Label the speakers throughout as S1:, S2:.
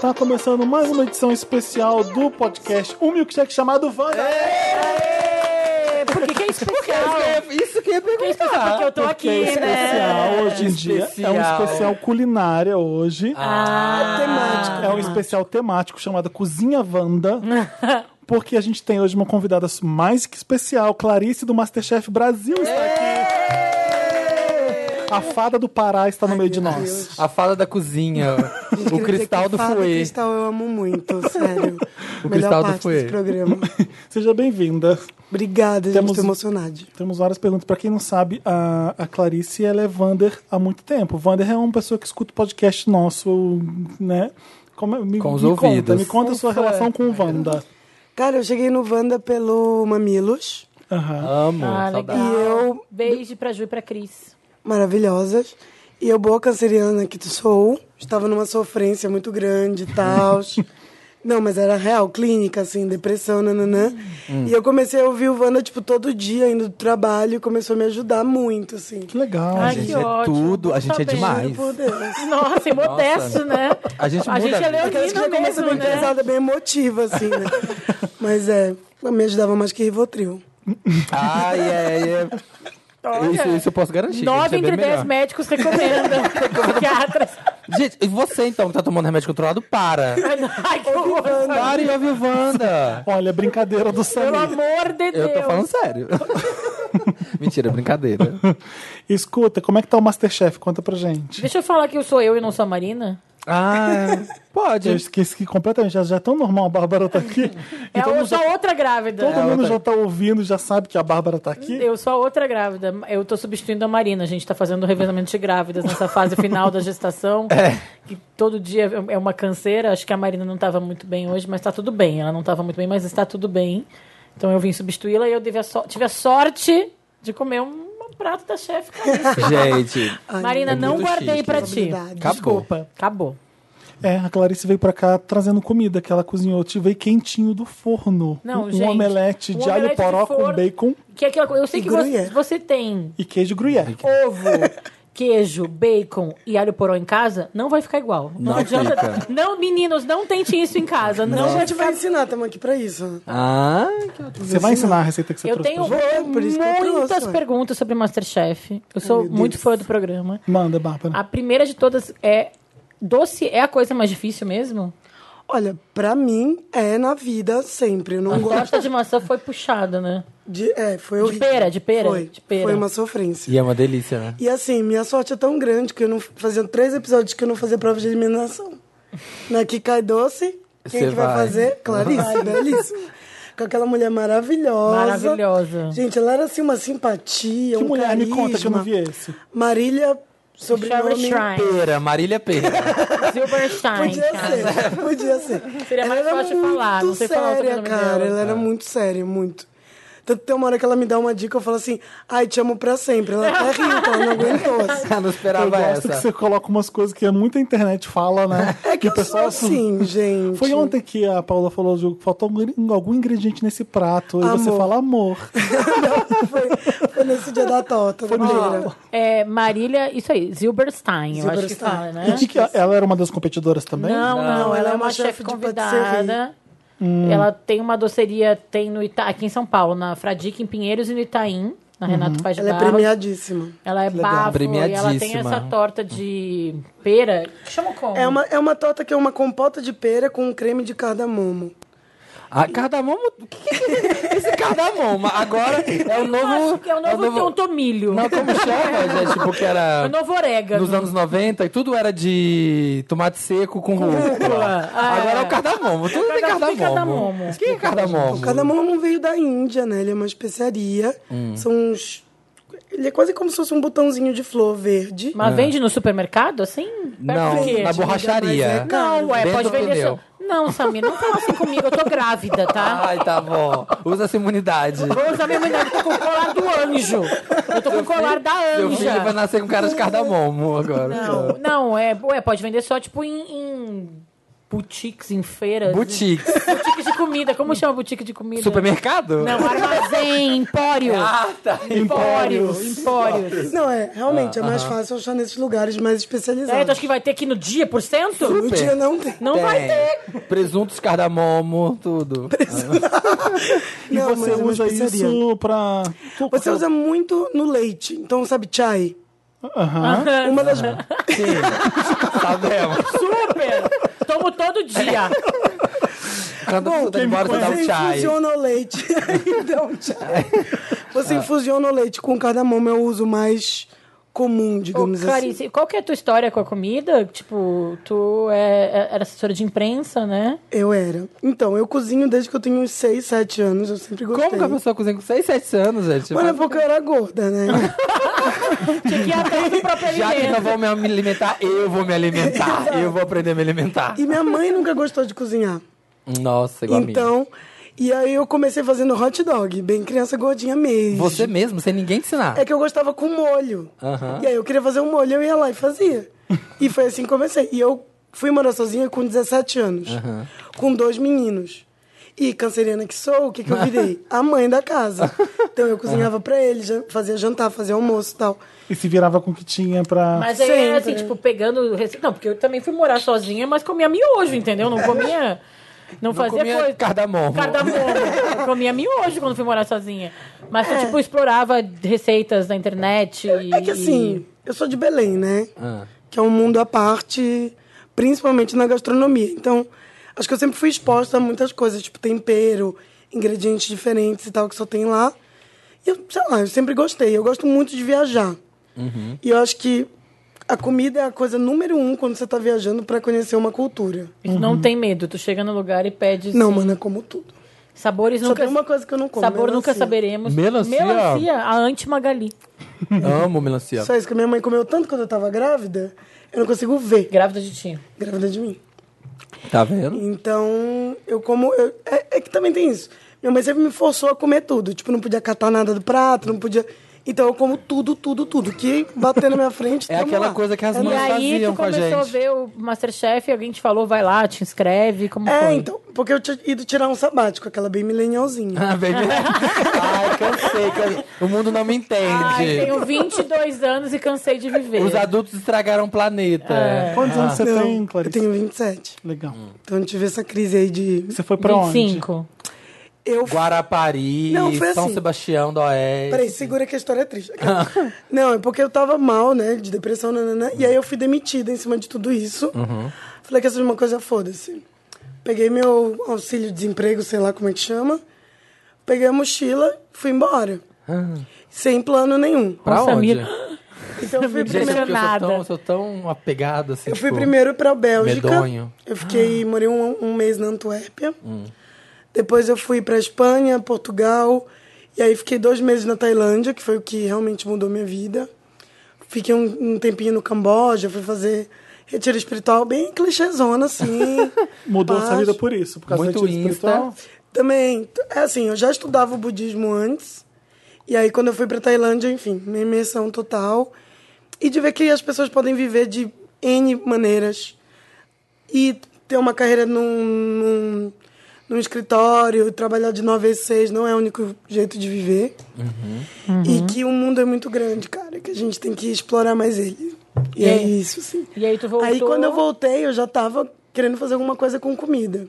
S1: Tá começando mais uma edição especial do podcast Um Milkshake chamado Vanda.
S2: Porque que é especial?
S3: Isso que eu ia
S2: Que é especial porque eu tô
S1: Porque
S2: aqui,
S1: é especial
S2: né?
S1: hoje em dia. É um
S3: Especial.
S1: especial culinária hoje.
S2: Ah,
S3: temático.
S1: É um especial temático chamado Cozinha Vanda. Porque a gente tem hoje uma convidada mais que especial, Clarice do Masterchef Brasil está aqui. A fada do Pará está no meio de nós.
S3: A fada da cozinha. o cristal do
S4: O
S3: fuê.
S4: cristal eu amo muito, sério.
S3: O
S4: Melhor
S3: cristal do
S4: parte
S3: fuê.
S4: desse programa.
S1: Seja bem-vinda.
S4: Obrigada,
S1: Temos-
S4: gente, tô emocionada.
S1: Temos várias perguntas. Pra quem não sabe, a, a Clarice ela é Vander há muito tempo. Vander é uma pessoa que escuta o podcast nosso, né? Como, é- me,
S3: Com os
S1: me Conta,
S3: ouvidos.
S1: me conta a sua
S4: Ufa.
S1: relação com o Wanda.
S4: Cara, eu cheguei no Wanda pelo Mamilos,
S1: Aham.
S3: Amo.
S2: Ah,
S3: Tá saudade.
S2: legal.
S4: E eu-
S2: Beijo pra Ju e pra Cris.
S4: maravilhosas. E eu, boa canceriana que tu sou, estava numa sofrência muito grande e tal. Não, mas era real, clínica, assim, depressão, nananã. E eu comecei a ouvir o Wanda, tipo, todo dia, indo do trabalho, e começou a me ajudar muito, assim.
S1: Que legal,
S2: Ai,
S1: gente.
S2: que
S3: é
S2: ótimo.
S3: tudo, a
S2: Bom
S3: gente é
S2: saber.
S3: demais.
S4: Juro por Deus.
S2: Nossa, e modesto, né?
S3: A gente
S2: A
S3: muda
S2: gente
S3: a
S2: é
S3: vida.
S4: Aquelas que já
S2: leonina
S4: começa
S2: mesmo,
S4: bem
S2: né?
S4: pesada, bem emotiva, assim, né? Mas é, me ajudava mais que Rivotril.
S3: Ai, é, é. Isso, isso eu posso garantir. gente,
S2: Nove
S3: é bem
S2: entre dez
S3: melhor.
S2: médicos recomendam. Psiquiatras.
S3: Gente, e você então que tá tomando remédio controlado, para.
S2: Ai, que horror.
S3: Para e ouve o Wanda.
S1: Olha, brincadeira do
S2: Pelo
S1: Samir.
S2: amor de
S3: Eu
S2: Deus.
S3: tô falando sério. Mentira, brincadeira.
S1: Escuta, como é que tá o Masterchef? Conta pra gente.
S2: Deixa eu falar que eu sou eu e não sou a Marina.
S3: Ah, pode.
S1: Eu esqueci que completamente. Já, já é tão normal a Bárbara tá aqui.
S2: É,
S1: Então
S2: eu
S1: já-
S2: sou a outra grávida.
S1: todo
S3: ela
S1: mundo
S3: tá-
S1: já tá ouvindo, já sabe que a Bárbara tá aqui.
S2: Eu sou a outra grávida. Eu tô substituindo a Marina. A gente tá fazendo o revezamento de grávidas nessa fase final da gestação. Que todo dia é uma canseira. Acho que a Marina não tava muito bem hoje, mas tá tudo bem. Ela não tava muito bem, mas está tudo bem. Então eu vim substituí-la e eu tive a, so- tive a sorte de comer um um prato da chefe. Clarice.
S3: Gente,
S2: Marina,
S3: é
S2: não
S3: muito
S2: guardei
S3: chique.
S2: pra ti.
S4: Habilidade.
S3: acabou.
S2: Desculpa. Acabou.
S1: É, a Clarice veio pra cá trazendo comida que ela cozinhou. Eu te veio quentinho do forno.
S2: Não,
S1: um,
S2: gente,
S1: um omelete
S2: um
S1: de alho
S2: omelete de
S1: poró com
S2: forno.
S1: bacon
S2: Que é aquela coisa. Eu sei
S4: E
S2: que você,
S4: gruyère.
S2: você tem
S1: e queijo gruyère.
S2: ovo, queijo, bacon e alho poró em casa, não vai ficar igual. Não,
S3: Não
S2: adianta.
S3: fica.
S2: Não, meninos, não tentem isso em casa. Não,
S4: A
S2: vai
S4: gente vai ensinar, estamos aqui pra isso.
S3: Ah,
S1: Você vai ensinar a receita que você
S2: Eu
S1: trouxe
S2: tenho
S1: pra gente?
S4: Por isso que eu
S2: muitas
S4: trouxe, ué.
S2: perguntas sobre Masterchef. Eu sou muito fã do programa.
S1: Manda, Bárbara.
S2: A primeira de todas é: doce é a coisa mais difícil mesmo?
S4: Olha, pra mim é na vida sempre. Eu não gosto
S2: Gosta de maçã foi puxada, né?
S4: de. É, foi horrível.
S2: pera, Ah. de pera,
S4: Foi,
S2: de pera.
S4: foi uma sofrência.
S3: e é uma delícia, né?
S4: E assim, minha sorte é tão grande que eu não fazia três episódios que eu não fazia prova de eliminação. Na que cai doce, quem
S3: Cê
S4: que vai,
S3: vai.
S4: fazer? Clarice, belíssima. Com aquela mulher maravilhosa.
S2: Maravilhosa.
S4: Gente, ela era assim uma simpatia,
S1: Que
S4: um
S1: mulher me
S4: carisma.
S1: conta que eu não vi esse.
S4: Marília sobrenome.
S2: Sherry Shrine,
S3: Pera, Marília Pera.
S2: Silver Shine.
S4: Podia
S2: cara.
S4: ser, podia ser.
S2: Seria mais
S4: ela
S2: fácil
S4: era muito
S2: falar, não sei
S4: séria,
S2: falar o sobrenome
S4: cara.
S2: dela.
S1: É.
S4: Ela era muito séria, muito. Tanto que tem uma hora que ela me dá uma dica, eu falo assim, ai, te amo pra sempre. Ela até riu, que ela não aguentou. assim.
S3: Não
S1: Eu
S3: esperava
S1: gosto que
S3: essa.
S1: você coloca umas coisas que é muita internet fala, né?
S4: É que eu sou assim, gente.
S1: Foi um- ontem que a Paula falou, Ju, que faltou algum- algum ingrediente nesse prato. E você
S4: Amor.
S1: fala amor.
S4: foi, foi nesse dia da torta. Foi
S2: Ó, é, Marília, isso aí, Zilberstein, eu acho que
S4: Zilberstein.
S2: fala, né?
S1: E que que- ela era uma das competidoras também?
S2: Não, não, ela, é uma chefe Hum.
S4: de
S2: convidada. Ela tem uma doceria, tem no Ita... aqui em São Paulo, na Fradique, em Pinheiros e no Itaim, na Renato Paz de
S4: Ela é
S2: Barros.
S4: premiadíssima.
S2: Ela é bafo e ela tem
S3: Premiadíssima.
S2: essa torta de pera. Chama como?
S4: É uma, é uma torta que é uma compota de pera com um creme de cardamomo.
S3: Ah, cardamomo? O que que é Esse cardamomo agora é o
S2: Eu acho
S3: novo.
S2: que é o novo, tomilho.
S3: Não, como chama, gente? Tipo, que
S2: É
S3: era
S2: o novo orégano.
S3: nos anos 90 e tudo era de tomate seco com rúcula.
S2: Ah,
S3: Agora é o
S2: é.
S3: cardamomo. Tudo tem
S2: Cardamomo
S3: cardamomo.
S2: tem cardamomo.
S3: Mas Quem é cardamomo?
S4: O cardamomo veio da Índia, né? Ele é uma especiaria.
S1: Hum.
S4: São uns... Ele é quase como se fosse um botãozinho de flor verde.
S2: Mas vende no supermercado, assim? Perto
S3: É. Não,
S2: do quê?
S3: na
S4: Mas
S3: borracharia.
S4: é
S2: Não, ué,
S3: Dentro
S2: pode
S3: do
S2: vender.
S3: pneu.
S2: só- Não, Samir, não fala assim comigo, eu tô grávida, tá?
S3: Ai, tá bom. Usa essa imunidade.
S2: Vou usar minha imunidade, tô com o colar do anjo. Eu tô com o colar da
S3: Meu filho vai
S2: anja.
S3: nascer com cara de cardamomo agora.
S2: Não, não é, ué, pode vender só, tipo, em, em boutiques em feiras.
S3: Boutiques.
S2: Boutiques de comida. Como chama boutique de comida?
S3: Supermercado?
S2: Não, armazém, empório.
S3: Ah, tá.
S2: empório, empório.
S4: Não, é, realmente, é mais
S1: Ah,
S4: fácil achar nesses lugares mais especializados.
S2: É,
S1: então
S2: tu acha que vai ter aqui no dia, por cento?
S1: é
S4: No dia não tem.
S2: Não vai ter.
S3: Presuntos, cardamomo, tudo.
S1: E
S4: Não,
S1: você
S4: mas é uma
S1: usa
S4: especiaria.
S1: isso pra.
S4: Você usa muito no leite. Então, sabe, chai?
S1: Aham.
S4: Uma das.
S3: Sabemos.
S2: Super. Tomo todo dia.
S3: Quando
S4: Bom,
S3: você tá embora, você dá
S4: Você
S3: um chai.
S4: infusiona o leite. Aí dá um chai.
S3: É.
S4: Você
S3: Ah.
S4: infusiona o leite com cardamomo, é o uso mais comum,
S2: Ô,
S4: digamos assim.
S2: Clarice, qual que é a tua história com a comida? Tipo, tu é, é- era assessora de imprensa, né?
S4: Eu era. Então, eu cozinho desde que eu tenho uns 6, 7 anos. Eu sempre gostei.
S3: Como que é a pessoa cozinha com 6, 7 anos, Tipo, gente?
S4: Olha, porque eu era gorda, né?
S2: Tinha que ir atrás do
S3: Já
S2: próprio
S3: que não
S4: tá-
S2: alimento.
S3: vão me alimentar, eu vou me alimentar. eu vou aprender a me alimentar.
S4: E minha mãe nunca gostou de cozinhar.
S3: Nossa, igual a
S4: então, e aí eu comecei fazendo hot dog, bem criança gordinha
S3: mim.
S4: mesmo.
S3: Você mesmo, sem ninguém te ensinar.
S4: É que eu gostava com molho.
S3: Aham.
S4: E aí eu queria fazer um molho, eu ia lá e fazia. e foi assim que comecei. E eu fui morar sozinha com 17 anos, com dois meninos. E canceriana que sou, o que, que eu virei? A mãe da casa. Então eu cozinhava pra eles, jan- fazia jantar, fazia almoço e tal.
S1: E se virava com o que tinha pra.
S2: Mas aí
S4: Sempre. né?
S2: era assim, tipo, pegando. rece- Não, porque eu também fui morar sozinha, mas comia miojo, entendeu? Não comia. Não, fazia
S3: comia
S2: coisa.
S3: cardamomo.
S2: Cardamomo. Eu comia miojo quando fui morar sozinha. Mas eu, tipo, explorava receitas na internet. E...
S4: É que assim, eu sou de Belém, né?
S3: Ah.
S4: Que é um mundo à parte, principalmente na gastronomia. Então, acho que eu sempre fui exposta a muitas coisas, tipo tempero, ingredientes diferentes e tal, que só tem lá. E eu, sei lá, eu sempre gostei. Eu gosto muito de viajar. E eu acho que a comida é a coisa número um quando você tá viajando para conhecer uma cultura.
S2: E tu não tem medo, tu chega no lugar e pede.
S4: uhum. Não, mano, é como tudo.
S2: Sabores
S4: Só
S2: nunca.
S4: tem uma coisa que eu não como.
S2: Sabor
S4: melancia.
S2: nunca saberemos.
S3: Melancia?
S2: Melancia, a anti-magali.
S3: Amo melancia.
S4: Só isso que a minha mãe comeu tanto quando eu tava grávida, eu não consigo ver
S2: Grávida de ti.
S4: grávida de mim.
S3: Tá vendo?
S4: Então, eu como. eu- é, é que também tem isso. Minha mãe sempre me forçou a comer tudo. Tipo, não podia catar nada do prato, não podia. Então eu como tudo, tudo, tudo. Que bater na minha frente.
S3: É
S4: tamo
S3: aquela
S4: lá.
S3: coisa que as
S4: É
S2: E
S3: mães
S4: nóis.
S2: aí
S3: faziam
S2: tu
S3: com a
S2: começou a,
S3: gente.
S2: ver o Masterchef, alguém te falou, vai lá, te inscreve, como
S4: É,
S2: foi?
S4: então. Porque eu tinha ido tirar um sabático, aquela bem milenialzinha.
S3: Ah, baby. Ai, cansei, cansei. O mundo não me entende.
S2: Ai,
S4: um
S2: tenho 22 anos e cansei de viver.
S3: Os adultos estragaram o planeta.
S4: É.
S1: Quantos anos você
S4: Não,
S1: tem,
S4: Eu
S1: Clarice?
S4: tenho 27.
S1: Ah, Legal.
S4: Então eu tive essa crise aí de.
S1: Você foi pra onde?
S2: 25.
S4: Eu.
S3: Guarapari,
S4: Não, foi
S3: São
S4: assim.
S3: Sebastião do Oeste.
S4: Peraí, segura que a história é triste. Não, é porque eu tava mal, né? De depressão, nananã. E aí eu fui demitida em cima de tudo isso.
S3: Uhum.
S4: Falei que essa é uma coisa, foda-se. Peguei meu auxílio desemprego, sei lá como é que chama. Peguei a mochila, fui embora. Sem plano nenhum.
S3: Ah, Pra
S2: Nossa,
S3: onde?
S2: amiga.
S4: Então eu fui
S3: Gente, é porque
S4: primeiro.
S3: eu sou
S2: Impressionada.
S3: tão, eu sou tão apegado assim.
S4: Eu fui
S3: tipo,
S4: primeiro pra Bélgica.
S3: medonho.
S4: Eu fiquei,
S1: Ah.
S4: morei um, um mês na Antuérpia.
S1: Hum.
S4: Depois eu fui pra Espanha, Portugal. E aí fiquei dois meses na Tailândia, que foi o que realmente mudou minha vida. Fiquei um, um tempinho no Camboja, fui fazer retiro espiritual, bem clichêzona, assim.
S1: Mudou sua
S4: Paz.
S1: vida por isso, por causa
S3: Muito
S1: do retiro
S3: Insta.
S1: espiritual.
S4: Também, t- é assim, eu já estudava o budismo antes. E aí, quando eu fui pra Tailândia, enfim, minha imersão total. E de ver que as pessoas podem viver de N maneiras. E ter uma carreira num, num, num escritório, trabalhar de 9 às 6 não é o único jeito de viver.
S2: Uhum.
S4: E que o mundo é muito grande, cara, que a gente tem que explorar mais ele. E,
S2: E
S4: é
S2: aí?
S4: isso, sim.
S2: E aí tu voltou.
S4: Aí quando eu voltei, eu já tava querendo fazer alguma coisa com comida.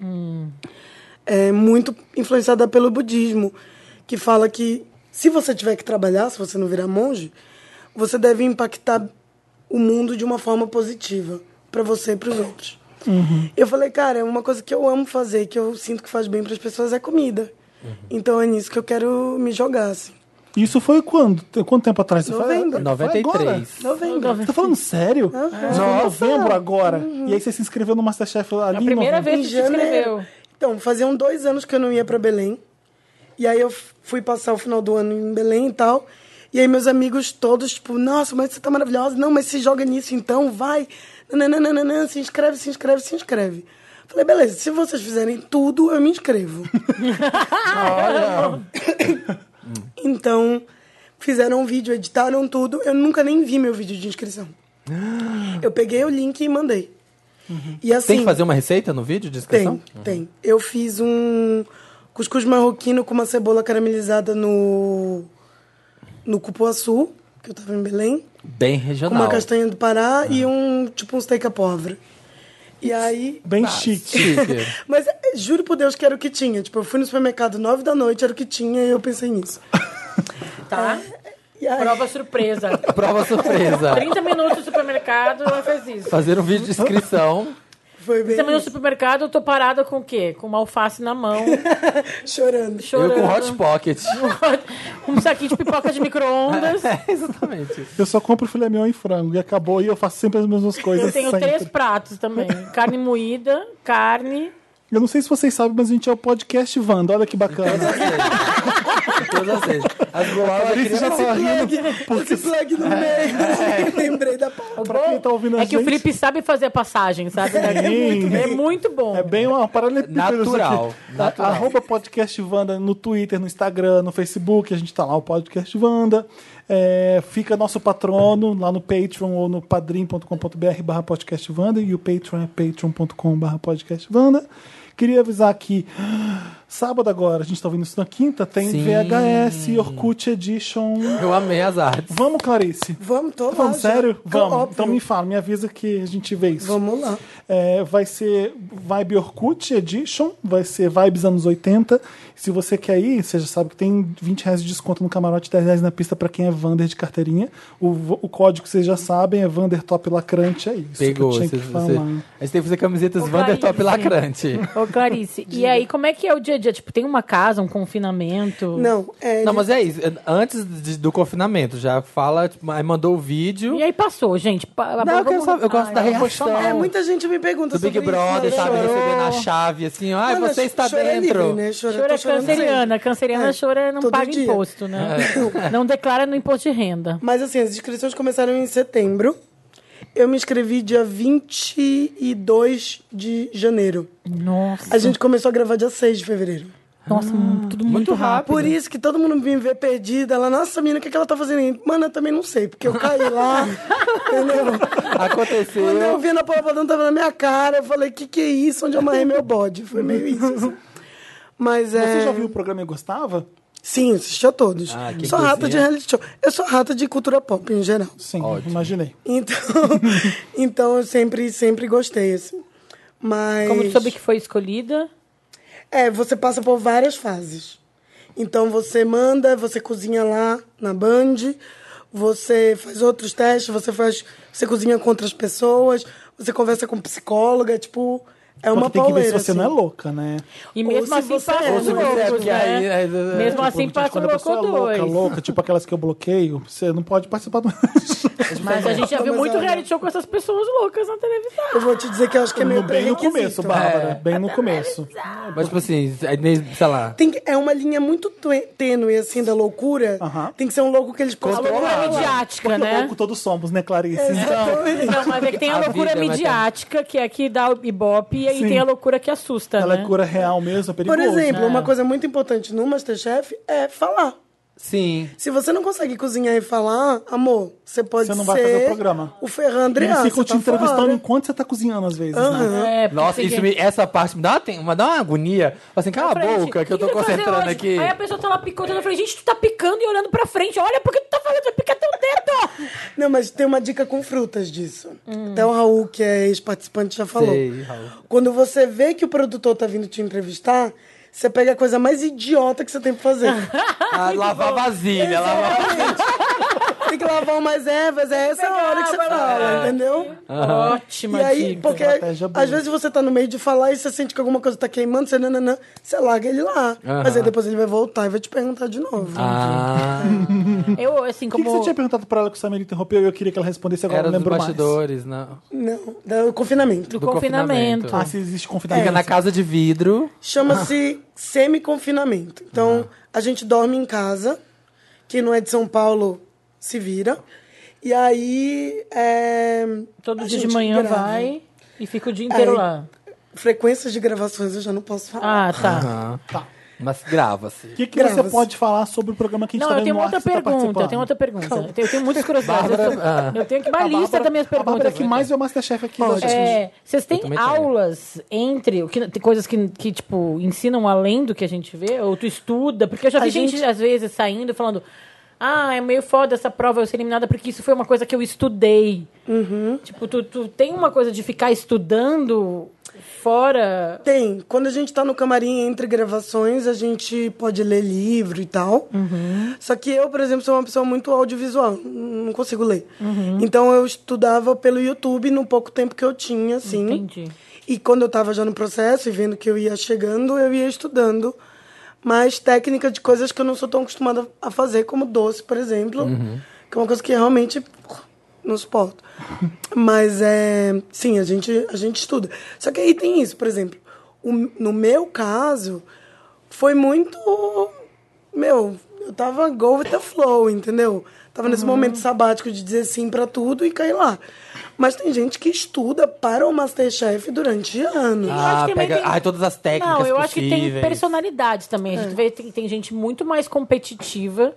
S4: É muito influenciada pelo budismo, que fala que se você tiver que trabalhar, se você não virar monge, você deve impactar o mundo de uma forma positiva pra você e para os outros.
S2: Uhum.
S4: Eu falei, cara, uma coisa que eu amo fazer, que eu sinto que faz bem para as pessoas é comida.
S2: Uhum.
S4: Então é nisso que eu quero me jogar, assim.
S1: Isso foi quando? Tem- Quanto tempo atrás? Você foi-
S4: Novembro.
S1: foi agora?
S3: 93.
S4: Novembro.
S1: Tá falando sério? Você foi em novembro agora. E aí você se inscreveu no Masterchef ali
S2: A
S1: em
S2: primeira
S1: novembro.
S2: vez que tu te inscreveu.
S4: Então, faziam dois anos que eu não ia pra Belém. E aí eu f- fui passar o final do ano em Belém e tal. E aí meus amigos todos, tipo, nossa, mas você tá maravilhosa. Não, mas se joga nisso então, vai. Nananana, se inscreve, se inscreve, se inscreve. Falei, beleza, se vocês fizerem tudo, eu me inscrevo. então, fizeram um vídeo, editaram tudo. Eu nunca nem vi meu vídeo de inscrição. Eu peguei o link e mandei. E assim.
S3: Uhum. Tem que fazer uma receita no vídeo de
S4: Tem,
S3: inscrição?
S4: tem. Eu fiz um cuscuz marroquino com uma cebola caramelizada no, no cupuaçu, que eu tava em Belém,
S3: Bem
S4: com
S3: regional.
S4: uma castanha do Pará e um, tipo, um steak à pobre. E aí...
S1: Bem chique.
S3: Chique.
S4: Mas eh, juro por Deus que era o que tinha. Tipo, eu fui no supermercado nove da noite, era o que tinha e eu pensei nisso.
S2: Tá?
S4: E aí,
S2: Prova surpresa.
S3: Prova surpresa.
S2: 30 minutos no supermercado, ela fez isso.
S3: Fazer um vídeo de inscrição.
S4: foi bem
S2: 30 minutos no supermercado, eu tô parada com o quê? Com uma alface na mão,
S4: chorando.
S3: eu
S2: chorando.
S3: com hot pocket.
S2: um saquinho de pipoca de micro-ondas.
S3: É, exatamente.
S1: Eu só compro filé mignon e frango e acabou. E eu faço sempre as mesmas coisas.
S2: Eu tenho
S1: sempre.
S2: três pratos também. Carne moída, carne.
S1: Eu não sei se vocês sabem, mas a gente é o podcast Wanda. Olha que bacana.
S3: Todas as vezes. As global
S1: Por isso já tá rindo.
S4: Esse flag no meio. Lembrei da
S2: O
S4: pauta.
S1: Pra quem tá ouvindo a
S2: é que o
S1: gente- tá
S2: Felipe sabe fazer a passagem, sabe?
S1: Sim.
S2: É muito bom.
S1: É bem uma paralelepípedo. isso aqui.
S3: Natural,
S1: A-
S3: natural.
S1: Arroba podcast Wanda no Twitter, no Instagram, no Facebook. A gente tá lá, o podcast Wanda. É, fica nosso patrono lá no Patreon ou no padrim.com.br barra podcast Wanda. E o Patreon é patreon.com barra podcast Wanda. Queria avisar que ah, sábado agora, a gente tá ouvindo isso na quinta, tem
S3: Sim.
S1: VHS Orkut Edition.
S3: Eu amei as artes.
S1: Vamos, Clarice.
S4: Vamos, tô lá.
S1: Vamos,
S4: já.
S1: Tá sério? Vamos.
S4: Óbvio.
S1: Então me fala, me avisa que a gente vê isso.
S4: Vamos lá.
S1: É, vai ser Vibe Orkut Edition, vai ser Vibes anos 80. Se você quer ir, você já sabe que tem 20 reais de desconto no camarote, 10 reais na pista pra quem é Vander de carteirinha. O, v- o código que vocês já sabem é Vander Top Lacrante, é isso.
S3: Pegou.
S1: Que eu tinha
S3: Você,
S1: que falar.
S3: você... A gente tem que fazer camisetas
S2: Ô,
S3: Vandertop
S2: Clarice.
S3: lacrante.
S2: Ô, Clarice, e aí, como é que é o dia a dia? Tipo, tem uma casa, um confinamento?
S4: Não, é...
S3: Não, mas é isso. Antes de- do confinamento, já fala, tipo, aí mandou o vídeo.
S2: E aí passou, gente. Pa-
S3: Não, eu,
S2: vamos-
S3: quero saber, eu gosto
S2: Ai,
S3: da
S2: vamos-
S3: reação.
S4: É, muita gente me pergunta
S3: do
S4: sobre
S3: Big Brother,
S4: isso, né?
S3: sabe?
S4: Chorou.
S3: Recebendo a chave, assim, ai,
S4: Não,
S3: você
S4: não,
S3: está
S4: choro é
S3: dentro.
S4: livre, né? Choro, eu
S2: Chora é
S4: tô chorando
S2: canceriana.
S4: sempre.
S2: Canceriana
S4: É,
S2: chora não
S4: todo
S2: paga
S4: dia.
S2: imposto, né? Não declara no imposto de renda.
S4: Mas assim, as inscrições começaram em setembro. Eu me inscrevi dia 22 de janeiro.
S2: Nossa.
S4: A gente começou a gravar dia 6 de fevereiro.
S2: Nossa, tudo muito,
S3: Muito
S2: rápido.
S3: rápido.
S4: Por isso que todo mundo me vê perdida. Ela, nossa, menina, o que, é que ela tá fazendo aí? Mano, eu também não sei, porque eu caí lá, entendeu? Quando eu
S3: Aconteceu.
S4: vi na Papadão, tava na minha cara. Eu falei, que que é isso? Onde eu amarrei meu bode? Foi meio isso. assim. Mas é.
S1: Você já viu o programa e gostava?
S4: Sim, assisti a todos.
S3: Ah, que
S4: sou rata
S3: coisinha.
S4: de reality show. Eu sou rata de cultura pop em geral.
S1: Sim,
S3: Ótimo.
S1: imaginei.
S4: Então, então eu sempre, sempre gostei, assim. Mas.
S2: Como tu soube que foi escolhida?
S4: É, você passa por várias fases. Então você manda, você cozinha lá na Band, você faz outros testes, você faz. Você cozinha com outras pessoas, você conversa com psicóloga, é tipo. É uma
S1: Porque tem que ver se
S4: pauleira,
S1: você
S4: assim.
S1: não é louca, né?
S2: E mesmo
S4: se
S2: assim
S4: você
S2: passa
S4: é,
S2: os
S4: ou se você é,
S2: loucos,
S3: porque
S2: né?
S3: aí- aí-
S2: mesmo
S3: tipo,
S2: assim
S1: tipo,
S2: passa o
S1: quando a
S2: louco
S1: pessoa é louca,
S2: dois.
S1: louca, tipo aquelas que eu bloqueio, você não pode participar do.
S4: É
S2: Mas a gente já viu
S4: Mas
S2: muito
S4: olha-
S2: reality show com essas pessoas loucas na televisão.
S4: Eu vou te dizer que eu acho que é meio
S1: bem no
S4: pré-requisito.
S1: começo,
S4: É.
S1: Bárbara. Bem no começo.
S3: Mas, tipo assim, aí nem- sei lá.
S4: Tem que- é uma linha muito tue- tênue, assim, da loucura.
S1: Aham.
S4: Tem que ser um louco que eles
S2: A
S4: controlam.
S2: loucura é midiática,
S1: Porque
S2: né?
S1: louco todos somos, né, Clarice?
S2: Não, mas é que tem a,
S3: A
S2: loucura
S3: vida, mas tem-
S2: midiática, que é que dá o ibope, e aí
S1: Sim.
S2: tem a loucura que assusta,
S1: Ela
S2: né?
S1: é cura real mesmo, é
S4: Por
S1: perigoso.
S4: exemplo,
S1: né?
S4: uma coisa muito importante no Masterchef é falar.
S3: Sim.
S4: Se você não consegue cozinhar e falar, amor, você pode
S1: Você não
S4: ser
S1: vai fazer o programa.
S4: o Ferran
S1: Eles
S4: Andreas.
S1: ficam
S4: você
S1: te
S4: tá
S1: entrevistando
S4: fora.
S1: enquanto você tá cozinhando, às vezes, né?
S4: Aham.
S2: É, porque
S3: Nossa,
S2: é o
S3: isso
S2: seguinte,
S3: me- essa parte me dá uma, tem- uma- dá uma agonia. Fala Assim, cala a
S2: frente.
S3: boca, que eu
S2: O
S3: tô
S2: vai fazer
S3: concentrando
S2: hoje?
S3: aqui.
S2: Aí a pessoa tá lá picotando, eu falei, gente, tu tá picando e olhando pra frente, olha porque tu tá fazendo, vai picar teu dedo!
S4: Não, mas tem uma dica com frutas disso. Até o Raul, que é ex-participante, já falou.
S3: Sei, Raul.
S4: Quando você vê que o produtor tá vindo te entrevistar, você pega a coisa mais idiota que você tem pra fazer.
S3: Ah, lavar vasilha, lavar
S4: Exatamente. tem que lavar umas ervas, é essa a hora que você fala,
S2: né?
S4: entendeu?
S2: Ótima
S4: E aí,
S2: dica.
S4: porque
S1: estratégia boa.
S4: às vezes você tá no meio de falar e você sente que alguma coisa tá queimando, você nananã, você larga ele lá.
S3: Aham.
S4: Mas aí depois ele vai voltar e vai te perguntar de novo.
S3: Ah,
S2: Eu, assim,
S1: O que,
S2: como...
S1: que você tinha perguntado pra ela que o Samir interrompeu e eu queria que ela respondesse agora,
S3: era
S1: não
S3: dos
S1: lembro mais.
S3: bastidores, não.
S4: Não, do confinamento.
S2: Do confinamento.
S1: Ah, se existe confinamento.
S3: Fica na casa de vidro.
S4: Chama-se semi-confinamento. Então, a gente dorme em casa. Quem não é de São Paulo se vira. E aí. É...
S2: Todo
S4: a
S2: dia de
S4: gente
S2: manhã
S4: grava.
S2: vai e fica o dia inteiro
S4: Aí-
S2: lá.
S4: Frequências de gravações eu já não posso falar.
S2: Ah, tá.
S3: Ah. Mas
S1: O
S3: grava-se.
S1: que, que você
S4: Gravas.
S1: pode falar sobre o programa que a gente
S2: Não,
S1: tá
S2: eu
S1: vendo
S2: tenho
S1: no ar
S2: outra
S1: que você tá
S2: pergunta. eu
S1: participando?
S2: tenho outra pergunta. Eu tenho, eu tenho muitas curiosidades.
S3: Bárbara,
S2: eu, sou-
S3: ah.
S2: eu tenho aqui uma
S1: A
S2: lista
S1: Bárbara-
S2: das minhas
S1: A
S2: perguntas.
S1: Bárbara que
S2: aqui.
S1: mais é o Masterchef aqui. da gente.
S2: É, vocês têm
S3: também tenho.
S2: aulas entre o que, tem coisas que, que, tipo, ensinam além do que a gente vê? Ou tu estuda? Porque eu já
S4: A
S2: vi gente,
S4: gente-
S2: às vezes, saindo e falando. Ah, é meio foda essa prova eu ser eliminada porque isso foi uma coisa que eu estudei. Tipo, tu, tu tem uma coisa de ficar estudando fora.
S4: Tem. Quando a gente tá no camarim entre gravações, a gente pode ler livro e tal. Só que eu, por exemplo, sou uma pessoa muito audiovisual. Não consigo ler. Então eu estudava pelo YouTube no pouco tempo que eu tinha, assim.
S2: Entendi.
S4: E quando eu tava já no processo e vendo que eu ia chegando, eu ia estudando mais técnica de coisas que eu não sou tão acostumada a fazer, como doce, por exemplo. Que é uma coisa que realmente pô, não suporto. Mas é. Sim, a gente, a gente estuda. Só que aí tem isso, por exemplo. o- no meu caso, foi muito. Meu, eu tava go with the flow, entendeu? Tava nesse momento sabático de dizer sim pra tudo e cair lá. Mas tem gente que estuda para o Masterchef durante anos.
S2: Eu acho
S3: Ah,
S2: que também
S3: pega.
S2: tem-
S3: Ai, todas as técnicas.
S2: Não, eu acho que
S3: possíveis.
S2: tem personalidade também. A
S4: É.
S2: gente vê tem, tem gente muito mais competitiva.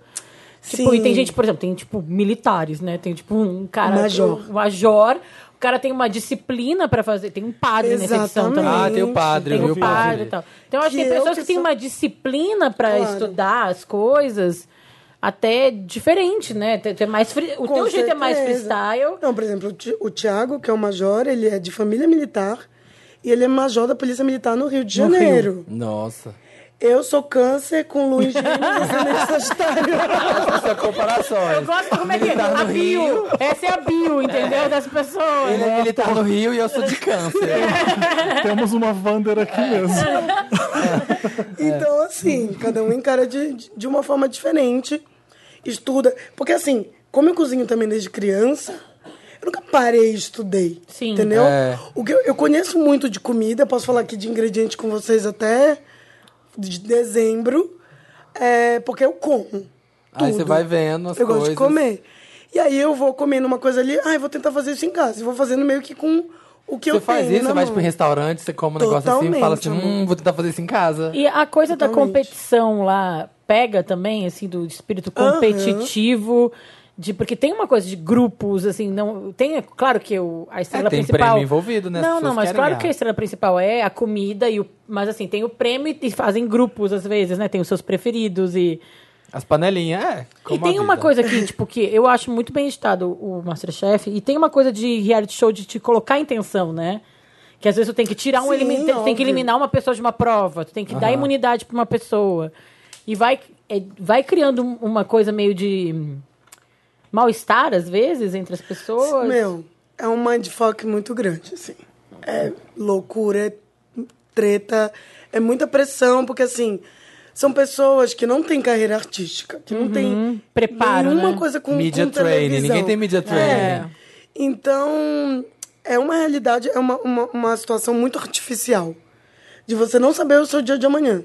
S2: Tipo,
S4: Sim.
S2: e tem gente, por exemplo, tem tipo militares, né? Tem tipo um cara.
S4: Major.
S2: Um major. O cara tem uma disciplina pra fazer. Tem um padre nessa edição também.
S3: Ah, tem o
S4: Gente,
S3: padre,
S2: tem
S3: viu,
S2: o padre e tal. Então eu acho que
S4: Que
S2: tem
S4: eu
S2: pessoas
S4: que
S2: que têm
S4: sou-
S2: uma disciplina pra
S4: Claro.
S2: estudar as coisas. Até é diferente, né? Tem- tem mais free- O
S4: Com
S2: teu jeito é mais
S4: certeza.
S2: freestyle.
S4: Não, por exemplo, o Ti- o Tiago, que é o major, ele é de família militar e ele é major da Polícia Militar no Rio de Janeiro.
S3: Nossa.
S4: Eu sou câncer com Luiz Gêmeos, ascendente Sagitário.
S3: Essa comparações.
S2: Eu gosto como é que é.
S3: Militar
S2: A
S3: tá no Rio.
S2: bio. Essa é a bio, entendeu? Das pessoas.
S3: Ele é militar no Rio e eu sou de câncer.
S2: É.
S1: Temos uma Wander aqui mesmo.
S3: É.
S4: Então,
S3: Uhum.
S4: assim, cada um encara de, de- de uma forma diferente, estuda. Porque, assim, como eu cozinho também desde criança, eu nunca parei e estudei.
S2: Sim.
S4: Entendeu?
S3: É.
S4: O que eu, eu conheço muito de comida, posso falar aqui de ingrediente com vocês até de dezembro, é, porque eu como.
S3: Aí você
S4: tudo.
S3: vai vendo as
S4: Eu
S3: coisas.
S4: gosto de comer. E aí eu vou comendo uma coisa ali, ah, eu vou tentar fazer isso em casa. E vou fazendo meio que com o que
S3: Você
S4: eu
S3: faz
S4: tenho.
S3: isso,
S4: na
S3: você vai
S4: mão.
S3: tipo, em restaurante, você come um negócio assim e
S4: Totalmente,
S3: fala assim,
S4: amor.
S3: hum, vou tentar fazer isso em casa.
S2: E a coisa da
S4: Totalmente.
S2: competição lá pega também, assim, do espírito competitivo. De, porque tem uma coisa de grupos, assim, não. Tem, é claro que o, a estrela
S3: tem
S2: principal.
S3: prêmio envolvido, né? As
S2: Não,
S3: pessoas
S2: não, mas
S3: querem
S2: claro
S3: ganhar.
S2: que a estrela principal é a comida, e o, mas assim, tem o prêmio e fazem grupos às vezes, né? Tem os seus preferidos e.
S3: As panelinhas, é.
S2: E
S3: como a
S2: tem uma
S3: vida.
S2: coisa que, tipo, que eu acho muito bem editado o Masterchef, e tem uma coisa de reality show de te colocar em tensão, né? Que às vezes tu tem que tirar um
S4: Sim,
S2: elimi- tem- tem que
S4: óbvio.
S2: eliminar uma pessoa de uma prova, tu tem que dar imunidade pra uma pessoa. E vai, é, vai criando um- uma coisa meio de hum, mal-estar, às vezes, entre as pessoas.
S4: Meu, é um mindfuck muito grande, assim. É loucura, é treta, é muita pressão, porque assim, são pessoas que não têm carreira artística, que não têm
S2: preparo,
S4: nenhuma
S2: né?
S4: coisa com,
S3: Media
S4: com
S3: training,
S4: televisão.
S3: ninguém tem media
S4: É.
S3: training.
S4: Então, é uma realidade, é uma, uma, uma situação muito artificial. De você não saber o seu dia de amanhã.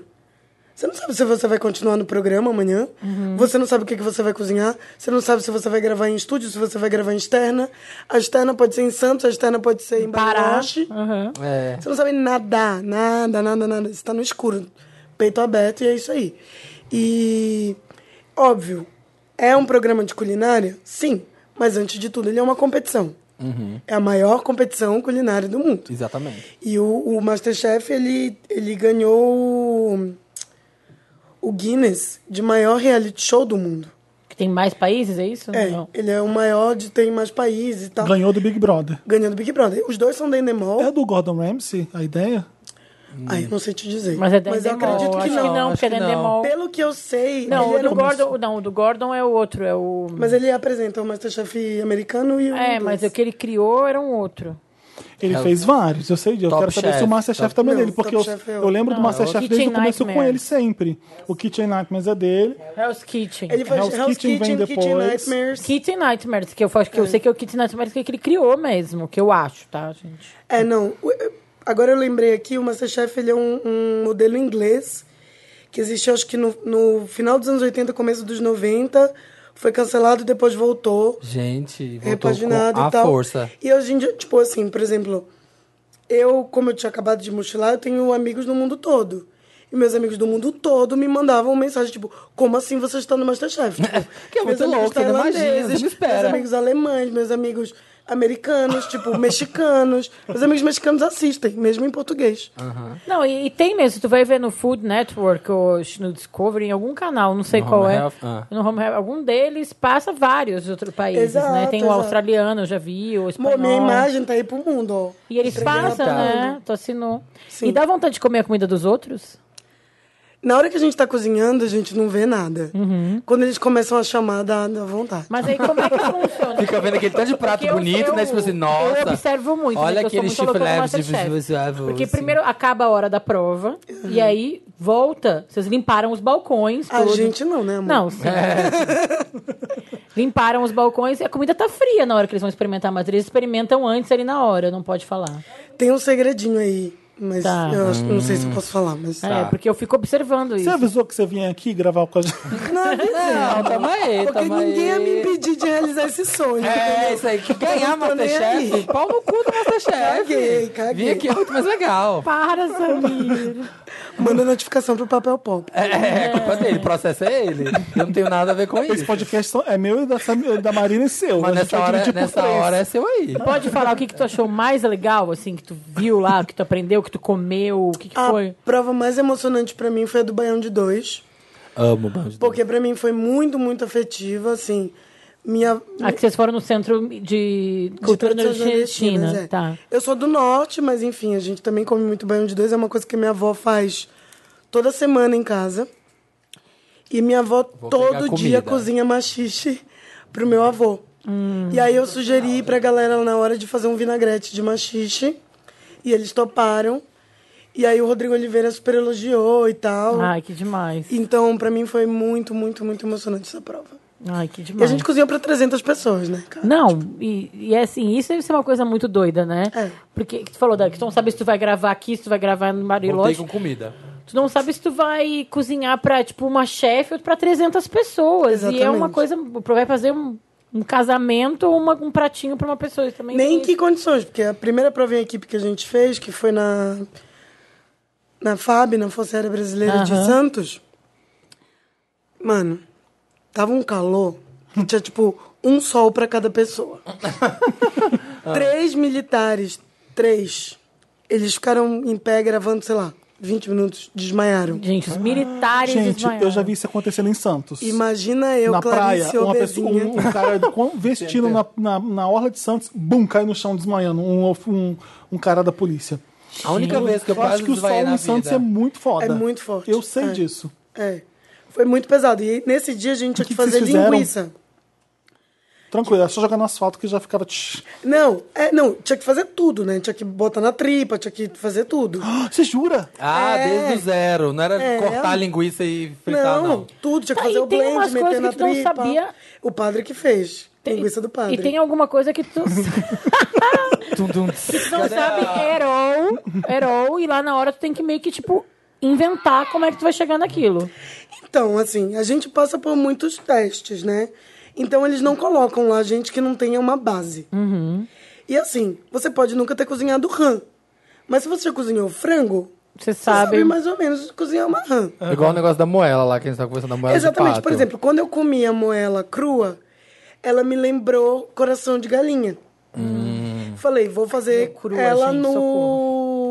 S4: Você não sabe se você vai continuar no programa amanhã.
S2: Uhum.
S4: Você não sabe o que, que você vai cozinhar. Você não sabe se você vai gravar em estúdio, se você vai gravar em externa. A externa pode ser em Santos, a externa pode ser em
S2: Parar.
S4: Bariloche.
S2: Aham.
S3: É.
S4: Você não sabe nadar, nada, nada, nada. Você tá no escuro, peito aberto e é isso aí. E, óbvio, é um programa de culinária? Sim. Mas antes de tudo, ele é uma competição. É a maior competição culinária do mundo.
S3: Exatamente.
S4: E o, o Masterchef, ele, ele ganhou o- o Guinness de maior reality show do mundo.
S2: Que tem mais países, é isso?
S4: É,
S2: Não.
S4: ele é o maior de tem mais países e tal.
S1: Ganhou do Big Brother.
S4: Ganhou do Big Brother. Os dois são da Endemol.
S1: É do Gordon Ramsay a ideia?
S4: Aí eu não sei te dizer.
S2: Mas é da
S4: eu
S2: Endemol,
S4: acredito que
S2: acho
S4: não.
S2: que não,
S3: acho
S2: porque é
S3: que
S2: da
S3: não.
S2: Endemol.
S4: Pelo que eu sei,
S2: Não,
S4: ele
S2: o
S4: era
S2: do
S4: um-
S2: Gordon, não, o do Gordon é o outro, é o.
S4: Mas ele apresenta o Masterchef americano e o
S2: é,
S4: inglês.
S2: mas o que ele criou era um outro.
S1: Ele
S3: É o-
S1: fez vários, eu sei, eu
S3: Top
S1: quero saber
S3: Chef,
S1: se o Masterchef
S3: Top-
S1: também é
S4: Não,
S1: dele, porque eu,
S4: Top Chef é
S1: eu
S4: outro.
S1: lembro do
S2: Não, é
S1: Masterchef
S2: outro.
S1: desde o
S2: Kitchen
S1: começo com
S2: Nightmares.
S1: ele sempre. O Kitchen Nightmares é dele.
S2: Hell's Kitchen.
S4: Ele faz
S1: Hell's
S4: Hell's,
S1: Kitchen
S4: Kitchen,
S1: vem
S4: Kitchen,
S1: depois.
S4: Nightmares.
S2: Kitchen Nightmares, que eu acho que eu sei que é o Kitchen Nightmares que ele criou mesmo, que eu acho, tá, gente?
S4: É, não. O- eu- Agora eu lembrei aqui, o Masterchef ele é um, um modelo inglês que existe acho que no, no final dos anos 80, começo dos 90. Foi cancelado e depois voltou.
S3: Gente, voltou
S4: Repaginado
S3: com a
S4: e tal.
S3: força.
S4: E hoje em dia, tipo assim, por exemplo, eu, como eu tinha acabado de mochilar, eu tenho amigos no mundo todo. E meus amigos do mundo todo me mandavam mensagem, tipo, como assim você está no Masterchef? Tipo,
S3: Que é
S4: meus
S3: muito
S4: amigos
S3: louco, ainda imagina,
S4: tailandeses,
S3: você não espera.
S4: Meus amigos alemães, meus amigos americanos, tipo, mexicanos. Meus amigos mexicanos assistem, mesmo em português.
S3: Ah, tá.
S2: Não, e, e tem mesmo. Tu vai ver no Food Network ou no Discovery, em algum canal, não sei
S3: No
S2: qual
S3: Home
S2: é.
S3: Health, ah.
S2: No Home Health, algum deles passa vários de outros países,
S4: Exato,
S2: né? Tem o
S4: exato.
S2: australiano, eu já vi, o
S4: Mô,
S2: espanhol.
S4: minha imagem tá aí pro mundo, ó.
S2: E eles passam,
S3: Natal.
S2: né? Tu assinou.
S4: Sim.
S2: E dá vontade de comer a comida dos outros?
S4: Na hora que a gente tá cozinhando, a gente não vê nada.
S3: Uhum.
S4: Quando eles começam a chamar, dá, dá vontade.
S2: Mas aí como é que funciona?
S3: Fica vendo aquele tanto de prato
S2: Porque eu-
S3: bonito, né? Tipo assim, nossa.
S2: Eu observo muito.
S3: Olha
S2: né, que eu sou
S3: aquele chifre
S2: muito louca com
S3: leve de Assim.
S2: Masterchef.
S3: visual.
S2: Porque primeiro acaba a hora da prova,
S3: É.
S2: e aí volta. Vocês limparam os balcões.
S4: A
S2: tudo.
S4: gente não, né, amor?
S2: Não, sim.
S3: É.
S2: Limparam os balcões e a comida tá fria na hora que eles vão experimentar, mas eles experimentam antes ali na hora, não pode falar.
S4: Tem um segredinho aí, mas
S2: Tá.
S4: eu acho- não sei se eu
S3: Hum.
S4: posso falar, mas.
S3: Tá.
S2: É, porque eu fico observando
S1: Você
S2: isso.
S1: avisou que você vinha aqui gravar com a gente?
S3: Não, tamo aí,
S4: Porque
S3: tamo
S4: ninguém ia
S3: aí.
S4: me impedir de realizar esse sonho.
S3: É,
S4: entendeu?
S3: isso é aí. Que
S4: Eu
S3: ganhar
S4: não tô nem aí.
S3: Masterchef. Pau no cu do
S4: Caguei,
S3: Masterchef.
S4: caguei.
S3: Vim aqui, é muito mais legal.
S2: Para, Samir.
S4: Manda notificação pro papel pop.
S3: É, é culpa dele, processa é ele. Eu não tenho nada a ver com
S1: Esse
S3: isso.
S1: podcast só- é meu e da, Sam- da Marina e seu.
S3: Mas
S1: a gente
S3: nessa
S1: vai
S3: hora,
S1: dividir
S4: tipo
S1: por
S3: nessa
S1: três.
S3: hora é seu aí.
S2: Pode falar o que, que tu achou mais legal, assim, que tu viu lá, que tu aprendeu, que tu comeu, o que, que
S3: Ah,
S4: A
S2: foi?
S4: prova mais emocionante pra mim foi a do Baião de Dois.
S3: Amo, Banjo.
S4: Porque pra mim foi muito, muito afetiva, assim. Minha.
S2: Ah, que vocês foram no centro de
S4: de
S2: cultura
S4: tradições nordestinas,
S2: nordestina.
S4: é.
S2: Tá.
S4: Eu sou do norte, mas enfim, a gente também come muito baião de dois. É uma coisa que minha avó faz toda semana em casa. E minha avó
S3: Vou
S4: todo
S3: pegar
S4: dia
S3: comida.
S4: cozinha machixe pro meu avô.
S2: Hum.
S4: e aí eu sugeri pra galera na hora de fazer um vinagrete de machixe. E eles toparam. E aí o Rodrigo Oliveira super elogiou e tal.
S2: Ai, que demais.
S4: Então, pra mim foi muito, muito, muito emocionante essa prova.
S2: Ai, que
S4: E a
S2: demais.
S4: gente cozinhou pra 300 pessoas, né, cara?
S2: Não, e, e é assim, isso deve ser uma coisa muito doida, né?
S4: É.
S2: Porque que tu falou, Dani, que tu não sabe se tu vai gravar aqui, se tu vai gravar no
S3: Voltei
S2: Marilógico.
S3: com comida.
S2: Tu não sabe se tu vai cozinhar pra, tipo, uma chefe ou pra 300 pessoas. E é uma
S4: Exatamente.
S2: coisa... Vai fazer um, um casamento ou uma- um pratinho pra uma pessoa. Isso também
S4: Nem em que condições, porque a primeira prova em equipe que a gente fez, que foi na na FAB, na Força Aérea Brasileira de
S2: Aham.
S4: Santos, mano, tava um calor que tinha tipo um sol pra cada pessoa.
S1: Ah.
S4: três militares, três, eles ficaram em pé gravando, sei lá, 20 minutos, desmaiaram.
S2: Gente, os militares
S4: Ah,
S1: Gente, eu
S2: desmaiaram.
S1: já vi isso acontecendo em Santos.
S4: Imagina eu,
S1: na
S4: Clarice
S1: praia, uma pessoa,
S4: Obesinha.
S1: um, um cara com- vestido na, na, na orla de Santos, bum, cai no chão desmaiando. Um, um, um cara da polícia.
S3: A única vez que eu,
S1: Eu acho
S3: quase
S1: que o sol
S3: desvaiei na
S1: em Santos
S3: vida.
S1: é muito foda.
S4: É muito forte.
S1: Eu sei
S4: É.
S1: disso.
S4: É. Foi muito pesado. E nesse dia a gente tinha
S1: que
S4: que
S1: que vocês
S4: fazer
S1: fizeram?
S4: linguiça.
S1: Tranquilo, é só jogar no asfalto que já ficava. tch.
S4: Não, é, não, tinha que fazer tudo, né? Tinha que botar na tripa, tinha que fazer tudo.
S1: Ah, Você jura?
S3: Ah,
S4: É.
S3: desde o zero. Não era
S4: É.
S3: cortar a linguiça e fritar,
S4: Não,
S3: não.
S4: tudo, tinha que
S2: Tá,
S4: fazer
S2: e
S4: o
S2: tem
S4: blend,
S2: umas
S4: meter
S2: coisas
S4: na
S2: que tu não
S4: tripa.
S2: sabia.
S4: O padre que fez. Linguiça do padre.
S2: E tem alguma coisa que tu...
S3: Tum, tum.
S2: Tu não sabe é erol, erol, e lá na hora tu tem que meio que, tipo, inventar como é que tu vai chegar naquilo.
S4: Então, assim, a gente passa por muitos testes, né? Então eles não colocam lá gente que não tenha uma base. E assim, você pode nunca ter cozinhado rã. Mas se você já cozinhou frango,
S2: Você
S4: você sabe
S2: sabe.
S4: mais ou menos cozinhar uma rã.
S3: Igual o negócio da moela lá, que a gente tá conversando da moela
S4: Exatamente.
S3: de pato.
S4: Por exemplo, quando eu comia moela crua, ela me lembrou coração de galinha.
S3: Hum.
S4: Falei, vou fazer
S2: Crua,
S4: ela
S2: gente,
S4: no.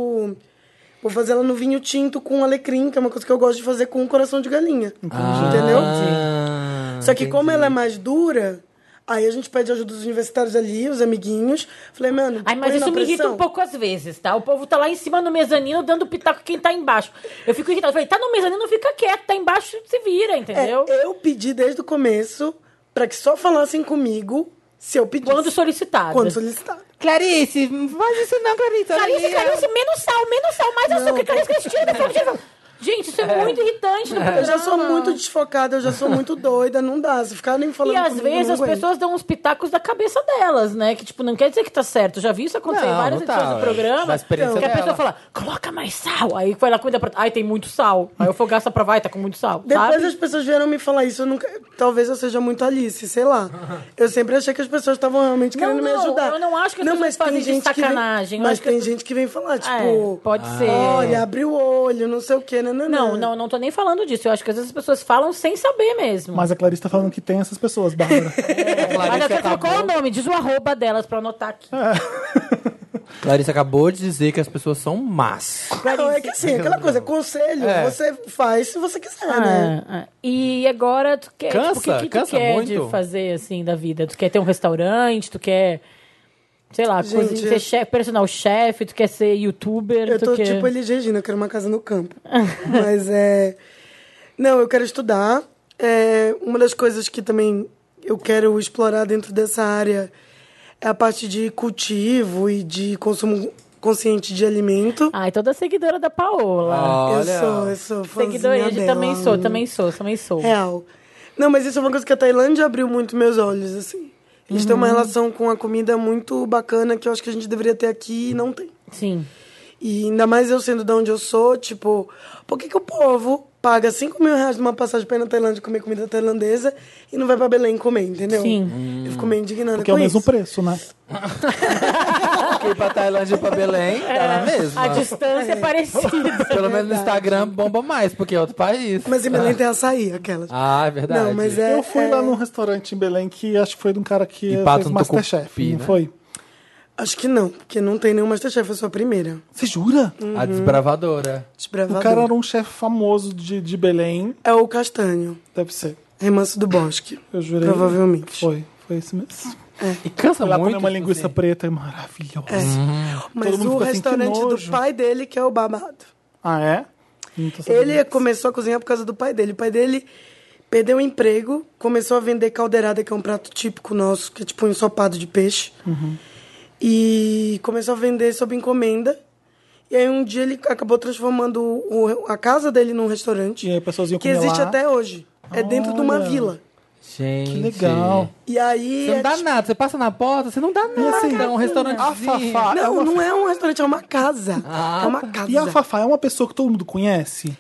S4: Vou fazer ela no vinho tinto com alecrim, que é uma coisa que eu gosto de fazer com coração de galinha. Entendeu?
S3: Ah,
S4: Só que como
S3: entendi.
S4: ela é mais dura, aí a gente pede ajuda dos universitários ali, os amiguinhos. Falei, mano.
S2: Ai, mas
S4: põe na
S2: isso me irrita
S4: pressão.
S2: um pouco às vezes, tá? O povo tá lá em cima no mezanino dando pitaco quem tá embaixo. Eu fico irritada. Eu Falei, tá no mezanino, fica quieto, tá embaixo, se vira,
S4: É,
S2: entendeu?
S4: eu... pedi desde o começo pra que só falassem comigo se eu pedisse.
S2: Quando solicitado.
S4: Quando solicitado.
S3: Clarice, não faz isso não, Clarice. olha
S2: Clarice,
S3: aí,
S2: Clarice, menos sal, menos sal, mais açúcar, Clarice, é Clarice, tira, tira, tira. Gente, isso é, muito irritante no
S4: Eu já sou
S2: programa.
S4: muito desfocada, eu já sou muito doida, não dá. Se ficar nem falando
S2: E às
S4: comigo, eu
S2: vezes
S4: não
S2: as
S4: aguento.
S2: pessoas dão uns pitacos da cabeça delas, né? Que, tipo, não quer dizer que tá certo. Já vi isso acontecer em
S3: Não,
S2: várias
S3: não
S2: edições
S3: tá,
S2: do
S3: é.
S2: programa.
S3: Da experiência
S2: que a pessoa
S3: dela.
S2: fala, coloca mais sal. Aí vai lá cuida pra. Ai, tem muito sal. Aí eu fogaça pra vai, tá com muito sal.
S4: Depois
S2: sabe?
S4: as pessoas vieram me falar isso, eu nunca... talvez eu seja muito Alice, sei lá. Eu sempre achei que as pessoas estavam realmente
S2: Não,
S4: querendo me
S2: não,
S4: ajudar.
S2: eu não acho que as pessoas
S4: mas tem
S2: fazem de
S4: gente que vem-
S2: sacanagem, eu
S4: Mas
S2: acho que
S4: tem
S2: as-
S4: gente que vem falar,
S2: É,
S4: tipo,
S2: pode ser.
S4: olha, abre o olho, não sei o quê, né, nananã.
S2: Não, é não, não tô nem falando disso. Eu acho que às vezes as pessoas falam sem saber mesmo.
S1: Mas a Clarice tá falando que tem essas pessoas, Bárbara.
S2: Mas
S3: Clarissa
S2: até
S3: acabou,
S2: colocou o nome, diz o arroba delas pra eu anotar aqui.
S3: Clarissa acabou de dizer que as pessoas são más.
S4: Não, é que assim, aquela coisa, conselho,
S3: É.
S4: você faz se você quiser, né?
S2: Ah, ah. E agora tu quer.
S3: Cansa,
S2: tipo, o que, que tu
S3: cansa
S2: quer
S3: muito.
S2: de fazer assim da vida? Tu quer ter um restaurante, tu quer. Sei lá,
S4: Gente,
S2: cozinha,
S4: eu-
S2: ser chefe, personal chefe, tu quer ser youtuber,
S4: Eu
S2: tu
S4: tô
S2: quer.
S4: tipo ele Regina, eu quero uma casa no campo. Mas é. Não, eu quero estudar. É, uma das coisas que também eu quero explorar dentro dessa área é a parte de cultivo e de consumo consciente de alimento.
S2: Ai, toda seguidora da Paola.
S3: Olha.
S4: Ah, Eu sou, eu sou fãzinha
S2: Seguidora, de-
S4: dela. É.
S2: também sou, também sou, também sou.
S4: Real. Não, mas isso é uma coisa que a Tailândia abriu muito meus olhos, assim. Eles têm
S2: Uhum.
S4: uma relação com a comida muito bacana que eu acho que a gente deveria ter aqui e não tem.
S2: Sim.
S4: E ainda mais eu sendo de onde eu sou, tipo, por que, que o povo paga 5 mil reais numa passagem pra ir na Tailândia comer comida tailandesa e não vai pra Belém comer, entendeu?
S2: Sim.
S4: Eu fico meio indignada
S1: Porque é
S4: com
S1: o mesmo
S4: isso.
S1: preço, né?
S3: Porque ir pra Tailândia e pra Belém,
S4: É.
S3: tá na mesma.
S2: A distância é parecida.
S3: Pelo menos no Instagram bomba mais, porque é outro país.
S4: Mas em Belém tem açaí, aquelas.
S3: Ah, é verdade.
S4: não, mas é...
S1: eu fui
S4: é-
S1: lá num restaurante em Belém que acho que foi de um cara que
S3: E pato
S1: fez
S3: no tucupi,
S1: Masterchef, não
S3: né?
S1: foi?
S4: Acho que não, porque não tem nenhum Masterchef, eu sou a primeira.
S1: Você jura?
S4: é-
S3: A desbravadora.
S1: O
S4: Desbravador.
S1: cara era um chefe famoso de, de Belém,
S4: É o Castanho,
S1: deve ser.
S4: Remanso do Bosque.
S1: Eu jurei.
S4: Provavelmente.
S1: Foi, foi esse mesmo.
S3: E cansa
S1: Foi lá
S3: Ah, muito.
S1: comer uma
S3: tipo
S1: linguiça
S3: assim. Uhum.
S1: preta é maravilhosa.
S4: Mas
S1: Todo mundo
S4: o
S1: fica assim, que
S4: restaurante do
S1: nojo.
S4: pai dele, que é o babado.
S1: Ah, é? Não tô sabendo.
S4: Ele é começou a cozinhar por causa do pai dele. O pai dele perdeu o emprego, começou a vender caldeirada, que é um prato típico nosso, que é tipo um ensopado de peixe. E começou a vender sob encomenda. E aí um dia ele acabou transformando o- a casa dele num restaurante.
S1: E aí pessoas iam
S4: que
S1: comer
S4: existe
S1: lá.
S4: até hoje. É dentro de uma
S1: Olha.
S4: vila.
S3: assim. Gente.
S1: Que legal.
S4: E aí.
S3: Você não
S4: é
S3: dá
S4: tipo-
S3: nada. Você passa na porta, você não dá nada.
S1: assim,
S3: é um restaurante.
S1: a Fafá- é
S4: Não,
S1: uma-
S4: não é um restaurante, é uma casa.
S3: Ah,
S4: é uma casa.
S1: E a Fafá é uma pessoa que todo mundo conhece?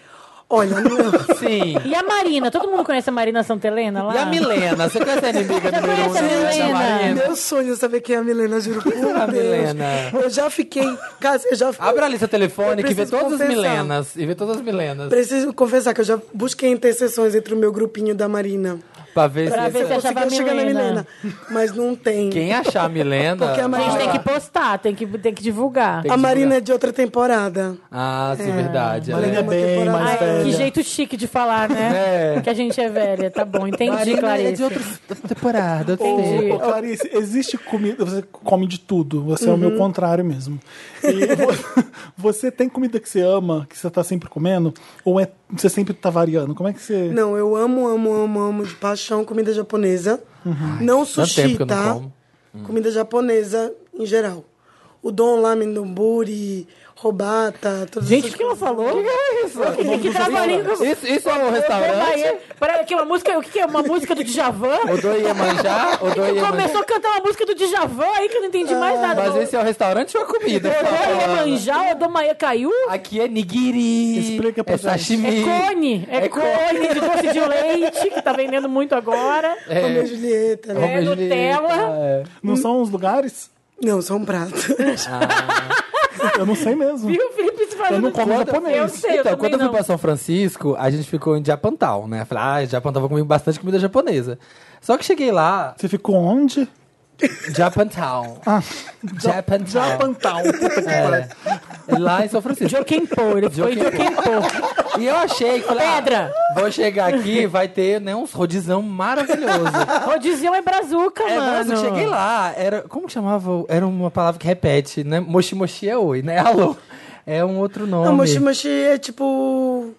S4: Olha, não é.
S3: Sim.
S2: E a Marina? Todo mundo conhece a Marina Santelena lá?
S3: E a Milena? Você conhece a inimiga
S2: Já
S3: número um
S2: é. conhece a
S3: da
S2: Milena?
S3: Marina?
S4: Meu sonho é saber quem é a Milena, juro por
S3: a
S4: Deus.
S3: Milena?
S4: Eu já fiquei. Cara, eu já fiquei.
S3: Abra ali seu telefone
S4: Eu
S3: que vê
S4: preciso
S3: todas as
S4: confessar.
S3: Milenas. E vê todas as Milenas.
S4: Preciso confessar que eu já busquei interseções entre o meu grupinho da Marina.
S3: Pra ver
S2: Pra
S3: se.
S2: ver se
S4: Eu
S2: achava a
S4: consegui chegar na
S2: Milena.
S4: Milena. Mas não tem.
S3: Quem achar a Milena.
S4: é- Porque a
S2: A gente
S4: Marina-
S2: tem que postar, tem que, tem que divulgar.
S3: Tem-
S4: A Marina é de outra temporada.
S3: Ah, sim, verdade. ela
S1: Marina é
S3: é-
S1: bem
S4: temporada. Ah,
S1: mais
S2: Ai,
S1: velha.
S2: que jeito chique de falar, né?
S3: É.
S2: Que a gente é velha. Tá bom, entendi,
S3: Marina
S2: Clarice.
S3: é de outra outra temporada. outro
S1: Ô,
S2: Entendi.
S3: tempo.
S1: ô, Clarice, existe comida. Você come de tudo. Você é o
S2: Uhum.
S1: meu contrário mesmo. E vo- você tem comida que você ama, que você tá sempre comendo? Ou é, você sempre tá variando? Como é que você.
S4: Não, eu amo, amo, amo, amo de paixão comida japonesa. Não sushi,
S3: Uhum. tempo que eu não
S4: tá?
S3: como. Hum.
S4: Comida japonesa em geral. O Don Lamen, Donburi, Robata, todas
S2: Gente, o
S4: essas
S2: que ela
S4: coisas.
S2: falou?
S3: é
S2: Que, que trabalhinho que eu-
S3: Isso, isso é um restaurante?
S2: Peraí, Peraí, que uma música, o que que é? Uma música do Djavan? É
S3: O do Iemanjá? O do Iemanjá?
S2: Começou a cantar uma música do Djavan aí que eu não entendi mais nada.
S3: Mas esse é o restaurante ou a comida? que tá
S2: Odoia
S3: falando?
S2: Iemanjá, Odomaia Caiu?
S3: Aqui é nigiri.
S1: Explica pra
S3: é
S1: gente.
S2: É
S3: sashimi.
S2: cone, é,
S3: É cone.
S2: cone de doce de leite, que tá vendendo muito agora.
S3: É,
S4: Romeu e Julieta, né?
S3: Romeu e Julieta,
S1: tá,
S2: Nutella.
S3: é.
S1: Não são os lugares?
S4: Não, são pratos.
S1: Eu não sei mesmo.
S2: Viu, Felipe? Se fazendo
S1: Eu não como
S2: conta.
S1: japonês.
S2: Eu sei,
S3: então,
S2: eu
S3: quando
S2: também
S3: eu fui
S2: não.
S3: pra São Francisco, a gente ficou em Japantown, né? Falei, ah, em Japantown vou comer bastante comida japonesa. Só que cheguei lá,
S1: Você ficou onde?
S3: Japantown.
S1: Ah,
S3: Japantown.
S1: Japantown. Puta que
S3: É. Lá em São Francisco.
S2: Jokenpô, ele foi
S3: Jokenpô.
S2: Jokenpô.
S3: E eu achei que falei, ah,
S2: Pedra.
S3: vou chegar aqui, vai ter né, uns rodizão maravilhoso.
S2: Rodizião é brazuca,
S3: É,
S2: mano.
S3: mas eu cheguei lá, era. Como que chamava? Era uma palavra que repete, né? Moshi Moshi é oi, né? Alô? É um outro nome.
S4: Não, mochi mochi é tipo.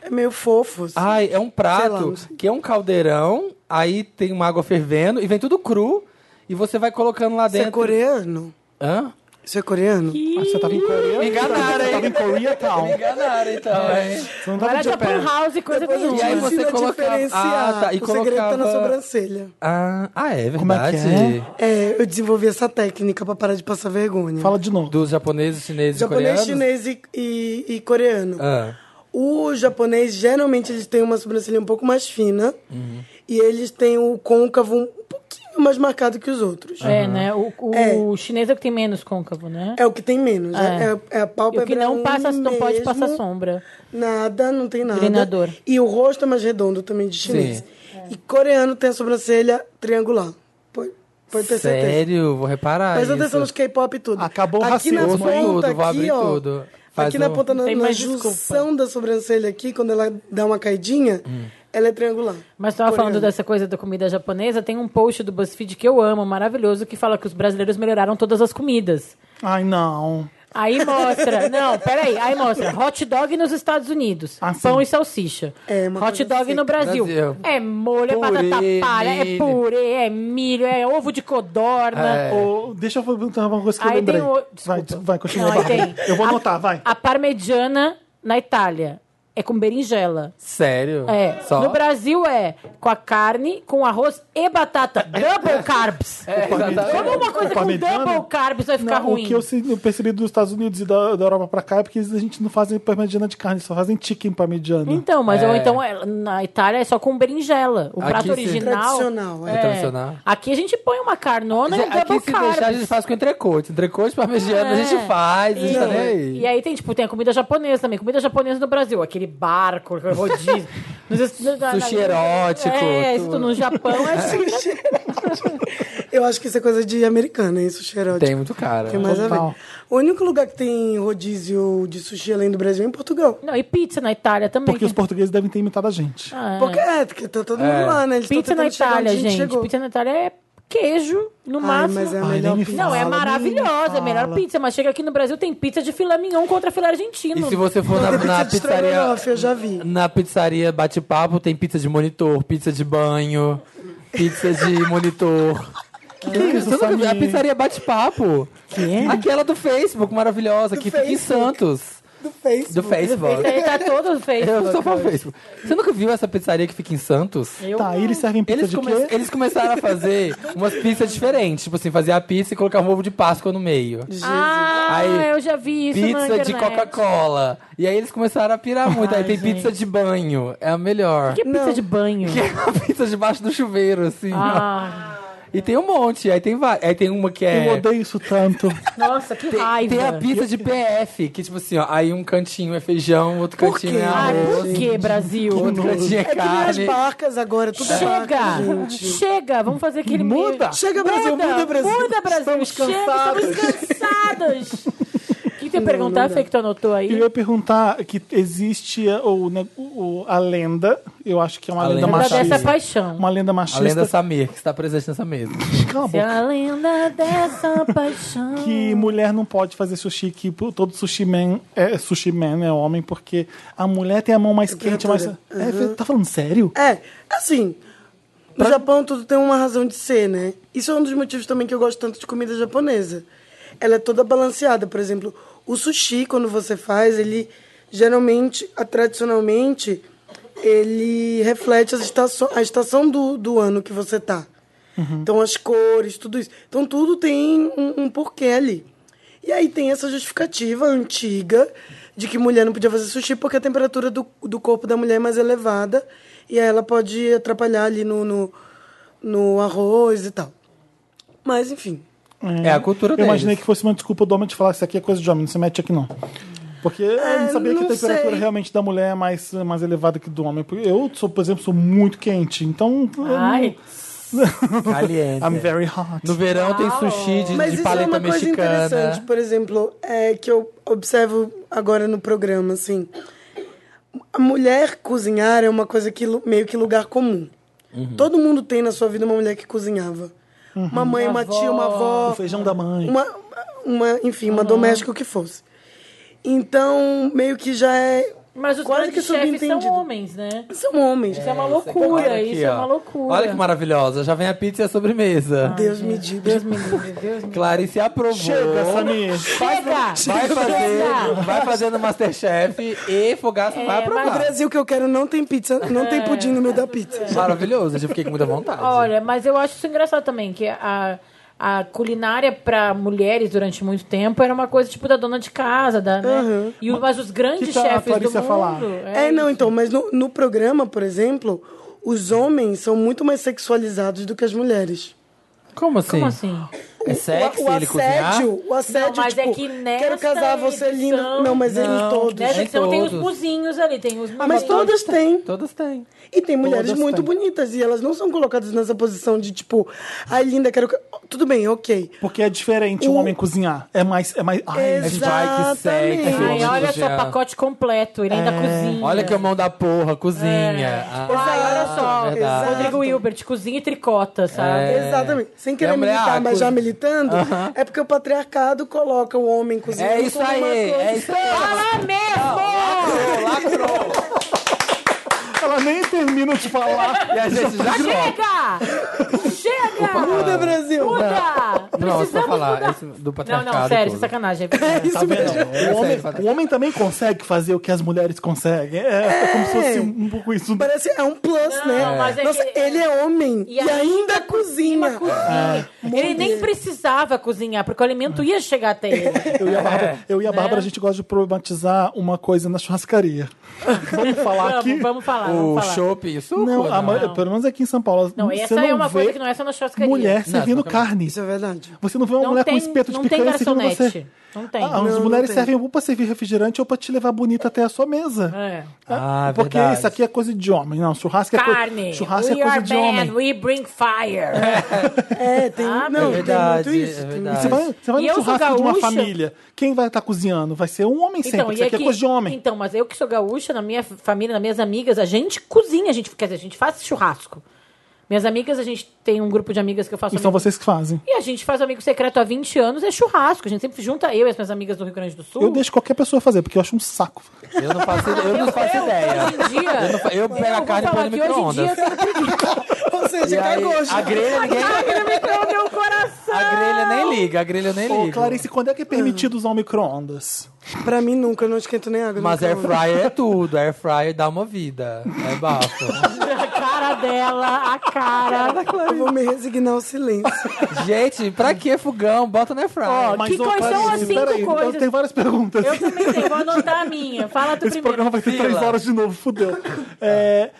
S4: É meio fofo. assim.
S3: Ai, é um prato
S4: Sei lá, não sei.
S3: que é um caldeirão, aí tem uma água fervendo e vem tudo cru. E você vai colocando lá
S4: Isso é
S3: dentro.
S4: coreano?
S3: Hã?
S4: Isso é coreano?
S1: Ah, você tava em Coreia?
S3: Me enganaram,
S1: Você tava em
S3: hein?
S1: Koreatown.
S3: Me enganaram, então, hein?
S1: Você não tava
S2: Agora
S1: em
S2: é Japan
S1: Japan.
S2: House e coisa
S4: Depois eu
S2: nenhuma.
S3: E aí
S4: te
S3: você
S4: ensino a
S3: colocava-
S4: diferenciar.
S3: Ah, tá, e
S4: o segredo tá na
S3: colocava-
S4: sobrancelha.
S3: Ah, ah, é verdade.
S1: Como é que
S4: É, eu desenvolvi essa técnica pra parar de passar vergonha.
S1: Fala de novo.
S3: Dos japoneses, chineses e
S4: japonês,
S3: coreanos?
S4: chinês e, e- e coreano.
S3: Ah.
S4: O japonês,
S3: Uhum.
S4: geralmente, eles têm uma sobrancelha um pouco mais fina. E eles têm o côncavo um pouquinho mais marcado que os outros. É,
S2: É, né? O, o
S4: É.
S2: chinês é o que tem menos côncavo, né?
S4: o que tem menos. É, é, é a
S2: E
S4: pálpebra.
S2: o que não passa,
S4: um
S2: não pode
S4: mesmo,
S2: passar sombra.
S4: Nada, não tem nada.
S2: Drenador.
S4: E o rosto é mais redondo também de chinês.
S3: Sim.
S4: E coreano tem a sobrancelha triangular. Pode, pode ter certeza.
S3: Sério, vou reparar.
S4: Presta atenção nos
S3: isso.
S4: K-pop e tudo.
S1: Acabou o
S4: aqui na
S1: racismo,
S4: ponta,
S1: hein?
S3: Tudo, vou
S4: aqui,
S3: abrir
S4: ó,
S3: tudo. Faz
S4: aqui na
S3: o-
S4: ponta, na,
S2: Tem
S4: na
S2: mais
S4: junção
S2: desculpa.
S4: da sobrancelha aqui, quando ela dá uma caidinha, ela é triangular.
S2: Mas tava
S4: Coreano.
S2: falando dessa coisa da comida japonesa, tem um post do BuzzFeed que eu amo, maravilhoso, que fala que os brasileiros melhoraram todas as comidas.
S1: Ai, não.
S2: Aí mostra, não, peraí, aí mostra hot dog nos Estados Unidos,
S1: Ah, sim.
S2: pão e salsicha.
S4: É, uma
S2: hot
S4: coisa
S2: dog
S4: seca.
S2: no Brasil.
S3: Brasil.
S2: É molho, é
S3: Purê,
S2: batata palha, é
S3: milho.
S2: purê, é milho, é ovo de codorna.
S3: É.
S1: Ô, deixa eu perguntar uma coisa que eu
S2: Aí
S1: lembrei.
S2: tem o...
S1: Vai,
S2: desculpa.
S1: vai, continua.
S2: Não, aí
S1: Bárbara.
S2: tem.
S1: Eu vou
S2: A-
S1: anotar, vai.
S2: A parmegiana na Itália é com berinjela.
S3: Sério?
S2: É.
S3: Só?
S2: No Brasil é com a carne, com arroz e batata. Double carbs.
S3: É, exatamente.
S2: Como uma coisa
S1: O
S2: com
S1: parmegiana?
S2: double carbs vai ficar
S1: Não,
S2: ruim?
S1: O que eu, se- eu percebi dos Estados Unidos e da, da Europa pra cá é porque eles- a gente não fazem parmegiana de carne, só fazem chicken parmegiana.
S2: Então, mas
S3: É.
S2: ou então é- na Itália é só com berinjela. O
S3: Aqui
S2: prato
S3: sim.
S2: original.
S4: Tradicional, é.
S3: É tradicional. é,
S2: Aqui a gente põe uma carnona e um
S3: né? Aqui,
S2: double
S3: se
S2: carbs.
S3: deixar, a gente faz com entrecote. Entrecote parmegiano a
S2: É.
S3: gente faz, a gente tá nem aí.
S2: E aí tem, tipo, tem a comida japonesa também. Comida japonesa no Brasil. Aquele barco, aquele rodízio. Nos- na- na-
S3: Sushi erótico,
S2: É, isso
S3: tudo.
S2: no Japão é
S4: Sushi Eu acho que isso é coisa de americana, hein? Sushi erótico.
S3: Tem muito cara.
S4: Tem mais a
S1: Total.
S4: ver. O único lugar que tem rodízio de sushi além do Brasil é em Portugal.
S2: Não, e pizza na Itália também.
S1: Porque os portugueses devem ter imitado a gente.
S2: Ah, é.
S4: Porque é, porque tá todo mundo
S3: É.
S4: lá, né? Eles tão
S2: Pizza na
S4: tentando chegar onde
S2: Itália,
S4: a gente.
S2: gente.
S4: chegou.
S2: Pizza na Itália é queijo, no
S4: Ai,
S2: máximo.
S4: mas é a
S1: Ai,
S4: melhor
S1: nem me
S4: pizza.
S2: Não, é
S1: Fala,
S2: maravilhosa, é a melhor
S1: fala.
S2: pizza, mas chega aqui no Brasil tem pizza de filé mignon contra filé argentino.
S3: E se você for na, na
S4: Tem pizza de
S3: pizzaria.
S4: estrogonofe, eu já vi.
S3: Na pizzaria bate-papo tem pizza de monitor, pizza de banho, pizza de monitor.
S1: isso,
S3: é Você nunca viu? a
S1: Samir?
S3: pizzaria bate-papo.
S2: Quê?
S3: Aquela do Facebook, maravilhosa, que fica em
S4: Facebook.
S3: Santos.
S4: Do Facebook.
S3: Do
S2: Esse
S3: Facebook.
S2: aí tá todo feito.
S3: Eu sou fã do Facebook. Você nunca viu essa pizzaria que fica em Santos?
S2: Eu
S1: tá, e eles servem pizza
S3: Eles,
S1: de
S3: come-
S1: quê?
S3: eles começaram a fazer umas pizzas diferentes. Tipo assim, fazer a pizza e colocar um ovo de Páscoa no meio.
S2: Ah,
S3: Aí,
S2: eu já vi isso na
S3: pizza
S2: internet.
S3: de Coca-Cola. E aí eles começaram a pirar muito. Aí tem
S2: gente.
S3: pizza de banho. É a melhor.
S2: Que pizza
S4: Não.
S2: de banho?
S3: Que é uma pizza debaixo do chuveiro, assim.
S2: Ah,
S3: ó. E tem um monte. Aí tem várias. Aí tem uma que é.
S1: Eu odeio isso tanto.
S2: nossa, que
S3: Tem,
S2: raiva.
S3: tem a pizza de PF, que tipo assim, ó, aí um cantinho é feijão, outro
S4: Por
S3: cantinho
S4: quê?
S3: é
S2: Ai,
S3: arroz,
S2: por que, Brasil?
S3: outro cantinho é,
S4: É que nem as
S3: carne.
S4: barcas agora, tudo é barca,
S2: Chega!
S4: gente.
S2: Chega! Vamos fazer aquele
S1: Muda.
S2: meio-
S4: Chega, Brasil, muda, Brasil.
S2: Muda, Brasil!
S4: Estamos
S2: Chega,
S4: cansados.
S2: estamos cansadas! O que tu ia perguntar, Fê, que tu anotou aí?
S1: Eu ia perguntar que existe a, o, ne- o- a lenda, eu acho que é uma
S3: A
S1: lenda,
S3: lenda.
S2: Lembra
S1: machista.
S2: dessa paixão.
S1: Uma lenda
S3: A
S1: machista.
S3: lenda Samir, que está presente nessa mesa.
S1: Cala a
S2: Se
S1: boca.
S2: a lenda dessa paixão.
S1: que mulher não pode fazer sushi, que pô, todo sushi man é sushi man, é homem, porque a mulher tem a mão mais quente, mais.
S4: Temperatura.
S1: É, tá falando sério?
S4: É, assim, no Japão tudo tem uma razão de ser, né? Isso é um dos motivos também que eu gosto tanto de comida japonesa. Ela é toda balanceada, por exemplo, o sushi, quando você faz, ele geralmente, a- tradicionalmente, ele reflete as estaço- a estação do, do ano que você tá. Então, as cores, tudo isso. Então, tudo tem um, um porquê ali. E aí tem essa justificativa antiga de que mulher não podia fazer sushi porque a temperatura do, do corpo da mulher é mais elevada e aí ela pode atrapalhar ali no, no, no arroz e tal. Mas, enfim.
S3: É a cultura
S1: Eu
S3: deles.
S1: imaginei que fosse uma desculpa do homem de falar isso aqui é coisa de homem, não se mete aqui não. Porque eu não sabia que a
S4: não
S1: temperatura
S4: sei.
S1: realmente da mulher é mais, mais elevada que do homem. Porque Eu, sou, por exemplo, sou muito quente, então. eu não-
S2: Ai,
S3: Caliente.
S1: I'm very hot.
S3: No verão tem
S2: Uau.
S3: sushi de, de
S4: Mas isso é
S3: paleta
S4: uma coisa
S3: mexicana.
S4: interessante, por exemplo, é, que eu observo agora no programa, assim. A mulher cozinhar é uma coisa que lu- meio que lugar comum.
S3: Uhum.
S4: Todo mundo tem na sua vida uma mulher que cozinhava. Uma mãe, uma,
S2: Uma
S4: tia, uma avó.
S1: O feijão da mãe.
S4: Uma, uma, enfim, uma doméstica, o que fosse. Então, meio que já é.
S2: mas os
S4: quase que
S2: grandes chefes são
S4: subentendido.
S2: homens, né?
S4: São homens.
S2: Isso é uma loucura,
S3: Olha aqui,
S2: isso é
S3: ó.
S2: uma loucura.
S3: Olha que maravilhosa. Já vem a pizza e a sobremesa.
S4: Deus me diga.
S2: Deus me livre, Deus me livre.
S3: Clarice aprovou.
S1: Chega, Samir.
S2: Chega!
S3: Vai fazer,
S2: Chega!
S3: vai fazer no Masterchef e Fogaça
S2: É,
S3: vai
S4: No
S3: aprovar.
S4: Brasil que eu quero não tem pizza, não tem pudim no meio da pizza.
S3: Maravilhoso, eu já fiquei com muita vontade.
S2: Olha, mas eu acho isso engraçado também, que a, a culinária para mulheres durante muito tempo era uma coisa tipo da dona de casa, da, né? E, o- mas os grandes
S1: Que tá a
S2: chefes do
S1: Clarice a
S2: mundo...
S1: falar?
S4: É, não, então, mas no, no programa, por exemplo, os homens são muito mais sexualizados do que as mulheres.
S3: Como assim?
S2: Como assim?
S3: É sexy
S4: o, o
S3: ele cozinhar?
S4: assédio, o assédio,
S2: Não, mas é
S4: tipo,
S2: que nessa
S4: quero casar você é
S2: edição-
S4: lindo. Não, mas ele
S3: Não,
S4: todos.
S2: Nessa
S3: Nem
S2: edição Né, tem os
S3: todos.
S2: buzinhos ali, tem os
S4: Ah, mas todas têm.
S3: Todas têm.
S4: E tem mulheres
S1: Todas
S4: muito
S1: têm.
S4: bonitas e elas não são colocadas nessa posição de tipo, ai linda, quero. ca-" Tudo bem, ok.
S1: Porque é diferente um
S4: O-
S1: homem cozinhar. É mais. É mais ai,
S4: Ex-
S1: gente,
S3: Vai que sexy.
S4: Exatamente.
S2: Ai,
S3: homem
S2: olha só,
S3: cozinhar.
S2: pacote completo, ele ainda
S4: É.
S2: cozinha.
S3: Olha que mão da porra, cozinha.
S2: É.
S3: Ah,
S2: Pois aí, olha só,
S3: verdade.
S2: Rodrigo Hilbert, cozinha e tricota, sabe?
S3: É.
S4: Exatamente. Sem querer
S3: E a mulher,
S4: militar,
S3: ah,
S4: mas já
S3: coisa-
S4: militando,
S3: Aham.
S4: é porque o patriarcado coloca o homem cozinhando.
S3: É isso
S4: como uma
S3: aí,
S4: coisa-
S3: é isso aí.
S2: Fala Ah, mesmo!
S1: ela nem termina de falar.
S3: E a gente já grota.
S2: Chega! Chega!
S4: Muda, Brasil! Então,
S2: Muda!
S3: Não,
S2: Precisamos
S3: só falar
S2: mudar.
S3: esse do
S2: Não,
S3: patriarcado.
S2: não, sério, isso é
S3: todo.
S2: sacanagem.
S4: É isso mesmo.
S1: Tá O homem,
S3: sério,
S1: o homem também consegue fazer o que as mulheres conseguem. É, é como se fosse um pouco isso.
S4: Parece é um plus,
S2: Não,
S4: né?
S2: mas é que-
S4: Nossa, ele é homem e,
S2: E ainda
S4: ainda cozinha.
S2: Cozinha. ele
S4: É. muda.
S2: nem precisava cozinhar, porque o alimento ia chegar até ele.
S1: Eu e a Bárbara, eu e a, Bárbara a gente gosta de problematizar uma coisa na churrascaria. Vamos falar aqui.
S2: Vamos, vamos falar,
S3: O
S2: vamos falar.
S3: chopp e suco?
S1: Não, a
S3: não?
S1: maioria- pelo menos aqui em São Paulo.
S2: Não,
S1: você
S2: essa é uma
S1: vê
S2: coisa que não é só na churrascaria.
S1: Mulher servindo
S3: nunca-
S1: carne.
S4: Isso é verdade.
S1: Você não vê uma
S2: Não
S1: mulher
S2: tem,
S1: com espeto de
S2: não tem
S1: picanha servindo
S2: garçonete.
S1: você.
S2: Não tem.
S1: Ah, as
S4: não
S1: mulheres
S4: tem.
S1: servem ou pra servir refrigerante ou pra te levar bonita até a sua mesa.
S2: É.
S3: Ah,
S1: Porque
S3: verdade.
S1: isso aqui é coisa de homem. Não, churrasco é, coi-
S2: Carne.
S1: churrasco
S2: we
S1: é coisa
S2: are
S1: de
S2: man,
S1: homem.
S2: we bring fire.
S4: É, tem,
S2: Ah,
S4: não,
S3: é verdade,
S4: tem muito isso.
S3: é
S4: tem
S3: verdade.
S1: Você vai, você vai
S2: E
S1: no
S2: eu sou
S1: churrasco de uma
S2: gaúcha.
S1: família. Quem vai estar cozinhando? Vai ser um homem sempre.
S2: Então, e
S1: isso aqui é,
S2: aqui-
S1: coisa de homem.
S2: Então, mas eu que sou gaúcha, na minha família, nas minhas amigas, a gente cozinha, a gente, quer dizer, a gente faz churrasco. Minhas amigas, a gente tem um grupo de amigas que eu faço
S1: E são
S2: amigo-
S1: vocês que fazem.
S2: E a gente faz amigo secreto há 20 anos, é churrasco. A gente sempre junta eu e as minhas amigas do Rio Grande do Sul.
S1: Eu deixo qualquer pessoa fazer, porque eu acho um saco.
S3: Eu não faço, eu não faço ideia.
S2: Hoje em dia.
S3: Eu, não fa- eu pego a
S2: vou
S3: carne e
S2: falar
S3: ponho no
S2: que hoje em dia
S3: micro-ondas.
S2: eu tenho
S4: Ou seja,
S3: E aí,
S4: cagou.
S3: A grelha, ninguém,
S2: no meu coração.
S3: a grelha nem liga, a grelha eu nem
S1: Ô,
S3: liga.
S1: Clarice, quando
S3: Ah.
S1: é que é permitido usar o micro-ondas?
S4: Pra mim nunca, eu não esquento nem água.
S3: Mas
S4: nunca.
S3: air fryer é tudo, air fryer dá uma vida. É bafo.
S2: A cara dela, a cara.
S4: Eu vou me resignar ao silêncio.
S3: Gente, pra que fogão? Bota no air fryer.
S2: que
S1: ô,
S2: quais são
S1: Clarice,
S2: as cinco
S1: peraí,
S2: coisas?
S1: Eu tenho várias perguntas.
S2: Eu também tenho, vou anotar a minha. Fala tu
S1: Esse
S2: primeiro.
S1: programa vai ter
S3: Fila.
S1: três horas de novo, fudeu. É,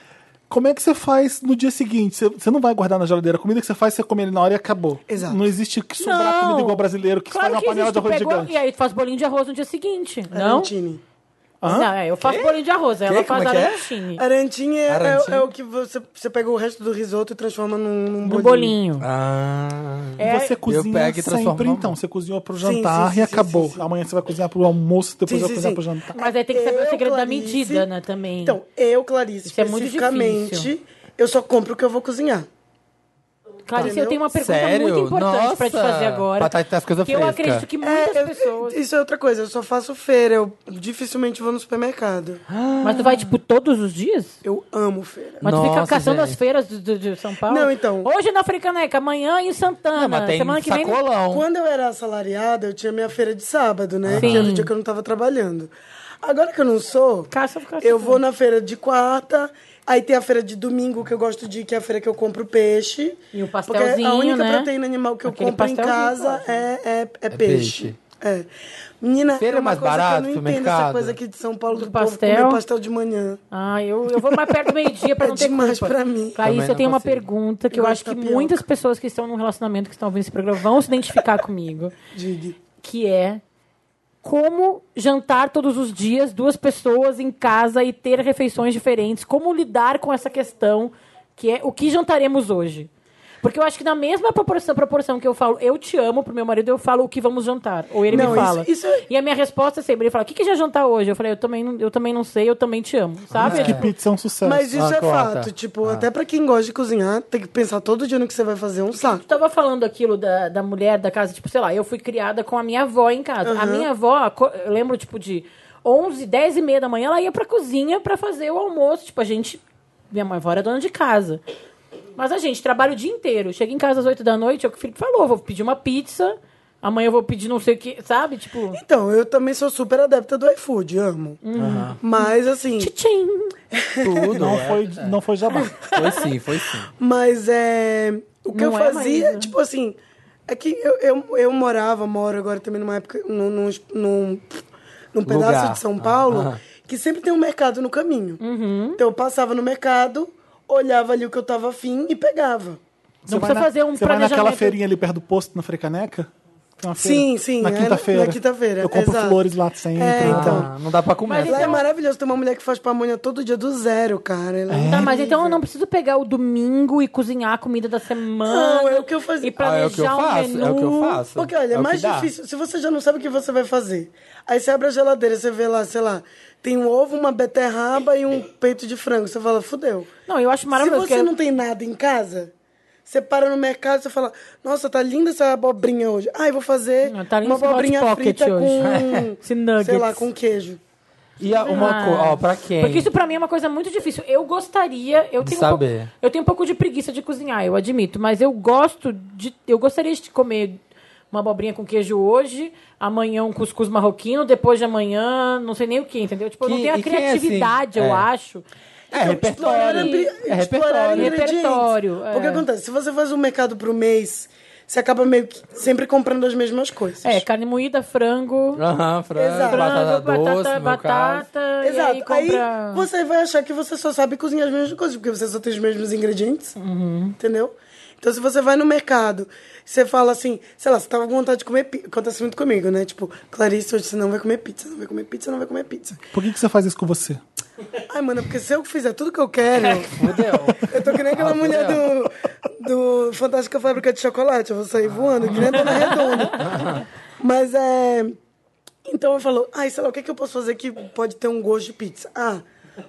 S1: como é que você faz no dia seguinte? Você, você não vai guardar na geladeira. A comida que você faz, você come ali na hora e acabou.
S4: Exato.
S1: Não existe que sobrar
S2: Não.
S1: comida igual brasileiro, que
S2: Claro
S1: faz
S2: que
S1: uma panela
S2: existe,
S1: de
S2: tu
S1: arroz
S2: pegou
S1: gigante.
S2: e aí tu faz bolinho de arroz no dia seguinte, não?
S4: Arantini.
S2: Não, é, eu faço bolinho de arroz, ela
S3: É, Quê?
S2: faz
S3: Como é que é?
S2: arantine.
S4: Arantini é,
S3: Arantini?
S4: é- é o que você, você pega o resto do risoto e transforma num, num
S2: No
S4: bolinho.
S2: bolinho.
S3: Ah.
S2: É,
S1: Você cozinha
S3: pego e
S1: sempre,
S3: transformo.
S1: então. Você cozinhou pro
S4: Sim,
S1: jantar
S4: sim,
S1: e
S4: sim,
S1: acabou.
S4: sim, sim.
S1: Amanhã você vai cozinhar pro almoço, depois
S4: Sim,
S1: vai
S4: sim,
S1: cozinhar
S4: sim.
S1: pro jantar.
S2: Mas aí tem que saber
S4: Eu,
S2: o segredo da
S4: Clarice-
S2: medida, né, também.
S4: Então, eu, Clarice,
S2: Isso é muito
S4: especificamente, eu só compro o que eu vou cozinhar.
S2: Clarice, eu tenho uma pergunta
S3: Sério?
S2: muito importante pra te
S3: Nossa.
S2: fazer agora.
S3: Batata das coisas
S2: que eu
S3: frescas.
S2: acredito que muitas
S4: É, eu-
S2: pessoas...
S4: Isso é outra coisa, eu só faço feira, eu dificilmente vou no supermercado.
S2: Mas tu vai, tipo, todos os dias?
S4: Eu amo feira.
S2: Mas tu fica
S3: Nossa,
S2: caçando
S3: gente.
S2: as feiras do- do- de São Paulo?
S4: Não, então.
S2: Hoje na Africaneca, amanhã em Santana,
S3: Não, mas tem
S2: semana que vem...
S3: sacolão.
S4: Quando eu era assalariada, eu tinha minha feira de sábado, né?
S2: Ah. Sim.
S4: Que era o dia que eu não tava trabalhando. Agora que eu não sou,
S2: Caça, caça.
S4: eu vou na feira de quarta, aí tem a feira de domingo que eu gosto de ir, que é a feira que eu compro peixe.
S2: E
S4: Porque é
S2: o pastelzinho,
S4: a única
S2: né?
S4: proteína animal que eu
S2: Aquele
S4: compro em
S2: pastelzinho,
S4: casa
S2: claro.
S4: é, é, é peixe.
S3: peixe.
S4: É. Menina,
S3: Feira
S4: é
S3: é
S4: uma
S3: mais
S4: coisa
S3: barato
S4: que eu
S3: pro
S4: não entendo essa
S3: mercado?
S4: coisa aqui de São Paulo do,
S2: Do
S4: povo comer
S2: pastel?
S4: pastel de manhã.
S2: Ah, eu, eu vou mais perto do meio-dia pra
S4: É
S2: não ter
S4: demais
S2: culpa.
S4: pra mim.
S2: Clarice,
S3: Também
S2: eu
S3: não
S2: tenho uma
S3: consigo.
S2: pergunta que
S4: Eu
S2: eu,
S4: gosto de
S2: acho que
S4: tapioca.
S2: muitas pessoas que estão num relacionamento, que estão ouvindo esse programa, vão se identificar comigo.
S4: Diga.
S2: Que é como jantar todos os dias, duas pessoas em casa e ter refeições diferentes. Como lidar com essa questão que é o que jantaremos hoje? Porque eu acho que na mesma proporção, proporção que eu falo, eu te amo pro meu marido, eu falo o que vamos jantar. Ou ele
S4: Não,
S2: me
S4: isso-
S2: fala.
S4: isso é-
S2: E a minha resposta é sempre, ele fala, o que, que já jantar hoje? Eu falei, eu também, não- eu também não sei, eu também te amo. Sabe?
S1: Que pizza é um sucesso.
S4: Mas isso
S3: Ah,
S4: é
S3: corta.
S4: fato, tipo, até pra quem gosta de cozinhar, tem que pensar todo dia no que você vai fazer, é um saco.
S2: Tu tava falando aquilo da, da mulher da casa, tipo, sei lá, eu fui criada com a minha avó em casa.
S4: Uhum.
S2: A minha avó, co- eu lembro, tipo, de 11, 10 e meia da manhã, ela ia pra cozinha pra fazer o almoço. Tipo, a gente... Minha mãe avó era dona de casa. Mas a gente trabalha o dia inteiro. Chega em casa às 8 da noite, é o que o Felipe falou, vou pedir uma pizza, amanhã eu vou pedir não sei o que, sabe? Tipo...
S4: Então, eu também sou super adepta do iFood, amo. Mas assim,
S2: Tchim.
S3: Tudo.
S1: Não
S3: é.
S1: foi, não foi jabá.
S3: Foi sim, foi sim.
S4: mas é. O que
S2: Não
S4: eu
S2: é
S4: fazia,
S2: mais, né?
S4: tipo assim, é que eu, eu, eu morava, moro agora também numa época, num, num, num, num pedaço
S3: Lugar.
S4: de São Paulo,
S3: Ah, ah.
S4: que sempre tem um mercado no
S2: Uhum.
S4: caminho. Então eu passava no mercado, olhava ali o que eu tava afim e pegava.
S1: Você
S2: precisa
S1: vai
S2: fazer um
S1: Você vai naquela
S2: planejamento.
S1: feirinha ali perto do posto, na Frecaneca? Tem uma feira?
S4: Sim, sim,
S1: Na
S4: é,
S1: quinta-feira.
S4: na quinta-feira,
S1: Eu compro
S4: exato.
S1: flores lá sempre.
S4: É,
S1: e tal.
S4: então.
S3: Ah, não dá pra comer.
S2: Mas
S4: Lá é
S2: Então-
S4: maravilhoso. Tem uma mulher que faz pamonha todo dia do zero, cara.
S3: É,
S4: Ela é
S2: Tá, mas então eu não preciso pegar o domingo e cozinhar a comida da semana.
S4: Não, é o que eu fazia.
S2: E
S3: Ah,
S2: planejar
S3: é o que eu
S2: um
S3: faço,
S2: menu.
S3: é o que eu faço.
S4: Porque, olha, é
S3: o que
S4: mais
S3: dá.
S4: difícil. Se você já não sabe o que você vai fazer, aí você abre a geladeira, você vê lá, sei lá, tem um ovo, uma beterraba e um peito de frango. Você fala, fudeu.
S2: Não, eu acho
S4: Se
S2: maravilhoso.
S4: você
S2: porque-
S4: não tem nada em casa, você para no mercado e você fala, nossa, tá linda essa abobrinha hoje. Ai, vou fazer
S2: Não, tá lindo
S4: uma
S2: esse hot
S4: abobrinha
S2: pocket
S4: frita
S2: hoje. Esse
S4: com,
S2: nuggets.
S4: sei lá, com queijo.
S3: E a- uma
S2: Ah.
S3: coisa, ó, pra quem?
S2: Porque isso pra mim é uma coisa muito difícil. Eu gostaria, eu
S3: De
S2: tenho Um
S3: saber.
S2: pouco, eu tenho um pouco de preguiça de cozinhar, eu admito, mas eu gosto de eu gostaria de comer uma abobrinha com queijo hoje, amanhã um cuscuz marroquino, depois de amanhã, não sei nem o que, entendeu? Tipo, eu não
S3: Que-
S2: tenho a
S3: e quem é assim?
S2: criatividade, eu
S3: É.
S2: acho.
S3: É
S4: Então,
S3: repertório.
S4: Explorar abri-
S3: É
S4: explorar
S3: repertório.
S4: ingredientes.
S2: Repertório, é.
S4: Porque acontece, se você faz um mercado pro mês, você acaba meio que sempre comprando as mesmas coisas.
S2: É, carne moída, frango,
S3: Aham, frango,
S4: Exato.
S3: Ah, batata doce,
S2: frango, batata,
S3: no meu caso.
S2: batata, e
S4: Exato.
S2: aí
S4: Aí,
S2: compra...
S4: você vai achar que você só sabe cozinhar as mesmas coisas, porque você só tem os mesmos ingredientes.
S2: Uhum.
S4: Entendeu? Então, se você vai no mercado, você fala assim, sei lá, você tava com vontade de comer pizza. Acontece muito comigo, né? Tipo, Clarice, hoje você não vai comer pizza, não vai comer pizza, não vai comer pizza.
S1: Por que, que você faz isso com você?
S4: Ai, mano, porque se eu fizer tudo que eu quero,
S2: É,
S3: Fudeu.
S4: eu tô que nem aquela
S3: Ah,
S4: mulher do, do Fantástica Fábrica de Chocolate, eu vou sair voando, que nem a Dona Redonda. Mas é. Então eu falo, ai, sei lá, o que, é que eu posso fazer que pode ter um gosto de pizza? Ah,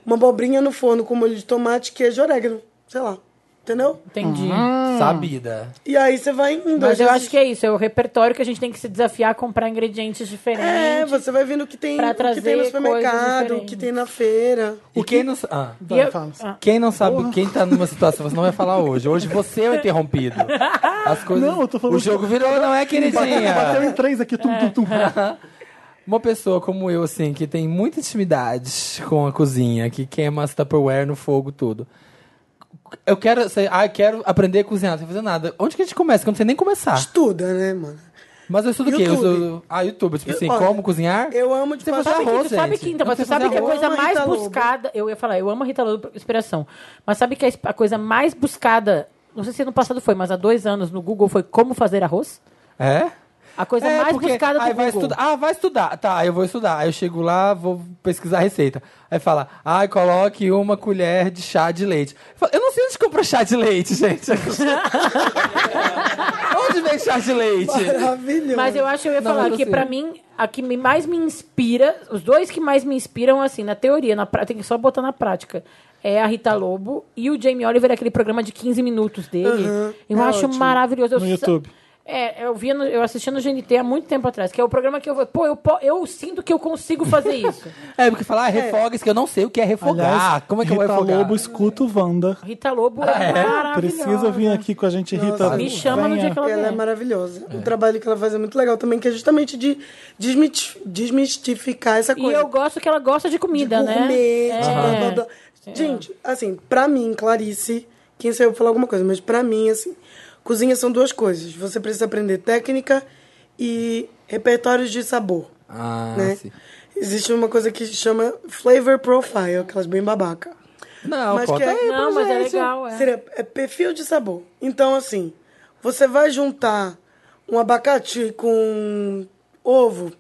S4: uma abobrinha no forno com molho de tomate, queijo e orégano. Sei lá. Entendeu?
S2: Entendi.
S3: Hum, Sabida.
S4: E aí você vai indo.
S2: Mas
S4: às
S2: eu
S4: vezes-
S2: acho que é isso, é o repertório que a gente tem que se desafiar a comprar ingredientes diferentes.
S4: É, você vai vendo o que tem, o
S2: Pra
S4: que tem
S2: trazer
S4: no
S2: coisas
S4: supermercado, o
S2: diferentes.
S4: que tem na feira.
S3: E quem não. sa- Ah.
S2: E eu-
S1: Fala.
S2: Ah.
S3: Quem não sabe, quem tá numa situação, você não vai falar hoje. Hoje você é o interrompido. As coisas.
S1: Não, eu tô falando
S3: O jogo virou, não é, Ah,
S1: Bateu
S3: queridinha?
S1: em três aqui, tum, tum, tum.
S3: Uma pessoa como eu, assim, que tem muita intimidade com a cozinha, que queima as Tupperware no fogo, tudo. Eu quero, sei, ah, eu quero aprender a cozinhar, não sei fazer nada. Onde que a gente começa? Que eu não sei nem começar.
S4: Estuda, né, mano?
S3: Mas eu estudo o quê? Eu
S4: YouTube.
S3: sou, ah, YouTube, tipo
S4: Eu-
S3: assim,
S4: olha,
S3: como cozinhar?
S4: Eu amo tipo, de
S3: Você
S4: paixão.
S3: faz
S2: Sabe que,
S3: arroz,
S2: tu sabe
S3: gente.
S2: que, então,
S3: Eu
S2: mas
S3: sei
S2: tu sabe
S3: fazer
S2: que a
S4: arroz.
S2: coisa
S4: Eu amo a
S2: mais
S4: Rita Lobo.
S2: buscada. Eu ia falar, eu amo a Rita Lobo por inspiração. Mas sabe que a, es- a coisa mais buscada, não sei se no passado foi, mas há dois anos no Google foi como fazer arroz?
S3: É?
S2: A coisa
S3: É,
S2: mais
S3: porque-
S2: buscada do
S3: aí
S2: Google.
S3: vai estudar. Ah, vai estudar. Tá, eu vou estudar. Aí eu chego lá, vou pesquisar a receita. Aí fala, ai, coloque uma colher de chá de leite. Eu, falo, eu não sei onde compra chá de leite, gente. onde vem chá de leite?
S4: Maravilhoso.
S2: Mas eu acho que eu ia
S3: Não,
S2: falar
S3: eu
S2: que,
S3: sei.
S2: pra mim, a que me- mais me inspira, os dois que mais me inspiram, assim, na teoria, na prática, tem que só botar na prática, é a Rita Lobo e o Jamie Oliver, aquele programa de 15 minutos dele.
S4: Uhum,
S2: Eu
S4: é
S2: acho
S4: ótimo.
S2: maravilhoso. Eu
S1: No
S2: sa-
S1: YouTube.
S2: É, eu, via no- eu assistia no GNT há muito tempo atrás, que é o programa que eu vou. Pô, eu, po- eu sinto que eu consigo fazer isso.
S3: É, porque fala, ah, refoga isso, que eu não sei o que é refogar. Como é que eu vou
S1: Rita
S3: refogar?
S1: Lobo, escuta o Wanda.
S2: Rita Lobo é, maravilhosa.
S1: Ah, Precisa vir aqui com a gente, Rita.
S4: Nossa,
S2: Me chama no dia que ela
S4: Ela é
S2: vier.
S4: maravilhosa. O trabalho que ela faz é muito legal também, que é justamente de desmiti- desmistificar essa
S2: E
S4: coisa.
S2: eu gosto que ela gosta de comida,
S4: de gourmet,
S2: né?
S4: de
S2: É.
S4: blá, blá, blá. Gente, assim, pra mim, Clarice, quem saiu falar alguma coisa, mas pra mim, assim, cozinha são duas coisas. Você precisa aprender técnica e repertórios de sabor.
S3: Ah,
S4: né?
S3: sim.
S4: Existe uma coisa que chama flavor profile, aquelas bem babaca.
S3: Não,
S4: Mas
S3: conta
S4: que é-
S3: aí pra
S2: Não, mas é
S3: gente.
S2: legal. É.
S4: Seria é perfil de sabor. Então, assim, você vai juntar um abacate com ovo.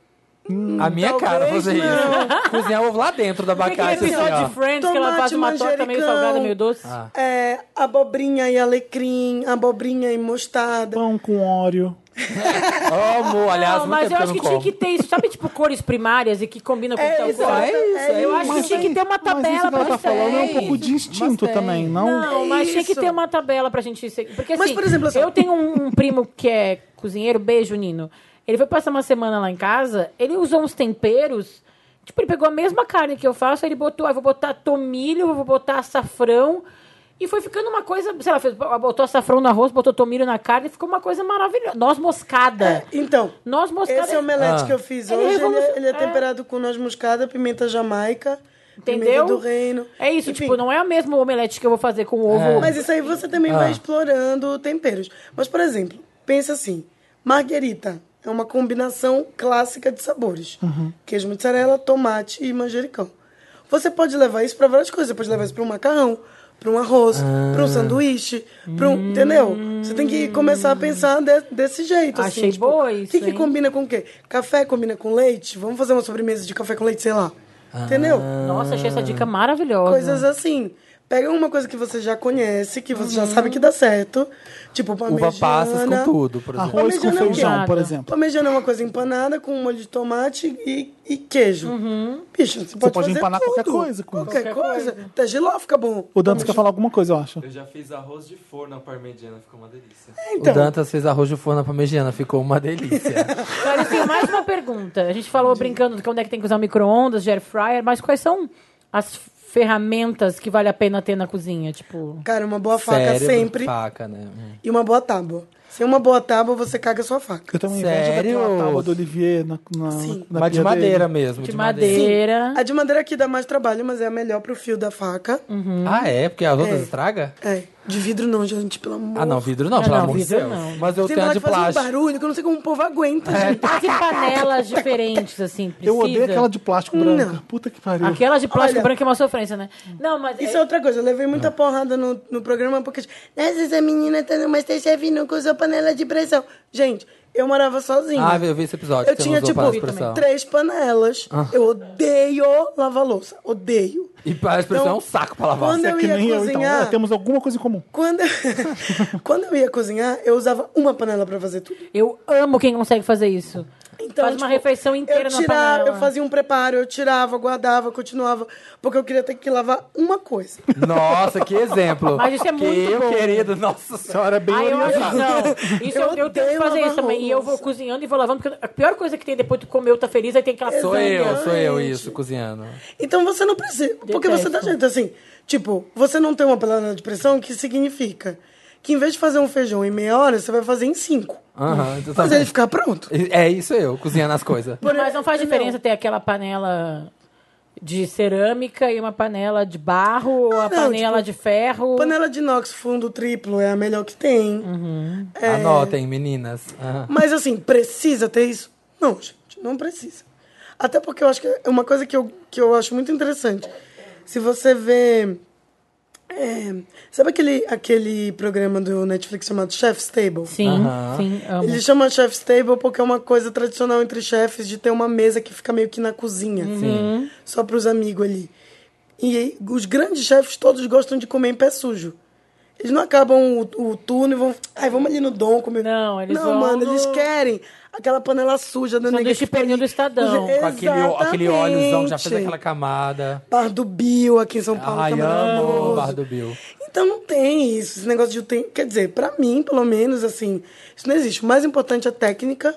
S3: A minha é
S4: Talvez
S3: cara fazer
S4: não.
S3: isso. Hum, Cozinhar ovo lá dentro da
S2: Tem aquele
S3: abacate. assim,
S2: episódio
S3: ó.
S2: de Friends que ela faz
S4: Tomate,
S2: uma torta meio
S4: manjericão.
S2: salgada, meio doce.
S3: Ah.
S4: É, abobrinha e alecrim, abobrinha e mostarda.
S1: Pão com óleo.
S3: Ó, amor, aliás,
S2: não,
S3: muito
S2: mas
S3: tempo
S2: eu acho
S3: eu
S2: que
S3: não
S2: tinha
S3: como.
S2: que ter isso. Sabe, tipo, cores primárias e que combinam com
S4: É,
S2: tal
S4: isso,
S2: cor?
S4: é isso, é
S2: eu acho
S4: isso.
S2: que tinha que ter uma
S1: Mas isso
S2: tabela
S1: que ela
S2: pra
S1: tá falando é um
S2: ser.
S1: pouco de instinto
S3: Mas tem.
S1: também, não?
S2: Não, mas tinha que
S4: é Isso.
S2: ter uma tabela pra gente seguir. Porque assim,
S4: Mas, por exemplo, assim-
S2: eu tenho um, um primo que é cozinheiro, beijo, Nino. Ele foi passar uma semana lá em casa, ele usou uns temperos. Tipo, ele pegou a mesma carne que eu faço, aí ele botou, ah, vou botar tomilho, vou botar açafrão. E foi ficando uma coisa, sei lá, fez, botou açafrão no arroz, botou tomilho na carne, ficou uma coisa maravilhosa. Noz moscada.
S4: Então,
S2: Noz moscada.
S4: esse omelete
S3: Ah.
S4: que eu fiz
S2: Ele
S4: hoje, ele,
S2: revolucion-
S4: é- ele é
S2: é.
S4: temperado com noz moscada, pimenta jamaica, pimenta
S2: Entendeu?
S4: do reino.
S2: É isso,
S4: Enfim,
S2: tipo, não é o mesmo omelete que eu vou fazer com ovo.
S3: É.
S4: Mas isso aí você também
S3: Ah.
S4: vai explorando temperos. Mas, por exemplo, pensa assim: marguerita é uma combinação clássica de sabores:
S2: Uhum.
S4: queijo mozzarella, tomate e manjericão. Você pode levar isso para várias coisas. Você pode levar isso para um macarrão, para um arroz, para
S2: Ah.
S4: um sanduíche, para um. Entendeu? Você tem que começar a pensar de- desse jeito. assim,
S2: Achei
S4: tipo,
S2: boa isso,
S4: O que, que
S2: hein?
S4: combina com o quê? Café combina com leite? Vamos fazer uma sobremesa de café com leite, sei lá. Entendeu?
S2: Nossa, achei essa dica maravilhosa.
S4: Coisas assim. Pega uma coisa que você já conhece, que você já sabe que dá certo. Tipo, parmegiana.
S3: Uhum. Uva passas
S2: né?
S3: com tudo, por exemplo.
S1: Arroz com
S4: Parmegiana é o quê?
S1: feijão, por
S2: Nada.
S1: exemplo.
S4: Parmegiana é uma coisa empanada com molho de tomate e, e queijo.
S3: Uhum.
S4: Bicho, você pode,
S1: pode
S4: fazer
S1: empanar
S4: tudo.
S1: qualquer coisa com isso.
S4: Qualquer coisa. Até giló fica bom.
S1: O Dantas quer falar alguma coisa, eu acho.
S5: Eu já fiz arroz de forno à parmegiana, ficou uma delícia.
S4: Então,
S3: O Dantas fez arroz de forno parmegiana, ficou uma delícia.
S2: Agora eu tenho assim, mais uma pergunta. A gente falou brincando de onde é que tem que usar micro-ondas, de air fryer, mas quais são as ferramentas que vale a pena ter na cozinha? Tipo,
S4: cara, uma boa faca
S3: Cérebro,
S4: sempre
S3: Faca, né?
S4: e uma boa tábua. Sem uma boa tábua, você caga a sua faca.
S1: Eu tenho uma inveja daquela
S3: Sério?
S1: tábua do Olivier na, na,
S4: Sim.
S1: na
S3: Mas de
S1: pia dele.
S3: madeira mesmo.
S2: de madeira.
S4: A É de madeira aqui dá mais trabalho, mas é a melhor pro fio da faca.
S2: Uhum.
S3: Ah, é? Porque as outras estragam?
S4: É. De vidro não, gente, pelo amor.
S3: Ah, não, vidro não,
S2: Não,
S3: pelo
S2: não,
S3: amor de
S2: vidro
S3: Deus.
S2: não.
S3: Mas eu
S4: Tem
S3: tenho a
S4: lá
S3: de
S4: que faz um
S3: plástico. É,
S4: barulho que eu não sei como o povo aguenta, gente.
S2: E panelas diferentes, assim, precisa.
S1: Eu odeio aquela de plástico branca.
S4: Não.
S1: Puta que pariu.
S2: Aquela de plástico
S4: Olha.
S2: branco é uma sofrência, né? Não, mas...
S4: Isso é outra coisa, eu levei
S3: Ah.
S4: muita porrada no, no programa porque. Nossa, essa menina tá no Masterchef e nunca usou panela de pressão. Gente, eu morava sozinha.
S3: Ah, eu vi esse episódio.
S4: Eu
S3: que você
S4: tinha,
S3: não usou
S4: tipo,
S3: panela de pressão. Ah.
S4: três panelas. Eu odeio lavar louça. Odeio.
S3: E panela de pressão é um saco pra lavar.
S4: Então, quando
S1: é
S4: eu
S1: que
S4: ia
S1: nem eu, então.
S4: cozinhar-
S1: Ah, temos alguma coisa em comum.
S4: Quando, quando eu ia cozinhar, eu usava uma panela pra fazer tudo.
S2: Eu amo quem consegue fazer isso. Faz uma
S4: tipo,
S2: refeição inteira
S4: eu
S2: na
S4: tirava,
S2: panela.
S4: Eu fazia um preparo, eu tirava, guardava, continuava, porque eu queria ter que lavar uma coisa.
S3: Nossa, que exemplo.
S2: Mas isso
S3: que
S2: é muito
S3: eu,
S2: bom.
S3: querido, nossa senhora, bem
S2: Ah, eu acho que não. Isso eu,
S4: Eu
S2: eu tenho que
S4: odeio lavar
S2: fazer isso também. E eu vou
S4: louça.
S2: cozinhando e vou lavando, porque a pior coisa que tem depois que tu comeu, tá feliz, aí tem aquela
S3: Sou
S4: é
S2: sanha.
S3: eu, sou eu isso, cozinhando.
S4: Então você não precisa. Porque
S2: Detesto.
S4: você dá jeito assim. Tipo, você não tem uma panela de pressão, que significa que em vez de fazer um feijão em meia hora, você vai fazer em cinco.
S3: Aham, então tu
S4: Mas
S3: sabe.
S4: ele ficar pronto.
S3: É isso eu, cozinhando as coisas.
S2: Mas não faz diferença ter aquela panela de cerâmica e uma panela de barro ou a
S4: Ah, não, tipo,
S2: panela de ferro.
S4: Panela de inox fundo triplo é a melhor que tem. É.
S3: Anotem, meninas. Aham.
S4: Mas assim, precisa ter isso? Não, gente, não precisa. Até porque eu acho que é uma coisa que eu, que eu acho muito interessante. Se você vê. é, sabe aquele, aquele programa do Netflix chamado Chef's Table?
S2: Sim, sim, amo.
S4: Ele chama chef's table porque é uma coisa tradicional entre chefes de ter uma mesa que fica meio que na cozinha,
S2: Uhum.
S4: só para os amigos ali. E aí, os grandes chefes todos gostam de comer em pé sujo. Eles não acabam o, o turno e vão, ai, vamos ali no Dom comer.
S2: Não, eles
S4: Não,
S2: vão
S4: mano,
S2: no-
S4: eles querem aquela panela suja da nega
S2: Sanduíche
S4: que fica
S2: pernil
S4: ali.
S2: do Estadão.
S4: Os-
S3: Com aquele, ó- aquele óleozão que já fez
S4: Exatamente.
S3: aquela camada.
S4: Bar do Bill aqui em São Paulo.
S3: Ai,
S4: que é
S3: amo o
S4: maravilhoso.
S3: bar do Bill.
S4: Então não tem isso, esse negócio de tem, quer dizer, pra mim, pelo menos assim, isso não existe. O mais importante é técnica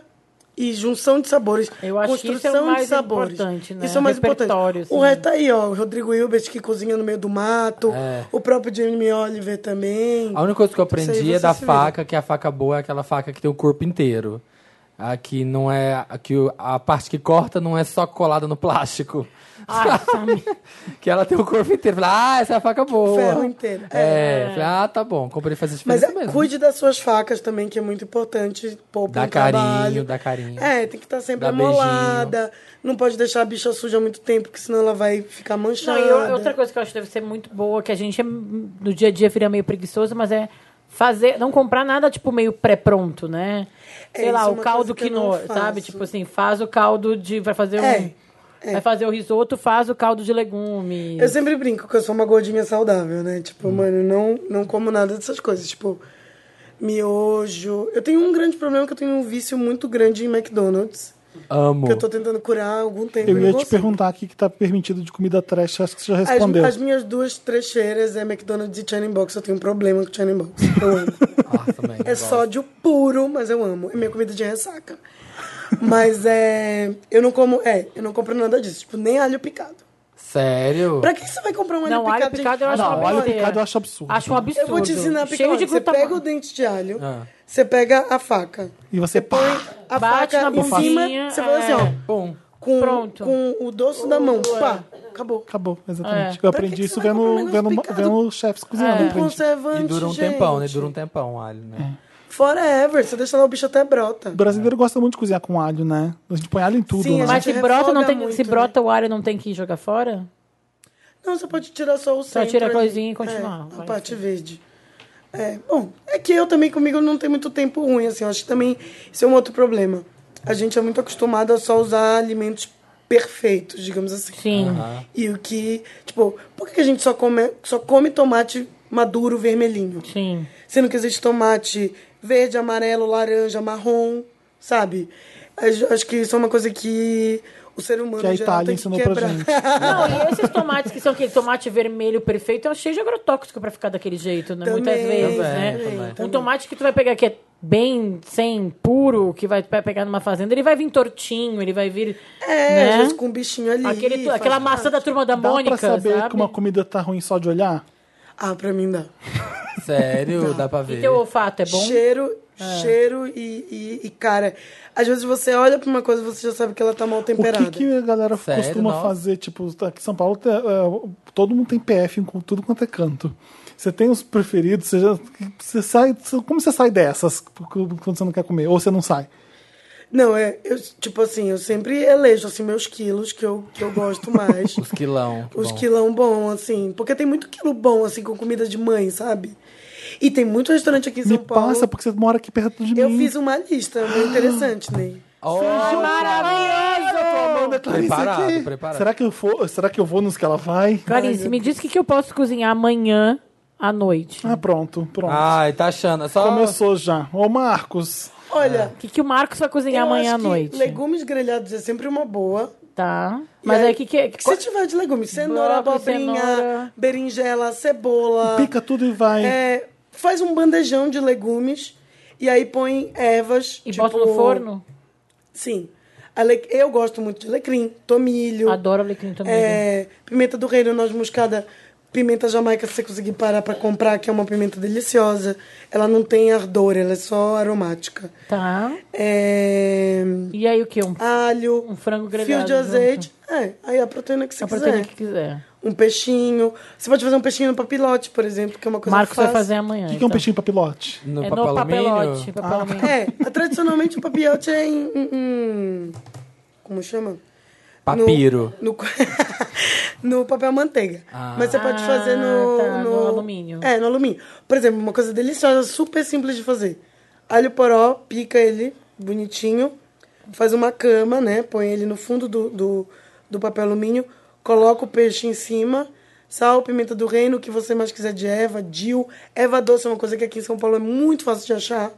S4: e junção de sabores,
S2: Eu acho que
S4: construção
S2: isso é o
S4: de
S2: mais
S4: sabores.
S2: importante, né?
S4: Isso é o mais
S2: Repertório,
S4: importante. O
S2: assim.
S4: resto tá aí, ó, o Rodrigo Hilbert que cozinha no meio do mato,
S3: É.
S4: o próprio Jamie Oliver também.
S3: A única coisa que eu aprendi
S4: Isso aí
S3: é
S4: você
S3: da
S4: se vira.
S3: faca, que a faca boa é aquela faca que tem o corpo inteiro. Aqui não é. Aqui o- a parte que corta não é só colada no plástico.
S4: Ah,
S2: Ai,
S4: tá
S2: Samir.
S3: Que ela tem o corpo inteiro. Falei, ah, essa é a faca boa.
S4: Ferro inteiro.
S3: É, falei, ah, tá bom. Comprei fazer
S4: Mas
S3: diferença
S4: é,
S3: mesmo.
S4: cuide das suas facas também, que é muito importante. Poupa
S3: Dá
S4: um
S3: carinho,
S4: trabalho.
S3: dá carinho.
S4: É, tem que estar sempre
S3: Dá beijinho.
S4: amolada. Não pode deixar a bicha suja muito tempo, porque senão ela vai ficar
S2: Não,
S4: manchada.
S2: e eu- outra coisa que eu acho que deve ser muito boa, que a gente é, no dia a dia vira meio preguiçoso, mas é fazer, não comprar nada tipo meio pré-pronto, né?
S4: É,
S2: Sei lá,
S4: isso é
S2: o
S4: uma coisa
S2: caldo
S4: que eu
S2: quinoa,
S4: não faço.
S2: sabe? Tipo assim, faz o caldo de vai fazer
S4: É,
S2: um vai fazer o risoto, faz o caldo de legume.
S4: Eu sempre brinco que eu sou uma gordinha saudável, né?
S1: Hum.
S4: Tipo, mano, não, não como nada dessas coisas. Tipo, miojo. Eu tenho um grande problema que eu tenho um vício muito grande em McDonald's.
S3: Amo.
S4: Que eu tô tentando curar há algum tempo.
S1: Eu
S4: não
S1: ia te
S4: consigo.
S1: perguntar aqui que tá permitido de comida trash, acho que você já
S4: As,
S1: respondeu.
S4: as minhas duas trecheiras é McDonald's e Channing Box. Eu tenho um problema com Channing Box. Eu amo.
S3: Nossa, Ah, também.
S4: É sódio puro, mas eu amo. É minha comida de ressaca. Mas é. Eu não como. É, eu não compro nada disso. Tipo, nem alho picado.
S3: Sério?
S4: Pra que você vai comprar um alho
S2: não,
S4: picado?
S2: alho
S4: gente?
S2: picado eu acho
S1: Não,
S2: uma
S1: alho
S2: besteira.
S1: picado eu acho absurdo.
S2: Acho um absurdo.
S4: Eu vou te ensinar a picar.
S2: Cheio de
S4: Você
S2: glutamato.
S4: pega o dente de alho,
S3: Ah.
S4: você pega a faca.
S1: E você
S4: Põe
S1: pá,
S4: a
S2: Bate
S4: faca
S2: na
S4: em cima,
S2: boquinha,
S4: você faz assim, ó.
S3: Bom.
S4: Com,
S2: Pronto.
S4: com o dorso da mão. Pá, acabou.
S1: acabou, exatamente.
S2: É.
S1: Eu
S4: Pra que
S1: aprendi
S4: que
S1: isso
S4: você vai comprar um
S1: vendo,
S4: negócio
S1: vendo,
S4: picado?
S1: vendo chefes cozinhando.
S2: É.
S1: eu aprendi.
S4: Um Conservante,
S3: E dura um
S4: gente.
S3: tempão, né? Dura um tempão o alho, né?
S4: Forever. Você deixa lá o bicho até brota.
S1: O brasileiro gosta muito de cozinhar com alho, né? A gente põe alho em tudo,
S4: Sim,
S1: né?
S4: a
S2: Mas
S4: gente
S2: se brota, não
S4: refoga
S2: tem,
S4: muito,
S2: se
S4: né?
S2: brota o alho não tem que jogar fora?
S4: Não, você pode tirar só o centro.
S2: tira a
S4: ali.
S2: coisinha e continuar.
S4: É, a
S2: Vai,
S4: parte verde. É, bom, é que eu também comigo não tem muito tempo ruim, assim. Eu acho que também isso é um outro problema. A gente é muito acostumado a só usar alimentos perfeitos, digamos assim.
S2: Sim.
S4: E o que, tipo, por que a gente só come, só come tomate maduro vermelhinho?
S2: Sim.
S4: Sendo que existe tomate verde, amarelo, laranja, marrom, sabe? Acho acho que isso é uma coisa que o ser humano
S1: Que a
S4: em geral
S1: Itália
S4: tem
S1: ensinou
S4: que
S1: pra
S4: quebrar.
S1: gente.
S2: Não, e esses tomates que são aquele tomate vermelho perfeito, é cheio de agrotóxico pra ficar daquele jeito, né? Muitas
S4: Também,
S2: vezes,
S3: também,
S2: né?
S3: também.
S2: Um tomate que tu vai pegar que é bem, sem, puro, que vai, vai pegar numa fazenda, ele vai vir tortinho, ele vai vir...
S4: É,
S2: né?
S4: às vezes com um bichinho ali.
S2: Aquele,
S4: faz um
S2: aquela
S4: parte.
S2: maçã da turma da
S1: Dá
S2: Mônica,
S1: pra saber
S2: sabe?
S1: que uma comida tá ruim só de olhar?
S4: Ah, pra mim dá. É.
S3: Sério, dá pra
S2: E
S3: ver.
S2: teu olfato é bom? É.
S4: Cheiro, cheiro e, e- e, cara. Às vezes você olha pra uma coisa e você já sabe que ela tá mal
S1: O
S4: temperada.
S1: que, que a galera
S3: Sério?
S1: costuma
S3: Nossa.
S1: fazer? Tipo, tá aqui em São Paulo, tá, é, todo mundo tem PF com tudo quanto é canto. Você tem os preferidos, você já. Você sai, como você sai dessas quando você não quer comer? Ou você não sai?
S4: Não, é, eu, tipo assim, eu sempre elejo assim, meus quilos que eu, que eu gosto mais.
S3: Os quilão.
S4: Os
S3: bom.
S4: quilão bom, assim. Porque tem muito quilo bom, assim, com comida de mãe, sabe? E tem muito restaurante aqui em São
S1: Me
S4: Paulo.
S1: passa, porque você mora aqui perto de
S4: Eu
S1: mim.
S4: fiz uma lista é muito interessante, Ney.
S3: Olha,
S1: Amanda Clarice
S3: Preparado,
S1: aqui.
S3: preparado.
S1: Será que eu for, será que eu vou nos que ela vai?
S2: Clarice, me diz o que, que eu posso cozinhar amanhã à noite.
S1: Ah, pronto, pronto.
S3: Ai, tá achando. Só
S1: Começou já. Ô, Marcos.
S4: Olha,
S2: O que, que o Marcos vai
S4: eu
S2: cozinhar amanhã
S4: acho
S2: à
S4: que
S2: noite?
S4: legumes grelhados é sempre uma boa.
S2: Tá. Mas
S4: E
S2: aí, o que, que,
S4: Se tiver de legumes, cenoura,
S2: Brócolis,
S4: abobrinha,
S2: cenoura.
S4: berinjela, cebola.
S1: Pica tudo e vai.
S4: É, faz um bandejão de legumes e aí põe ervas.
S2: E
S4: tipo,
S2: bota no forno?
S4: Sim. Ale- Eu gosto muito de alecrim, tomilho.
S2: Adoro alecrim também.
S4: É, pimenta do reino, noz moscada, pimenta jamaica, se você conseguir parar pra comprar, que é uma pimenta deliciosa. Ela não tem ardor, ela é só aromática.
S2: Tá.
S4: É,
S2: E aí o que? Um,
S4: alho,
S2: um frango
S4: fio
S2: grelhado.
S4: de azeite. É, aí a proteína que você
S2: A
S4: quiser.
S2: proteína que quiser.
S4: Um peixinho. Você pode fazer um peixinho no papilote, por exemplo, que é uma coisa
S2: Marcos vai
S4: fácil.
S2: fazer amanhã.
S1: O que,
S2: então.
S1: que é
S3: Então.
S1: um peixinho papilote?
S3: no
S2: é
S3: papel
S2: no
S3: alumínio?
S2: papelote. papel alumínio.
S4: É, tradicionalmente o papiote é em, em- em- Como chama?
S3: Papiro.
S4: No, no, no papel manteiga. Mas você pode
S2: Ah,
S4: fazer no,
S2: tá, no alumínio.
S4: É, no alumínio. Por exemplo, uma coisa deliciosa, super simples de fazer. Alho poró, pica ele bonitinho, faz uma cama, né? Põe ele no fundo do, do, do papel alumínio, coloca o peixe em cima, sal, pimenta do reino, o que você mais quiser de erva, dill. Erva doce é uma coisa que aqui em São Paulo é muito fácil de achar.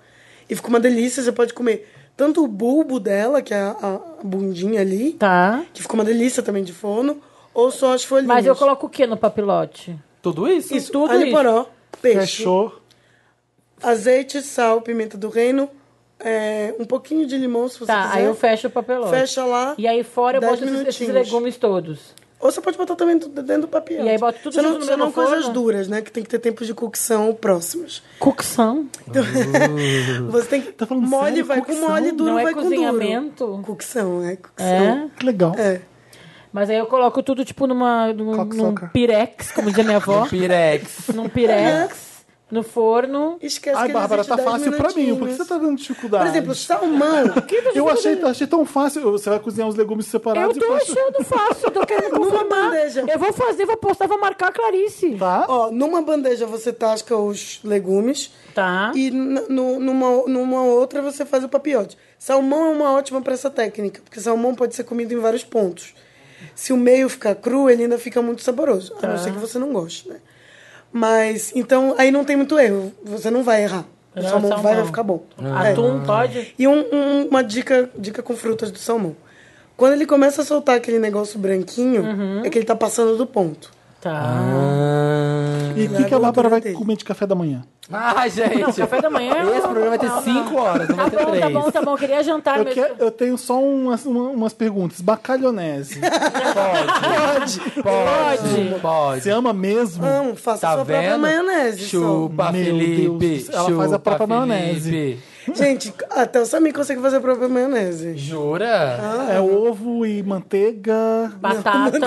S4: E fica uma delícia, você pode comer tanto o bulbo dela, que é a, a bundinha ali,
S2: Tá.
S4: que fica uma delícia também de forno, ou só as folhinhas.
S2: Mas eu coloco o que no papilote?
S3: Tudo isso?
S4: isso,
S2: tudo
S4: alho
S2: isso.
S4: poró, peixe,
S1: Fechou.
S4: azeite, sal, pimenta do reino, é, um pouquinho de limão se você
S2: Tá,
S4: quiser.
S2: aí eu fecho o papelote.
S4: Fecha lá.
S2: E aí fora eu
S4: dez
S2: boto esses, esses
S4: minutinhos.
S2: legumes todos.
S4: Ou você pode botar também tudo dentro do papel.
S2: E aí bota tudo
S4: Só não,
S2: junto no
S4: só
S2: mesmo
S4: não coisas
S2: forno?
S4: duras, né? Que tem que ter tempo de cocção próximos.
S2: Cocção.
S4: Então, você tem que.
S1: Tá falando
S4: mole
S1: sério?
S4: vai
S1: Cocção?
S4: com mole, duro
S2: Uhum. Não é
S4: vai com
S2: cozinhamento?
S4: duro. Cocção, é
S2: É.
S4: cocção.
S1: Que legal.
S4: É.
S2: Mas aí eu coloco tudo, tipo, numa, num,
S1: Cock
S2: num
S1: sucker.
S2: pirex, como dizia minha avó.
S3: Pirex.
S2: num pirex, no forno.
S4: Esquece
S1: Ai,
S4: que
S1: Bárbara,
S4: existe
S1: tá
S4: 10
S1: fácil pra mim. Por que
S4: minutinhos.
S1: você tá dando dificuldade?
S4: Por exemplo, salmão.
S1: Eu achei, achei tão fácil. Você vai cozinhar os legumes
S2: tá Eu
S1: separados e
S2: tô
S1: posta-
S2: achando fácil, tô querendo
S4: Numa
S2: confirmar.
S4: bandeja.
S2: Eu vou fazer, vou postar, vou marcar a Clarice.
S1: Tá?
S4: Ó, numa bandeja você tasca os legumes.
S2: Tá.
S4: E n- no- numa, numa outra você faz o papiote. Salmão é uma ótima para essa técnica, porque salmão pode ser comido em vários pontos. Se o meio ficar cru, ele ainda fica muito saboroso. A não
S3: Tá.
S4: ser que você não goste, né? Mas, então, aí não tem muito erro. Você não vai errar. O
S2: Não,
S4: salmão,
S2: salmão.
S4: vai, vai ficar bom.
S3: Ah.
S4: É.
S2: Atum, pode?
S4: E um- um- uma dica, dica com frutas do salmão. Quando ele começa a soltar aquele negócio branquinho,
S3: Uhum.
S4: é que ele tá passando do ponto.
S2: Tá.
S3: Ah.
S4: É,
S1: E o que, que a
S4: Largou
S1: Bárbara
S4: o
S1: vai
S4: dele.
S1: comer de café da manhã?
S3: Ai, Ah, gente.
S2: Não, café da manhã é
S3: Esse
S2: uma-
S3: programa vai ter
S2: não,
S3: 5 horas, não
S2: Tá
S3: vai ter
S2: bom,
S3: 3.
S2: tá bom, tá bom. Queria jantar
S1: Eu,
S2: mesmo.
S1: que- eu tenho só umas, uma- umas perguntas. Bacalhonese.
S3: Pode. Pode.
S1: Você ama mesmo?
S4: Amo, Então, faça
S3: Tá
S4: sua própria
S3: vendo?
S4: maionese. só.
S3: Chupa,
S1: Meu
S3: Felipe.
S1: Deus do céu, ela
S3: Chupa,
S1: faz a própria maionese.
S3: Felipe.
S4: Gente, até o Samir consegue fazer a própria maionese. Ah.
S3: Jura?
S1: É ovo e manteiga.
S2: Batata.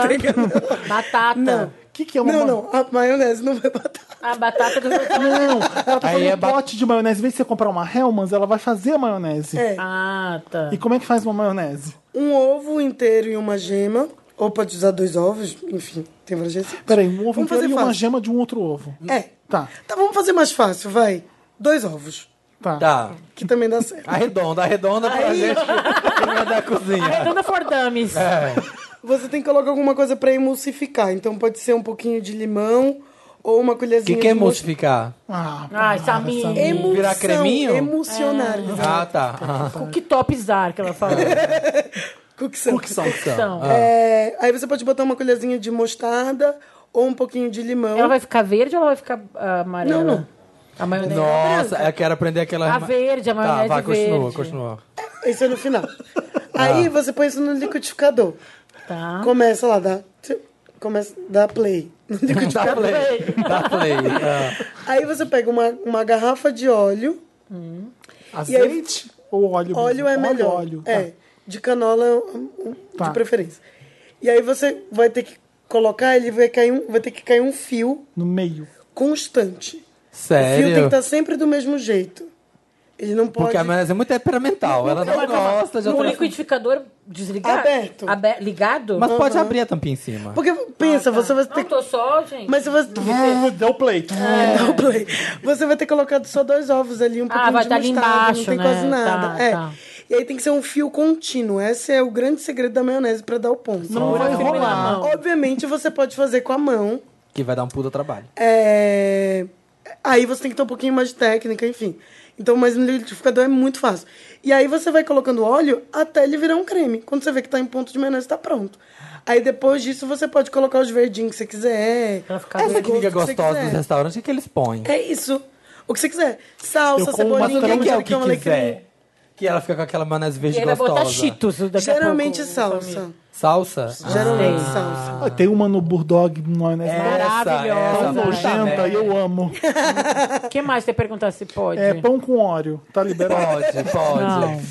S2: batata.
S4: Não.
S1: O que, que é uma
S4: Não,
S1: ma-
S4: não, a maionese não vai botar.
S2: A Ah, batata do
S1: Não, ela tá
S3: Aí
S1: fazendo
S3: é
S1: um
S3: ba-
S1: pote de maionese. Em vez de você comprar uma Hellmann's, ela vai fazer a maionese.
S4: É,
S2: Ah, tá.
S1: E como é que faz uma maionese?
S4: um ovo inteiro e uma gema, Ou pode usar dois ovos, enfim, tem várias receitas.
S1: Peraí, um ovo
S4: Vamos
S1: inteiro
S4: fazer
S1: e uma
S4: fácil.
S1: gema de um outro ovo.
S4: É.
S1: Tá,
S4: Tá, vamos fazer mais fácil, vai. Dois ovos,
S1: tá.
S3: Tá.
S4: que também dá certo.
S3: Arredonda, arredonda pra gente que não é da cozinha.
S2: Arredonda for dummies.
S3: É.
S4: Você tem que colocar alguma coisa pra emulsificar. Então pode ser um pouquinho de limão ou uma
S3: O
S4: colherzinha
S3: que, que é
S4: de mousse.
S3: emulsificar?
S1: Ah,
S2: Ai,
S1: para,
S2: Samir.
S1: Samir.
S4: Emulsão,
S3: Virar creminho?
S4: Emulsionar.
S3: Ah, tá.
S2: O que topzar que ela fala.
S1: Ah.
S4: Cocção.
S3: um
S2: Então,
S3: Ah,
S4: É, aí você pode botar uma colherzinha de mostarda ou um pouquinho de limão.
S2: Ela vai ficar verde ou ela vai ficar ah, amarela?
S4: Não, não.
S2: A maionese.
S3: Nossa, é eu quero aprender aquela...
S2: Né? A verde, a
S3: Tá,
S2: maionese
S3: vai, continua,
S2: verde.
S3: continua.
S4: Isso é no final. Aí você põe isso no liquidificador.
S2: Tá.
S4: Começa lá, dá. Começa, dá play. No liquidificador.
S3: Dá play. Dá play. é.
S4: Aí você pega uma, uma garrafa de óleo.
S1: Azeite ou Tipo, óleo?
S4: Óleo é
S1: mesmo?
S4: melhor.
S1: Óleo, tá. óleo.
S4: É, de canola um, um,
S1: Tá.
S4: de preferência. E aí você vai ter que colocar, ele vai cair um, vai ter que cair um fio
S1: No meio.
S4: constante. O fio tem que
S3: Sério?
S4: estar sempre do mesmo jeito. Ele não pode
S3: Porque a maionese é muito temperamental. Ela não
S2: é
S3: gosta de
S2: No
S3: outra...
S2: liquidificador desligado?
S4: Aberto.
S2: Abe- ligado?
S3: Mas pode abrir a tampinha em cima.
S4: Porque pensa, você vai ter
S2: Não,
S4: que
S2: tô só, gente.
S4: Mas se você
S1: Deu play.
S4: É.
S2: É.
S4: Não, play. Você vai ter colocado só dois ovos ali, um pouquinho
S2: vai
S4: de
S2: tá ali
S4: mostarda,
S2: embaixo,
S4: não tem
S2: né?
S4: quase nada.
S2: Tá,
S4: é.
S2: tá.
S4: E aí tem que ser um fio contínuo. Esse é o grande segredo da maionese pra dar o ponto.
S1: Não vai
S2: filme na
S1: rolar.
S2: mão.
S4: Obviamente você pode fazer com a mão.
S3: Que vai dar um puta trabalho.
S4: É, Aí você tem que ter um pouquinho mais de técnica, enfim. Então, mas no liquidificador é muito fácil. E aí você vai colocando óleo até ele virar um creme. Quando você vê que tá em ponto de maionese, tá pronto. Aí depois disso você pode colocar os verdinhos que você quiser. É,
S2: Pra ficar
S3: Essa
S2: verde.
S3: química
S4: gosto que você
S3: gostosa
S4: quiser.
S3: dos restaurantes, o que, que eles põem?
S4: É isso. O que você quiser.
S1: Eu
S4: Salsa,
S1: como uma
S4: cebolinha,
S3: Mas o que, que é o que
S4: manjericão, alecrim.
S3: quiser? Que ela fica com aquela maionese
S2: E
S3: verde
S2: ele vai botar
S3: gostosa.
S2: cheetos daqui a
S4: Geralmente
S2: pouco,
S4: salsa.
S2: Samir.
S3: Salsa?
S4: Geralmente salsa.
S1: Ah, Tem uma no Bulldog, maionese
S3: É.
S1: tão
S2: Maravilhosa.
S3: tá,
S2: essa,
S3: né?
S1: nojenta e eu amo.
S2: O que mais você perguntar se pode?
S1: É pão com óleo. Tá liberado.
S3: Pode, pode.
S2: Não.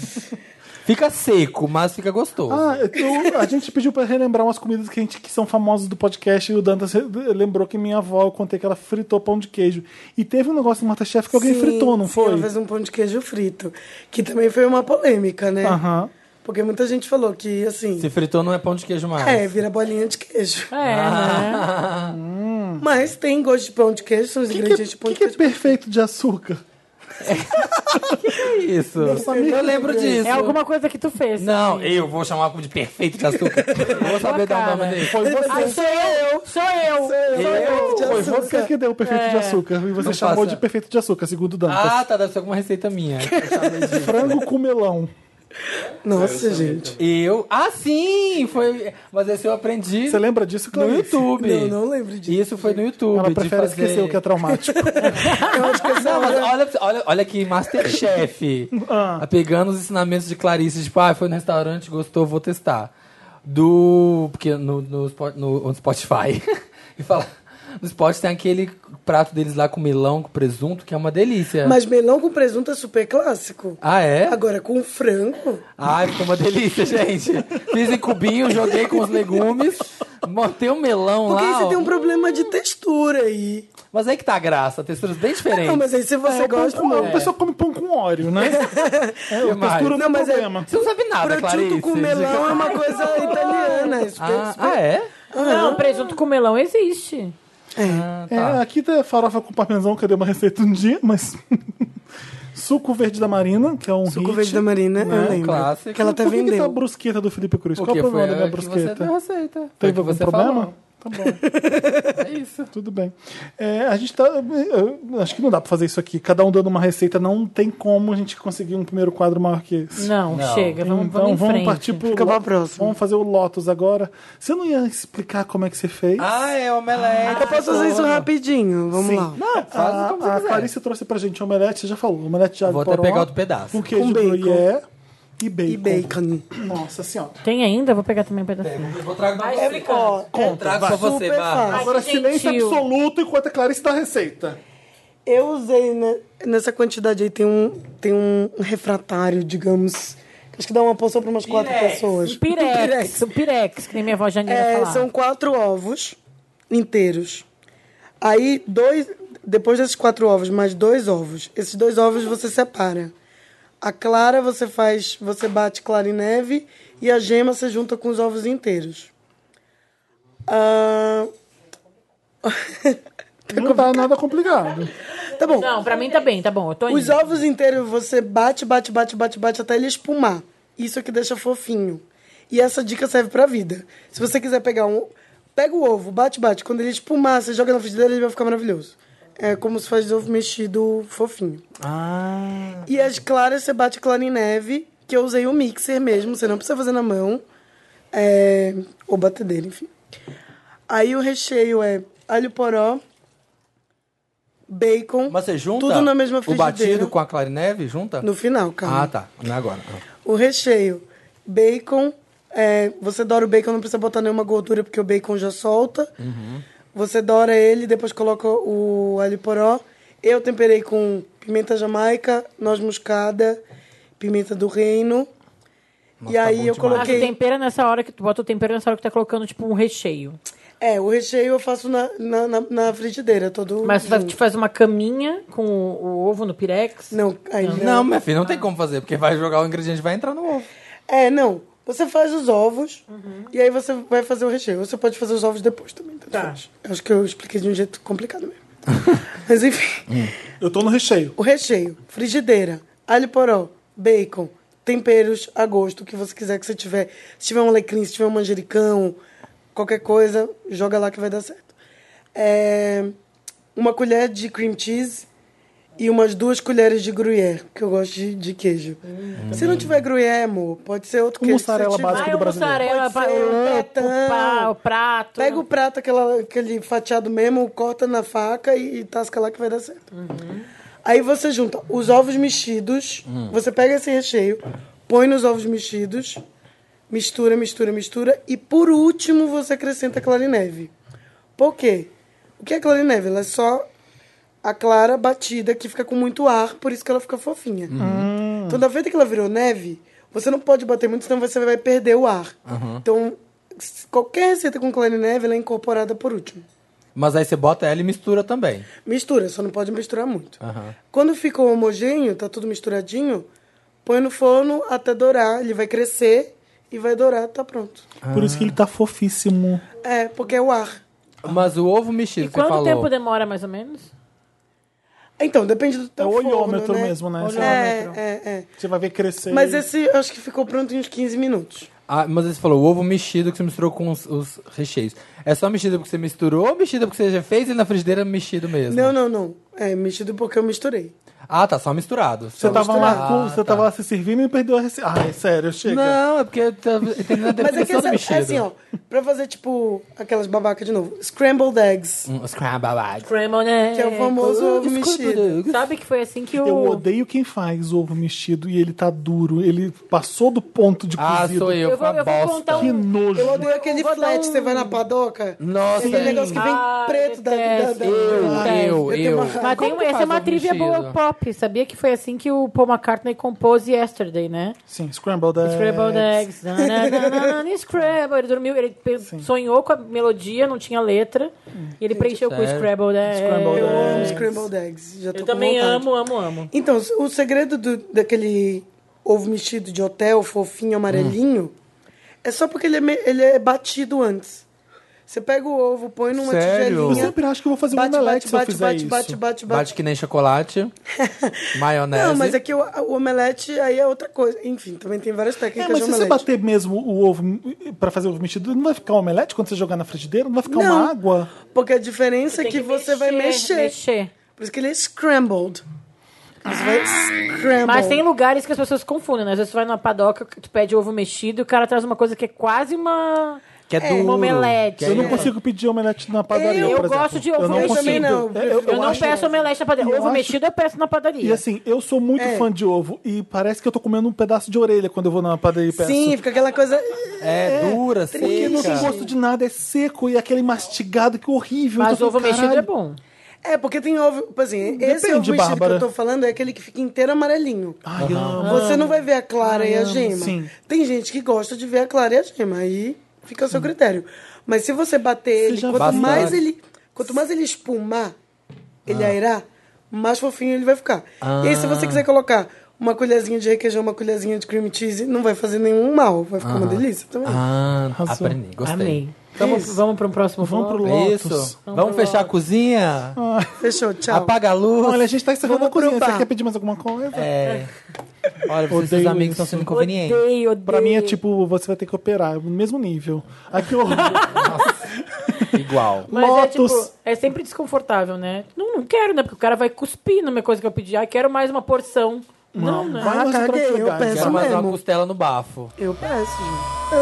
S3: Fica seco, mas fica gostoso.
S1: Ah, eu- a gente pediu pra relembrar umas comidas que, a gente, que são famosas do podcast e o Dantas re- lembrou que minha avó, eu contei que ela fritou pão de queijo. E teve um negócio no Masterchef que alguém
S4: Sim,
S1: fritou, não
S4: sim,
S1: foi?
S4: Ela fez um pão de queijo frito. Que também foi uma polêmica, né?
S1: Aham.
S4: Porque muita gente falou que, assim...
S3: Se fritou, não é pão de queijo mais.
S4: É, vira bolinha de queijo.
S1: Ah.
S2: É, né?
S4: Mas tem gosto de pão de queijo, são os
S1: O que,
S4: ingredientes de
S1: que,
S4: pão
S1: que,
S4: de
S1: que é
S4: queijo.
S1: perfeito de açúcar?
S3: Isso.
S1: família
S3: Eu lembro disso.
S2: É alguma coisa que tu fez.
S3: Não,
S2: Samir.
S3: eu vou chamar de perfeito de açúcar. Vou saber dar o
S2: cara.
S3: nome dele.
S1: Foi você.
S2: Ai, sou eu! Sou eu!
S4: Perfeito de
S1: Foi
S4: açúcar.
S1: você que deu o perfeito de açúcar e você
S3: Não
S1: chamou
S3: faça.
S1: de perfeito de açúcar, segundo o Dantas.
S3: Ah, tá, deve ser alguma receita minha.
S1: Frango com melão.
S4: Nossa, gente.
S3: Eu? Ah, sim! Foi... Mas esse eu aprendi
S1: Você lembra disso,
S3: no
S1: Clarice?
S3: YouTube.
S4: Não, não lembro disso.
S3: Isso foi no YouTube.
S1: Ela
S3: de
S1: prefere
S3: fazer-
S1: esquecer o que é traumático.
S4: Eu acho que essa é
S3: Não, mas
S4: hora...
S3: olha, olha, olha aqui, Masterchef. Tá
S1: Ah.
S3: Pegando os ensinamentos de Clarice, tipo, ah, foi no restaurante, gostou, vou testar. Do. Porque no, no, Spo- no- no Spotify. e fala. No Spotify tem aquele prato deles lá com melão, com presunto, que é uma delícia.
S4: Mas melão com presunto é super clássico.
S3: Ah, é?
S4: Agora, com frango...
S3: Ai, ficou uma delícia, gente. Fiz em cubinho, joguei com os legumes, botei um melão
S4: Porque aí
S3: lá.
S4: você
S3: ó.
S4: tem um problema de textura aí.
S3: Mas aí que tá a graça, texturas bem diferentes.
S4: Não, mas aí se você
S1: É, o pão
S4: gosta...
S1: com- A pessoa come pão com óleo, né? É, a
S3: mais?
S1: textura não
S4: Não,
S1: é
S4: mas é-
S1: problema.
S3: Você não sabe nada, Clarice.
S4: Presunto com melão é uma coisa italiana. é super-
S3: Ah, ah, é?
S2: Não, presunto com melão existe.
S3: Ah,
S1: É,
S3: tá.
S1: aqui tá farofa com parmesão, que eu dei uma receita um dia, mas... Suco verde da Marina, que é um
S4: Suco
S1: hit.
S4: verde da Marina,
S3: Né?
S4: eu lembro. É
S3: Clássico.
S4: Que ela até
S1: Por que, que tá a
S4: vendeu.
S1: brusqueta do Felipe Cruz?
S3: O
S1: Qual
S3: que
S1: o problema
S3: foi
S1: da minha
S3: que você
S1: brusqueta?
S3: deu receita. Foi
S1: Teve
S3: que
S1: algum
S3: você
S1: problema?
S3: falou.
S1: Tá bom. É isso. Tudo bem. É, a gente tá. eu acho que não dá pra fazer isso aqui. Cada um dando uma receita, não tem como a gente conseguir um primeiro quadro maior que esse.
S2: Não,
S3: Não.
S2: chega, vamos,
S1: então
S2: vamos em frente.
S1: partir pro.
S4: Fica pra
S1: Lo-
S4: próxima.
S1: Vamos fazer o Lotus agora. Você não ia explicar como é que você fez?
S3: Ah, é omelete.
S4: Eu posso fazer isso rapidinho, vamos
S1: Sim.
S4: lá.
S1: Não,
S3: faz
S1: a,
S3: como você
S1: Ah, a
S3: quiser.
S1: Clarice trouxe pra gente omelete, você já falou. Omelete de alho
S3: Vou até
S1: poró,
S3: pegar outro pedaço.
S1: Com queijo
S4: Com bacon.
S1: gruyère e bacon.
S4: E bacon.
S1: Nossa senhora.
S2: Tem ainda? Vou pegar também um pedacinho.
S3: Eu vou trago
S2: Vai
S3: pra
S2: explicando.
S4: Ó,
S1: Conta.
S3: É, Trago pra você,
S4: Super
S3: Bárbara.
S4: fácil.
S1: Agora
S2: que
S1: silêncio
S2: gentil.
S1: absoluto enquanto a Clarice dá a receita.
S4: Eu usei né, nessa quantidade aí, tem um, tem um refratário, digamos. que Acho que dá uma porção para umas quatro pessoas.
S2: O Um pirex, o pirex, que nem minha avó Janina
S4: É,
S2: falava.
S4: são quatro ovos inteiros. Aí, dois. Depois desses quatro ovos, mais dois ovos. Esses dois ovos você separa. A clara você faz. Você bate clara e neve. E a gema você junta com os ovos inteiros. Ah,
S1: Não tá nada complicado.
S4: tá bom.
S2: Não, pra mim tá bem, tá bom. Eu tô indo.
S4: Os ovos inteiros você bate, bate, bate, bate, bate até ele espumar. Isso é que deixa fofinho. E essa dica serve pra vida. Se você quiser pegar um. Pega o ovo, bate, bate. Quando ele espumar, você joga na frigideira ele vai ficar maravilhoso. É como se faz ovo mexido fofinho.
S3: Ah.
S4: E as claras você bate clara em neve, que eu usei o mixer mesmo, você não precisa fazer na mão. É, ou batedeira, enfim. Aí o recheio é alho poró, bacon.
S3: Mas você junta
S4: Tudo na mesma
S3: o
S4: frigideira.
S3: batido com a clarineve? Junta?
S4: No final, cara.
S3: Ah, tá. Não é agora.
S4: O recheio, bacon. é, você dora o bacon, não precisa botar nenhuma gordura, porque o bacon já solta.
S3: Uhum.
S4: Você dora ele, depois coloca o alho poró. Eu temperei com pimenta jamaica, noz moscada, pimenta do reino. e
S3: tá bom
S4: aí eu
S3: demais.
S2: Acho que
S4: coloquei...
S2: tempera nessa hora que tu bota o tempero nessa hora que tá colocando, tipo, um recheio.
S4: É, o recheio eu faço na, na, na- na frigideira, todo
S2: Mas tu vai-
S4: junto.
S2: te faz uma caminha com o, o ovo no pirex.
S4: Não, aí não.
S3: Não, minha filha, não tem como fazer, porque vai jogar o ingrediente vai entrar no ovo.
S4: É, não. Você faz os ovos e aí você vai fazer o recheio. Você pode fazer os ovos depois também. Tá? diferente. Acho que eu expliquei de um jeito complicado mesmo. Mas enfim.
S1: Eu tô no recheio.
S4: O recheio, frigideira, alho poró, bacon, temperos a gosto, o que você quiser que você tiver. Se tiver um alecrim, se tiver um manjericão, qualquer coisa, joga lá que vai dar certo. É, uma colher de cream cheese e umas duas colheres de gruyère, que eu gosto de, de queijo. Se não tiver gruyère, amor, pode ser outro
S1: Com
S4: queijo. que você
S1: mussarela
S4: tiver.
S1: básica.
S2: Ai, o mussarela,
S4: Pode
S2: pa-
S4: ser um
S2: o, lúpulo,
S4: petão.
S2: pa- o prato. né?
S4: Pega o prato, aquela, aquele fatiado mesmo, corta na faca e, e tasca lá que vai dar certo. Aí você junta os ovos mexidos, você pega esse recheio, põe nos ovos mexidos, mistura, mistura, mistura e por último você acrescenta a clarineve. Por quê? O que é clarineve? Ela é só a clara batida que fica com muito ar, por isso que ela fica fofinha.
S1: Hum.
S4: Então, da feita que ela virou neve, você não pode bater muito, senão você vai perder o ar. Então, s- qualquer receita com clarineve, ela é incorporada por último.
S3: Mas aí você bota ela e mistura também.
S4: Mistura, só não pode misturar muito.
S3: Aham.
S4: Quando ficou homogêneo, tá tudo misturadinho, põe no forno até dourar. Ele vai crescer e vai dourar, tá pronto.
S1: Por isso que ele tá fofíssimo.
S4: É, porque é o ar.
S3: Mas o ovo mexido,
S2: E
S3: que você
S2: quanto
S3: falou.
S2: tempo demora, mais ou menos?
S4: Então, depende do
S1: É
S4: teu
S1: o
S4: forno,
S1: olhômetro
S4: né?
S1: mesmo, né? Você
S4: É,
S1: vai-
S4: é, é.
S1: Você vai ver crescer.
S4: Mas esse, eu acho que ficou pronto em uns 15 minutos.
S3: Ah, mas você falou o ovo mexido que você misturou com os, os recheios. É só mexido porque você misturou ou mexido porque você já fez ele na frigideira mexido mesmo?
S4: Não, não, não. É mexido porque eu misturei.
S3: Ah, tá, só misturado.
S1: Você
S3: Só
S1: tava lá,
S3: misturado.
S1: com- você tava lá se servindo e perdeu a receita. Ai, sério, chega.
S3: Ah, tá. Não, é porque eu tava entendendo a
S4: Mas é que
S3: definição do
S4: essa-
S3: mexido.
S4: é assim, ó. Pra fazer, tipo, aquelas babacas de novo. Scrambled eggs.
S3: Um scrambled.
S2: Cremon, né?
S4: Que é o famoso ovo mexido.
S2: Sabe que foi assim que o...
S1: Eu odeio quem faz ovo mexido e ele tá duro. Ele passou do ponto de
S3: Ah,
S1: cozido.
S3: sou eu,
S2: Eu
S3: foi
S2: vou,
S3: uma
S2: eu vou
S3: bosta.
S2: contar
S1: Que
S2: um...
S1: nojo.
S4: Então, Eu odeio aquele
S2: vou dar
S4: flat,
S2: um-
S4: você vai na padoca.
S3: Nossa,
S4: Aquele negócio que vem
S2: Ah,
S4: preto da, da,
S2: detesto.
S4: da-
S3: eu, eu,
S4: eu tenho
S3: eu.
S4: uma-
S2: Mas tem,
S3: Como
S2: um-
S3: que
S2: essa é
S3: faz
S2: uma
S3: ovo
S2: trivia boa
S3: mexido?
S2: pop. Sabia que foi assim que o Paul McCartney compôs Yesterday, né?
S1: Sim, scrambled
S4: É.
S1: eggs.
S2: Scrambled eggs. Na, na, na, na, na, Scramble. Ele dormiu, ele pe- sonhou com a melodia, não tinha letra. E ele preencheu com
S3: sério.
S2: Scrambled eggs.
S1: Scrambled
S4: Eu amo
S1: eggs.
S4: scrambled eggs. Já tô
S2: Eu
S4: com
S2: também
S4: vontade.
S2: amo, amo, amo.
S4: Então, o segredo do- daquele ovo mexido de hotel, fofinho, amarelinho, é só porque ele é, me- ele é batido antes. Você pega o ovo, põe numa
S3: Sério?
S1: Eu
S4: tigelinha.
S1: sempre acho que eu vou fazer um
S4: Bate,
S1: omelete
S4: bate,
S1: se eu
S4: bate,
S1: fizer
S4: bate,
S1: isso.
S4: bate, bate,
S3: Bate que nem chocolate, maionese.
S4: Não, mas é que o, o omelete aí é outra coisa. Enfim, também tem várias técnicas
S1: É, mas
S4: de
S1: se você
S4: omelete.
S1: bater mesmo o ovo pra fazer ovo mexido, não vai ficar um omelete quando você jogar na frigideira? Não vai ficar
S4: Não.
S1: uma água?
S4: Porque a diferença é
S2: Tem
S4: que, você vai mexer.
S2: mexer.
S4: Por isso que ele é scrambled. Você vai
S1: Tá
S4: scrambled.
S2: Mas tem lugares que as pessoas confundem, né? Às vezes tu vai numa padoca, tu pede ovo mexido e o cara traz uma coisa que é quase uma...
S3: Que é,
S2: É,
S3: duro.
S2: um omelete.
S3: que é-
S1: Eu não consigo pedir omelete na padaria,
S2: Eu
S1: por exemplo.
S2: gosto de ovo
S1: Eu não
S2: mexido.
S1: consigo.
S4: Eu também não.
S1: É, eu-
S2: Eu,
S1: eu
S2: não
S1: acho-
S2: peço omelete na padaria.
S1: eu
S2: Ovo
S1: acho-
S2: mexido eu peço na padaria.
S1: E assim, eu sou muito
S4: É.
S1: fã de ovo e parece que eu tô comendo um pedaço de orelha quando eu vou na padaria e peço.
S4: Sim, fica aquela coisa.
S3: É, dura, seca.
S1: Porque não tem gosto de nada, é seco e aquele mastigado que é horrível.
S2: Mas
S1: Então,
S2: ovo
S1: eu falo,
S2: mexido é
S1: "Caralho".
S2: bom.
S4: É, porque tem ovo. Assim, esse
S1: Depende,
S4: ovo mexido
S1: Bárbara.
S4: que eu tô falando é aquele que fica inteiro amarelinho.
S1: Ai, eu amo.
S4: Você não vai ver a clara e a gema.
S1: sim.
S4: Tem gente que gosta de ver a clara e a gema. Aí fica ao seu critério. Mas se você bater ele,
S1: já
S4: quanto
S3: bate.
S4: mais ele. Quanto mais ele espumar, ele airá, mais fofinho ele vai ficar. E aí, se você quiser colocar uma colherzinha de requeijão, uma colherzinha de cream cheese, não vai fazer nenhum mal. Vai ficar uma delícia também.
S3: Ah,
S1: Arrasou.
S3: aprendi, gostei. É
S2: Amei. Vamos, vamos para um próximo
S1: Então Vamos
S2: bloco?
S1: pro
S3: Isso.
S1: Lotus. Então,
S2: Vamos
S3: Vamos
S2: pro
S3: fechar a
S2: Lotus.
S3: cozinha?
S4: Fechou, tchau.
S3: Apaga a luz?
S1: Olha, a gente tá encerrando a
S4: Vamos pro
S1: cozinha. Você
S4: bar.
S1: quer pedir mais alguma coisa?
S3: É. Olha, vocês
S1: Odeio
S3: seus amigos estão
S1: isso.
S3: sendo inconvenientes.
S2: Odeio, odeio.
S1: Pra mim é tipo, você vai ter que operar, no mesmo nível. Aqui horror.
S3: Igual.
S2: Mas
S1: Lotus.
S2: é tipo, é sempre desconfortável, né? Não, não quero, né? Porque o cara vai cuspir na minha coisa que eu pedi. Ah, quero mais uma porção. Não, né?
S1: Vai
S4: Ah,
S1: nos
S4: caguei,
S1: outros
S4: eu
S1: lugares.
S4: peço.
S3: Quero mais uma
S4: mesmo.
S3: costela no bafo.
S4: Eu peço, gente.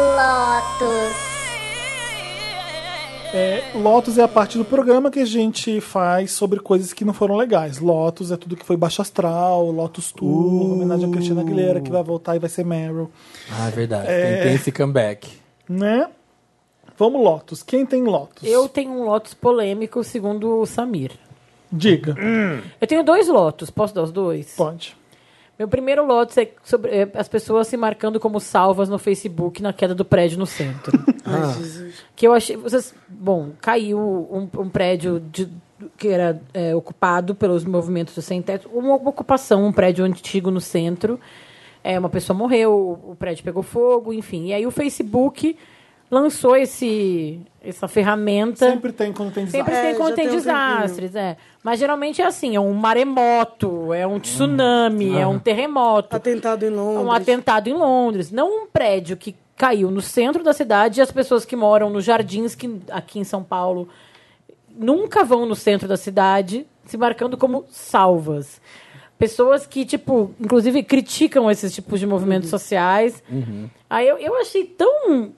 S1: É, Lotus é a parte do programa que a gente faz sobre coisas que não foram legais. Lotus é tudo que foi baixo astral, Lotus Tour, homenagem a Cristina Aguilera, que vai voltar e vai ser Meryl.
S3: Ah, é verdade.
S1: É.
S3: Tem, tem esse comeback.
S1: Né? Vamos, Lotus. Quem tem Lotus?
S2: Eu tenho um Lotus polêmico, segundo o Samir.
S1: Diga.
S2: Eu tenho dois Lotus. Posso dar os dois?
S1: Pode.
S2: Meu primeiro Lotus é sobre é, as pessoas se marcando como salvas no Facebook na queda do prédio no centro.
S4: Ai, Jesus.
S2: que eu achei. Vocês, bom, caiu um, um prédio de- que era é, ocupado pelos movimentos do sem teto, uma ocupação, um prédio antigo no centro. É, uma pessoa morreu, o- o prédio pegou fogo, enfim. E aí o Facebook lançou esse, essa ferramenta.
S1: Sempre tem quando tem desastre.
S2: Sempre
S4: É,
S2: tem quando
S4: já
S2: tem
S4: tem um
S2: desastres, é. Mas geralmente é assim, é um maremoto, é um tsunami, é um terremoto.
S4: Atentado em
S2: É
S4: Londres.
S2: Um atentado em Londres. Não um prédio que caiu no centro da cidade e as pessoas que moram nos jardins, que aqui em São Paulo, nunca vão no centro da cidade, se marcando como salvas. Pessoas que, tipo, inclusive criticam esses tipos de movimentos
S4: Uhum.
S2: sociais. Aí eu, eu achei tão.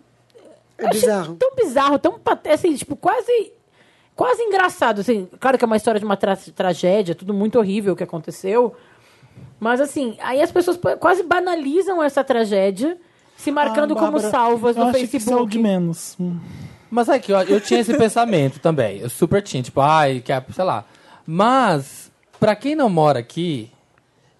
S4: É
S2: eu achei
S4: bizarro.
S2: Tão bizarro, tão pat- assim, tipo, quase. Quase engraçado, assim. Claro que é uma história de uma tra- tragédia, tudo muito horrível que aconteceu. Mas assim, aí as pessoas pa- quase banalizam essa tragédia, se marcando
S1: Ah,
S2: como
S1: Bárbara,
S2: salvas
S1: eu
S2: no
S1: acho Que isso é o
S2: Facebook.
S1: de menos. Hum.
S3: Mas aqui, ó, eu tinha esse pensamento também. Eu super tinha, tipo, ai, que, a- sei lá. Mas, pra quem não mora aqui,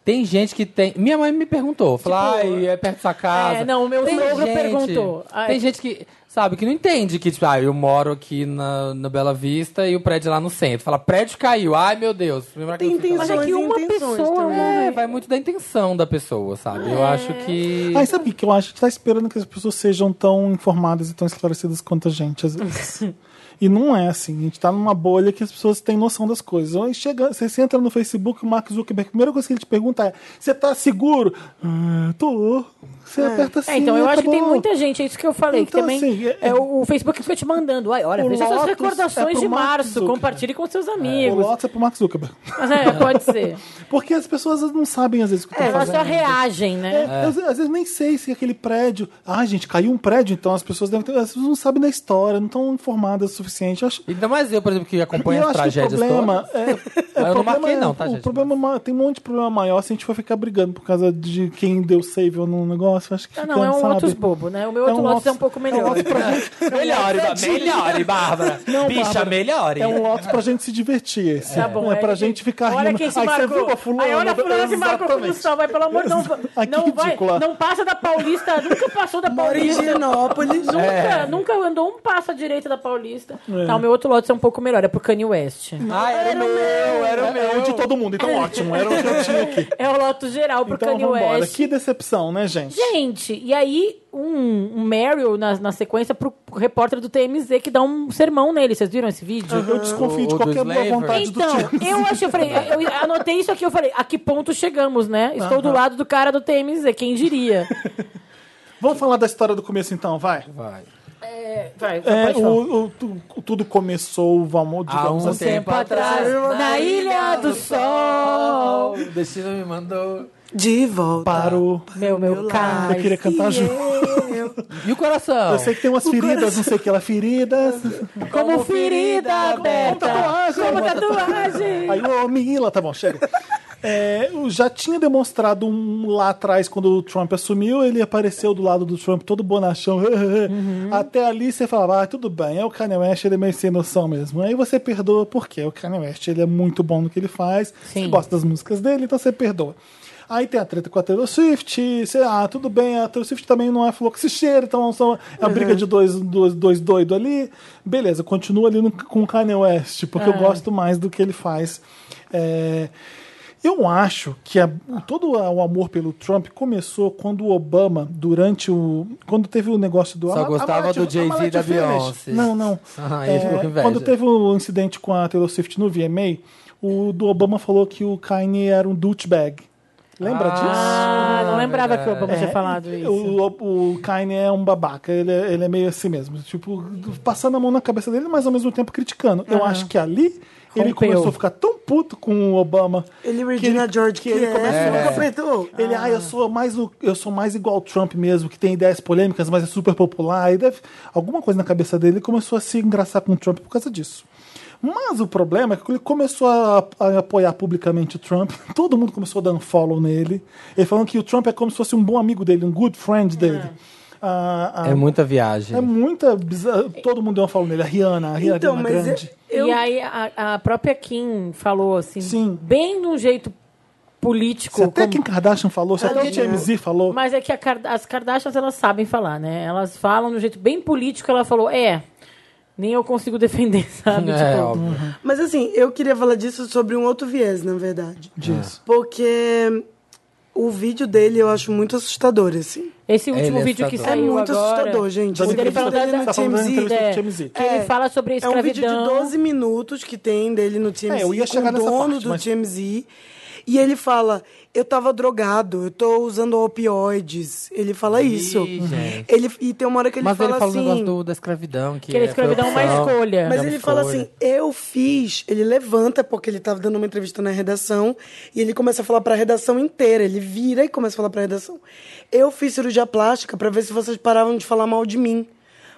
S3: tem gente que tem. Minha mãe me perguntou, falou, ai, é perto da sua casa.
S2: É, não, o meu
S3: Tem
S2: sogro
S3: gente-
S2: perguntou. Ai.
S3: Tem gente que, sabe, que não entende que, tipo, ah, eu moro aqui na, na Bela Vista e o prédio é lá no centro. Fala, prédio caiu, ai meu Deus. Lembra que eu
S4: Tem
S3: fui lá?
S2: Mas é
S4: intenções
S2: que
S4: e
S2: uma
S4: intenções
S2: pessoa
S4: também.
S2: morre.
S3: É, vai muito da intenção da pessoa, sabe? Eu acho que.
S1: Ah, e sabe o que que eu acho? A gente tá esperando que as pessoas sejam tão informadas e tão esclarecidas quanto a gente, às vezes. e não é assim. A gente tá numa bolha que as pessoas têm noção das coisas. Aí chega, você você entra no Facebook, o Mark Zuckerberg, a primeira coisa que ele te pergunta é: você tá seguro? Ah, tô. Você aperta assim.
S2: É, então eu acho que tem
S1: acabou.
S2: muita gente, é isso que eu falei,
S1: Então,
S2: que também
S1: assim, é-
S2: é, o o Facebook fica te mandando. Ai, olha,
S1: O
S2: veja suas
S1: Lotus é
S2: recordações
S1: pro
S2: de
S1: Mark
S2: março,
S1: Zuckerberg.
S2: compartilhe com seus
S1: O
S2: amigos.
S1: Lotus é pro Mark Zuckerberg.
S2: É, pode ser.
S1: Porque as pessoas não sabem, às vezes, o que estão
S2: É, Elas
S1: fazendo.
S2: só reagem, né?
S1: É, eu, Às às vezes nem sei se é aquele prédio. Ah, gente, caiu um prédio, então as pessoas devem ter. As pessoas não sabem da história, não estão informadas o suficiente. Eu acho,
S3: Ainda mais eu, por exemplo, que
S1: E
S3: acompanho
S1: eu
S3: as
S1: acho que o
S3: tragédias
S1: problema é, é
S3: Eu não
S1: problema
S3: marquei
S1: é-
S3: não, tá,
S1: o
S3: gente?
S1: Problema, ma- tem um monte de problema maior se a gente for ficar brigando por causa de quem deu save ou num negócio. eu Acho que
S2: Ah,
S1: fica,
S2: não, é um
S1: sabe?
S2: Lotus bobo, né? O meu outro
S1: um
S2: Lotus é um
S1: Lotus-
S2: pouco melhor.
S3: todas. Melhore, Bá- melhore, Bárbara.
S1: Não,
S3: Bicha,
S1: Bárbara,
S3: melhore.
S1: É um lote pra gente se divertir. Esse.
S2: Tá bom,
S1: é
S2: aí
S1: pra
S2: a
S1: gente ficar
S2: olha
S1: rindo.
S2: Quem se
S1: Aí você
S2: marcou.
S1: viu a fulana?
S2: Aí olha a fulana que marcou com o
S1: Exatamente.
S2: Gustavo. Aí, pelo amor de Deus,
S1: Ah, que
S2: não vai.
S1: ridícula.
S2: Não passa da Paulista. Nunca passou da
S4: Moro em
S2: Paulista.
S4: Higienópolis.
S2: Nunca, nunca andou um passo à direita da Paulista.
S1: É.
S2: Tá, o meu outro lote é um pouco melhor, é pro Kanye West.
S3: Ah, era o meu, era o meu.
S1: É o de todo mundo, então ótimo. Era o que eu tinha aqui.
S2: É o lote geral pro
S1: Então
S2: Kanye
S1: vambora.
S2: West.
S1: Que decepção, né, gente?
S2: Gente, e aí um, um Meryl na, na sequência pro repórter do TMZ que dá um sermão nele. Vocês viram esse vídeo?
S1: Eu desconfio
S3: O-
S1: de
S3: o
S1: qualquer
S3: do
S1: boa
S3: Slaver.
S1: vontade Uhum. do
S2: Então,
S1: time.
S2: eu achei, eu falei, eu anotei isso aqui, eu falei, a que ponto chegamos, né? Estou do lado do cara do TMZ, quem diria?
S1: Vamos falar da história do começo, então, vai.
S3: Vai.
S2: Vai,
S1: É,
S2: pode falar.
S1: o, o- tu- tudo começou, vamos,
S3: Há
S1: digamos
S3: um
S1: assim.
S3: tempo atrás,
S2: na Ilha do Sol,
S3: o destino me mandou.
S4: De volta.
S1: Para o...
S2: meu, meu
S1: Eu queria
S2: cara.
S1: cantar junto.
S3: E é. o coração?
S1: Eu sei que tem umas feridas, não sei o que lá, feridas.
S2: Como ferida aberta, como tatuagem.
S1: Aí, ô, Mila, tá bom, chega. É, eu já tinha demonstrado um lá atrás, quando o Trump assumiu, ele apareceu do lado do Trump, todo bonachão.
S3: Uhum.
S1: Até ali você falava, ah, tudo bem, é o Kanye West, ele é meio sem noção mesmo. Aí você perdoa, porque o Kanye West, ele é muito bom no que ele faz,
S2: Sim.
S1: você gosta das músicas dele, então você perdoa. Aí tem a treta com a Taylor Swift, sei lá, tudo bem, a Taylor Swift também não é fluxicheira, então são, é uma briga de dois, dois, dois doidos ali. Beleza, continua ali no- com o Kanye West, porque eu gosto mais do que ele faz. É, Eu acho que a- todo a- o amor pelo Trump começou quando o Obama, durante o. Quando teve o negócio do.
S3: Só
S1: Ama-
S3: gostava
S1: Amalati-
S3: do Jay-Z e
S1: Amalati
S3: da
S1: Finish.
S3: Beyoncé.
S1: Não, não. É,
S3: Ah, ele ficou com inveja.
S1: quando teve o incidente com a Taylor Swift no VMA, o do Obama falou que o Kanye era um douchebag. Lembra disso?
S2: Ah, não lembrava que o Obama
S1: É,
S2: tinha falado isso.
S1: O, o Kanye é um babaca, ele é, ele é meio assim mesmo. Tipo, passando a mão na cabeça dele, mas ao mesmo tempo criticando. Eu acho que ali ele
S2: Rompeu.
S1: começou a ficar tão puto com o Obama.
S4: Ele, Regina George, que, ele começou
S1: É.
S4: a completou.
S1: Ele, ah, eu sou mais o- eu sou mais igual o Trump mesmo, que tem ideias polêmicas, mas é super popular. E deve, alguma coisa na cabeça dele começou a se engraçar com o Trump por causa disso. Mas o problema é que ele começou a, a apoiar publicamente o Trump. Todo mundo começou a dar um follow nele. Ele falando que o Trump é como se fosse um bom amigo dele, um good friend dele. Ah, ah,
S3: É muita viagem.
S1: é muita bizarra. Todo mundo deu um follow nele. A Rihanna, a Rihanna
S4: Então, mas
S1: grande.
S4: eu,
S2: E
S4: eu
S2: aí a, a própria Kim falou assim,
S1: Sim.
S2: bem de um jeito político.
S1: Se até
S2: como-
S1: Kim Kardashian falou, se até o TMZ falou.
S2: Mas é que a Kar- as Kardashians, elas sabem falar, né? Elas falam de um jeito bem político. Ela falou, é, nem eu consigo defender, sabe?
S3: É,
S2: Tipo,
S3: óbvio.
S4: Mas assim, eu queria falar disso sobre um outro viés, na verdade.
S1: Diz.
S4: Porque o vídeo dele eu acho muito assustador, assim.
S2: Esse último
S3: Ele é
S2: vídeo que
S4: É
S2: saiu
S4: muito
S2: agora,
S4: assustador, gente.
S1: Dani
S4: O
S2: Ele
S4: vídeo
S2: fala
S1: Tá
S4: dele
S2: da,
S4: no
S1: falando da
S4: TMZ.
S1: entrevista do
S2: é,
S1: TMZ.
S2: que ele fala sobre a
S4: É um vídeo
S2: escravidão.
S4: de 12 minutos que tem dele no TMZ,
S1: É, eu ia chegar
S4: com o
S1: nessa
S4: dono
S1: parte,
S4: do
S1: mas-
S4: TMZ. E ele fala, eu tava drogado, eu tô usando opioides. Ele fala isso.
S3: gente.
S4: Ele, e tem uma hora que ele
S3: Mas
S4: fala
S3: ele fala
S1: um
S4: assim...
S3: o negócio do- da escravidão. Que,
S2: Que a escravidão é uma
S3: corrupção.
S2: escolha.
S4: Mas
S3: É uma
S4: ele fala
S3: escolha.
S4: assim, eu fiz. Ele levanta, porque ele tava dando uma entrevista na redação, e ele começa a falar pra redação inteira. Ele vira e começa a falar pra redação. Eu fiz cirurgia plástica pra ver se vocês paravam de falar mal de mim.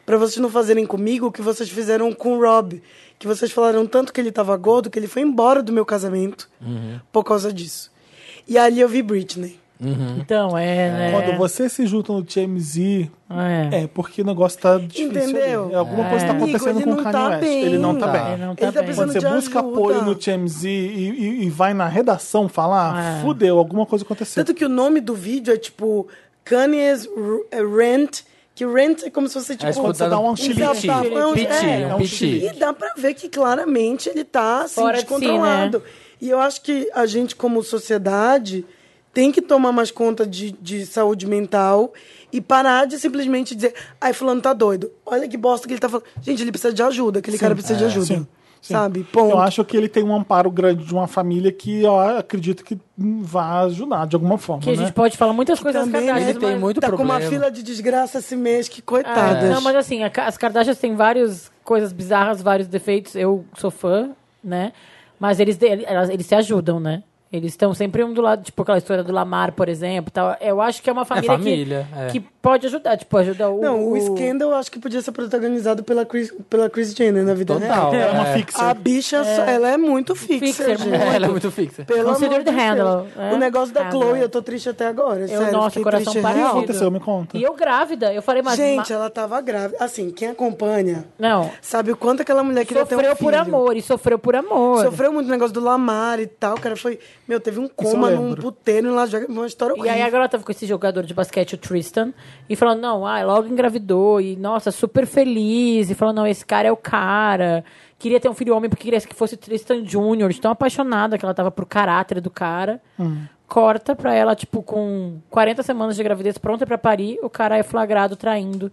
S4: Pra vocês não fazerem comigo o que vocês fizeram com o Rob. Que vocês falaram tanto que ele tava gordo que ele foi embora do meu casamento
S3: Uhum.
S4: por causa disso. E ali eu vi Britney.
S2: Então, é, né?
S1: Quando você se junta no TMZ,
S2: É.
S1: é porque o negócio tá difícil.
S4: Entendeu?
S1: ali. Alguma coisa tá
S4: Amigo,
S1: acontecendo
S4: ele
S1: com o
S4: não
S1: Kanye
S4: tá
S1: West.
S4: bem.
S1: Ele não tá
S3: Tá.
S1: bem.
S2: Ele não
S4: Ele
S2: tá
S4: tá
S2: bem.
S4: precisando
S1: Quando você
S4: de
S1: busca
S4: ajuda.
S1: apoio no TMZ e, e- e vai na redação falar, "Ah,
S2: É.
S1: fudeu, alguma coisa aconteceu.
S4: Tanto que o nome do vídeo é tipo Kanye's Ru- é Rant, que Rant é como se fosse tipo.
S3: É tipo,
S1: você dá
S3: dá
S1: um
S3: um
S1: chilique.
S3: piti,
S4: É um-
S3: piti,
S4: é,
S1: é um
S3: um piti.
S4: E dá pra ver que claramente ele tá assim,
S2: Fora de si, né?
S4: descontrolado. E eu acho que a gente, como sociedade, tem que tomar mais conta de, de saúde mental e parar de simplesmente dizer, ai, fulano tá doido. Olha que bosta que ele tá falando. Gente, ele precisa de ajuda, aquele cara precisa de ajuda.
S1: Sim, sim.
S4: Sabe? Ponto.
S1: Eu acho que ele tem um amparo grande de uma família que eu acredito que hum, vá ajudar de alguma forma.
S2: Que a
S1: né?
S2: gente pode falar muitas coisas das
S4: Também,
S2: Kardashians,
S4: né,
S3: tem
S2: mas-
S3: muito
S4: tá com uma
S3: problema.
S4: fila de desgraça esse mês, que
S2: Ah,
S4: coitadas.
S2: Não, mas assim, a Ka- as Kardashians têm várias coisas bizarras, vários defeitos. Eu sou fã, né? Mas eles, de- elas- eles se ajudam, né? Eles estão sempre um do lado, tipo aquela história do Lamar, por exemplo. Tal. Eu acho que é uma família,
S3: família,
S2: que,
S3: é.
S2: que pode ajudar. Tipo, ajuda o.
S4: Não, o Scandal eu acho que podia ser protagonizado pela Chris, pela Chris Jenner na vida real.
S3: Total.
S1: É uma
S3: é.
S1: fixa.
S4: A bicha, só- ela é muito fixa,
S2: Fixer, né?
S4: gente.
S2: muito.
S3: É, ela é muito fixa.
S4: Pelo amor
S2: Consider
S4: de
S2: the handle,
S4: Deus.
S2: né?
S4: O negócio da
S2: Handle.
S4: Chloe, eu tô triste até agora,
S2: Eu,
S4: sério.
S2: nossa,
S4: fiquei
S2: coração
S4: triste
S1: O que
S2: parecido.
S4: real.
S1: aconteceu? Me conta.
S2: E eu grávida, eu falei, mas.
S4: Gente,
S2: ma-
S4: ela tava grávida. Assim, quem acompanha
S2: Não.
S4: sabe o quanto aquela mulher queria ter um
S2: Sofreu por
S4: filho.
S2: amor, e sofreu por amor.
S4: Sofreu muito o negócio do Lamar e tal. O cara foi... Meu, teve um coma
S1: eu
S4: num
S1: lembro.
S4: puteiro em Las Vegas. Uma história
S2: E
S4: horrível.
S2: aí a garota ficou esse jogador de basquete, o Tristan, e falou, não, ah, logo engravidou, e nossa, super feliz, e falou, não, esse cara é o cara. Queria ter um filho homem porque queria que fosse Tristan Jr., de tão apaixonada que ela tava pro caráter do cara.
S4: Hum.
S2: Corta pra ela, tipo, com 40 semanas de gravidez pronta pra parir, o cara é flagrado traindo.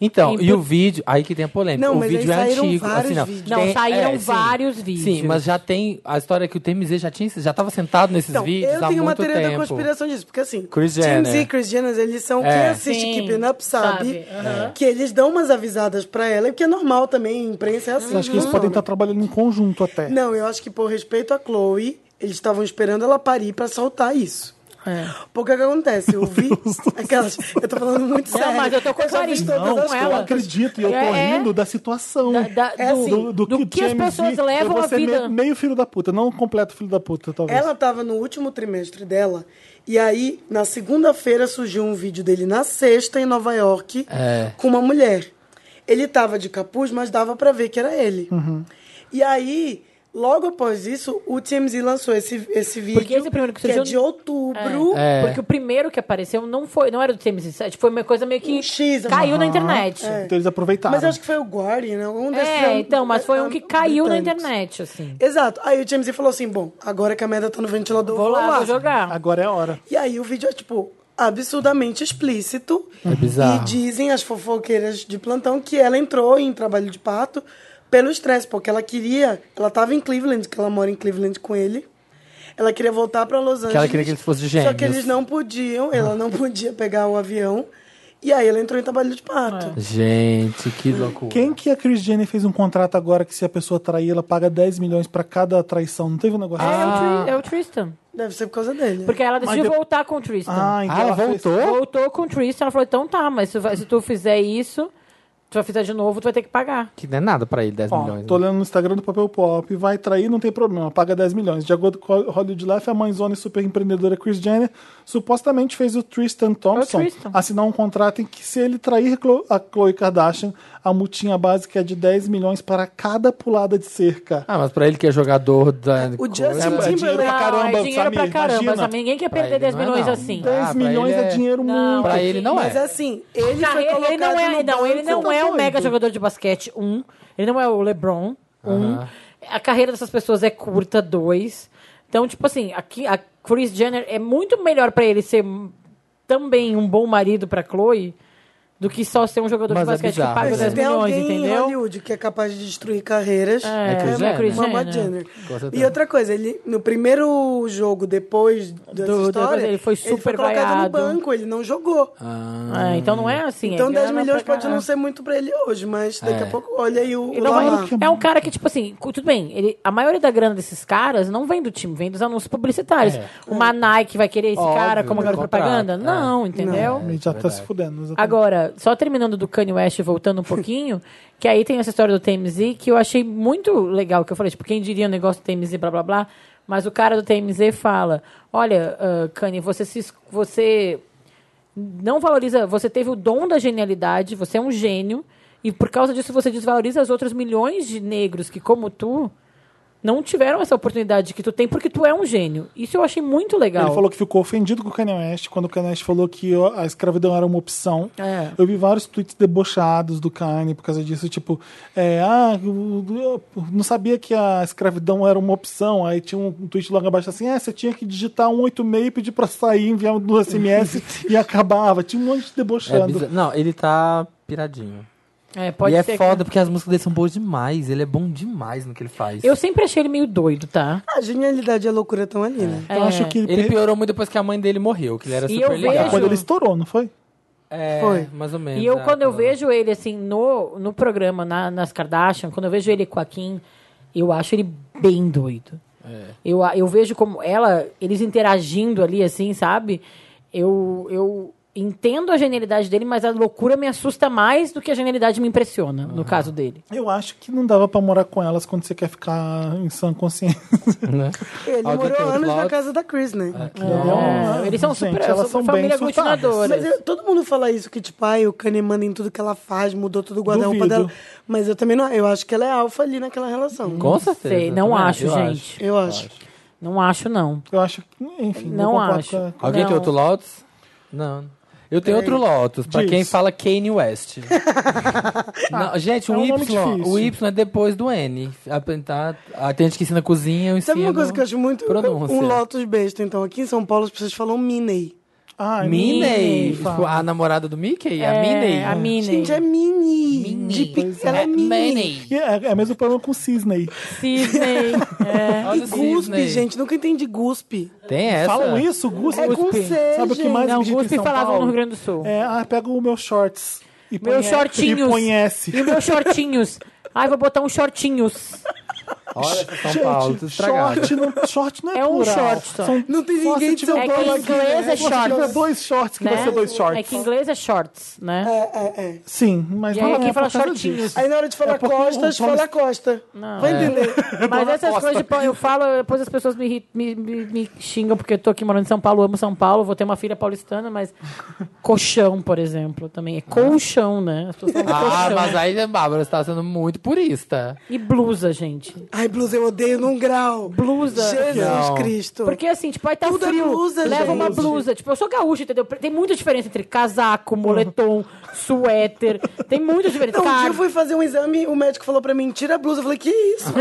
S3: Então,
S2: Tem
S3: e
S2: bu-
S3: o vídeo, aí que tem a polêmica.
S4: Não,
S3: o
S4: mas
S3: vídeo
S4: aí
S3: é
S4: saíram
S3: antigo.
S4: vários
S3: assim, não.
S4: vídeos.
S2: Não,
S3: Tem-
S2: saíram
S3: é, sim.
S2: vários
S3: Sim,
S2: vídeos.
S3: mas já tem. A história é que o TMZ já tinha, já tava sentado nesses
S4: Então,
S3: vídeos
S4: eu
S3: há
S4: tenho uma
S3: muito
S4: teoria da
S3: tempo.
S4: conspiração disso, porque assim,
S3: Kris
S4: James
S3: Jenner.
S4: e Chris Jenner, eles são
S3: É.
S4: quem assiste
S2: Sim,
S4: Keeping Up sabe,
S2: sabe, aham.
S4: que eles dão umas avisadas pra ela, porque é normal também, a imprensa é assim.
S1: Acho que eles
S4: funciona.
S1: podem tá estar trabalhando em conjunto até.
S4: Não, eu acho que por respeito a Chloe, eles estavam esperando ela parir pra soltar isso.
S2: É.
S4: Porque o que acontece? Eu vi aquelas. Eu tô falando muito
S2: Não,
S4: sério.
S2: mas eu tô
S4: fiz
S2: concordando
S4: todas
S2: com
S4: as
S1: Eu
S2: ela.
S4: contas.
S1: acredito e eu tô
S2: É.
S1: rindo da situação.
S2: Da- da-
S1: É
S2: do- do que as
S1: James
S2: pessoas
S1: Lee-
S2: levam
S1: eu vou
S2: a
S1: ser me-
S2: vida.
S1: Meio, filho da puta, não completo filho da puta, talvez.
S4: Ela tava no último trimestre dela. E aí, na segunda-feira, surgiu um vídeo dele na sexta, em Nova York,
S3: É.
S4: com uma mulher. Ele tava de capuz, mas dava pra ver que era ele. E aí, Logo após isso, o TMZ lançou esse, esse vídeo.
S2: Porque esse primeiro que
S4: é
S2: surgiu-
S4: de outubro.
S3: É.
S2: Porque o primeiro que apareceu não foi, não era do TMZ7, foi uma coisa meio que
S4: Um X,
S2: caiu na
S4: aham.
S2: internet. É,
S1: Então eles
S3: Tá.
S1: aproveitaram.
S4: Mas eu acho que foi o Guardian, né? Um desses.
S2: então, mas foi um que caiu na
S4: britânicos.
S2: internet, assim.
S4: Exato. Aí o TMZ falou assim: bom, agora que a merda tá no ventilador,
S2: Vou lá, vou jogar.
S1: Agora é a hora.
S4: E aí o vídeo é, tipo, absurdamente explícito.
S3: É bizarro.
S4: E dizem as fofoqueiras de plantão que ela entrou em trabalho de parto pelo estresse, porque ela queria. Ela tava em Cleveland, que ela mora em Cleveland com ele. Ela queria voltar pra Los Angeles.
S3: ela queria que eles fossem gêmeos. Ah.
S4: Só que eles não podiam, ela não podia pegar o avião. E aí ela entrou em trabalho de parto.
S2: É.
S3: Gente, que loucura.
S1: Quem que a Kris Jenner fez um contrato agora que se a pessoa trair, ela paga 10 milhões pra cada traição? Não teve um negócio
S2: É,
S1: assim?
S2: o Tri- é o Tristan.
S4: Deve ser por causa dele. né?
S2: Porque ela decidiu
S1: de-
S2: voltar com o Tristan.
S1: Ah, então
S3: Ah,
S1: ela fez-
S3: voltou?
S2: é, Voltou com o Tristan, ela falou, então tá, mas se, vai- se tu fizer isso, tu vai fizer de novo, tu vai ter que pagar.
S3: Que não é nada pra ele, 10
S1: Ó,
S3: milhões.
S1: tô
S3: né?
S1: lendo no Instagram do Papel Pop, vai trair, não tem problema, paga 10 milhões. De acordo com a Hollywood Life, a mãezona e super empreendedora Kris Jenner supostamente fez o Tristan Thompson
S2: É o Tristan.
S1: assinar um contrato em que se ele trair Clo- a Khloe Kardashian, a multinha básica é de 10 milhões para cada pulada de cerca.
S3: Ah, mas pra ele que é jogador da.
S4: O
S3: coisa-
S4: Justin
S1: É dinheiro
S4: Timberlake.
S1: pra caramba,
S2: é dinheiro
S1: Samir,
S2: pra caramba,
S1: imagina.
S2: Samir. Ninguém quer
S3: Pra
S2: perder
S3: ele
S2: 10
S3: não é,
S2: milhões
S3: não.
S2: assim.
S3: Ah,
S1: 10
S3: pra
S1: milhões
S3: ele
S1: é...
S3: é-
S1: dinheiro
S2: Não.
S1: muito.
S3: Pra ele não é.
S4: Mas assim, ele
S2: Não,
S4: foi
S2: ele,
S4: colocado
S2: ele não é,
S4: no
S2: não, ele
S4: banco.
S2: não é um mega jogador de basquete, um. Ele não é o LeBron, um.
S3: Aham.
S2: A carreira dessas pessoas é curta, dois. Então, tipo assim, aqui, a Chris Jenner é muito melhor pra ele ser m- também um bom marido pra Chloe do que só ser um jogador
S3: Mas
S2: de
S3: é
S2: basquete
S3: bizarro,
S2: que paga
S3: né?
S2: 10
S4: Se tem
S2: milhões,
S4: alguém em
S2: entendeu?
S4: Hollywood que é capaz de destruir carreiras,
S2: É,
S3: É Kris
S2: não
S3: Jenner?
S2: Kris
S4: Mama
S2: Jenner.
S4: Jenner.
S3: Com certeza.
S4: E outra coisa, ele no primeiro jogo depois dessa
S2: Do- do-
S4: história,
S2: ele foi super
S4: colocado
S2: vaiado.
S4: no banco, ele não jogou.
S3: Ah,
S2: Ah, então não é assim.
S4: então
S2: é
S4: 10
S2: grana
S4: milhões
S2: pra
S4: pode não
S2: caralho.
S4: ser muito pra ele hoje, mas
S3: É.
S4: daqui a pouco olha aí o,
S2: Ele
S4: o
S2: não
S4: Lamar.
S2: vai- é um cara que, tipo assim, cu- tudo bem, ele, a maioria da grana desses caras não vem do time, vem dos anúncios publicitários.
S3: É.
S2: Uma Nike vai querer esse
S3: Óbvio,
S2: cara como
S3: no
S2: garoto de
S3: contrato,
S2: propaganda?
S3: é.
S2: Não, entendeu?
S1: Ele já tá se fudendo. exatamente.
S2: Agora, só terminando do Kanye West, e voltando um pouquinho, que aí tem essa história do TMZ que eu achei muito legal, que eu falei, tipo, quem diria o negócio do TMZ, blá, blá, blá, mas o cara do TMZ fala, olha, ah, Kanye, você se... es- Você não valoriza... Você teve o dom da genialidade, você é um gênio, e por causa disso você desvaloriza os outros milhões de negros que, como tu... Não tiveram essa oportunidade que tu tem porque tu é um gênio. Isso eu achei muito legal.
S1: Ele falou que ficou ofendido com o Kanye West quando o Kanye West falou que ó, a escravidão era uma opção.
S2: É.
S1: Eu vi vários tweets debochados do Kanye por causa disso, tipo, é, ah, eu- eu não sabia que a escravidão era uma opção. Aí tinha um tweet logo abaixo assim, é, você tinha que digitar 186 e pedir pra sair, enviar um do SMS e acabava. Tinha um monte de
S3: é
S1: debochando.
S3: bizarro. Não, ele tá piradinho.
S2: É, pode
S3: e é
S2: ser que-
S3: foda porque as músicas dele são boas demais. Ele é bom demais no que ele faz.
S2: Eu sempre achei ele meio doido, tá?
S4: A genialidade e a loucura estão ali, né?
S1: Eu
S2: É.
S1: acho que ele,
S3: Ele piorou muito depois que a mãe dele morreu, que ele era
S2: E eu
S3: super
S2: vejo-
S3: ligado.
S1: quando ele estourou, não foi?
S3: É,
S4: Foi.
S3: mais ou menos.
S2: E eu,
S3: é,
S2: quando eu
S3: pelo-
S2: vejo ele, assim, no, no programa, na- nas Kardashian, quando eu vejo ele com a Kim, eu acho ele bem doido.
S3: É.
S2: Eu, a- eu vejo como ela, eles interagindo ali, assim, sabe? Eu, eu entendo a genialidade dele, mas a loucura me assusta mais do que a genialidade me impressiona,
S3: Ah.
S2: no caso dele.
S1: Eu acho que não dava pra morar com elas quando você quer ficar em sã consciência.
S3: Né?
S4: Ele
S3: Alguém
S4: morou
S3: tem outro
S4: anos na
S3: lado?
S4: casa da Chris, né?
S1: Não,
S2: É, eles são
S1: gente,
S2: super,
S1: elas
S2: são
S1: são
S2: uma
S1: bem
S2: família
S1: surtadas.
S2: aglutinadora.
S4: Mas eu- todo mundo fala isso, que tipo, ai, o Kanye manda em tudo que ela faz, mudou todo o guarda-roupa
S1: Duvido.
S4: dela. Mas eu também não, eu acho que ela é alfa ali naquela relação.
S3: Com certeza.
S2: Sei, não
S3: também
S2: acho,
S3: eu
S2: gente.
S4: Eu acho.
S2: Não acho, não.
S1: Eu acho que, enfim,
S2: Não
S1: concordo
S2: acho.
S1: com a-
S3: Alguém
S2: Não.
S3: tem outro Lotus? Não. Eu
S4: É.
S3: tenho outro Lotus, pra
S1: Diz.
S3: quem fala Kanye West. Não, gente,
S1: é
S3: o,
S1: um nome
S3: y,
S1: difícil.
S3: o Y é depois do N. Apresentar, ah, tem gente que ensina cozinha, eu ensino...
S4: Sabe uma coisa que eu acho muito?
S3: pronúncia.
S4: Um Lotus besta, então. Aqui em São Paulo as pessoas falam Miney.
S1: Ah,
S3: Minnie,
S1: Minnie,
S3: tipo, a namorada do Mickey, a
S2: É,
S3: Minnie.
S2: A Minnie.
S4: Gente, é mini. De
S1: Pois
S4: pe- Ela é mini.
S1: E É, é o mesmo problema com o Cisney.
S2: Sidney. é.
S3: Olha assim, o
S4: E guspe,
S3: Disney.
S4: gente. Nunca entendi guspe.
S3: Tem essa?
S1: Falam isso, Guspe?
S4: É com C,
S1: Sabe o que
S4: gente.
S1: mais
S2: Não,
S1: me irrita em
S2: Guspe
S1: São
S2: falavam
S1: Paulo?
S2: no Rio Grande do Sul.
S1: É, ah, pega o meu shorts. E
S2: Meus
S1: põe-
S2: shortinhos.
S1: E põe S.
S2: E meus shortinhos. Ai, vou botar uns shortinhos.
S3: Olha essa São
S1: Gente,
S3: Paulo, tudo estragado.
S1: short não, short não é
S2: É um
S1: plural.
S2: short só.
S1: São-
S4: Não tem
S1: Só
S4: ninguém
S1: se
S4: de
S1: tiver um
S4: São
S2: É que
S4: Paulo
S2: em
S4: aqui.
S2: inglês
S4: né?
S2: é
S1: Se tiver
S2: shorts.
S1: dois shorts, que vai
S2: né?
S1: ser dois shorts.
S2: É que em inglês é shorts, né?
S4: É, é, é.
S1: Sim, mas
S2: E
S1: não
S2: aí
S1: é
S2: aqui
S1: por
S2: fala
S1: causa
S2: shortinhos.
S1: disso.
S4: Aí na hora de falar
S1: É porque
S4: costas,
S1: o Thomas-
S4: fala costa.
S2: Não.
S4: Vai entender.
S2: Mas essas coisas, tipo, eu falo, depois as pessoas me, irri- me, me, me xingam, porque eu tô aqui morando em São Paulo, amo São Paulo, vou ter uma filha paulistana, mas colchão, por exemplo, também. É colchão, né? As pessoas falam
S3: Ah,
S2: colchão.
S4: Ah.
S3: mas aí, Bárbara, você tá sendo muito purista.
S2: E blusa, gente.
S4: Ai, Ai, blusa eu odeio num grau.
S2: Blusa.
S4: Jesus
S3: Não.
S4: Cristo.
S2: Porque assim, tipo, aí tá
S4: Tudo é
S2: frio,
S4: blusa,
S2: leva
S4: gente.
S2: uma blusa. Tipo, eu sou gaúcha, entendeu? Tem muita diferença entre casaco, moletom, suéter. Tem muita diferença.
S4: Não, um dia
S2: Car-
S4: eu fui fazer um exame, o médico falou pra mim, tira a blusa. Eu falei, que isso?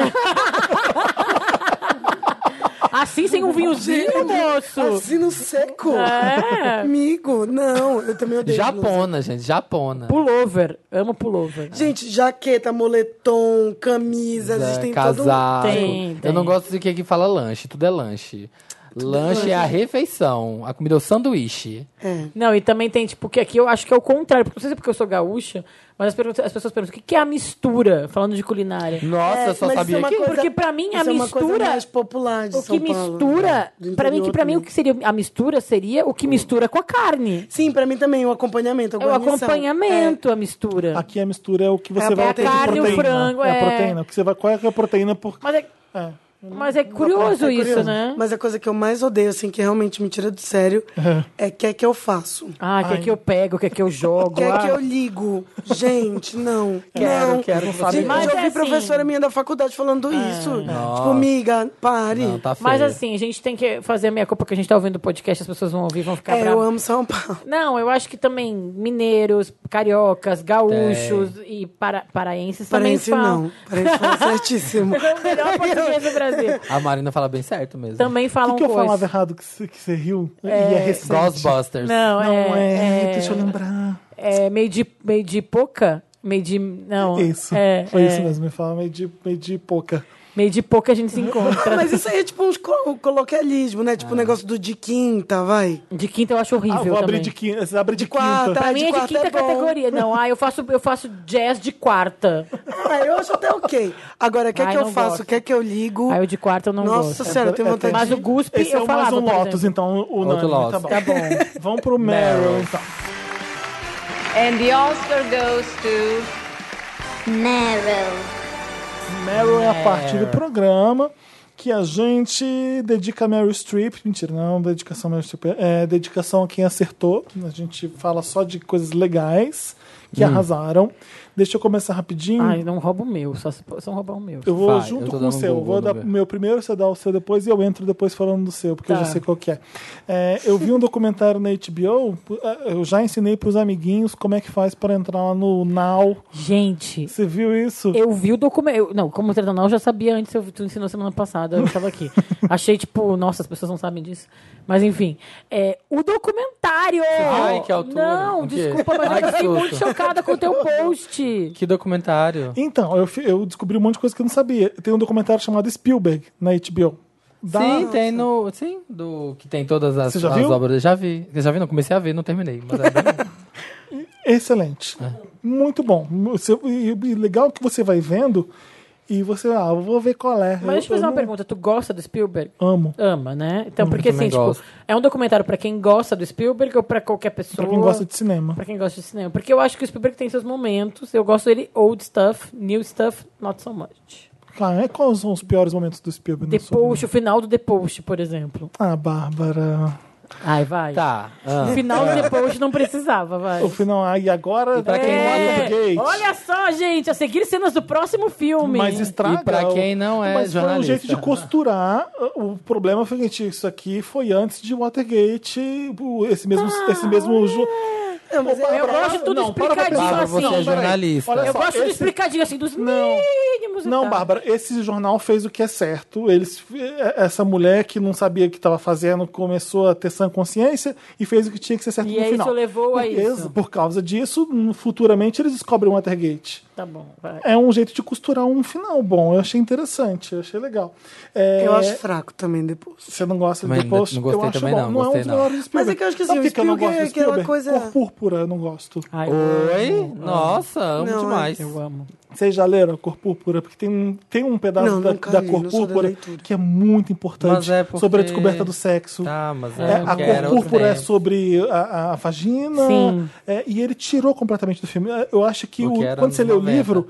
S2: Assim sem um vinhozinho, moço.
S4: Assim no seco.
S2: É.
S4: Amigo, não, eu também odeio blusa.
S3: Japona, gente, Japona.
S2: Pullover. Amo pullover.
S4: Gente, jaqueta, moletom, camisa,
S3: É,
S4: existem todo um
S3: casaco.
S2: Tem, tem.
S3: Eu não gosto de que aqui fala lanche, tudo é lanche. lanche é a refeição, a comida é o sanduíche.
S4: um... É.
S2: Não, e também tem, tipo, que aqui eu acho que é o contrário. Porque não sei se é porque eu sou gaúcha, mas as, perguntas- as pessoas perguntam o que, que é a mistura, falando de culinária.
S3: Nossa,
S4: É,
S3: eu só
S4: mas isso
S3: sabia
S4: é uma
S3: que...
S4: coisa-
S2: Porque pra mim, a
S4: isso é uma coisa
S2: mistura-
S4: mais popular de
S2: O
S4: São
S2: que
S4: Paulo,
S2: mistura,
S4: né? Do
S2: pra mim,
S4: interior
S2: que pra mim o
S4: também.
S2: que seria a mistura seria o que mistura com a carne.
S4: Sim, É. pra mim também, o acompanhamento, a
S2: É o
S4: guarnição.
S2: acompanhamento, a mistura.
S1: Aqui a mistura é o que você
S4: a
S1: vai
S4: proteína.
S1: ter de
S4: Carne, o
S1: proteína.
S2: frango,
S1: é a
S2: é.
S1: proteína. O que você vai, qual é a proteína por.
S2: Mas é,
S1: É.
S2: mas é curioso
S4: É
S2: isso,
S4: curioso.
S2: né?
S4: Mas a coisa que eu mais odeio, assim, que realmente me tira do sério, é que é que eu faço.
S2: Ah, o que é que eu pego, o que é que eu jogo?
S4: Quer que
S2: ah.
S4: eu ligo? Gente, não.
S3: Quero,
S4: não.
S3: quero, não sabe
S4: Gente,
S2: não.
S4: eu já
S2: Mas é
S4: ouvi
S2: assim. Ah,
S4: professora minha da faculdade falando isso. Tipo, miga, pare.
S3: Não, tá feio.
S2: Mas assim, a gente tem que fazer a minha culpa que a gente tá ouvindo o podcast, as pessoas vão ouvir, vão ficar
S4: é, eu
S2: bravas.
S4: amo São Paulo.
S2: Não, eu acho que também mineiros, cariocas, gaúchos e para, paraenses
S4: Paraense
S2: também falam.
S4: não. Paraense fala certíssimo.
S2: É o melhor português do Brasil.
S3: A Marina fala bem certo mesmo.
S2: Também
S1: O que,
S2: falam
S1: que eu
S2: coisas.
S1: falava errado que você, que você riu? E é recente.
S3: Ghostbusters.
S2: Não,
S1: Não é,
S2: é,
S1: deixa eu lembrar.
S2: É meio de, meio de pouca? Meio de. Não.
S1: Isso.
S2: É,
S1: Foi
S2: é.
S1: isso mesmo. Me fala meio de, meio de pouca.
S2: Meio de pouca a gente se encontra.
S4: Mas isso aí é tipo uns co- coloquialismo, né? Tipo o negócio do de quinta, vai.
S2: De quinta eu acho horrível.
S1: Ah, vou abrir
S2: também.
S1: de quinta. Você abre de,
S4: quarta.
S1: quinta.
S2: Pra
S4: Ah,
S2: mim
S4: de
S2: é de
S4: quarta
S2: quinta
S4: é bom.
S2: categoria. Não, ah, eu faço, eu faço jazz de quarta.
S4: Ah, eu acho até ok. Agora, quer
S2: Ai,
S4: que eu
S2: não
S4: faço?
S2: gosto.
S4: Quer que eu ligo?
S2: Aí o de quarta eu não
S4: Nossa
S2: gosto.
S4: senhora, eu tenho vontade
S2: Mas
S4: de...
S2: o Guspe
S1: É, Esse
S2: eu
S1: é o mais
S2: falava.
S1: um
S2: por
S1: Lotus,
S2: exemplo.
S1: então. O unânime,
S3: Lotus.
S1: Tá bom.
S3: Tá
S1: Vamos pro Meryl, então.
S6: And the Oscar goes to
S7: Meryl.
S1: Meryl é a parte do programa que a gente dedica a Meryl Streep. Mentira, não, é dedicação a Meryl Streep. É dedicação a quem acertou. A gente fala só de coisas legais que arrasaram. Deixa eu começar rapidinho.
S2: Ai, não rouba o meu, só se só roubar o meu.
S1: Eu vou
S3: Vai, eu
S1: junto
S3: tô
S1: com
S3: dando um
S1: o seu.
S3: Google,
S1: vou
S3: vamos
S1: dar
S3: ver.
S1: o meu primeiro, você dá o seu depois e eu entro depois falando do seu, porque eu
S2: Tá.
S1: já sei qual que é. É, Eu vi um documentário na HBO, eu já ensinei pros amiguinhos como é que faz para entrar lá no Now.
S2: Gente,
S1: Você viu isso?
S2: eu vi o documento. eu- Não, como tratando, eu já sabia antes, eu, tu ensinou semana passada, eu tava aqui. Achei, tipo, nossa, as pessoas não sabem disso. Mas enfim, é, o documentário!
S3: Ai, que altura.
S2: Não,
S3: O quê?
S2: desculpa, mas
S3: Ai,
S2: eu
S3: que
S2: fiquei
S3: susto.
S2: muito chocada com o teu post.
S3: Que documentário.
S1: Então, eu, fi- eu descobri um monte de coisa que eu não sabia. Tem um documentário chamado Spielberg na HBO. Da-
S3: Sim, tem no. Sim, do que tem todas as,
S1: Você já
S3: as
S1: viu?
S3: obras. Já vi. Já vi, não. Comecei a ver, não terminei. Mas é bem-
S1: Excelente.
S3: É.
S1: Muito bom. Você- E e legal que você vai vendo e você, ah, eu vou ver qual é.
S2: Mas deixa eu fazer
S1: eu
S2: uma
S1: não
S2: pergunta, tu gosta do Spielberg?
S1: Amo.
S2: Ama, né? Então, porque
S3: também
S2: assim, tipo,
S3: gosto.
S2: é um documentário pra quem gosta do Spielberg ou pra qualquer pessoa?
S1: Pra quem gosta de cinema.
S2: Pra quem gosta de cinema. Porque eu acho que o Spielberg tem seus momentos. Eu gosto dele old stuff, new stuff, not so much.
S1: Ah, é quais são os piores momentos do Spielberg? na
S2: The
S1: sua vida?
S2: Post, o final do The Post, por exemplo.
S1: Ah, Bárbara.
S2: Ai, vai.
S3: Tá. ah.
S2: O final do The Post não precisava, vai.
S1: O final, ah, e agora.
S3: E pra quem
S1: é...
S3: gosta
S1: Gate.
S2: Olha só, gente, a seguir cenas do próximo filme.
S1: Mas estraga.
S3: E pra
S1: o-
S3: quem não é
S1: Mas foi um
S3: jornalista.
S1: jeito de costurar. O problema foi que isso aqui foi antes de Watergate, o- esse mesmo, esse mesmo ju-
S4: Não, mas é-
S2: Ah! Eu gosto de tudo
S1: Não, para pra
S2: explicadinho
S1: pensar.
S3: Bárbara,
S2: assim.
S3: você é
S1: peraí.
S3: jornalista.
S1: Olha
S2: Eu
S1: só,
S2: gosto de
S1: esse-
S2: explicadinho assim, dos
S1: Não.
S2: mínimos. e
S1: Não,
S2: tal.
S1: Bárbara, esse jornal fez o que é certo. Eles, é, essa mulher que não sabia o que estava fazendo começou a ter sã consciência e fez o que tinha que ser certo
S2: E
S1: no
S2: é isso
S1: final.
S2: levou a
S1: Ex-
S2: isso.
S1: Por causa disso, futuramente eles descobrem o Watergate.
S2: Tá bom, vai.
S1: É um jeito de costurar um final bom. Eu achei interessante, eu achei legal. É,
S4: Eu acho fraco também depois.
S1: Você não gosta
S3: Também
S1: de post?
S3: não gostei
S1: eu acho
S3: também
S1: bom.
S3: não,
S1: é um
S3: gostei
S1: dos
S3: não.
S1: melhores do Spielberg.
S4: Mas é que eu acho que,
S1: Sabe
S4: assim,
S1: por
S4: o
S1: eu não
S4: Spielberg
S1: gosto
S4: é
S1: do
S4: aquela
S1: Spielberg? Cor
S4: coisa-
S1: púrpura, eu não gosto.
S2: Ai,
S3: Oi? Nossa, amo
S4: Não,
S3: demais.
S2: Eu amo.
S1: Vocês já leram a cor púrpura? Porque tem um, tem um pedaço
S4: Não,
S1: da,
S4: nunca
S1: da
S4: li,
S1: cor
S4: não sou da
S1: púrpura
S4: leitura.
S1: que é muito importante
S3: Mas é porque-
S1: sobre a descoberta do sexo.
S3: Tá, mas
S1: É,
S3: é,
S1: a
S3: porque era
S1: cor
S3: outro
S1: púrpura é
S3: tempo.
S1: sobre a, a vagina.
S2: Sim.
S1: É, e ele tirou completamente do filme. Eu acho que
S3: O que
S1: o-
S3: era
S1: quando você
S3: nos
S1: lê o
S3: 90.
S1: livro,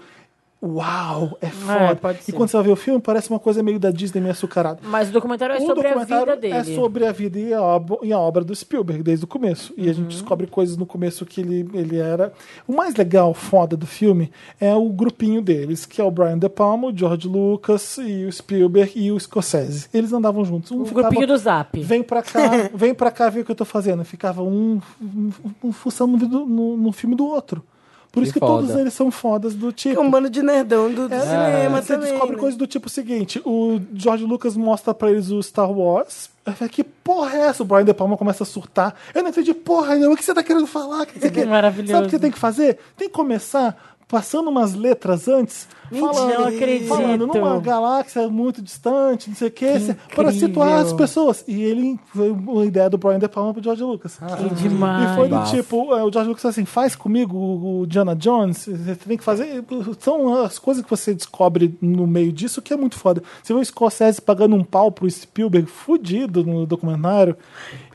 S1: uau,
S4: Ah,
S1: é foda.
S2: pode ser.
S1: e quando você vai ver o filme, parece uma coisa meio da Disney meio açucarada.
S2: Mas o documentário é
S1: o
S2: sobre a
S1: documentário
S2: vida dele.
S1: é sobre a vida e a, ob- e a obra do Spielberg desde o começo. E a
S2: Uhum.
S1: gente descobre coisas no começo que ele, ele era. O mais legal, foda do filme é o grupinho deles, que é o Brian De Palma, o George Lucas e o Spielberg e o Scorsese. Eles andavam juntos. Um
S2: O grupinho do Zap.
S1: Vem pra cá, vem pra cá ver o que eu tô fazendo. Ficava um, um, um fuçando no, vídeo- no- no filme do outro. Por isso
S3: Que
S1: que todos
S3: foda.
S1: eles são fodas do
S4: É
S1: tipo.
S4: um bando de nerdão do, do cinema
S1: É. Você
S4: também.
S1: descobre
S4: né?
S1: coisa do tipo seguinte: o George Lucas mostra pra eles o Star Wars. Aí fala, Que porra é essa? O Brian De Palma começa a surtar. Eu não entendi porra nenhuma. O que você tá querendo falar? O que
S4: É
S1: você quer?
S2: Maravilhoso.
S1: Sabe o que tem que fazer? Tem que começar passando umas letras antes.
S4: Mentira,
S1: falando,
S4: não acredito.
S1: falando numa galáxia muito distante, não sei o que, para situar as pessoas. E ele foi uma ideia do Brian De Palma pro George Lucas.
S2: Ah, Que demais.
S1: E foi do
S3: Bafo.
S1: tipo, é, o George Lucas falou assim, faz comigo o o Diana Jones, você tem que fazer. São as coisas que você descobre no meio disso que é muito foda. Você vê o Scorsese pagando um pau pro Spielberg fudido no documentário.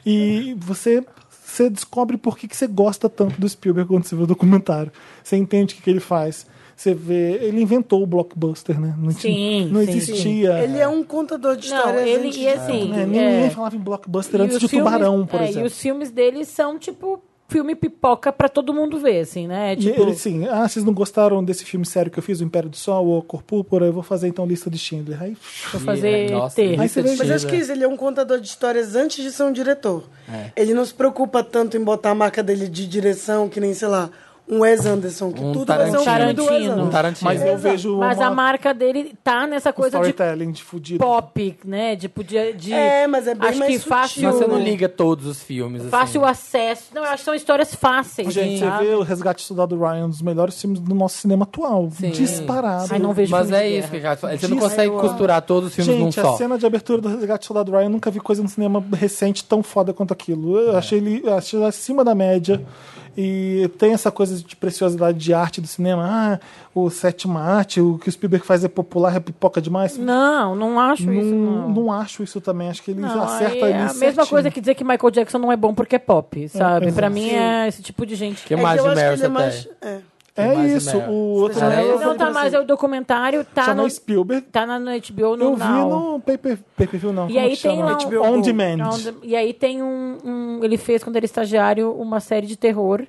S1: E você. Você descobre por que, que você gosta tanto do Spielberg quando você vê o documentário. Você entende o que, que ele faz. Você vê. Ele inventou o blockbuster, né? Não, tinha-
S2: Sim,
S1: não
S2: sim, sim.
S1: existia.
S4: Ele é um contador de
S2: Não,
S4: histórias.
S2: ele
S4: antes
S2: e
S4: de
S2: assim.
S4: tudo.
S1: né? Ninguém falava em blockbuster
S2: E
S1: antes
S2: os
S1: de
S2: filmes-
S1: Tubarão, por
S2: é,
S1: exemplo.
S2: E os filmes dele são, tipo, filme pipoca pra todo mundo ver, assim, né? É,
S1: E
S2: Tipo,
S1: ele, sim, ah, vocês não gostaram desse filme sério que eu fiz, O Império do Sol ou Cor Púrpura, eu vou fazer então lista de Schindler. Aí,
S2: Vou fazer
S3: Nossa,
S2: ET.
S1: Aí você vê-
S4: Mas acho que isso, ele é um contador de histórias antes de ser um diretor. Ele não se preocupa tanto em botar a marca dele de direção, que nem, sei lá, um Wes Anderson, que
S3: Um
S4: tudo vai ser um filme do Wes
S2: Tarantino.
S4: Anderson.
S3: Um Tarantino.
S1: mas eu vejo
S2: Mas
S1: uma,
S2: a marca dele tá nessa
S1: um
S2: coisa de
S1: storytelling de fudido.
S2: pop, né? Tipo, de. de
S4: É, mas é bem
S2: Acho
S4: mais
S2: que
S4: sutil.
S2: fácil.
S3: Mas você não liga todos os filmes, assim.
S2: Fácil acesso. Não, eu acho que são histórias fáceis.
S1: Gente, você
S2: sabe?
S1: vê o Resgate do Soldado Ryan, um dos melhores filmes do nosso cinema atual. Disparado.
S2: Ai, não vejo
S3: Mas
S2: filme
S3: é
S2: de
S3: isso que
S2: guerra.
S3: eu quero falar. Você não
S1: Disso-
S3: consegue costurar todos os filmes num
S1: Gente,
S3: só.
S1: a cena de abertura do Resgate do Soldado Ryan, eu nunca vi coisa no cinema recente tão foda quanto aquilo.
S3: É.
S1: Eu achei ele eu achei ele acima da média. E tem essa coisa de preciosidade de arte do cinema. Ah, o sétima arte, o que o Spielberg faz é popular, é pipoca demais.
S2: Não, não acho
S1: Não,
S2: isso. Não,
S1: não acho isso também. Acho que ele
S2: Não,
S1: acerta ali
S2: aí
S1: né?
S2: é a mesma
S1: certinho.
S2: coisa que dizer que Michael Jackson não é bom porque é pop, sabe?
S1: exato.
S2: pra mim é esse tipo de gente
S3: Que
S4: É que
S3: mais
S4: eu
S3: de
S4: acho que
S3: Meryl
S4: ele
S3: você
S4: é mais-
S3: tem?
S4: é.
S1: É
S3: Imagem
S1: isso.
S3: Meryl.
S1: O outro
S3: Já
S1: eu
S3: é isso?
S1: falei
S2: Não, tá
S1: pra
S2: mais,
S1: você.
S2: é o documentário, tá,
S1: Chama
S2: no,
S1: Spielberg.
S2: tá na, no HBO, no
S1: Eu vi
S2: Now.
S1: no pay-per- pay-per-view, não.
S2: E
S1: como
S2: aí
S1: que
S2: tem
S1: chama?
S2: lá um-
S1: On Demand.
S2: E aí tem um, um- Ele fez, quando era estagiário, uma série de terror.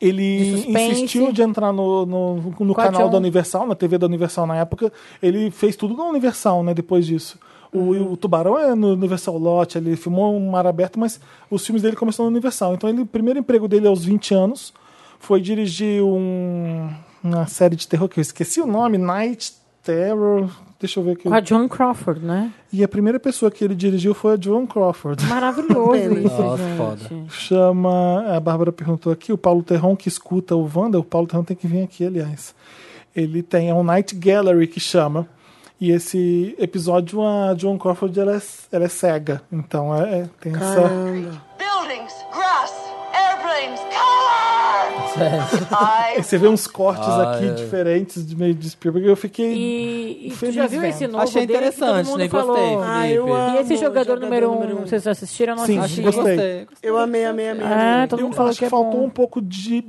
S1: Ele
S2: De suspense.
S1: insistiu de entrar no, no, no
S2: Quatro
S1: canal da
S2: um.
S1: Universal, na TV da Universal na época. Ele fez tudo na Universal, né? Depois disso. O,
S2: Uhum.
S1: o Tubarão é no Universal Lot, ele filmou um mar aberto, mas os filmes dele começaram no Universal. Então, ele, o primeiro emprego dele aos 20 anos foi dirigir um, uma série de terror que eu esqueci o nome, Night Terror. Deixa eu ver aqui.
S2: Com a Joan Crawford, né?
S1: E a primeira pessoa que ele dirigiu foi a Joan Crawford.
S2: Maravilhoso isso,
S3: Nossa,
S2: gente.
S3: foda.
S1: Chama. A Bárbara perguntou aqui, o Paulo Terron que escuta o Wanda, o Paulo Terron tem que vir aqui, aliás. Ele tem é um Night Gallery que chama. E esse episódio, a Joan Crawford, ela é, ela é cega. Então é, é- tem essa.
S8: Buildings, grass, airplanes, color! I
S1: Você vê uns cortes
S3: Ah,
S1: aqui
S3: é.
S1: diferentes de meio de Spielberg. Eu fiquei.
S2: E, e tu
S1: Feliz
S2: já viu
S1: vendo.
S2: esse novo
S3: é Achei
S2: dele que
S3: interessante,
S2: todo mundo
S3: né?
S2: falou?
S3: Gostei, Felipe.
S4: Ah, eu amo.
S2: E esse
S4: o
S2: jogador, número um,
S4: número um.
S2: vocês assistiram? Eu Não
S1: Sim,
S2: assisti.
S1: gostei.
S4: Eu amei, amei, amei.
S2: É, todo
S1: Eu
S2: mundo falou
S1: acho
S2: que
S1: que
S2: é
S1: faltou
S2: bom.
S1: um pouco de,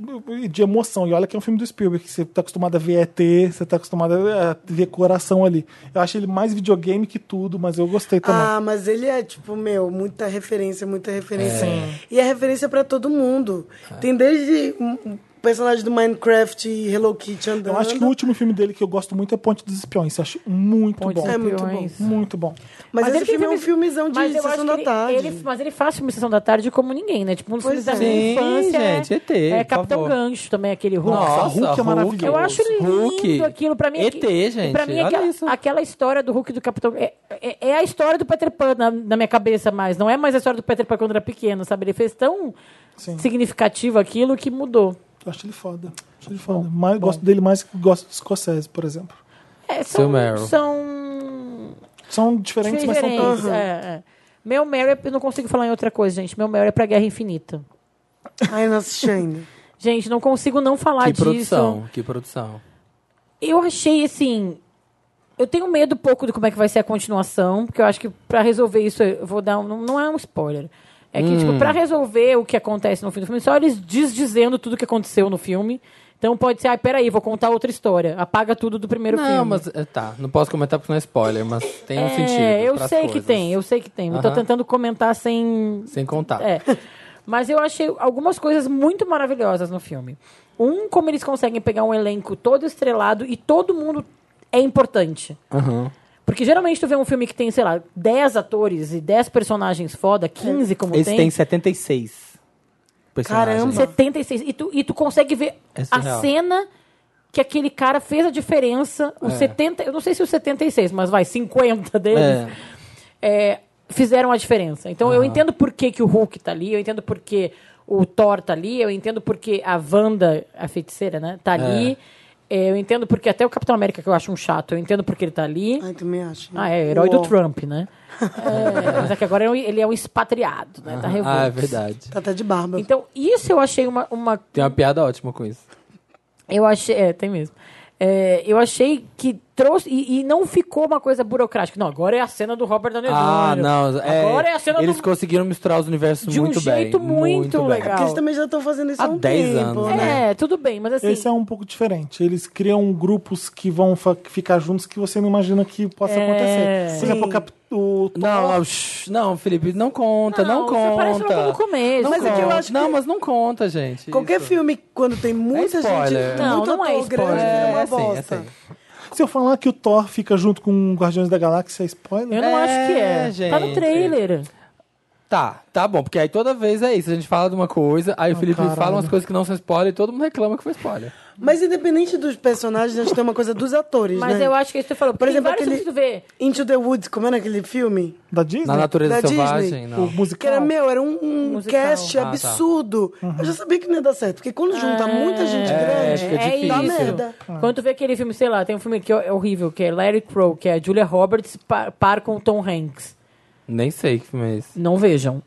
S1: de emoção. E olha que é um filme do Spielberg, que você tá acostumado a ver ET, você tá acostumado a ver coração ali. Eu achei ele mais videogame que tudo, mas eu gostei também.
S4: Ah, mas ele é, tipo, meu, muita referência, muita referência. E é referência pra todo mundo. Tem desde um um personagem do Minecraft e Hello Kitty andando.
S1: Eu acho que o úcho último filme dele que eu gosto muito é Ponte dos Espiões. Eu acho muito
S2: Ponte
S1: bom.
S2: dos
S4: É muito bom.
S2: Espiões.
S1: Muito bom.
S4: Mas, esse
S2: ele tem
S4: filme é um
S2: filmes-
S4: filmezão de
S2: mas eu acho
S4: sessão
S2: que
S4: da
S2: ele-
S4: tarde.
S2: ele- mas ele faz filme Sessão da Tarde como ninguém, né? Tipo, um dos
S4: Pois
S2: filmes da
S4: é.
S3: Sim,
S2: minha infância
S3: gente,
S2: é,
S3: ET,
S2: é
S3: por
S2: Capitão
S3: favor.
S2: Gancho também, aquele Hulk.
S1: Nossa, Hulk é maravilhoso.
S2: Eu acho lindo
S3: Hulk.
S2: aquilo. Pra mim,
S3: ET,
S2: aqui-
S3: gente,
S2: Pra mim, é
S3: olha
S2: aquela,
S3: isso.
S2: aquela história do Hulk e do Capitão... É, é, é a história do Peter Pan na, na minha cabeça mais. Não é mais a história do Peter Pan quando era pequeno, sabe? Ele fez tão
S1: Sim.
S2: significativo aquilo que mudou.
S1: Eu acho ele foda. Acho ele foda. Mas gosto dele mais que gosto do Scorsese, por exemplo.
S2: É,
S3: Seu
S2: são...
S3: Meryl.
S2: são
S1: São diferentes, mas são
S2: diferentes,
S1: todos.
S2: é, é. Meu Meryl, é- eu não consigo falar em outra coisa, gente. Meu Meryl é pra Guerra Infinita.
S4: Ai, não assisti ainda.
S2: Gente, não consigo não falar
S3: Que
S2: disso.
S3: produção, que produção.
S2: Eu achei assim. Eu tenho medo pouco de como é que vai ser a continuação, porque eu acho que pra resolver isso, eu vou dar um, não- não é um spoiler.
S3: Hum.
S2: É que, tipo, pra resolver o que acontece no fim do filme, só eles diz dizendo tudo o que aconteceu no filme. Então pode ser, ai, peraí, vou contar outra história. Apaga tudo do primeiro filme.
S3: Não, mas é, tá. Não posso comentar porque não é spoiler, mas tem um
S2: é,
S3: sentido.
S2: eu
S3: pras
S2: sei que
S3: coisas.
S2: tem, eu sei que tem. Eu tô
S3: Aham.
S2: tentando comentar sem.
S3: Sem contar.
S2: É. Mas eu achei algumas coisas muito maravilhosas no filme. Um, como eles conseguem pegar um elenco todo estrelado e todo mundo é importante.
S3: Aham.
S2: Porque geralmente tu vê um filme que tem, sei lá, 10 atores e 10 personagens foda, 15 como
S3: Eles
S2: tem.
S3: têm 76 personagens.
S4: Caramba.
S2: 76. E tu, e tu consegue ver
S3: É
S2: a
S3: surreal.
S2: cena que aquele cara fez a diferença.
S3: É.
S2: Os 70, eu não sei se os 76, mas vai, 50 deles. é, fizeram a diferença. Então eu entendo por que, que o Hulk tá ali, eu entendo por que o Thor tá ali, eu entendo por que a Wanda, a feiticeira, né, tá ali. É, Eu entendo porque até o Capitão América, que eu acho um chato, eu entendo porque ele tá ali.
S4: Ai, também acho.
S2: Ah, é, herói
S4: Uó.
S2: do Trump, né? É, mas é que agora é um- ele é um expatriado, né? Tá revolto.
S3: Ah, é verdade.
S4: Tá até de barba.
S2: Então, isso eu achei uma, uma
S3: Tem uma piada ótima com isso.
S2: eu achei. É, tem mesmo. É, eu achei que trouxe. E, e não ficou uma coisa burocrática. Não, agora é a cena do Robert Downey Jr.
S3: Ah, não. é,
S2: agora é a cena
S3: Eles
S2: do.
S3: conseguiram misturar os universos
S2: De um
S3: muito bem.
S2: jeito muito
S3: bem.
S2: legal.
S4: Porque eles também já estão fazendo isso
S3: Há
S4: há um
S3: 10
S4: tempo,
S3: anos,
S4: né?
S2: É, tudo bem, mas assim.
S1: Esse é um pouco diferente. Eles criam grupos que vão fa- ficar juntos que você não imagina que possa
S2: É,
S1: acontecer. Por exemplo, o cap- o Thor-
S3: Não, shh, não, Felipe, não conta, não,
S2: Não, você
S3: conta.
S2: aparece logo no começo.
S3: Não
S2: Mas é
S4: que eu
S3: conta.
S4: acho que-
S3: Não, mas não conta, gente.
S4: Qualquer
S3: Isso. É
S4: filme, quando tem muita
S3: spoiler.
S4: gente,
S2: Não,
S4: muito
S2: não é
S4: ator grande,
S2: spoiler.
S4: vira
S3: É,
S4: uma
S3: é sim, é
S4: bosta.
S3: sim.
S1: se eu falar que o Thor fica junto com o Guardiões da Galáxia, é spoiler?
S2: Eu não
S3: É,
S2: acho que é. Tá no
S3: gente.
S2: trailer.
S3: Tá, tá bom, porque aí toda vez é isso. A gente fala de uma coisa,
S2: Ah,
S3: aí o Felipe fala umas coisas que não são spoiler e todo mundo reclama que foi spoiler.
S4: Mas independente dos personagens, a gente tem uma coisa dos atores,
S2: Mas
S4: né?
S2: eu acho que é isso que tu falou. Por
S4: Por
S2: tem
S4: exemplo,
S2: vários
S4: aquele-
S2: filmes que tu vê.
S4: Into the Woods, como era aquele filme?
S1: Da Disney?
S3: Na natureza
S4: Da
S3: selvagem,
S4: Disney.
S1: O
S3: não.
S4: Que era,
S1: musical?
S4: meu, era um, um
S2: Musical.
S4: cast
S3: Ah, tá.
S4: absurdo. Eu já sabia que não ia dar certo, porque quando junta muita gente grande,
S3: fica
S2: É
S3: difícil.
S4: dá
S2: isso.
S4: merda.
S2: Quando tu vê aquele filme, sei lá, tem um filme que é horrível, que é Larry Crow, que é a Julia Roberts par, par com o Tom Hanks.
S3: Nem sei que filme é esse.
S2: Não vejam.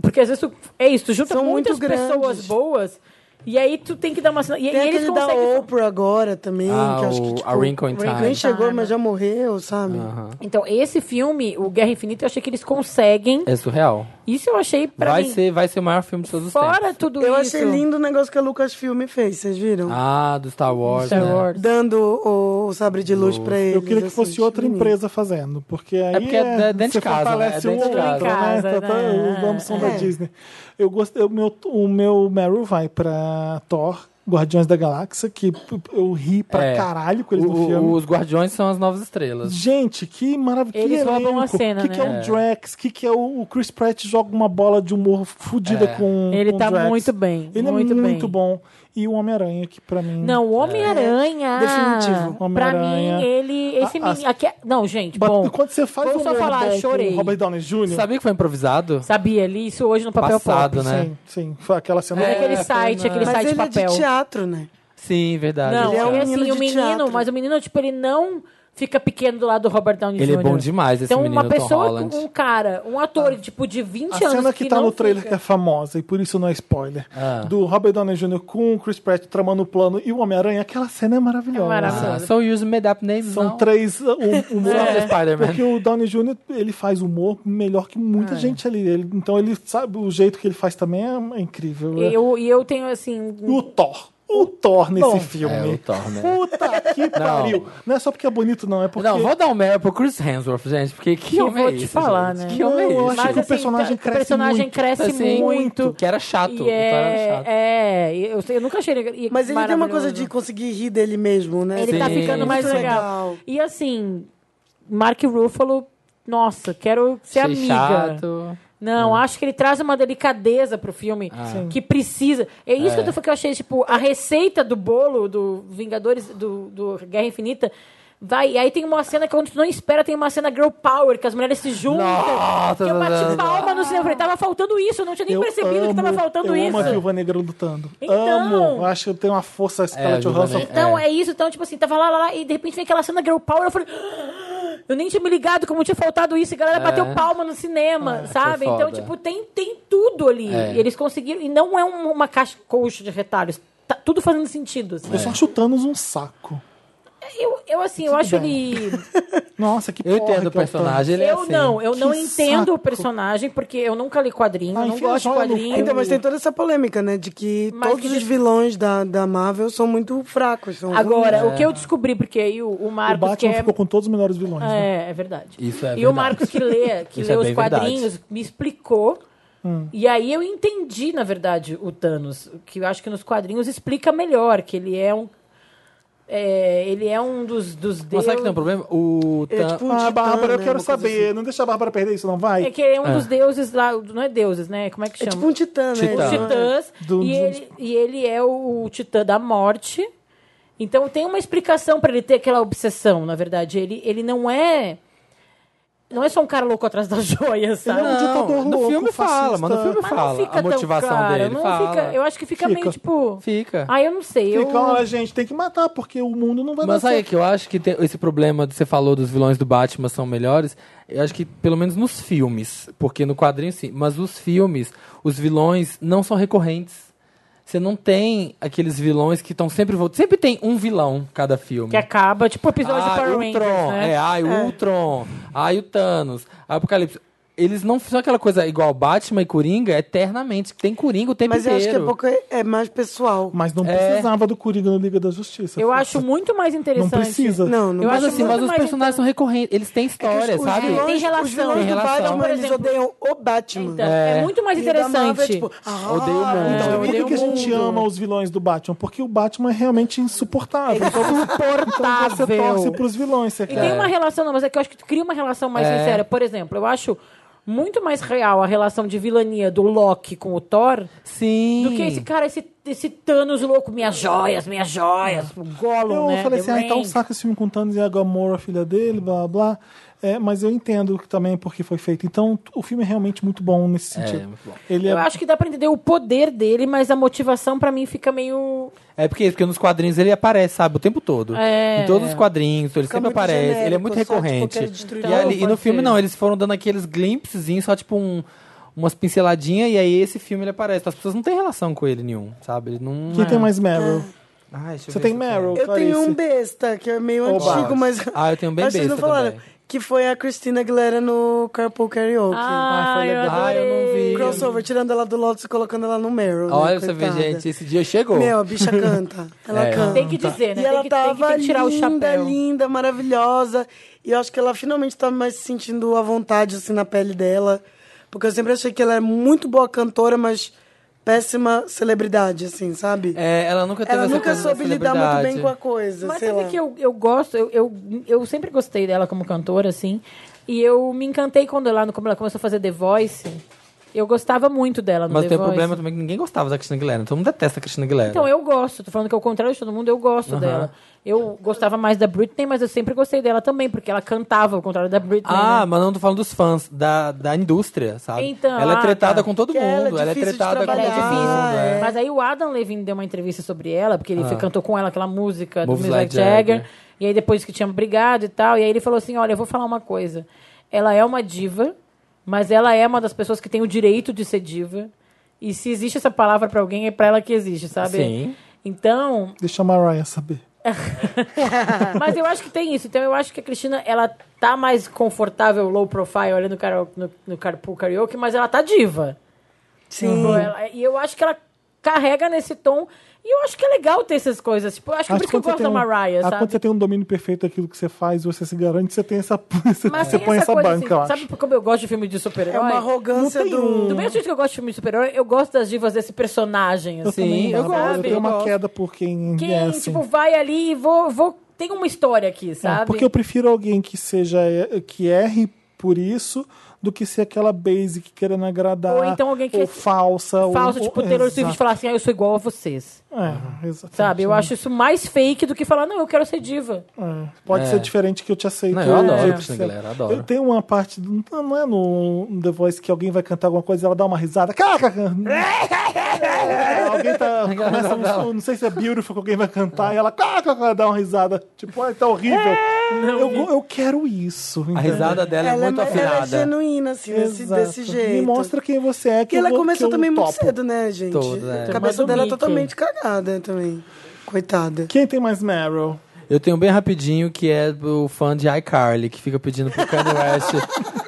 S2: Porque às vezes tu, é isso, tu junta
S4: São muito
S2: muitas pessoas
S4: grandes.
S2: boas e aí tu tem que dar uma... sina- E, e
S4: Tem
S2: eles
S4: aquele da
S2: conseguem...
S4: Oprah agora também,
S3: Ah,
S4: que eu acho
S3: o-
S4: que, tipo,
S3: a Wrinkle in
S4: nem
S3: Time.
S4: chegou, mas já
S2: Uhum.
S4: morreu, sabe?
S2: Então, esse filme, o Guerra Infinita, eu achei que eles conseguem.
S3: É surreal.
S2: Isso eu achei pra
S3: Vai
S2: mim.
S3: ser, vai ser o maior filme de todos os tempos.
S2: fora tudo
S4: Eu
S2: isso.
S4: achei lindo o negócio que a Lucasfilm fez, vocês viram?
S3: Ah, do Star Wars.
S2: Star
S3: né?
S2: Wars.
S4: Dando o, o sabre de luz pra eles.
S1: Eu queria que
S4: assim,
S1: fosse outra
S4: pequenininho.
S1: empresa fazendo, porque aí
S3: porque é dentro
S1: você
S3: de casa,
S1: fortalece
S3: né? É
S1: um
S3: dentro
S1: ou
S3: de
S1: outro,
S2: casa.
S1: né? Tá- tá-
S2: É.
S1: Os ambos são da
S4: É.
S1: Disney. Eu gostei, o meu, o meu Meryl vai pra Thor, Guardiões da Galáxia, que p- p- eu ri pra
S3: É.
S1: caralho com eles no
S3: O-
S1: filme.
S3: os Guardiões são as novas estrelas.
S1: Gente, que maravilha.
S2: Eles
S1: que
S2: roubam
S1: elenco.
S2: a cena,
S1: que que é
S2: né?
S1: o Drax? O que, que é o o Chris Pratt joga uma bola de humor fodida
S3: É.
S1: com
S2: Ele
S1: com o
S2: tá
S1: Drax.
S2: muito bem,
S1: Ele
S2: muito
S1: é
S2: bem.
S1: muito bom. E o Homem-Aranha, que pra mim...
S2: Não,
S4: É.
S2: o Homem-Aranha.
S1: Definitivo,
S2: Pra
S1: Homem-Aranha.
S2: mim, ele. Esse
S1: A-
S2: menino. aqui é- Não, gente,
S1: Bat-
S2: bom.
S1: Quando você faz
S2: Vou
S1: um
S2: só
S1: humor
S2: falar,
S1: bom
S2: chorei.
S1: com o Robert Downey Jr.,
S3: Sabia que foi improvisado?
S2: Sabia, li isso hoje no papel
S3: Passado,
S2: pop.
S3: né?
S1: Sim, sim. Foi aquela cena.
S2: Mas
S3: É,
S2: aquele
S3: foi
S2: site,
S3: na-
S2: aquele
S4: Mas
S2: site de
S4: ele é
S2: papel.
S4: de teatro, né?
S3: Sim, verdade.
S2: não,
S4: ele é um
S2: e assim,
S4: menino
S2: o
S4: de
S2: menino,
S4: teatro.
S2: mas o menino, tipo, ele não fica pequeno do lado do Robert Downey
S3: Ele
S2: Jr.
S3: é bom demais, esse
S2: Então,
S3: menino
S2: uma pessoa,
S3: Tom Holland.
S2: um cara, um ator, tipo, de 20
S1: Ah. A
S2: anos.
S1: cena que, tá
S2: não
S1: no trailer que
S2: fica.
S1: é famosa, e por isso não é spoiler, do Robert Downey Jr. com o Chris Pratt tramando o plano e o Homem-Aranha, aquela cena é maravilhosa.
S2: É maravilhosa.
S3: Ah, so you use made up names
S1: São
S3: now.
S1: três uh, hum-
S3: Só
S1: humoristas.
S3: Spider-Man.
S1: Porque o Downey Jr., ele faz humor melhor que
S2: É.
S1: muita gente ali. Ele- então ele sabe, o jeito que ele faz também é, é incrível.
S2: E eu, e eu tenho, assim.
S1: E O Thor. O Thor nesse filme.
S3: É, o Thor, né?
S1: Puta que pariu. Não é só porque é bonito, não. É porque...
S3: Não, vou dar um mérito pro Chris Hemsworth, gente, porque que
S2: Que eu
S3: homem
S2: vou
S3: é
S2: te
S3: esse,
S2: falar,
S3: gente?
S2: né?
S3: Que homem
S1: Não,
S3: é
S1: eu
S3: esse?
S1: acho que o personagem
S2: tá-
S1: cresce
S2: O personagem
S1: muito.
S2: cresce
S3: Assim,
S2: muito.
S3: Que era chato. o
S2: E
S3: Thor era
S2: é,
S3: chato.
S2: é, eu, eu nunca achei ele.
S4: Mas ele tem uma coisa
S2: maravilhoso.
S4: de conseguir rir dele mesmo, né?
S2: Ele tá
S3: Sim,
S2: ficando mais
S4: muito
S2: legal. E assim, Mark Ruffalo, nossa, quero ser
S3: Achei
S2: amiga.
S3: chato.
S2: Não,
S1: É.
S2: acho que ele traz uma delicadeza pro filme
S1: Ah.
S2: que precisa. É isso que, eu tô, falando, que eu achei, tipo, a receita do bolo do Vingadores, do, do Guerra Infinita. Vai, e aí tem uma cena que quando tu não espera, tem uma cena girl power, que as mulheres se juntam.
S3: Nossa,
S2: que eu
S3: não, não,
S2: bati
S3: não.
S2: palma no cinema. Eu falei, tava faltando isso, eu não tinha nem
S1: Eu
S2: percebido que tava
S1: amo-
S2: faltando
S1: eu
S2: isso.
S1: amo a Viúva Negra lutando.
S2: Então-
S1: Amo. Eu acho que eu tenho uma força
S3: É, a
S1: Scarlett
S3: Viúva
S1: Johansson
S3: Negra.
S2: Então,
S3: É.
S2: é. isso. Então, tipo assim, tava lá, lá, lá, e de repente vem aquela cena Girl Power, eu falei... "Ah, Eu nem tinha me ligado como tinha faltado isso. E a galera bateu palma no cinema, sabe?
S3: É. Ah, foda.
S2: Então, tipo, tem, tem tudo ali.
S3: É.
S2: E eles conseguiram... E não é um- uma caixa colcha de retalhos. Tá tudo fazendo
S3: é.
S2: sentido, assim.
S1: Eu só acho o Thanos um saco.
S2: Eu, eu, assim, eu acho
S1: bem.
S2: ele...
S1: Nossa, que
S3: Eu
S1: porra
S3: entendo o
S1: que é o Thanos.
S3: personagem, ele é
S2: eu
S3: assim.
S2: não, eu não
S1: Que
S2: entendo o
S1: saco.
S2: personagem, porque eu nunca li quadrinho,
S1: Ah,
S2: eu não
S1: enfia a
S2: gosto de
S1: joia no
S2: quadrinho.
S1: cu.
S4: Então, mas tem toda essa polêmica, né? De que
S2: Mas
S4: todos
S2: que-
S4: os vilões da, da Marvel são muito fracos. São
S2: Agora,
S3: É.
S4: ruins.
S2: o que eu descobri, porque aí o, o
S1: O
S2: Marcos que
S1: Batman
S2: é...
S1: ficou com todos os melhores vilões. né?
S2: É, é verdade.
S3: Isso é
S2: e o
S3: verdade.
S2: Marcos que lê, que
S3: Isso
S2: lê
S3: é
S2: os
S3: bem Hum.
S2: quadrinhos, me explicou. E aí eu entendi, na verdade, o Thanos, que eu acho que nos quadrinhos explica melhor, que ele é um é, ele é um dos dos
S3: Mas
S2: deuses.
S3: sabe que tem um problema? O
S4: Ele é
S3: Tan-
S4: tipo um
S1: Ah,
S4: titã,
S1: Bárbara, eu
S4: né,
S1: quero
S4: uma coisa
S1: saber. Não deixa a Bárbara perder isso, não vai?
S2: É que ele é um
S3: É.
S2: dos deuses lá, não é deuses, né? Como é que
S4: assim. É
S2: chama?
S4: tipo um titã, né?
S3: Titã.
S2: os
S4: Ele-
S2: titãs.
S1: Do- do-
S2: e, ele, e ele é o, o titã da morte. Então tem uma explicação pra ele ter aquela obsessão, na verdade. Ele, ele não é. Não é só um cara louco atrás das joias,
S1: Ele
S2: sabe?
S1: um ditador
S3: no
S1: louco,
S3: filme fala,
S1: fascista.
S3: mas no filme
S2: Mas
S3: fala
S2: não fica
S3: a motivação
S2: tão cara,
S3: dele.
S2: não
S3: fala.
S2: fica- eu acho que fica, meio
S1: Fica.
S2: tipo.
S3: Fica.
S2: Ah, eu não sei.
S1: Fica,
S2: eu...
S1: olha, gente, tem que matar, porque o mundo não vai
S3: Mas
S1: nascer.
S3: aí que eu acho que tem esse problema de você falou dos vilões do Batman são melhores. Eu acho que pelo menos nos filmes, porque no quadrinho sim, mas os filmes, os vilões não são recorrentes. Você não tem aqueles vilões que estão sempre voltando. Sempre tem um vilão cada filme. Ah,
S2: Que acaba, tipo o episódio de
S3: ai,
S2: Power
S3: Ultron,
S2: Rangers, né?
S3: é, ai, o Ultron, ai, o Thanos, ai, o Apocalipse. Eles não são aquela coisa igual Batman e Coringa eternamente. Tem Coringa o tempo
S4: Mas eu
S3: inteiro.
S4: acho que é, pouco, é mais pessoal.
S1: Mas não
S3: É.
S1: precisava do Coringa no Liga da Justiça.
S2: Eu
S1: Nossa,
S2: acho muito mais
S1: Não
S2: interessante.
S1: precisa.
S4: Não, não
S2: Eu
S3: Mas
S2: acho
S3: assim, mas
S2: muito
S3: os
S2: mais É
S3: personagens são recorrentes. Eles têm história,
S4: os
S3: sabe?
S4: vilões-
S2: Tem relação.
S4: Os vilões
S3: Tem relação.
S4: do Batman,
S2: Por
S4: eles
S2: exemplo-
S4: odeiam o Batman.
S2: Então, é.
S3: É.
S2: muito mais
S4: E da Marvel,
S2: interessante.
S4: tipo, ah,
S3: Odeio o mundo.
S1: Então,
S3: eu
S1: por
S2: é
S1: que,
S3: odeio
S1: que a
S3: o
S1: gente
S2: um
S3: mundo.
S1: ama os vilões do Batman? Porque o Batman é realmente insuportável. Então, então você
S2: é Insuportável.
S1: torce pros vilões. Você
S2: E
S1: quer.
S2: tem uma relação, não, mas é que eu acho que cria uma relação mais
S3: É.
S2: sincera. Por exemplo, eu acho muito mais real a relação de vilania do Loki com o Thor
S3: Sim.
S2: do que esse cara, esse, esse Thanos louco, minhas joias, minhas joias,
S3: Ah.
S2: o Gollum,
S1: Eu
S2: né?
S1: falei
S2: The
S1: assim, ah, então
S2: Ring.
S1: saca esse filme com o Thanos e a Gamora, a filha dele, blá, blá. É, mas eu entendo que também é porque foi feito. Então, o filme é realmente muito bom nesse
S3: É,
S1: sentido.
S3: muito bom.
S1: Ele é
S2: Eu acho que dá pra entender o poder dele, mas a motivação pra mim fica meio...
S3: É porque, porque nos quadrinhos ele aparece, sabe, o tempo todo.
S2: É.
S3: Em todos os quadrinhos, ele sempre
S4: muito
S3: aparece. ele é
S4: genérico,
S3: muito
S4: só, tipo,
S3: recorrente.
S4: quero destruir
S3: e,
S2: tudo,
S3: ali- e no
S2: pode
S3: filme
S2: ser.
S3: não, eles foram dando aqueles glimpsezinhos, só tipo um- umas pinceladinhas, e aí esse filme ele aparece. As pessoas não têm relação com ele nenhum, sabe? Ele não.
S1: Quem
S3: é.
S1: tem mais Meryl?
S3: Ai, deixa eu
S1: Você
S3: ver
S1: tem
S3: se eu
S1: Meryl,
S4: Eu
S1: Clarice.
S4: tenho um besta, que é meio
S1: Oba.
S4: antigo, mas.
S3: Ah, eu tenho um bem
S4: Acho que vocês não
S3: besta
S4: falaram.
S3: também.
S4: Que foi a Christina Aguilera no Carpool Karaoke.
S2: Ah,
S3: foi
S2: eu
S3: legal. Ah, eu não
S2: adorei.
S3: vi.
S4: Crossover, tirando ela do Lotus e colocando ela no Meryl. né,
S3: Olha, você vê,
S4: coitada.
S3: gente, esse dia chegou.
S4: Meu, a bicha canta. Ela
S3: É.
S4: canta.
S2: Tem que dizer, né?
S4: E
S2: Tem
S4: ela
S2: que- tem que-
S4: tava
S2: tem que tirar o
S4: linda,
S2: chapéu.
S4: linda, maravilhosa. E eu acho que ela finalmente tá mais se sentindo à vontade, assim, na pele dela. Porque eu sempre achei que ela é muito boa cantora, mas péssima celebridade, assim, sabe?
S3: É, ela nunca teve
S4: ela
S3: essa
S4: nunca
S3: coisa da
S4: soube lidar muito bem
S3: celebridade.
S4: com a coisa,
S2: Mas
S4: sei
S2: sabe
S4: lá.
S2: que eu, eu gosto, eu, eu, eu sempre gostei dela como cantora, assim. E eu me encantei quando ela, quando ela começou a fazer The Voice. Eu gostava muito dela no
S3: Mas
S2: The
S3: tem um
S2: Voice.
S3: problema também né? que ninguém gostava da Cristina Aguilera. Todo mundo detesta a Cristina Aguilera.
S2: Então, eu gosto. Tô falando que ao contrário de todo mundo, eu gosto dela. Eu gostava mais da Britney, mas eu sempre gostei dela também, porque ela cantava ao contrário da Britney.
S3: Ah,
S2: né?
S3: mas não tô falando dos fãs, da, da indústria, sabe?
S2: Então,
S3: ela
S2: ah,
S3: é tretada
S2: tá.
S3: com todo
S4: Que
S3: mundo,
S4: ela
S3: ela
S4: é
S3: é,
S4: difícil de
S3: tretada com todo
S2: Ela é
S4: trabalhar,
S3: mundo.
S4: é.
S2: difícil.
S3: é.
S2: Mas aí o Adam Levine deu uma entrevista sobre ela, porque ele cantou com ela aquela música
S3: Moves
S2: do Mick
S3: Like
S2: Jagger.
S3: Jagger.
S2: E aí depois que tinham brigado e tal. E aí ele falou assim: olha, eu vou falar uma coisa. Ela é uma diva, mas ela é uma das pessoas que tem o direito de ser diva. E se existe essa palavra pra alguém, é pra ela que existe, sabe?
S3: Sim.
S2: Então,
S1: Deixa a Mariah saber.
S2: Mas eu acho que tem isso. Então eu acho que a Cristina, ela tá mais confortável, low profile, olhando no, karaoke, no, no carpool karaoke, mas ela tá diva.
S4: Sim.
S2: Tipo, ela- e eu acho que ela carrega nesse tom. E eu acho que é legal ter essas coisas. Tipo, eu acho que por isso que eu
S1: quando
S2: gosto
S1: você
S2: da
S1: tem um-
S2: Mariah,
S1: ah,
S2: sabe?
S1: Quando você tem um domínio perfeito daquilo que você faz, você se garante, você tem essa. Você,
S2: Mas
S1: você
S2: tem
S1: põe essa,
S2: coisa
S1: banca, eu
S2: assim,
S1: acho.
S2: Sabe por como eu gosto de filme
S3: um
S2: de
S4: É uma
S2: super-herói?
S4: arrogância
S1: não tem
S4: do.
S2: Do mesmo jeito que eu gosto de filme de super-herói, eu gosto das divas desse personagem, assim.
S3: Sim, eu
S1: Bárbara,
S3: gosto.
S1: Eu tenho
S3: eu
S1: uma
S3: gosto.
S1: queda por quem,
S2: Quem,
S1: é assim.
S2: tipo, vai ali e vou... vou... Tem uma história aqui,
S1: É,
S2: sabe?
S1: Porque eu prefiro alguém que seja que erre por isso do que ser aquela basic querendo agradar.
S2: Ou então alguém que
S1: ou
S2: é
S1: falsa. ou-
S2: Falso,
S1: ou,
S2: tipo, Taylor Swift
S1: Exato.
S2: falar assim, ah, eu sou igual a vocês.
S1: É, exatamente.
S2: Sabe? Eu acho isso mais fake do que falar, não, eu quero ser diva.
S1: É, Pode
S3: É.
S1: ser diferente que eu te aceito.
S3: Não, eu adoro
S1: jeito
S3: Christina
S1: que você-
S3: Aguilera, adoro.
S1: Eu tenho uma parte, do- não não é no no The Voice que alguém vai cantar alguma coisa e ela dá uma risada. Caraca! alguém tá, começa um, não sei se é Beautiful que alguém vai cantar e ela caraca, dá uma risada. Tipo, ai, tá horrível.
S2: É,
S1: eu, go- eu quero isso.
S3: A
S1: entendeu?
S3: risada dela é
S4: Ela,
S3: muito
S4: é, ela é
S3: afinada.
S4: genuína, assim, desse,
S1: Exato.
S4: desse jeito.
S1: Me mostra quem você é que
S4: Porque
S1: eu
S4: ela
S1: vou- que
S4: começou
S1: eu
S4: também muito
S1: topo.
S4: cedo, né, gente?
S3: Toda, é.
S4: A
S2: Mas
S4: cabeça
S2: o
S4: dela é
S2: Mickey.
S4: totalmente cagada também. Coitada.
S1: Quem tem mais Meryl?
S3: Eu tenho um bem rapidinho que é o fã de iCarly, que fica pedindo pro Kanye West.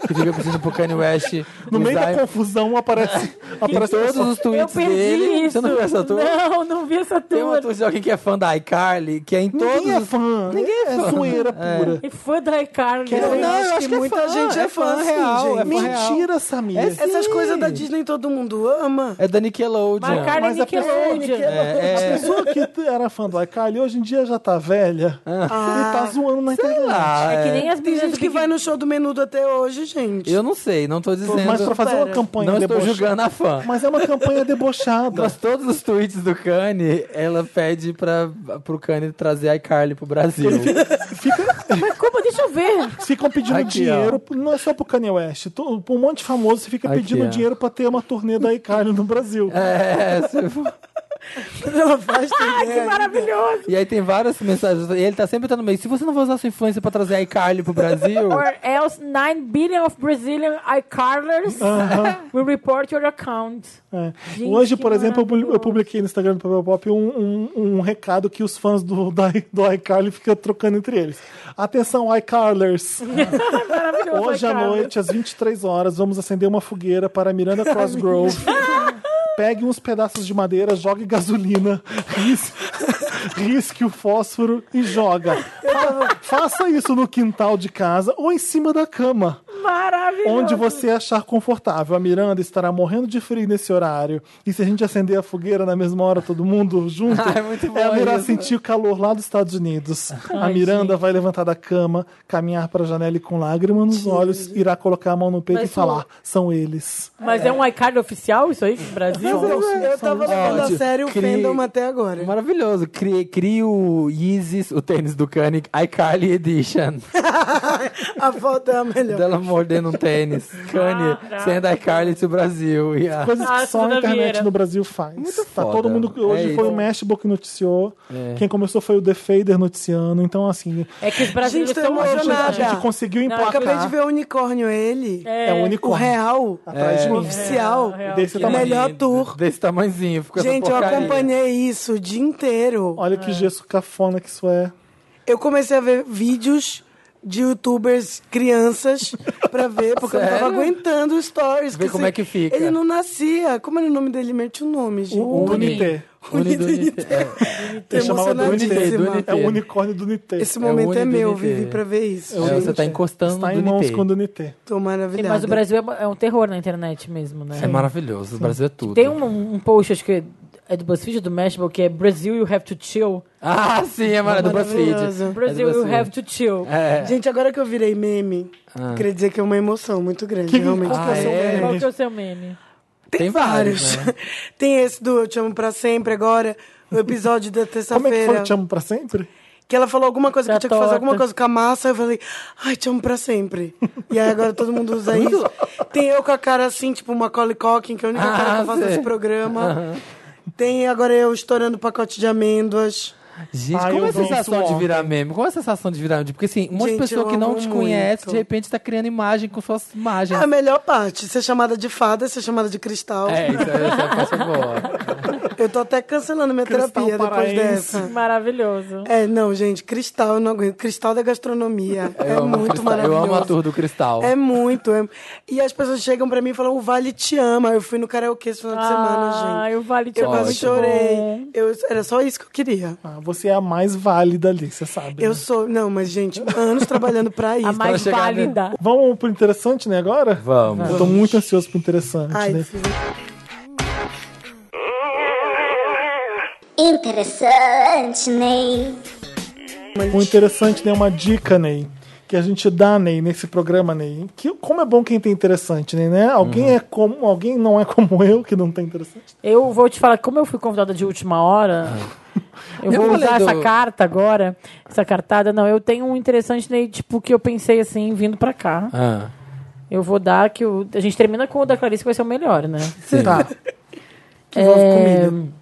S3: que fica pedindo pro Kanye West.
S1: No meio
S3: usar
S1: da confusão aparece,
S3: em
S1: aparece
S3: todos os
S2: Eu
S3: tweets
S2: perdi
S3: dele.
S2: isso.
S3: Você não viu essa tour?
S2: Não, não vi essa
S3: Tem uma
S2: tour.
S3: tour de alguém que é fã da iCarly, que é em
S1: Ninguém
S3: todos.
S1: é
S3: os-
S1: fã. Ninguém é, zoeira pura.
S2: E fã da iCarly.
S4: Não,
S3: eu
S4: não,
S3: acho que
S4: eu acho
S3: é
S4: que muita
S3: fã,
S4: gente
S3: é
S4: é
S3: fã
S4: fã, sim,
S3: real,
S4: gente.
S3: é fã
S1: Mentira, Samir.
S3: É
S4: Essas
S3: Sim.
S4: coisas da Disney todo mundo ama.
S3: É da Nickelodeon.
S2: Mas a Carly
S1: Mas a pessoa-
S2: Nickelodeon.
S3: É, é.
S1: A pessoa que era fã do iCarly hoje em dia já tá velha e tá zoando na internet.
S3: Ah,
S2: É que
S3: é.
S2: nem as
S4: Tem
S2: meninas
S4: gente
S2: do
S4: que
S2: Big
S4: vai no show do menudo até hoje, gente.
S3: Eu não sei, não tô dizendo.
S1: Mas pra fazer uma
S4: Pera.
S1: campanha
S3: não estou
S1: debochada.
S3: julgando a fã.
S1: Mas é uma campanha debochada.
S3: Mas todos os tweets do Kanye, ela pede pra, pro Kanye trazer a iCarly pro Brasil.
S2: Mas como? Deixa eu ver.
S1: Ficam pedindo
S3: Aqui,
S1: dinheiro, não é só pro Kanye West. to- pra Um monte de famoso você fica
S3: Aqui,
S1: pedindo
S3: ó.
S1: dinheiro pra ter uma turnê da iCarly no Brasil.
S3: é, se for-
S4: Ela faz
S1: É,
S4: também.
S2: Maravilhoso.
S3: e aí tem várias mensagens. E ele tá sempre tá no meio. Se você não vai usar sua influência pra trazer a iCarly pro Brasil,
S1: então.
S2: Or else 9 billion of Brazilian iCarlers will report your account.
S1: É.
S2: Gente,
S1: Hoje, por
S2: que
S1: exemplo, eu pu- eu
S2: maravilhoso.
S1: publiquei no Instagram do Papel Pop um, um- um recado que os fãs do, da, do iCarly ficam trocando entre eles. Atenção, iCarlers!
S2: Maravilhoso,
S1: Hoje à
S2: iCarlers.
S1: noite, às 23 horas, vamos acender uma fogueira para Miranda Cross Grove. Pegue uns pedaços de madeira, jogue gasolina, ris- risque o fósforo e joga. Fa- Faça isso no quintal de casa ou em cima da cama,
S2: Maravilhoso.
S1: onde você achar confortável. A Miranda estará morrendo de frio nesse horário. E se a gente acender a fogueira na mesma hora, todo mundo junto,
S2: Ah, é
S3: Ai, muito bom
S1: ela irá
S3: isso.
S1: sentir o calor lá dos Estados Unidos. a
S2: Ai,
S1: Miranda vai levantar da cama, caminhar para a janela e com lágrimas nos olhos, irá colocar a mão no peito
S2: Mas
S1: e
S2: o-
S1: falar: são eles.
S2: Mas é um iCarly oficial isso aí, Brasil?
S4: Eu, eu tava levando
S3: Ótimo.
S4: a sério o
S3: Cri-
S4: fandom até agora.
S3: maravilhoso. Cria, cria o Yeezys, o tênis do Kanye, iCarly Edition.
S4: A foto é a melhor.
S3: Dela mordendo um tênis. Kanye,
S2: Caraca.
S3: sendo iCarly pro Brasil. E a-
S1: Coisas que
S2: Ah,
S1: só a
S2: Sandra
S1: internet
S2: Vieira.
S1: no Brasil faz. Muito tá
S3: foda.
S1: todo mundo. Hoje
S3: É
S1: foi
S3: isso.
S1: o Mashable que noticiou.
S3: É.
S1: Quem começou foi o The Fader noticiando. Então, assim,
S2: É que os brasileiros
S4: Gente, tô
S2: são
S1: a gente, é a
S4: emocionada.
S2: emocionados.
S1: gente conseguiu
S2: Não, eu
S1: emplacar.
S4: Acabei de ver o unicórnio, ele.
S1: É o
S4: O
S1: único
S4: real.
S3: É.
S1: atrás de
S4: O
S1: mim.
S4: oficial.
S2: É, real.
S1: Desse
S3: Que
S1: tamanho.
S4: Melhor
S3: lindo.
S4: tour.
S3: Desse tamanhozinho. Ficou essa
S4: Gente, eu
S3: porcaria.
S4: acompanhei isso o dia inteiro.
S1: Olha que gesso cafona que isso é.
S4: Eu comecei a ver vídeos de youtubers crianças pra ver, porque eu não tava
S3: Sério?
S4: aguentando os stories.
S3: Ver
S4: que
S3: como
S4: esse-
S3: é que fica.
S4: Ele não nascia. Como era o nome dele? Mete o nome, gente.
S1: O
S3: Uni.
S1: Unité.
S3: Uni do Uni- é.
S1: Ele chamava do
S4: Emocionante
S1: Unité.
S4: esse
S3: do
S4: mapa.
S3: Unité.
S1: É o unicórnio do Unité.
S4: Esse momento é,
S3: Uni do
S4: meu,
S3: Unité.
S4: vivi pra ver isso.
S3: É,
S4: gente.
S3: você tá encostando
S1: Está
S3: no
S1: em mãos
S3: NT.
S1: com o Unité.
S4: Tô maravilhada.
S2: Mas o Brasil é, é um terror na internet mesmo, né?
S3: É maravilhoso, o Brasil é tudo.
S2: Tem um, um post, acho que é do BuzzFeed ou do Mashable, que é Brazil you have to chill.
S3: Ah, sim, é maravilhoso. Do BuzzFeed.
S4: um Maravilhoso.
S2: Brazil
S3: É do
S2: you
S3: BuzzFeed.
S2: have to chill.
S3: É.
S4: Gente, agora que eu virei meme,
S3: Ah.
S4: queria dizer que é uma emoção muito grande,
S1: Que-
S4: realmente.
S1: qual que
S3: é o seu Ah, é?
S2: Qual que é o seu meme?
S3: Tem, vários. né?
S4: Tem esse do Eu Te Amo Pra Sempre agora, o episódio da
S1: Como é que foi?
S4: terça-feira.
S1: Te amo pra sempre?
S4: Que ela falou alguma coisa
S2: Da
S4: que eu tinha que fazer
S2: torta.
S4: alguma coisa com a massa, eu falei, ai, te amo pra sempre. E aí agora todo mundo usa isso. Tem eu com a cara assim, tipo uma Collie Cocking, que é a única
S3: Ah,
S4: cara que eu faço
S3: sei.
S4: nesse programa. Tem agora eu estourando pacote de amêndoas.
S3: Gente,
S1: Ah,
S3: como
S1: eu
S3: é a
S1: vi isso
S3: sensação de
S1: ontem.
S3: virar meme? Como é a sensação de virar meme? Porque assim, uma
S4: Gente,
S3: pessoa
S4: eu
S3: que não
S4: amo
S3: te conhece,
S4: muito. É
S3: de repente tá criando imagem com suas imagens.
S4: A melhor parte, ser chamada de fada, ser chamada de cristal.
S3: É, isso é essa é a parte boa.
S4: Eu tô até cancelando minha
S1: Cristal
S4: terapia depois
S1: paraense.
S4: dessa.
S2: Maravilhoso.
S4: É, não, gente, cristal eu não aguento. Cristal da gastronomia. é
S3: Eu amo
S4: muito
S3: cristal, Eu amo a
S4: maravilhoso.
S3: tour do cristal.
S4: É muito. é- E as pessoas chegam pra mim e falam, o Vale te ama. Eu fui no karaokê esse final de semana, gente.
S2: Ah, eu vale te
S4: Eu
S2: amar,
S4: quase
S2: muito
S4: chorei.
S2: bom.
S4: Eu, era só isso que eu queria.
S1: Ah, você é a mais válida ali, você sabe.
S4: Eu
S1: né?
S4: sou. Não, mas, gente, anos trabalhando pra isso.
S2: A mais
S3: chegar, né?
S2: válida.
S1: Vamos pro interessante, né, agora?
S3: Vamos.
S1: Eu tô muito ansioso pro interessante,
S4: Ai,
S1: né?
S4: filho.
S7: Interessante, Ney.
S1: O interessante, né, é uma dica, Ney, que a gente dá, Ney, nesse programa, Ney. Que, como é bom quem tem interessante, Ney, né? Alguém é como. Alguém não é como eu que não tem interessante. tá
S2: Eu vou te falar, como eu fui convidada de última hora, eu
S3: Eu
S2: vou
S3: falei
S2: usar
S3: do-
S2: essa carta agora, essa cartada. Não, eu tenho um interessante, né, tipo, que eu pensei assim, vindo pra cá.
S3: Ah,
S2: Eu vou dar que o- a gente termina com o da Clarice, que vai ser o melhor, né?
S3: sim.
S1: Tá.
S4: Que envolve
S2: É.
S4: comida.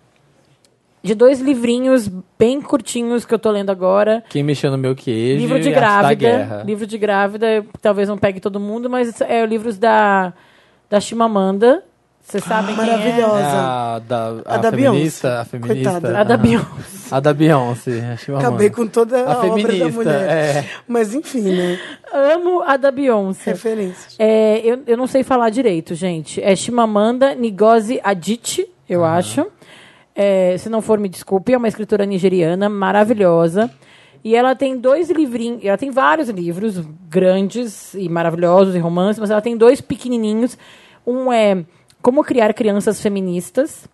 S2: De dois livrinhos bem curtinhos que eu tô lendo agora.
S3: Quem mexeu no meu queijo
S2: livro de
S3: e Arte da
S2: grávida.
S3: guerra.
S2: Livro de é grávida, talvez não pegue todo mundo, mas é livros da, da Chimamanda. Vocês sabem quem é?
S4: Maravilhosa.
S3: a da, a
S4: A da
S3: feminista,
S4: Beyoncé.
S3: a feminista.
S4: Coitada.
S2: A da
S3: aham.
S2: Beyoncé.
S3: A da Beyoncé. acho que eu
S4: Acabei
S3: amo.
S4: com toda
S3: A
S4: a, obra
S3: feminista,
S4: da mulher.
S3: é.
S4: Mas enfim, né?
S2: Amo a da Beyoncé.
S4: Referências.
S2: É, eu, eu não sei falar direito, gente. É Chimamanda Ngozi Adichie, eu acho. É, se não for, me desculpe. É uma escritora nigeriana maravilhosa. E ela tem dois livrinhos... Ela tem vários livros grandes e maravilhosos e romances, mas ela tem dois pequenininhos. Um é Como Criar Crianças Feministas,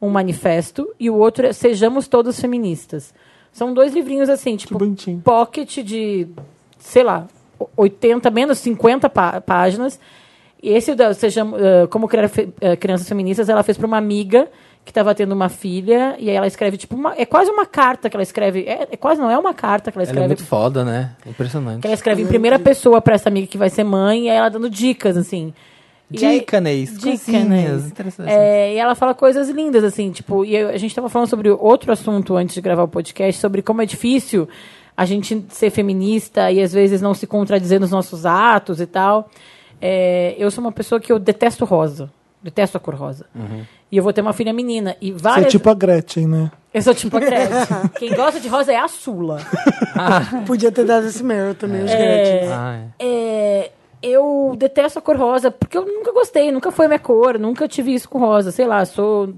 S2: um manifesto. E o outro é Sejamos Todos Feministas. São dois livrinhos, assim, tipo,
S1: bonitinho.
S2: pocket de, sei lá, 80, menos 50 pá- páginas. E esse, da, seja, eh, como criar Fe- eh, crianças feministas, ela fez para uma amiga que estava tendo uma filha, e aí ela escreve, tipo, uma, é quase uma carta que ela escreve, é, é quase não, é uma carta que ela
S3: Ela é
S2: escreve
S3: muito foda, né? Impressionante.
S2: que ela escreve em primeira pessoa pra essa amiga que vai ser mãe, e aí ela dando dicas, assim. E aí-
S3: Dicanes, coisinhas
S2: Dicanes.
S3: interessantes.
S2: É, e ela fala coisas lindas, assim, tipo, e eu- a gente tava falando sobre outro assunto antes de gravar o podcast, sobre como é difícil a gente ser feminista e às vezes não se contradizer nos nossos atos e tal. É, eu sou uma pessoa que eu detesto rosa. Detesto a cor rosa. E eu vou ter uma filha menina. E
S1: Você é
S2: várias.
S1: tipo a Gretchen, né?
S2: Eu sou tipo a Gretchen. Quem gosta de rosa é a Sula.
S4: Podia ter dado esse Meryl também, os
S2: É,
S4: Gretchen.
S3: Ai.
S2: é, eu detesto a cor rosa, porque eu nunca gostei, nunca foi a minha cor, nunca tive isso com rosa, sei lá, sou.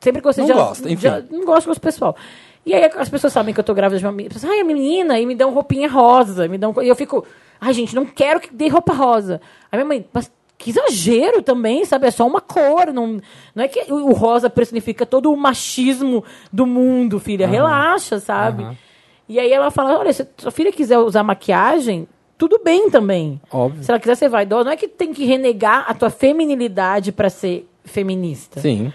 S2: Sempre gostei
S3: Não
S2: de.
S3: gosta, enfim.
S2: de- Não gosto, gosto pessoal. E aí as pessoas sabem que eu tô grávida de uma menina. Ai, a menina, e me dão roupinha rosa, me dão. co- E eu fico, ai, gente, não quero que dê roupa rosa. Aí minha mãe, mas que exagero também, sabe? É só uma cor. Não, não é que o o rosa personifica todo o machismo do mundo, filha. Relaxa, sabe? E aí ela fala: olha, se sua filha quiser usar maquiagem, tudo bem também.
S3: Óbvio.
S2: Se ela quiser ser vaidosa, não é que tem que renegar a tua feminilidade pra ser feminista.
S3: é. Sim.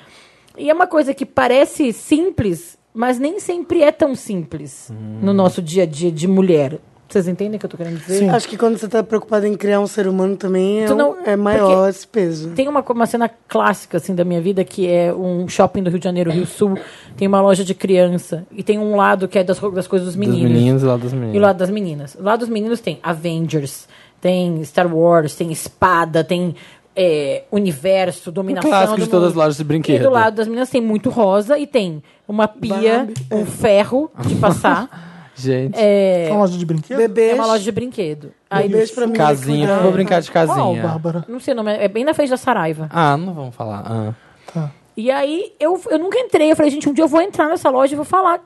S2: E é uma coisa que parece simples, mas nem sempre é tão simples
S3: Hum.
S2: no nosso dia a dia de mulher. Vocês entendem o que eu tô querendo dizer?
S1: Sim.
S4: Acho que quando você tá preocupado em criar um ser humano também, é,
S2: Tu
S4: um-
S2: não-
S4: é maior esse peso.
S2: Tem uma, co- uma cena clássica, assim, da minha vida, que é um shopping do Rio de Janeiro, Rio Sul, tem uma loja de criança, e tem um lado que é das, ro- das coisas dos
S3: Dos
S2: meninos.
S3: meninos e lá dos
S2: E o
S3: meninos.
S2: lado das meninas. O lado dos meninos tem Avengers, tem Star Wars, tem espada, tem é, universo, dominação.
S3: clássico de
S2: do
S3: todas
S2: mundo.
S3: as lojas de brinquedo.
S2: E do lado das meninas tem muito rosa e tem uma pia,
S4: Barbie.
S2: um ferro de passar.
S3: Gente,
S1: É uma loja de brinquedo?
S2: é
S4: Bebês.
S2: uma loja de brinquedo. Aí,
S4: Beijo pra mim.
S3: casinha.
S4: cuidado.
S3: Vou brincar de
S1: Qual,
S3: casinha.
S1: Bárbara?
S2: não sei o nome, é bem na frente da Saraiva.
S3: ah, não vamos falar. Ah.
S1: Tá.
S2: E aí eu, eu nunca entrei. Eu falei, gente, um dia eu vou entrar nessa loja e vou falar.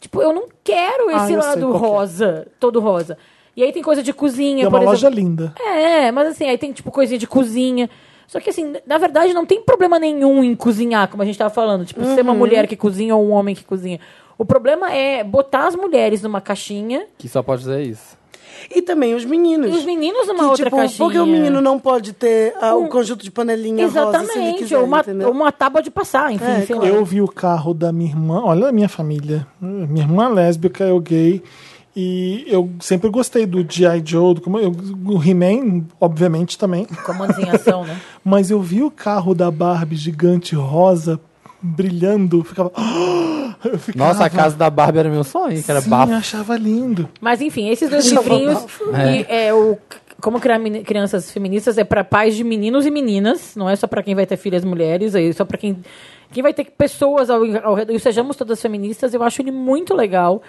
S2: Tipo, eu não quero
S1: Ah,
S2: esse
S1: eu sei
S2: lado
S1: qual que é.
S2: rosa, todo rosa. E aí tem coisa de cozinha,
S1: E é uma
S2: por exemplo.
S1: loja linda.
S2: É, mas assim, aí tem tipo coisinha de cozinha. Só que assim, na verdade não tem problema nenhum em cozinhar, como a gente tava falando. Tipo, ser
S4: Uhum.
S2: uma mulher que cozinha ou um homem que cozinha. O problema é botar as mulheres numa caixinha
S3: Que só pode dizer isso.
S4: E também os meninos.
S2: e os meninos numa
S4: Que,
S2: outra
S4: tipo,
S2: caixinha. Hum.
S4: Porque o menino não pode ter ah, o conjunto de panelinha rosa se ele
S2: Exatamente,
S4: quiser,
S2: ou, uma,
S4: entendeu?
S2: ou uma tábua de passar, enfim,
S4: É,
S2: sei lá.
S1: Eu vi o carro da minha irmã, olha a minha família. Minha irmã é lésbica, eu gay. E eu sempre gostei do G.I. Joe, do, como- eu- o He-Man, obviamente também.
S2: Comandos em ação, né?
S1: Mas eu vi o carro da Barbie gigante rosa brilhando, ficava. Eu ficava
S3: Nossa, a casa da Barbie era meu sonho, que era
S1: Sim,
S3: bafo.
S1: eu achava lindo.
S2: Mas enfim, esses dois livrinhos. e, é, o, como criar meni- crianças feministas é para pais de meninos e meninas, não é só para quem vai ter filhas mulheres, é só para quem quem vai ter pessoas ao, ao redor. E sejamos todas feministas, eu acho ele muito legal.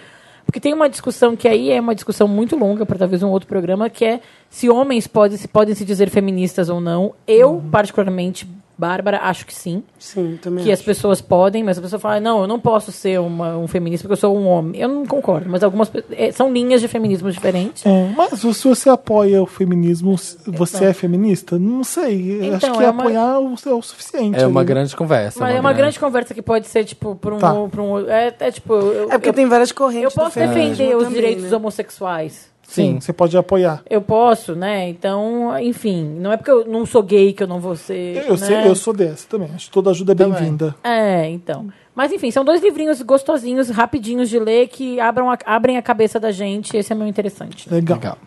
S2: Porque tem uma discussão que aí é uma discussão muito longa para talvez um outro programa, que é se homens podem se, podem se dizer feministas ou não. Eu, particularmente, Bárbara, acho que sim
S4: Sim, também. é.
S2: que é as
S4: acho.
S2: pessoas podem, mas a pessoa fala, não, eu não posso ser uma, um feminista porque eu sou um homem. Eu não concordo, mas algumas pe- é, são linhas de feminismo diferentes.
S1: É, mas se você apoia o feminismo, você é feminista? Não sei.
S2: Então,
S1: Acho que
S2: é uma-
S1: apoiar o- é o suficiente.
S3: É uma
S1: né?
S3: grande conversa.
S2: Mas é uma grande conversa que pode ser, tipo, para um,
S1: Tá.
S2: pra um. É, é tipo. Eu,
S4: É porque
S2: eu,
S4: tem várias correntes.
S2: eu
S4: do
S2: posso
S4: feminismo
S2: defender os
S4: também,
S2: direitos
S4: né?
S2: homossexuais.
S1: Sim,
S3: Sim.
S1: você pode apoiar.
S2: Eu posso, né? Então, enfim, não é porque eu não sou gay que eu não vou ser.
S1: Eu, eu
S2: né?
S1: sei- eu sou dessa também. Acho que toda ajuda é bem-vinda.
S2: É, então. Mas enfim, são dois livrinhos gostosinhos, rapidinhos de ler, que abram a- abrem a cabeça da gente. Esse é meu interessante.
S1: Legal.
S3: Legal.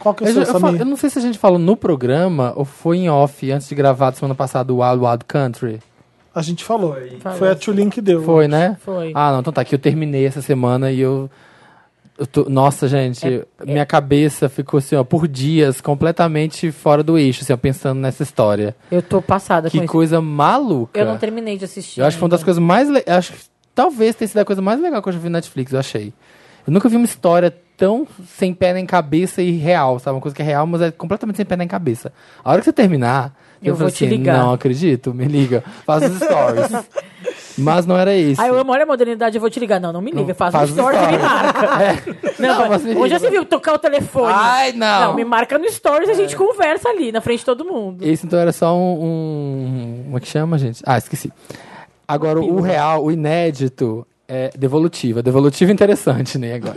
S1: Qual que é o
S3: Eu, já-
S1: seu,
S3: eu falo-
S1: Samir?
S3: eu não sei se a gente falou no programa ou foi em off antes de gravar da semana passada o Wild Wild Country.
S1: A gente falou. Foi,
S5: Foi.
S1: a Tulin que deu.
S3: Foi, né?
S2: Foi.
S3: Ah, não, então tá, que eu terminei essa semana e eu Eu tô- nossa, gente,
S2: É,
S3: minha cabeça ficou assim, ó, por dias, completamente fora do eixo, assim, ó, pensando nessa história.
S2: Eu tô passada com
S3: Que
S2: isso.
S3: coisa maluca.
S2: Eu não terminei de assistir.
S3: É. Eu acho que foi uma das
S2: ainda.
S3: coisas mais. Le... Acho que talvez tenha sido a coisa mais legal que eu já vi na Netflix, eu achei. Eu nunca vi uma história tão sem pé nem cabeça e real, sabe? Uma coisa que é real, mas é completamente sem pé nem cabeça. A hora que você terminar,
S2: Eu
S3: eu,
S2: vou
S3: falei
S2: te
S3: assim:
S2: ligar.
S3: não acredito, me liga, faz os stories. mas não era isso.
S2: Ah, eu amo, olha a modernidade, eu vou te ligar. Não, não me liga, faz,
S3: faz
S2: um story e me
S3: stories. É.
S2: marca. Não,
S3: Não, mas me
S2: hoje
S3: liga.
S2: você viu tocar o telefone.
S3: Ai, não. É.
S2: me marca no stories e a gente conversa ali, na frente de todo mundo.
S3: Esse então era só um. um- como é que chama, gente? Ah, esqueci. Agora, o real, o inédito, é devolutivo. É devolutivo interessante, né? Agora.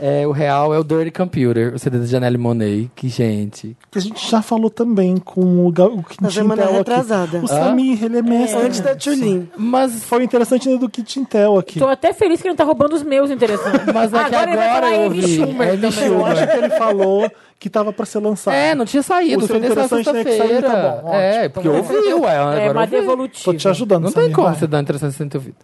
S3: é, o real é o Dirty Computer, o CD da Janelle Monet. Que, gente.
S1: Que a gente já falou também com o, Ga- o Quintin
S4: Na semana
S1: Tel aqui.
S4: retrasada.
S1: O Samir, ele é mestre.
S4: Antes da Tchulin.
S3: Mas.
S1: Foi interessante ainda do Quintin Tel aqui.
S2: Tô até feliz que ele não tá roubando os meus interessantes.
S3: Mas é que
S2: ele vai
S3: agora
S2: falar
S3: eu
S2: Amy
S3: ouvi.
S2: Schumer
S3: É Amy
S2: também.
S1: Eu
S3: Schumer.
S1: acho que ele falou que tava pra ser lançado.
S3: É, não tinha
S1: O
S3: saído.
S1: seu
S3: Foi nessa
S1: interessante, né, que saiu,
S3: sexta-feira.
S1: tá bom,
S3: é,
S1: ótimo,
S3: porque eu ouvi, ué.
S2: É,
S3: Agora
S2: mas
S3: eu ouvi.
S2: devolutivo.
S1: Tô te ajudando,
S3: Não
S1: Samir,
S3: tem como
S1: vai.
S3: você dar interessante sem ter ouvido.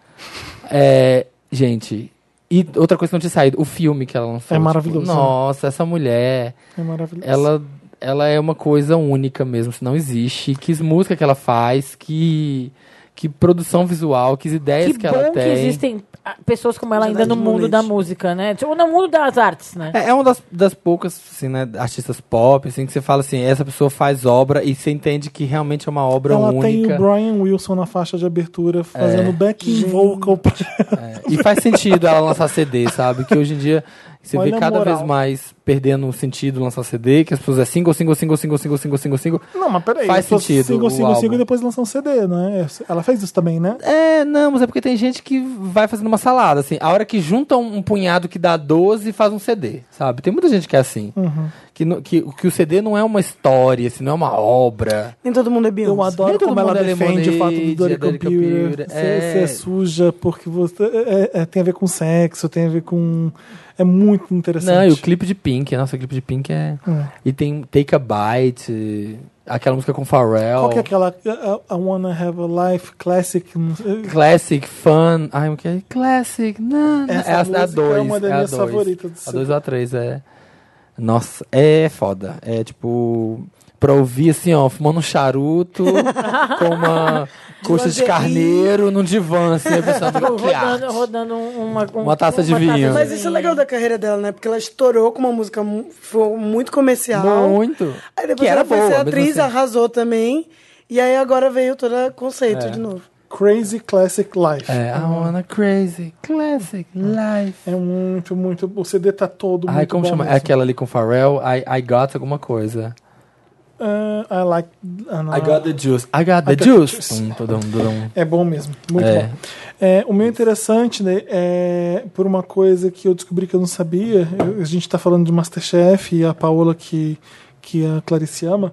S3: É, gente, e outra coisa que não tinha saído, o filme que ela lançou. tipo,
S1: É maravilhoso, né?
S3: nossa, essa mulher,
S1: É maravilhoso.
S3: ela, ela é uma coisa única mesmo, se não existe. Que música que ela faz, que, que produção visual, que ideias
S2: Que
S3: que,
S2: bom
S3: ela
S2: que
S3: tem.
S2: existem ah, pessoas como ela ainda no
S4: Janelle
S2: mundo
S4: Monáe.
S2: da música, né? Ou no mundo das artes, né?
S3: É, é uma das, das poucas, assim, né, artistas pop, assim, que você fala assim, essa pessoa faz obra e você entende que realmente é uma obra
S1: Ela tem
S3: única.
S1: o Brian Wilson na faixa de abertura
S3: É.
S1: fazendo backing vocal. pra-
S3: E faz sentido ela lançar CD, sabe? Que hoje em dia você
S1: Olha
S3: vê
S1: a
S3: cada
S1: moral.
S3: vez mais perdendo o sentido lançar CD, que as pessoas é single, single, single, single, single, single, single, single.
S1: Não, mas peraí.
S3: Faz
S1: só
S3: sentido
S1: Single,
S3: o
S1: single, single
S3: álbum.
S1: e depois lançar um CD, né? Ela fez isso também, né?
S3: É, não, mas é porque tem gente que vai fazendo uma salada, assim. A hora que junta um, um punhado que dá 12 faz um CD, sabe? Tem muita gente que é assim.
S1: Uhum.
S3: Que, no- que, que o CD não é uma história, assim, não é uma obra.
S4: Nem todo mundo é Beyoncé.
S1: Eu adoro
S3: Nem todo
S1: como ela
S3: mundo é
S1: defende o fato do
S3: Lemonade,
S1: Dirty
S3: é Dirty
S1: Computer.
S3: Computer,
S1: Você
S3: é.
S1: você é. suja porque você. é- é- tem a ver com sexo, tem a ver com. É muito interessante.
S3: Não, e o clipe é de Pink, nossa, o clipe de Pink é...
S1: Hum.
S3: E tem Take a Bite, aquela música com Pharrell.
S1: Qual que é aquela. I, I wanna have a life classic.
S3: Classic, fun. Ai, o que é? Classic, não. não.
S1: Essa
S3: É a,
S1: música
S3: a dois,
S1: é uma das
S3: a
S1: minhas
S3: dois.
S1: favoritas do
S3: A
S1: CD.
S3: dois ou a três, é. Nossa, é foda. É tipo. Pra ouvir assim, ó, fumando um charuto com uma coxa de
S4: lingerie.
S3: carneiro num divã, assim, a pessoa fica, "Que arte."
S2: Tipo, Rodando, rodando uma, um-
S3: Uma taça de vinho.
S4: Mas isso é legal da carreira dela, né? Porque ela estourou com uma música mu- foi muito comercial.
S3: Muito.
S4: Aí depois
S3: Que
S4: ela
S3: era
S4: foi
S3: boa.
S4: ser
S3: mesmo
S4: atriz,
S3: assim.
S4: arrasou também. E aí agora veio todo conceito de novo.
S1: Crazy Classic Life.
S3: É, I wanna crazy, classic, life.
S1: É muito, muito. O CD tá todo
S3: Ai,
S1: muito
S3: como
S1: bom
S3: chama? É
S1: mesmo.
S3: aquela ali com Pharrell, I, I got alguma coisa.
S1: Ah, I like. ah, não.
S3: I got the juice. I got the
S1: got the
S3: juice.
S1: juice.
S3: Hum, tudum, tudum.
S1: É bom mesmo, muito
S3: É.
S1: bom. É, o meu interessante, né, é por uma coisa que eu descobri que eu não sabia. eu- a gente tá falando de Masterchef e a Paola que que a Clarice ama.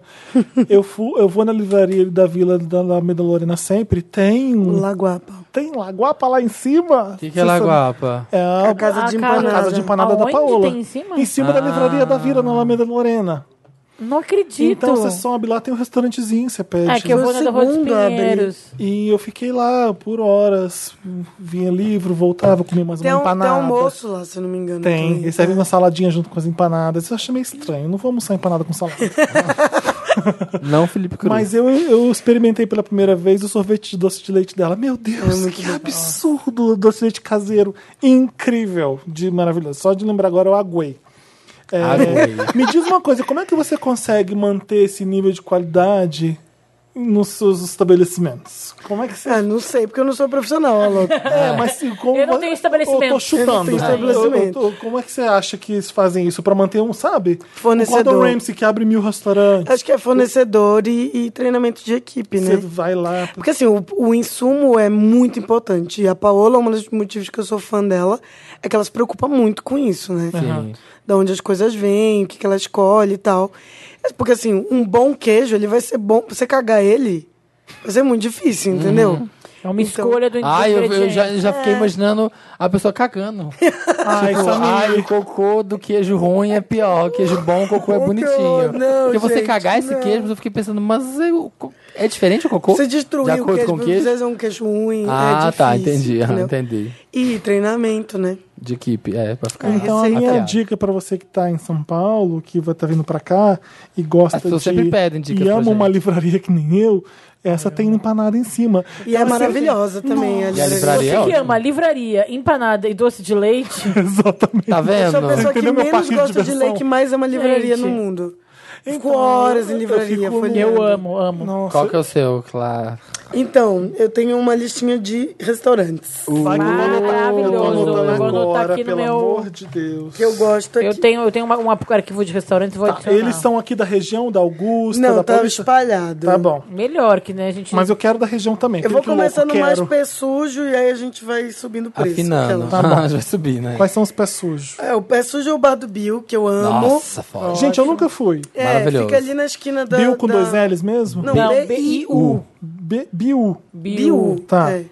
S1: eu, fu, eu vou na livraria da Vila da, da Medalorina sempre. Tem um,
S4: Laguapa.
S1: tem laguapa lá em cima.
S3: O que, que é Laguapa?
S1: É a,
S4: A casa de
S2: A
S4: empanada.
S1: casa de empanada da
S2: Aonde
S1: Paola.
S2: tem em cima? Ah.
S1: Em cima da livraria da Vila na Alameda Lorena.
S2: Não acredito.
S1: Então você sobe lá, tem um restaurantezinho, você pede.
S2: É que eu
S4: Foi o
S2: vou na da Rua dos
S4: segundo a abrir.
S2: Pinheiros.
S1: E eu fiquei lá por horas, vinha livro, voltava, comia mais
S4: Tem
S1: uma
S4: um, tem
S1: empanada.
S4: um almoço lá, se eu não me engano.
S1: Tem,
S4: também.
S1: e
S3: é
S1: serve uma saladinha junto com as empanadas. Eu achei meio estranho, não vou almoçar empanada com salada.
S3: Não, Felipe Cruz.
S1: Mas eu, eu experimentei pela primeira vez o sorvete de doce de leite dela. Meu Deus, que absurdo! Doce de leite caseiro, incrível, de maravilhoso. Só de lembrar agora eu aguei. É,
S3: Aguei.
S1: Me diz uma coisa, como é que você consegue manter esse nível de qualidade nos seus estabelecimentos? Como é que você
S4: Ah, não sei, porque eu não sou profissional, ó, louco.
S1: É, mas assim, como.
S2: Eu não tenho estabelecimento.
S1: Eu tô chutando.
S4: Eu não tenho estabelecimento.
S1: Eu- eu- como é que você acha que eles fazem isso pra manter um, sabe?
S4: Fornecedor.
S1: O Gordon Ramsay que abre mil restaurantes.
S4: Acho que é fornecedor e, e treinamento de equipe,
S1: Você
S4: né?
S3: é-
S1: vai lá.
S4: Porque assim, o, o insumo é muito importante. E a Paola, um dos motivos que eu sou fã dela, é que ela se preocupa muito com isso, né?
S3: Sim.
S4: Da onde as coisas vêm, o que, que ela escolhe e tal. Porque assim, um bom queijo, ele vai ser bom. Você cagar ele, vai ser muito difícil, entendeu?
S3: Uhum.
S2: É uma
S4: Então-
S2: escolha do
S3: Ai, Ah, eu, eu
S2: ingrediente.
S3: já, já
S4: É.
S3: fiquei imaginando a pessoa cagando.
S1: Ai,
S3: Tipo, ai, o cocô do queijo ruim é pior. O queijo bom, o cocô é
S4: Ô, que
S3: bonitinho.
S4: horror, não,
S3: Porque você
S4: gente,
S3: cagar esse
S4: não.
S3: queijo, mas eu fiquei pensando, mas eu, co- É diferente o cocô?
S4: Você destruir
S3: De
S4: o queijo,
S3: acordo com o
S4: porque
S3: queijo?
S4: às vezes é um queijo ruim,
S3: Ah,
S4: é
S3: tá,
S4: difícil,
S3: entendi. ah,
S4: entendeu?
S3: entendi.
S4: E treinamento, né?
S3: De equipe, é, pra ficar.
S4: Uhum.
S1: Então a minha
S4: é
S3: maquiado.
S1: dica pra você que tá em São Paulo, que vai tá vindo pra cá e gosta
S3: As pessoas
S1: de
S3: sempre pedem dicas
S1: e
S3: pra
S1: ama uma
S3: gente.
S1: livraria que nem eu, essa tem empanada em cima. Então,
S4: E é maravilhosa também.
S3: E a livraria é
S2: Você que
S3: ótima.
S2: ama livraria, empanada e doce de leite,
S1: Exatamente.
S3: Tá
S4: Eu sou a
S3: vendo?
S4: pessoa que
S1: Entendeu meu
S4: menos
S1: parque de
S4: gosta de,
S1: diversão? Então,
S4: ler, que mais ama livraria
S2: Gente.
S4: no mundo. Fico horas em livraria.
S1: fico-
S4: folheando.
S2: eu amo, amo.
S1: Nossa,
S3: Qual que é o seu, claro?
S4: Então, eu tenho uma listinha de restaurantes.
S1: vai que eu vou anotar-
S2: Maravilhoso.
S1: Eu tô
S2: Eu
S1: anotando
S2: vou anotar
S1: agora,
S2: aqui no
S1: pelo
S2: meu-
S1: amor de Deus.
S4: Que eu gosto aqui.
S2: Eu tenho, eu tenho uma- um arquivo de restaurante vou adicionar.
S1: Tá, Eles são aqui da região da Augusta,
S4: Não,
S1: da
S4: tá
S1: Paulista?
S4: espalhado.
S1: Tá bom.
S2: Melhor que, né, a gente...
S1: Mas eu quero da região também.
S4: Eu vou
S1: Clique louco,
S4: começando mais
S1: quero.
S4: pé sujo e aí a gente vai subindo o preço.
S3: Afinando.
S4: Aquela-
S1: Tá bom.
S3: Vai subir, né?
S1: Quais são os pés sujos?
S4: É, o pé sujo é o bar do Bill, que eu amo.
S3: Nossa, foda.
S1: Gente, eu nunca fui.
S4: É,
S3: Maravilhoso.
S4: fica ali na esquina da...
S1: Biu com
S4: da...
S1: dois L's mesmo?
S4: Não,
S2: Não,
S4: B-I-U.
S1: B- Biu.
S4: Biu.
S1: Tá.
S4: É,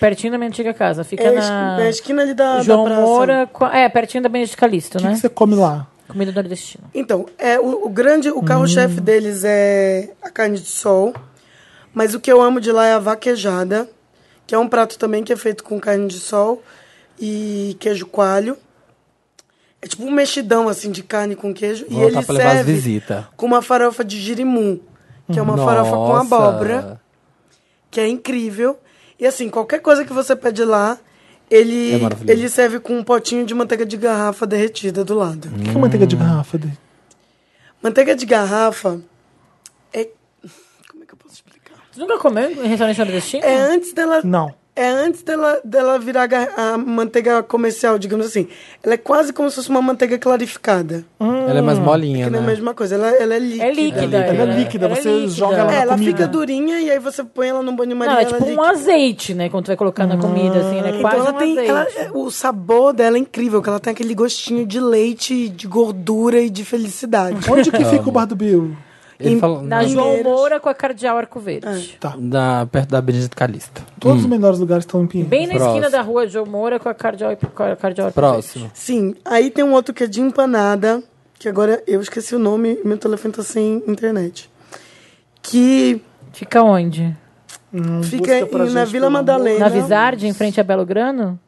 S2: Pertinho da minha antiga casa. Fica
S4: é,
S2: na...
S4: esqui- é a esquina ali da, da
S2: João
S4: praça.
S2: Moura... com a- É, pertinho da Benedito Calixto,
S1: O que
S2: né?
S1: que você come lá?
S2: Comida nordestina.
S4: Então, é, o, o grande, o
S3: Hum.
S4: carro-chefe deles é a carne de sol, mas o que eu amo de lá é a vaquejada, que é um prato também que é feito com carne de sol e queijo coalho. É tipo um mexidão, assim, de carne com queijo. e
S3: Voltar
S4: ele
S3: pra levar as
S4: serve
S3: visitas.
S4: com uma farofa de girimum, que é uma farofa com
S3: Nossa.
S4: abóbora, que é incrível. E assim, qualquer coisa que você pede lá,
S3: É
S4: ele,
S3: maravilhoso.
S4: ele serve com um potinho de manteiga de garrafa derretida do lado.
S1: O que que é manteiga de garrafa? Dê?
S4: Manteiga de garrafa é. Como é que eu posso explicar?
S2: Você nunca comeu em restaurante nordestino?
S4: É antes dela.
S1: Não.
S4: É antes dela, dela virar gar- a manteiga comercial, digamos assim. Ela é quase como se fosse uma manteiga clarificada.
S3: Ela é mais molinha,
S4: que não é a
S3: né?
S4: mesma coisa. Ela, ela é líquida.
S2: É líquida.
S1: Ela é líquida,
S2: é
S1: você joga ela
S4: É,
S1: na
S4: ela
S1: comida.
S4: fica durinha e aí você põe ela num banho maria.
S2: Não, é tipo um
S4: líquida.
S2: azeite, né? Quando tu vai colocar na comida, assim, né?
S4: Então
S2: Quase
S4: ela
S2: um
S4: tem.
S2: azeite.
S4: ela- é, o sabor dela é incrível, que ela tem aquele gostinho de leite, de gordura e de felicidade.
S1: Onde que fica o bar do Bill?
S3: Ele falou
S2: Na
S3: na-
S2: João
S4: Pinheiros.
S2: Moura com a Cardeal Arco Verde.
S3: na- perto da Benedito Calixto.
S1: Todos os melhores lugares estão em Pinheiros.
S2: Bem na
S3: Próximo.
S2: esquina da rua João Moura com a Cardeal, com a Cardeal Arco
S3: Próximo.
S4: Sim, aí tem um outro que é de empanada, que agora eu esqueci o nome e meu telefone tá sem internet. Que
S2: Verde. Fica onde?
S4: fica
S1: Hum, busca pra
S4: em- na
S1: gente, pelo
S4: Vila
S1: amor.
S4: Madalena.
S2: Na Vizarde, em frente a Belo Grano?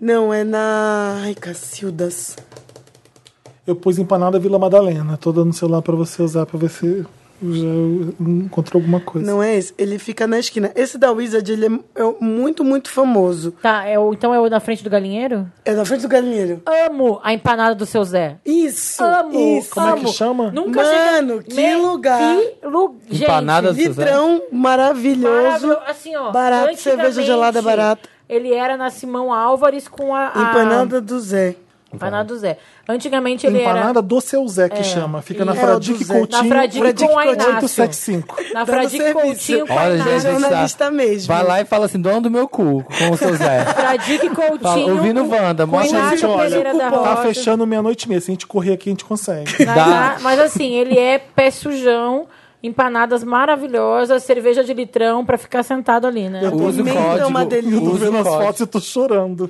S4: Não, é na. Ai, Cacildas.
S1: Eu pus empanada Vila Madalena. Tô dando o celular pra você usar pra ver se já encontrou alguma coisa.
S4: Não é esse. Ele fica na esquina. Esse da Wizard, ele é- é muito, muito famoso.
S2: Tá, é o, então é o na frente do galinheiro?
S4: É na frente do galinheiro.
S2: Amo a empanada do seu Zé.
S4: Isso!
S2: Amo,
S4: Isso!
S1: Como é que
S2: amo.
S1: chama?
S2: Nunca
S4: Mano,
S2: cheguei-
S4: que
S2: Me-
S4: lugar.
S2: Que lu- Gente,
S3: Empanada do seu Zé.
S4: Litrão maravilhoso.
S2: maravilhoso. Assim, ó.
S4: Barato, cerveja
S2: antigamente,
S4: gelada é barata.
S2: Ele era na Simão Álvares com a. a-
S4: Empanada do Zé.
S2: Empanada do Zé. Antigamente ele
S1: Empanada
S2: era.
S1: do seu Zé que chama. Fica na
S4: É,
S1: Fradique
S4: do Zé. Na
S1: Coutinho.
S2: Fradique com a Inácio.
S1: 875.
S2: Na
S4: dando
S2: Fradique
S4: serviço.
S2: Coutinho com a
S3: Olha, gente,
S2: Inácio.
S3: a gente
S4: Jornalista
S3: tá...
S4: mesmo.
S3: Vai lá e fala assim, dono do meu cu, com o seu Zé.
S2: Fradique Coutinho.
S3: ouvindo
S2: com-
S3: Wanda,
S2: com
S3: mostra
S2: Inácio
S1: gente, olha,
S2: Pereira da
S1: Tá
S2: Rocha.
S1: fechando meia-noite e meia. Se a gente correr aqui, a gente consegue.
S2: Mas,
S3: Dá.
S2: a- mas assim, ele é pé sujão, empanadas maravilhosas, cerveja de litrão pra ficar sentado ali, né?
S1: Eu-
S3: Usa o
S4: Pimenta é
S3: código.
S4: uma delícia.
S1: Eu tô
S3: Usa
S1: vendo
S3: o
S1: as fotos e
S3: código.
S1: eu tô chorando.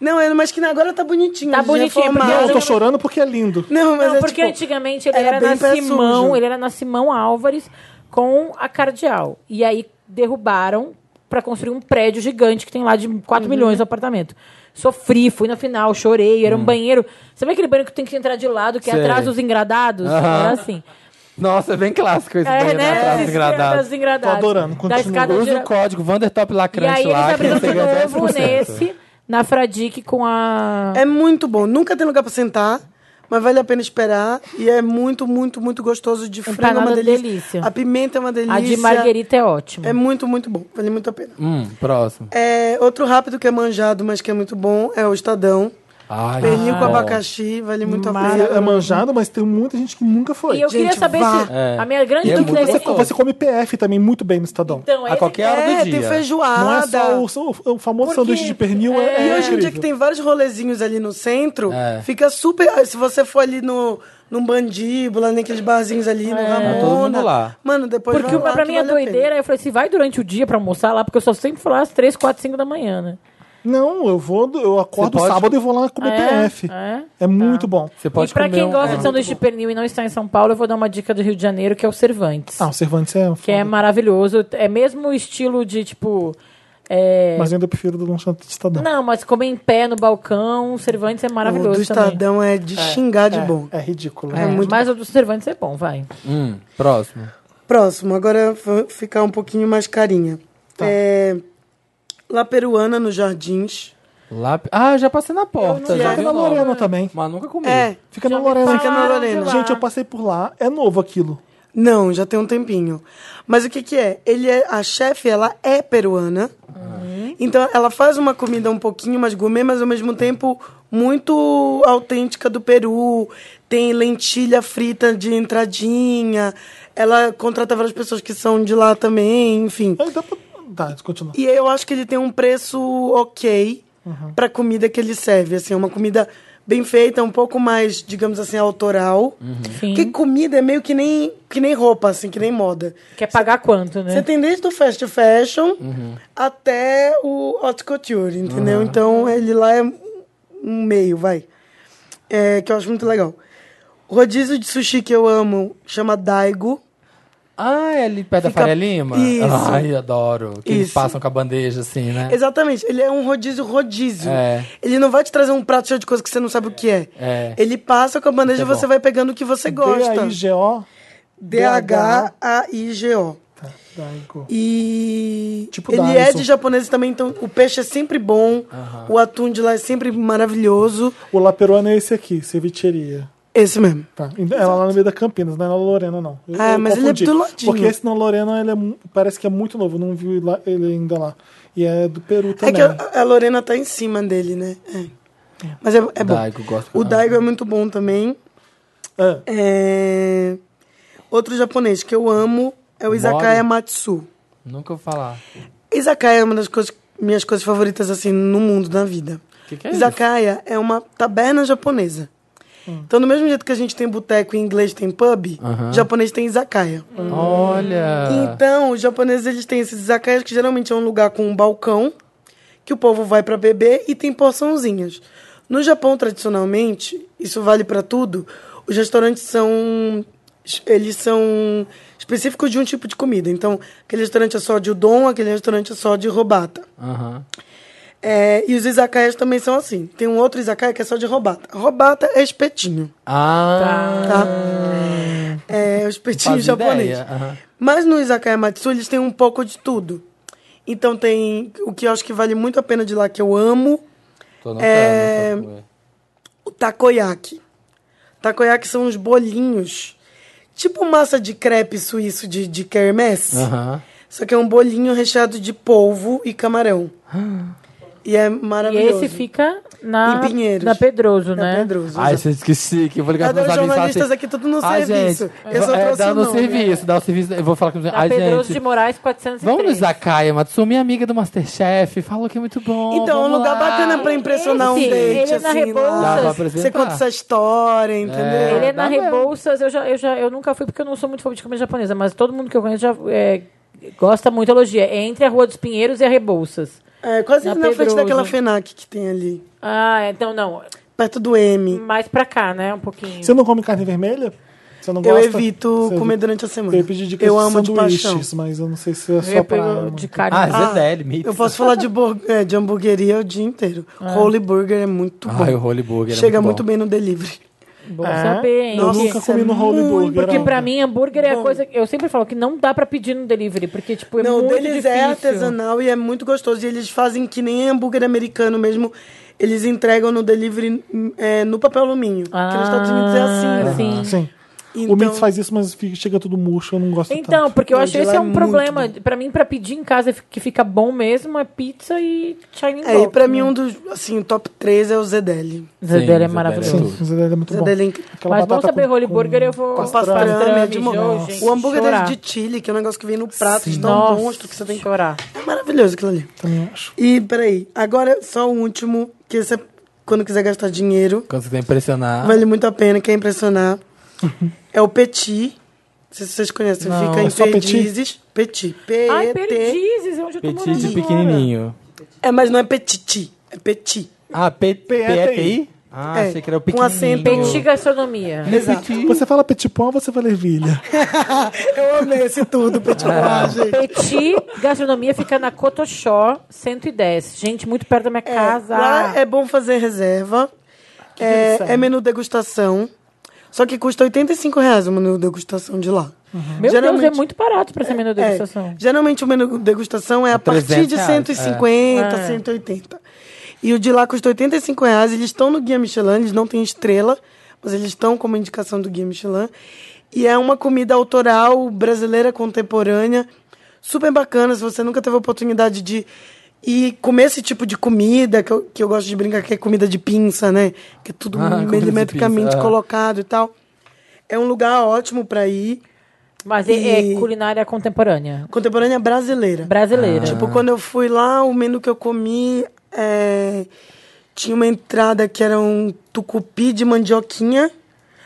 S4: Não, é, mas que agora tá bonitinho.
S2: Tá
S4: eles
S2: bonitinho, porque
S1: Não,
S4: reformaram.
S1: eu tô chorando porque é lindo.
S4: Não, mas
S2: Não,
S4: é
S2: porque
S4: tipo,
S2: antigamente ele
S4: era
S2: era,
S4: bem
S2: na
S4: pé
S2: Simão,
S4: sujo.
S2: ele era na Simão Álvares com a Cardeal. E aí derrubaram pra construir um prédio gigante que tem lá de
S4: Uhum.
S2: 4 milhões de apartamento. Sofri, fui na final, chorei, era um banheiro. Sabe aquele banheiro que tem que entrar de lado, que é
S3: Hum. Sei.
S2: atrás dos engradados?
S3: Aham.
S2: Era assim.
S3: Nossa, é bem clássico esse
S2: É,
S3: banheiro
S2: né?
S3: atrás
S2: Esses
S3: engradado.
S2: engradados, engradados.
S1: Tô adorando,
S2: Da
S1: continua.
S2: escada
S3: Usa
S2: gira-
S3: o código Vandertop
S2: E
S3: Lacrante
S2: aí eles
S3: lá, que
S2: abriram
S3: você
S2: de
S3: ganha
S2: novo
S3: 10%.
S2: nesse, na Fradique com a...
S4: É muito bom. Nunca tem lugar pra sentar, mas vale a pena esperar. E é muito, muito, muito gostoso. De frango é
S2: Empanada
S4: uma
S2: é
S4: delícia.
S2: delícia.
S4: A pimenta é uma delícia.
S2: A de Marguerita é ótima.
S4: É muito, muito bom. Vale muito a pena.
S3: Hum, próximo.
S4: É, outro rápido que é manjado, mas que é muito bom, é o Estadão.
S3: Ai,
S4: Pernil
S3: que
S4: com
S3: bom.
S4: abacaxi, vale muito a
S1: Mas
S4: pena.
S1: Ah. é manjado, mas tem muita gente que nunca foi.
S2: E eu queria
S4: Gente,
S2: saber
S4: vá.
S2: se...
S3: É.
S2: A minha grande
S3: E é
S2: dúvida
S3: muito
S2: é...
S3: gostoso.
S1: Você come PF também muito bem no Estadão.
S2: Então,
S3: A
S2: esse-
S3: qualquer hora
S4: É,
S3: do
S4: tem
S3: dia.
S4: feijoada.
S1: Não é só o, só o- o famoso sanduíche de pernil, é,
S4: E hoje em
S1: incrível.
S4: dia que tem vários rolezinhos ali no centro,
S3: É.
S4: fica super. Se você for ali no, num Bandíbula, naqueles barzinhos ali, no Ramona.
S3: Tá todo mundo lá.
S4: Mano, depois
S2: É. Porque
S4: vai
S2: uma,
S4: lá
S2: pra
S4: que
S2: mim é
S4: vale a pena.
S2: doideira, eu falei assim, vai durante o dia pra almoçar lá, porque eu só sempre fui lá às 3, 4, 5 da manhã, né?
S1: Não, eu vou, eu acordo
S3: Você pode-
S1: sábado e vou lá comer
S2: É?
S1: PF.
S2: É?
S1: É muito bom.
S3: Você pode
S2: e pra
S3: comer
S2: quem
S3: um-
S2: gosta
S3: é.
S2: de sanduíche de pernil e não está em São Paulo, eu vou dar uma dica do Rio de Janeiro, que é o Cervantes.
S1: Ah, o Cervantes é.
S2: que é
S1: foda.
S2: maravilhoso. É mesmo o estilo de, tipo... é,
S1: Mas ainda eu prefiro do lanchonete do Estadão.
S2: Não, mas comer em pé no balcão, o Cervantes é
S4: O
S2: maravilhoso
S4: do
S2: também.
S4: Estadão é de xingar de bom.
S1: É ridículo.
S2: É, mas o do Cervantes é bom, vai.
S3: Hum, próximo.
S4: Próximo, agora vou ficar um pouquinho mais carinha.
S3: Tá.
S4: É, La Peruana nos Jardins.
S3: Lá... Ah, já passei na porta. Já
S1: Fica
S3: vi
S1: na
S3: logo.
S1: Lorena também.
S3: Mas nunca comi.
S4: É,
S1: Fica na
S2: Já me
S1: Lorena.
S4: Fica na
S2: falaram de
S4: Lorena.
S2: lá.
S1: Gente, eu passei por lá. É novo aquilo.
S4: não, já tem um tempinho. Mas o que que é? Ele é a chefe, ela é peruana. Então ela faz uma comida um pouquinho mais gourmet, mas ao mesmo tempo muito autêntica do Peru. Tem lentilha frita de entradinha. Ela contrata várias pessoas que são de lá também, enfim.
S1: Aí dá pra... Tá, continua.
S4: E eu acho que ele tem um preço ok pra comida que ele serve. Assim, é uma comida bem feita, um pouco mais, digamos assim, autoral.
S2: Sim.
S4: Porque comida é meio que nem, que nem roupa, assim, que nem moda.
S2: Quer pagar quanto,
S3: É.
S2: né?
S4: Você tem desde o fast fashion
S3: Uhum.
S4: até o haute couture, entendeu? Então ele lá é um meio, vai. É, que eu acho muito legal. O rodízio de sushi que eu amo chama Daigo.
S3: Ah, é ali perto da
S4: Fica-
S3: Faria Lima?
S4: Isso.
S3: Ai, adoro. Que eles
S4: Isso.
S3: passam com a bandeja, assim, né?
S4: Exatamente, ele é um rodízio rodízio.
S3: É.
S4: Ele não vai te trazer um prato cheio de coisa que você não sabe o que é.
S3: É.
S4: Ele passa com a bandeja e
S3: Muito
S4: você
S3: bom.
S4: vai pegando o que você gosta.
S1: D-A-I-G-O.
S4: D-H-A-I-G-O.
S1: Tá, Daigo.
S4: E
S1: Tipo
S4: ele
S1: Dyson.
S4: é de japonês também, então o peixe é sempre bom, o atum de lá é sempre maravilhoso.
S1: O La Peruana é esse aqui, cevicheria.
S4: Esse mesmo.
S1: Tá. Ela lá no meio da Campinas, não é na Lorena, não. Eu-
S4: Ah,
S1: eu
S4: mas ele é
S1: confundi.
S4: do ladinho.
S1: Porque esse na Lorena ele é mu- parece que é muito novo, não vi lá- ele ainda lá. E é do Peru
S4: É
S1: também.
S4: que a, a Lorena tá em cima dele, né? É. Mas é, é bom.
S3: Daigo, gosto pra
S4: o
S3: caramba.
S4: Daigo é muito bom também.
S1: Ah,
S4: É, Outro japonês que eu amo é o Izakaya Matsu.
S3: Nunca vou falar.
S4: Izakaya é uma das coisas- minhas coisas favoritas assim no mundo, na vida.
S3: O que, que é isso? Hum.
S4: Izakaya é uma taberna japonesa. Então, do mesmo jeito que a gente tem boteco e em inglês tem pub, japonês tem izakaya.
S3: Olha!
S4: Então, os japoneses eles têm esses izakayas que geralmente é um lugar com um balcão que o povo vai pra beber e tem porçãozinhas. No Japão, tradicionalmente, isso vale pra tudo. Os restaurantes são eles são específicos de um tipo de comida. Então, aquele restaurante é só de udon, aquele restaurante é só de robata.
S3: Aham.
S4: É, e os izakayas também são assim. Tem um outro izakaya que é só de robata. Robata é espetinho,
S3: Ah!
S4: tá? É o espetinho
S3: fazia
S4: japonês.
S3: ideia, aham.
S4: Mas no izakaya matsu eles têm um pouco de tudo. Então tem o que eu acho que vale muito a pena de lá, que eu amo,
S3: Tô anotando.
S4: É,
S3: pra comer.
S4: o takoyaki. Takoyaki são uns bolinhos, tipo massa de crepe suíço de, de quermesse.
S3: Aham.
S4: Só que é um bolinho recheado de polvo e camarão. E é
S2: E
S4: maravilhoso.
S2: esse fica na,
S4: Em Pinheiros.
S2: na Pedroso,
S4: É
S2: né?
S4: Pedroso,
S3: Ai,
S4: exato.
S3: você esqueci que eu vou
S4: Eu
S3: ligar para
S4: Adoro
S3: meus amigos e falar
S4: jornalistas
S3: assim...
S4: aqui, tudo no
S3: Ai,
S4: serviço.
S3: gente,
S4: eu só
S3: é,
S4: trouxe
S3: dá
S4: o
S3: no
S4: nome. Tá
S3: serviço, dá no serviço. Eu vou falar com os...
S2: Na
S3: Ai,
S2: Pedroso
S3: gente,
S2: de Moraes 403.
S3: vamos no Izakaya, Matsu, minha amiga do Masterchef, falou que é muito bom,
S4: Então, é um
S3: vamos
S4: lugar
S3: lá.
S4: bacana pra impressionar
S2: Esse,
S4: um date,
S2: ele é na
S4: assim,
S2: Rebouças.
S3: Dá pra
S4: lá.
S3: apresentar.
S4: Você conta essa história, entendeu?
S2: Ele é na
S3: Dá mesmo.
S2: Rebouças, eu, já, eu, já, eu nunca fui porque eu não sou muito fã de comida japonesa, mas todo mundo que eu conheço já é, gosta muito, elogia. É entre a Rua dos Pinheiros e a Rebouças.
S4: É, quase
S2: Na
S4: na frente
S2: Pedroso.
S4: daquela FENAC que tem ali.
S2: Ah, então não,
S4: Perto do M.
S2: mais pra cá, né, um pouquinho.
S1: Você não come carne vermelha? Você não
S4: Eu
S1: gosta?
S4: evito
S1: Você
S4: comer
S1: evita?
S4: durante a semana.
S1: Eu ia pedir dicas
S4: Eu
S1: de
S4: amo de paixão.
S1: sanduíches, mas eu não sei se é
S2: Eu
S1: só
S2: ia
S4: um
S1: pra...
S2: pegar de carne.
S3: Ah, Zedele, Mitz.
S4: Eu posso falar de, bur- é, de hamburgueria o dia inteiro.
S2: Ah.
S4: Holy Burger é muito bom.
S3: Ai, o Holy Burger é
S4: Chega
S3: muito
S4: muito,
S3: bom.
S4: bem no delivery.
S2: Bom
S1: É?
S2: saber, hein?
S1: Eu
S2: que-
S1: nunca
S4: Nossa,
S1: comi no Holy
S4: muito,
S1: Burger.
S2: Porque
S1: não.
S2: pra mim, hambúrguer é a coisa. que- Eu sempre falo que não dá pra pedir no delivery, porque, tipo, é
S4: Não, o
S2: muito
S4: deles
S2: difícil.
S4: é artesanal e é muito gostoso. E eles fazem que nem hambúrguer americano mesmo. Eles entregam no delivery hum, é, no papel alumínio. que nos Estados Unidos é assim, né?
S2: sim.
S1: Sim.
S4: Então,
S1: O Mitz faz isso, mas fica- chega tudo murcho, eu não gosto
S2: Então,
S1: tanto.
S2: porque eu
S4: tá Não,
S2: acho
S4: de
S2: que
S4: lá
S2: esse é
S4: é
S2: um
S4: muito
S2: problema. Pra mim, pra pedir em casa que fica bom mesmo é pizza e Chinese
S4: É, e
S2: box,
S4: pra
S2: né?
S4: mim um dos, assim, o top 3 é o Zedeli.
S2: Zedele é
S3: Zedele.
S2: maravilhoso.
S1: Sim, mas ele é muito bom.
S4: Zedeli é incrível.
S1: Aquela
S2: Mas vamos
S1: batata
S2: saber,
S1: com-
S2: Holy
S1: com-
S2: Burger, eu vou...
S4: Pastrame, é de
S2: Pastrame,
S4: mo-
S2: jo, gente,
S4: O hambúrguer
S2: chorar.
S4: deles de Chile, que é um negócio que vem no prato, de tão
S2: Nossa,
S4: monstro que você tem que...
S2: chorar.
S4: É maravilhoso aquilo ali.
S1: Também acho.
S4: E, peraí, agora só o último, que esse é quando quiser gastar dinheiro,
S3: Quando você tem que impressionar...
S4: vale muito a pena, quer impressionar. é o Petit, não sei se vocês conhecem,
S1: Não,
S4: fica
S1: é
S4: em
S1: só Petit?
S4: Perdizes. Petit,
S2: Ai,
S4: P-E-T.
S2: perdizes, é onde eu tô
S3: Petit
S2: morando
S3: de
S2: agora.
S3: pequenininho.
S4: É, mas não é petit. É petit.
S3: Ah, P- PETI? Ah,
S4: É,
S3: achei que era o
S4: com
S3: pequenininho.
S4: acento-
S2: Petit gastronomia.
S3: Exato.
S1: Você fala petit pão ou você fala ervilha?
S4: Eu amei esse tudo, petit pois, gente.
S2: Petit gastronomia fica na Cotoxó 110. Gente, muito perto da minha casa.
S4: É, Lá é bom fazer reserva. É, é menu degustação. Só que custa 85 reais o menu degustação de lá.
S2: Meu
S4: Geralmente-
S2: Deus, é muito barato pra ser menu de
S4: É,
S2: degustação.
S4: geralmente o menu degustação é a partir
S3: 300
S4: de
S3: reais,
S4: 150,
S2: é.
S4: 180. E o de lá custa 85 reais. Eles estão no Guia Michelin, eles não têm estrela, mas eles estão como indicação do Guia Michelin. E é uma comida autoral brasileira contemporânea, super bacana. Se você nunca teve a oportunidade de ir comer esse tipo de comida, que eu, que eu gosto de brincar que é comida de pinça, né? Que é tudo
S3: Ah, comida de
S4: milimetricamente
S3: pinça, é.
S4: colocado e tal. É um lugar ótimo para ir.
S2: Mas é-
S4: E-
S2: é culinária contemporânea.
S4: Contemporânea brasileira.
S2: Brasileira.
S3: Ah,
S4: Tipo, quando eu fui lá, o menu que eu comi é, tinha uma entrada que era um tucupi de mandioquinha,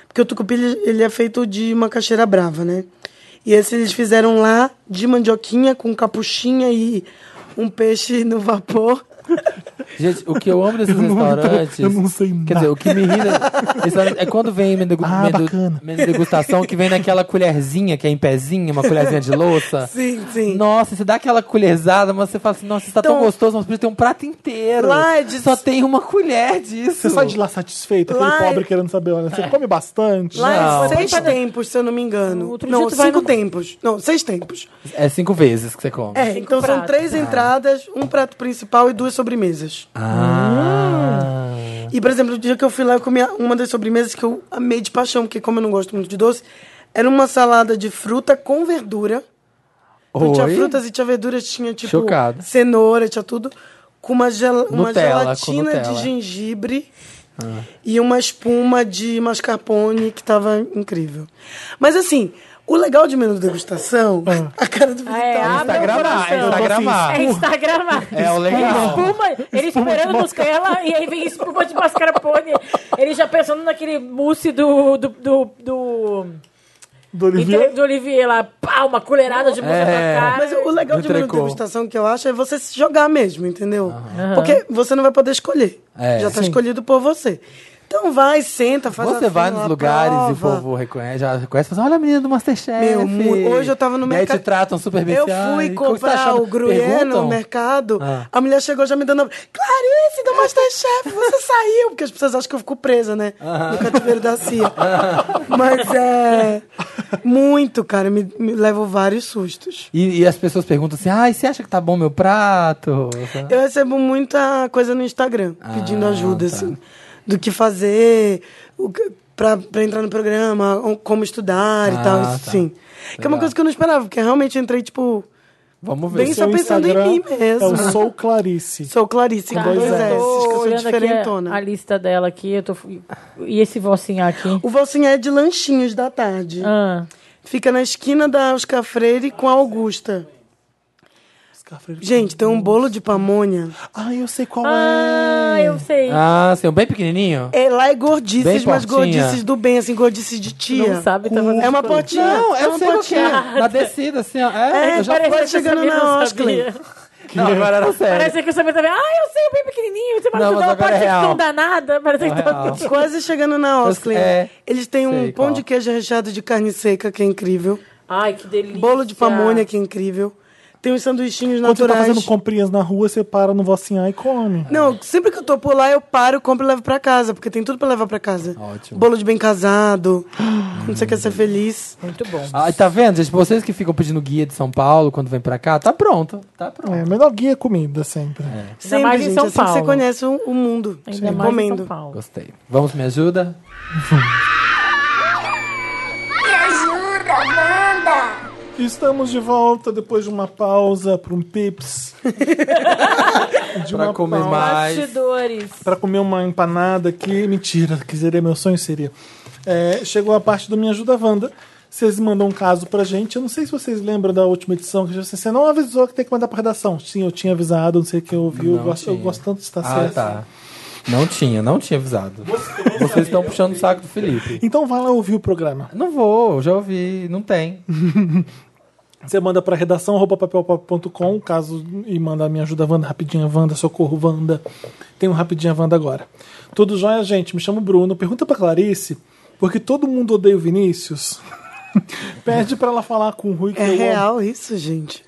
S4: porque o tucupi ele ele é feito de macaxeira brava, né? E esse eles fizeram lá de mandioquinha com capuchinha e um peixe no vapor.
S3: Gente, o que eu amo desses
S1: não-
S3: restaurantes.
S1: eu não sei nada.
S3: Quer dizer, o que me ri da- restaurante é quando vem menu,
S1: Ah,
S3: menu-
S1: bacana.
S3: menu degustação que vem naquela colherzinha que é em pezinho, uma colherzinha de louça.
S4: Sim, sim.
S3: Nossa, você dá aquela colherzada, mas você fala assim, nossa, isso tá tão
S4: Então-
S3: gostoso, mas podia ter um prato inteiro.
S4: Lá é de-
S3: Só tem uma colher disso.
S1: Você sai de lá satisfeito, aquele
S4: Lá é-
S1: pobre querendo saber, olha, você come bastante.
S4: Lá
S3: Não.
S4: é seis tempos, se eu não me engano.
S2: Outro dia
S4: não,
S2: tu vai
S4: cinco
S2: no-
S4: tempos. Não, seis tempos.
S3: É cinco vezes que você come.
S4: É, então são
S2: pratos.
S4: três entradas, um prato principal e duas sobremesas.
S3: Ah.
S4: E, por exemplo, o dia que eu fui lá, eu comi uma das sobremesas que eu amei de paixão, porque como eu não gosto muito de doce, era uma salada de fruta com verdura. Então tinha
S3: Oi?
S4: frutas e tinha verduras, tinha tipo
S3: Chocado.
S4: cenoura, tinha tudo. Com uma, gel uma
S3: Nutella,
S4: gelatina
S3: com Nutella. Ah.
S4: de gengibre e uma espuma de mascarpone que tava incrível. Mas assim, o legal de menu degustação,
S3: Ah.
S4: a cara do Vitor.
S2: É, abre o
S3: Instagramar, é
S2: coração.
S3: Instagramar.
S2: É Instagramar.
S3: É o legal.
S2: Espuma, ele esperando Nutella e aí vem espuma de mascarpone. Ele já pensando naquele mousse do... do, do, do...
S1: Do Olivier.
S2: Do Olivier lá, pá, uma colherada de mousse
S3: É.
S2: pra cá.
S4: Mas o legal de menu
S3: Entrecô.
S4: degustação que eu acho é você se jogar mesmo, entendeu? Porque você não vai poder escolher.
S3: É.
S4: Já tá
S3: Sim.
S4: escolhido por você. Então vai, senta, faz a
S3: Você vai
S4: fila,
S3: nos lugares
S4: prova.
S3: e o povo reconhece, já reconhece, fala assim, olha a menina do Masterchef.
S4: Meu, mu- hoje eu tava no
S3: Daí
S4: mercado.
S3: te tratam super bem.
S4: Eu
S3: assim, "Ai,
S4: fui
S3: como você tá
S4: comprar
S3: achando?"
S4: o Gruyère no
S3: Perguntam?
S4: mercado.
S3: Ah.
S4: A mulher chegou já me dando. a- Clarice, do Masterchef, você saiu. Porque as pessoas acham que eu fico presa, né? No cativeiro da CIA. Mas é. Muito, cara. Me, me levo vários sustos.
S3: E, e as pessoas perguntam assim, ai, você acha que tá bom meu prato?
S4: Eu recebo muita coisa no Instagram, pedindo
S3: Ah,
S4: ajuda,
S3: tá.
S4: assim. Do que fazer, o que- pra, pra entrar no programa, o- como estudar
S3: Ah,
S4: e tal,
S3: tá.
S4: isso sim. Que é uma
S3: Legal.
S4: coisa que eu não esperava, porque realmente eu entrei, tipo,
S3: Vamos ver.
S4: bem
S1: Seu
S4: só Então, pensando em
S1: Instagram
S4: mim
S1: É o
S4: mesmo.
S1: Sou Clarice.
S4: Sou Clarice, com
S2: Tá,
S4: dois
S2: eu
S3: é.
S4: S, que
S2: tô
S4: eu sou
S2: olhando aqui é,
S4: diferentona.
S2: a, a lista dela aqui. Eu tô, e esse vocinhar aqui?
S4: O Valsinha é de lanchinhos da tarde.
S2: Ah,
S4: Fica na esquina da Oscar Freire com a Augusta. Gente, tem um bolo de pamonha.
S1: Ai, eu sei qual
S2: ah
S1: é.
S2: eu sei.
S3: Ah, sim, bem pequenininho?
S4: É, lá é gordices,
S3: Bem é.
S4: mas
S3: portinha.
S4: gordices do bem, assim, gordices de tia.
S2: Não sabe, tá tava
S4: É uma potinha.
S3: Não,
S4: é
S3: eu
S4: uma
S3: sei o que é.
S4: potinha.
S3: Na descida, assim, ó. É,
S4: É,
S3: eu já Tá fui.
S4: parece- Agora chegando
S2: que eu
S4: na
S2: sabia, não
S4: Osclen.
S2: sabia.
S3: Não, agora era sério.
S2: Parece que eu sabia também. Ah, eu sei, bem pequenininho. Você parece
S3: Não, mas
S2: que
S3: agora
S2: dá uma
S3: é
S2: parte de
S3: real. é
S2: tão danada. Parece que tá...
S3: Real.
S4: Quase chegando na Osclen.
S3: é,
S4: Eles têm um
S3: sei
S4: pão
S3: qual.
S4: de queijo recheado de carne seca, que é incrível.
S2: Ai, que delícia.
S4: Bolo de pamonha, que é incrível. Tem uns sanduichinhos
S1: Quando você tá
S4: naturais.
S1: fazendo comprinhas na rua, você para no vocinha e come.
S4: Não, sempre que eu tô por lá, eu paro, compro e levo pra casa, porque tem tudo pra levar pra casa.
S3: Ótimo.
S4: Bolo de bem casado, quando você quer é ser feliz.
S2: Muito bom.
S3: Ah, tá vendo, gente? Vocês que ficam pedindo guia de São Paulo quando vem pra cá, tá pronto. Tá pronto.
S1: É, melhor guia é comida sempre.
S4: Sempre,
S2: mais em
S4: gente,
S2: São
S4: assim que você
S2: Paulo.
S4: conhece o, o mundo.
S2: Ainda mais em São
S4: Recomendo.
S2: Paulo.
S3: Gostei. Vamos, me ajuda?
S7: Me ajuda, Wanda!
S1: Estamos de volta depois de uma pausa para um pips. de
S3: Pra comer mais.
S2: Bastidores.
S1: Pra comer uma empanada aqui. Mentira, que seria meu sonho seria. É, chegou a parte do Me Ajuda Wanda. Vocês mandam um caso pra gente. Eu não sei se vocês lembram da última edição que já disse, você não avisou que tem que mandar pra redação. Sim, eu tinha avisado, não sei quem ouviu. Eu
S3: Não
S1: gosto, eu
S3: tinha.
S1: gosto tanto de estar
S3: Ah,
S1: certo.
S3: tá. Não tinha, não tinha avisado. Vocês estão puxando o saco do Felipe.
S1: Então vá lá ouvir o programa.
S3: Não vou, já ouvi, não tem.
S1: Você manda para redação arroba papelpop.com, caso e manda me ajuda Wanda, rapidinha Wanda, socorro Wanda. Tem um rapidinha Wanda agora. Tudo jóia, gente. Me chamo Bruno. Pergunta para Clarice, porque todo mundo odeia o Vinícius. Pede para ela falar com o Rui que
S4: É
S1: eu amo.
S4: real isso, gente?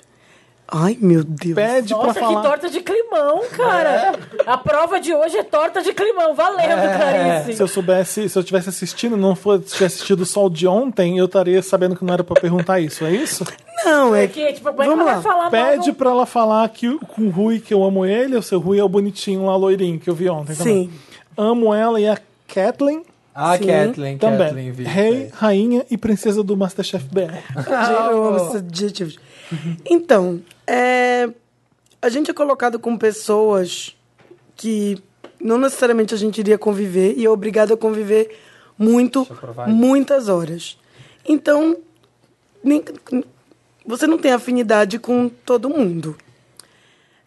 S4: Ai, meu Deus.
S1: Pede para
S2: Nossa, que
S1: falar.
S2: torta de climão, cara. A prova de hoje é torta de climão. Valendo,
S1: Se eu
S2: Clarice.
S1: soubesse, se eu tivesse assistindo, não fosse tivesse assistido só o de ontem, eu estaria sabendo que não era para perguntar isso, é isso?
S4: Não, é que.
S2: Porque, tipo, como é que
S4: Vamos
S2: ela
S4: lá.
S2: vai falar mal
S1: Pede
S2: do-
S1: pra ela falar que, o- com o Rui que eu amo ele, o seu Rui é o bonitinho lá, loirinho, que eu vi ontem também.
S4: Sim.
S1: Amo ela e a Kathleen
S3: Ah, Kathleen,
S1: também.
S3: Kathleen é. Vita.
S1: Rei, rainha e princesa do Masterchef BR.
S4: Eu amo esses adjetivos. Então, é, a gente é colocado com pessoas que não necessariamente a gente iria conviver e é obrigado a conviver muito, muitas horas. Então, nem- você não tem afinidade com todo mundo.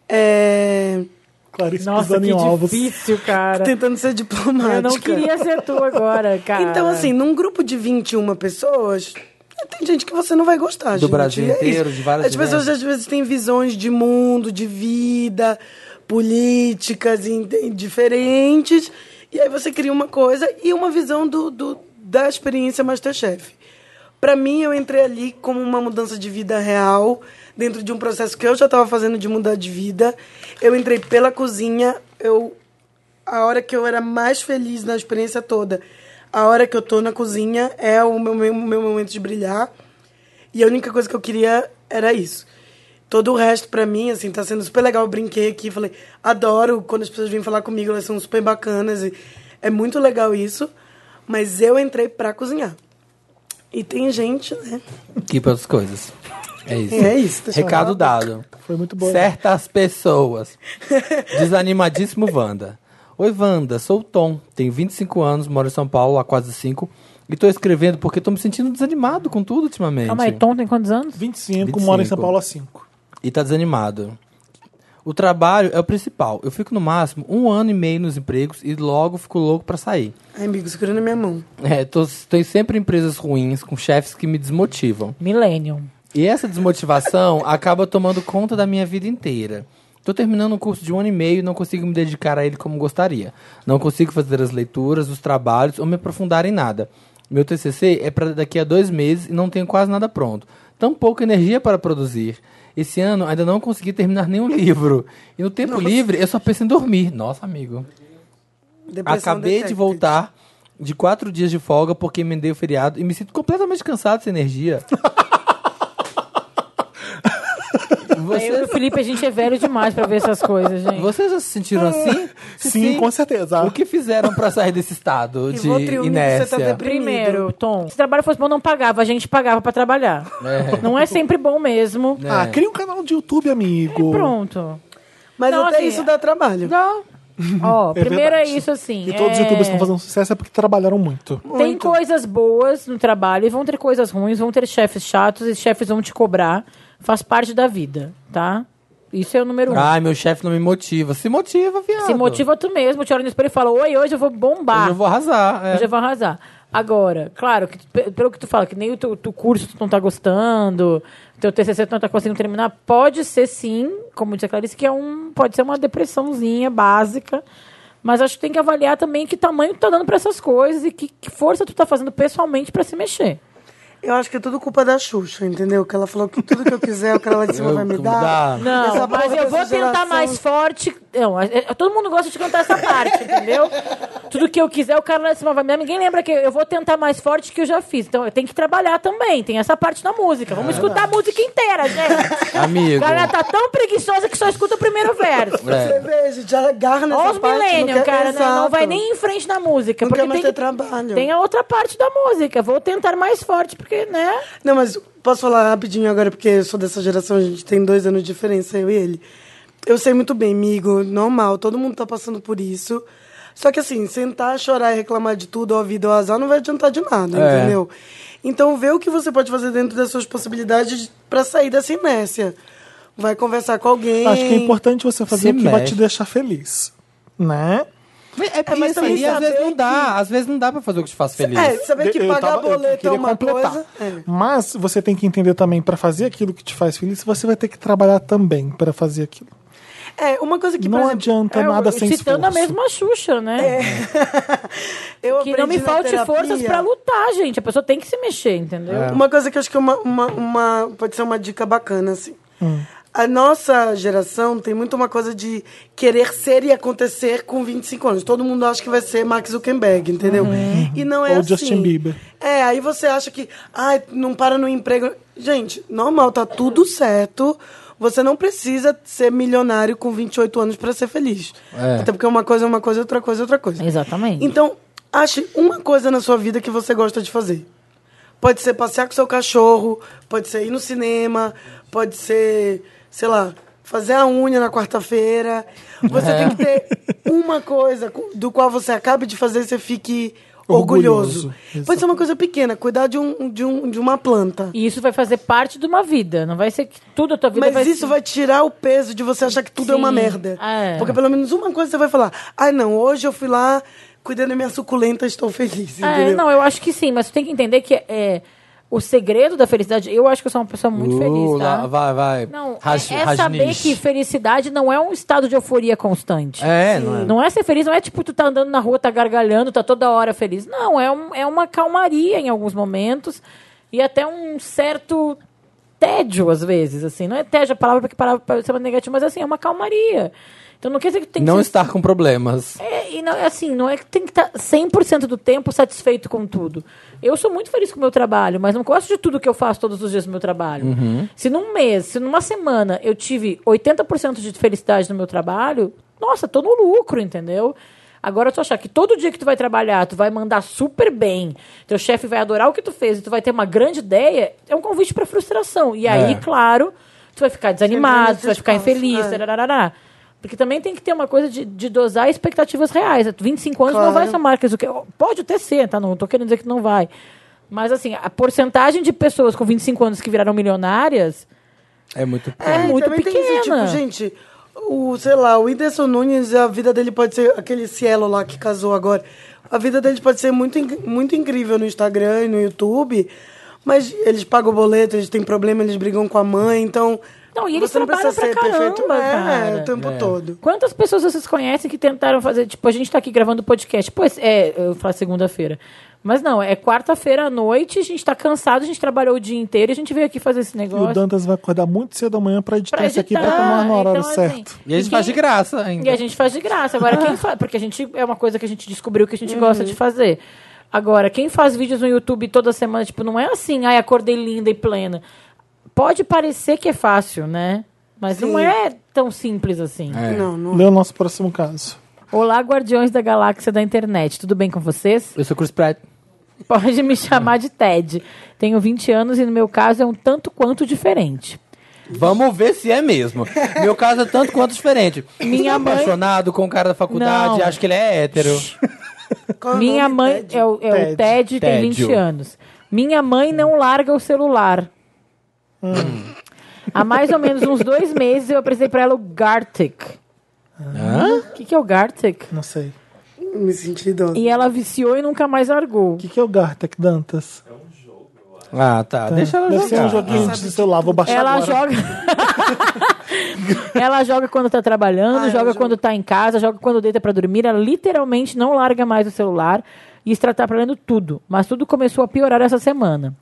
S4: É,
S1: Clarice
S2: Nossa,
S1: pisando
S2: que
S1: em ovos.
S2: difícil, cara.
S4: tentando ser diplomática.
S2: Eu não queria ser tu agora, cara.
S4: Então, assim, num grupo de 21 pessoas, tem gente que você não vai gostar, gente.
S3: Brasil
S4: E é isso.
S3: inteiro, de várias
S4: As pessoas
S3: ideias.
S4: às vezes têm visões de mundo, de vida, políticas em- em diferentes. E aí você cria uma coisa e uma visão do, do- da experiência Masterchef. Pra mim, eu entrei ali como uma mudança de vida real, dentro de um processo que eu já estava fazendo de mudar de vida. Eu entrei pela cozinha, eu a hora que eu era mais feliz na experiência toda, a hora que eu tô na cozinha é o meu, meu, meu momento de brilhar. E a única coisa que eu queria era isso. Todo o resto, pra mim, assim, tá sendo super legal. Eu brinquei aqui, falei, adoro quando as pessoas vêm falar comigo, elas são super bacanas. E é muito legal isso. Mas eu entrei pra cozinhar. E tem gente, né?
S3: E para outras coisas. É isso.
S4: É isso, pessoal.
S3: Recado dado.
S1: Foi muito boa.
S3: Certas pessoas. Desanimadíssimo Wanda. Oi, Wanda, sou o Tom, tenho 25 anos, moro em São Paulo há quase 5 e tô escrevendo porque tô me sentindo desanimado com tudo ultimamente.
S2: Calma aí, Tom tem quantos anos?
S1: 25, mora em São
S3: 25.
S1: Paulo há 5.
S3: E tá desanimado. O trabalho é o principal. Eu fico no máximo um ano e meio nos empregos e logo fico louco pra sair.
S4: Ai, amigo, segurando a minha mão.
S3: É, tô, tenho sempre empresas ruins com chefes que me desmotivam.
S2: Millennium.
S3: E essa desmotivação acaba tomando conta da minha vida inteira. Tô terminando um curso de um ano e meio e não consigo me dedicar a ele como gostaria. Não consigo fazer as leituras, os trabalhos ou me aprofundar em nada. Meu TCC é para daqui a dois meses e não tenho quase nada pronto. Tão pouca energia para produzir. Esse ano ainda não consegui terminar nenhum livro. E no tempo livre eu só penso em dormir. Nossa, amigo.
S4: Depressão
S3: Acabei de
S4: detected.
S3: voltar de quatro dias de folga porque emendei o feriado e me sinto completamente cansado sem energia.
S2: Eu e o
S3: Vocês,
S2: Felipe, a gente é velho demais pra ver essas coisas, gente.
S3: vocês já se sentiram assim? Se
S1: Sim, com certeza.
S3: O que fizeram pra sair desse estado
S4: E
S3: de
S4: vou triunfo,
S3: inércia?
S4: você tá depre-
S2: Primeiro, Tom, se trabalho fosse bom, não pagava. A gente pagava pra trabalhar. Não é Né? sempre bom mesmo.
S1: Ah, cria um canal de YouTube, amigo.
S2: É, Pronto.
S4: Mas
S2: Não,
S4: até
S2: assim,
S4: isso dá trabalho.
S2: Dá. Ó, primeiro
S1: verdade.
S2: é isso assim.
S1: E todos os
S2: é-
S1: youtubers que estão fazendo sucesso é porque trabalharam muito.
S2: Tem coisas boas no trabalho e vão ter coisas ruins, vão ter chefes chatos e chefes vão te cobrar. Faz parte da vida, tá? Isso é o número um.
S1: Ah.
S3: Ai, meu chefe não me motiva. Se motiva, viado.
S2: Se motiva tu mesmo, te olha no espelho e fala: Oi, hoje eu vou bombar.
S3: Hoje eu vou arrasar. é.
S2: Eu já vou arrasar. Agora, claro, que, tu- pe- pelo que tu fala, que nem o teu, teu curso tu não tá gostando, teu TCC tu não tá conseguindo terminar, pode ser sim, como disse a Clarice, que é um, pode ser uma depressãozinha básica, mas acho que tem que avaliar também que tamanho tu tá dando pra essas coisas e que, que força tu tá fazendo pessoalmente pra se mexer.
S4: Eu acho que é tudo culpa da Xuxa, entendeu? Que ela falou que tudo que eu quiser, o que ela lá de cima
S3: Eu-
S4: vai me
S3: que
S4: dar.
S3: dá.
S2: Não,
S4: Essa porra
S2: mas eu vou tentar
S4: dessa geração-
S2: mais forte. Não, é- é- todo mundo gosta de cantar essa parte, entendeu? Tudo que eu quiser, o cara lá de cima vai me dar. Ninguém lembra que eu vou tentar mais forte que eu já fiz. Então eu tenho que trabalhar também. Tem essa parte na música.
S4: Ah.
S2: Vamos escutar a música inteira, gente. A
S3: Amigo.
S2: galera tá tão preguiçosa que só escuta o primeiro verso.
S4: Você
S3: É.
S4: vê, gente, ela agarra nessa
S2: Olha os
S4: parte.
S2: millennium,
S4: não quer-
S2: cara, não, não
S4: Exato.
S2: vai nem em frente na música.
S4: Não
S2: porque
S4: quer mais
S2: tem,
S4: ter trabalho.
S2: tem a outra parte da música. Vou tentar mais forte, porque, né?
S4: Não, mas posso falar rapidinho agora, porque eu sou dessa geração, a gente tem dois anos de diferença, eu e ele. Eu sei muito bem, amigo, normal, todo mundo tá passando por isso. Só que assim, sentar, chorar e reclamar de tudo, ao vida ou azar, não vai adiantar de nada,
S3: É.
S4: entendeu? Então vê o que você pode fazer dentro das suas possibilidades pra sair dessa inércia. Vai conversar com alguém.
S1: é Acho que é importante você fazer
S3: Se
S1: o que vai
S3: mexe.
S1: te deixar feliz. Né?
S3: É por
S4: mas
S3: isso,
S4: também
S3: e às
S4: saber
S3: vezes não
S4: que-
S3: dá. Às vezes não dá pra fazer o que te faz feliz.
S4: É, saber que
S1: Eu
S4: pagar
S1: tava- eu
S4: boleto é
S1: queria
S4: uma
S1: completar.
S4: coisa. É.
S1: Mas você tem que entender também, pra fazer aquilo que te faz feliz, você vai ter que trabalhar também pra fazer aquilo.
S4: É, uma coisa que, por
S1: não
S4: exemplo,
S1: adianta nada sem
S2: É, Citando
S1: esforço.
S2: a mesma Xuxa,
S4: É,
S2: né?
S4: eu
S2: Que não
S4: aprendi
S2: me
S4: na
S2: falte
S4: terapia-
S2: forças pra lutar, gente. A pessoa tem que se mexer, entendeu?
S4: Uma coisa que eu acho que é uma, uma, uma- pode ser uma dica bacana, assim.
S1: Hum.
S4: A nossa geração tem muito uma coisa de querer ser e acontecer com 25 anos. Todo mundo acha que vai ser Mark Zuckerberg, entendeu? E não é
S1: Uhum. Ou
S4: assim.
S1: Justin Bieber.
S4: É, aí você acha que, ai, não para no emprego. Gente, normal, tá tudo certo. Você não precisa ser milionário com 28 anos pra ser feliz.
S3: É.
S4: Até porque uma coisa é uma coisa, outra coisa é outra coisa.
S2: Exatamente.
S4: Então, ache uma coisa na sua vida que você gosta de fazer. Pode ser passear com seu cachorro, pode ser ir no cinema, pode ser, sei lá, fazer a unha na quarta-feira. Você tem que ter uma coisa co- do qual você acabe de fazer e você fique orgulhoso.
S1: Orgulhoso,
S4: Pode ser uma coisa pequena, cuidar de, um, de, um, de uma planta.
S2: E isso vai fazer parte de uma vida. Não vai ser que tudo a tua vida
S4: Mas
S2: vai
S4: isso
S2: ser-
S4: vai tirar o peso de você achar que tudo é uma
S2: Sim.
S4: merda.
S2: É.
S4: Porque pelo menos uma coisa você vai falar: ai não, hoje eu fui lá cuidando da minha suculenta, estou feliz.
S2: É,
S4: entendeu?
S2: não, eu acho que sim, mas tu tem que entender que é, o segredo da felicidade. Eu acho que eu sou uma pessoa muito
S3: Uh,
S2: feliz, tá?
S3: lá- vai, vai.
S2: Não,
S3: Raj-
S2: é, é saber
S3: Rajneesh.
S2: que felicidade não é um estado de euforia constante.
S3: É, não é?
S2: Não é ser feliz, não é tipo tu tá andando na rua, tá gargalhando, tá toda hora feliz. Não, é, um- é uma calmaria em alguns momentos e até um certo tédio às vezes, assim. Não é tédio a palavra porque palavra pode ser negativa, mas assim, é uma calmaria. Então não quer dizer que tu tem que
S3: Não
S2: ser-
S3: estar com problemas.
S2: é, e não, é assim, não é que tem que estar 100% do tempo satisfeito com tudo. Eu sou muito feliz com o meu trabalho, mas não gosto de tudo que eu faço todos os dias no meu trabalho. Se num mês, se numa semana eu tive 80% de felicidade no meu trabalho, nossa, tô no lucro, entendeu? Agora tu achar que todo dia que tu vai trabalhar, tu vai mandar super bem, teu chefe vai adorar o que tu fez e tu vai ter uma grande ideia, é um convite pra frustração. E aí,
S3: É.
S2: claro, tu vai ficar desanimado, tu vai ficar
S4: espaço,
S2: infeliz,
S4: é.
S2: tarararará. Porque também tem que ter uma coisa de, de dosar expectativas reais. 25 anos não
S4: Claro.
S2: vai ser Mark Zuckerberg. Pode até ser, tá? Não tô querendo dizer que não vai. Mas, assim, a porcentagem de pessoas com 25 anos que viraram milionárias...
S3: É muito.
S4: É, e
S2: muito
S4: também Tem isso,
S2: pequena.
S4: tipo, gente, o, sei lá, o Whindersson Nunes, a vida dele pode ser aquele Cielo lá que casou agora. A vida dele pode ser muito, inc- muito incrível no Instagram e no YouTube, mas eles pagam boleto, eles têm problema, eles brigam com a mãe, então.
S2: Não, e eles
S4: você não precisa ser
S2: trabalham pra
S4: perfeito
S2: caramba,
S4: é,
S2: cara.
S4: o tempo todo.
S2: Quantas pessoas vocês conhecem que tentaram fazer... Tipo, a gente tá aqui gravando podcast. Pois é, eu falo segunda-feira. Mas não, é quarta-feira à noite, a gente tá cansado, a gente trabalhou o dia inteiro e a gente veio aqui fazer esse
S1: E o
S2: negócio.
S1: Dantas vai acordar muito cedo amanhã pra editar
S2: pra
S1: isso aqui pra
S2: editar.
S1: tomar no horário
S2: Então, assim,
S1: certo.
S3: E a gente
S2: ninguém-
S3: faz de graça ainda.
S2: E a gente faz de graça. Agora, quem faz. Porque a gente é uma coisa que a gente descobriu que a gente gosta
S3: Uhum.
S2: de fazer. Agora, quem faz vídeos no YouTube toda semana, tipo, não é assim, ai, acordei linda e plena. Pode parecer que é fácil, né? Mas não
S4: Sim.
S2: é tão simples assim.
S3: É.
S4: Não, não.
S1: Lê o nosso próximo caso.
S2: Olá, guardiões da galáxia da internet. Tudo bem com vocês?
S3: Eu sou Chris Pratt.
S2: Pode me chamar de Ted. Tenho 20 anos e no meu caso é um tanto quanto diferente.
S3: Vamos ver se é mesmo. Meu caso é tanto quanto diferente.
S2: Minha
S3: Você tá
S2: mãe-
S3: apaixonado com o cara da faculdade,
S2: Não.
S3: acho que ele é hétero.
S4: Qual é o
S2: Minha
S4: nome?
S2: mãe
S4: Ted? Hum.
S2: é o, é o Ted, tem
S3: Tédio.
S2: 20 anos. Minha mãe não larga o celular. Há mais ou menos uns dois meses eu apresentei pra ela o Gartic.
S3: Hã?
S2: O que, que é o Gartic?
S1: Não sei. O
S4: Me senti idosa.
S2: E ela viciou e nunca mais largou.
S1: que, que é o Gartec Dantas?
S3: Ah, tá. Deixa ela
S1: Deve ser
S3: jogar.
S1: um joguinho de celular, vou baixar
S2: Ela
S1: agora.
S2: joga. ela joga quando tá trabalhando,
S4: Ah, ela
S2: joga
S4: joga.
S2: quando tá em casa, joga quando deita pra dormir. Ela literalmente não larga mais o celular e está trabalhando tudo. Mas tudo começou a piorar essa semana.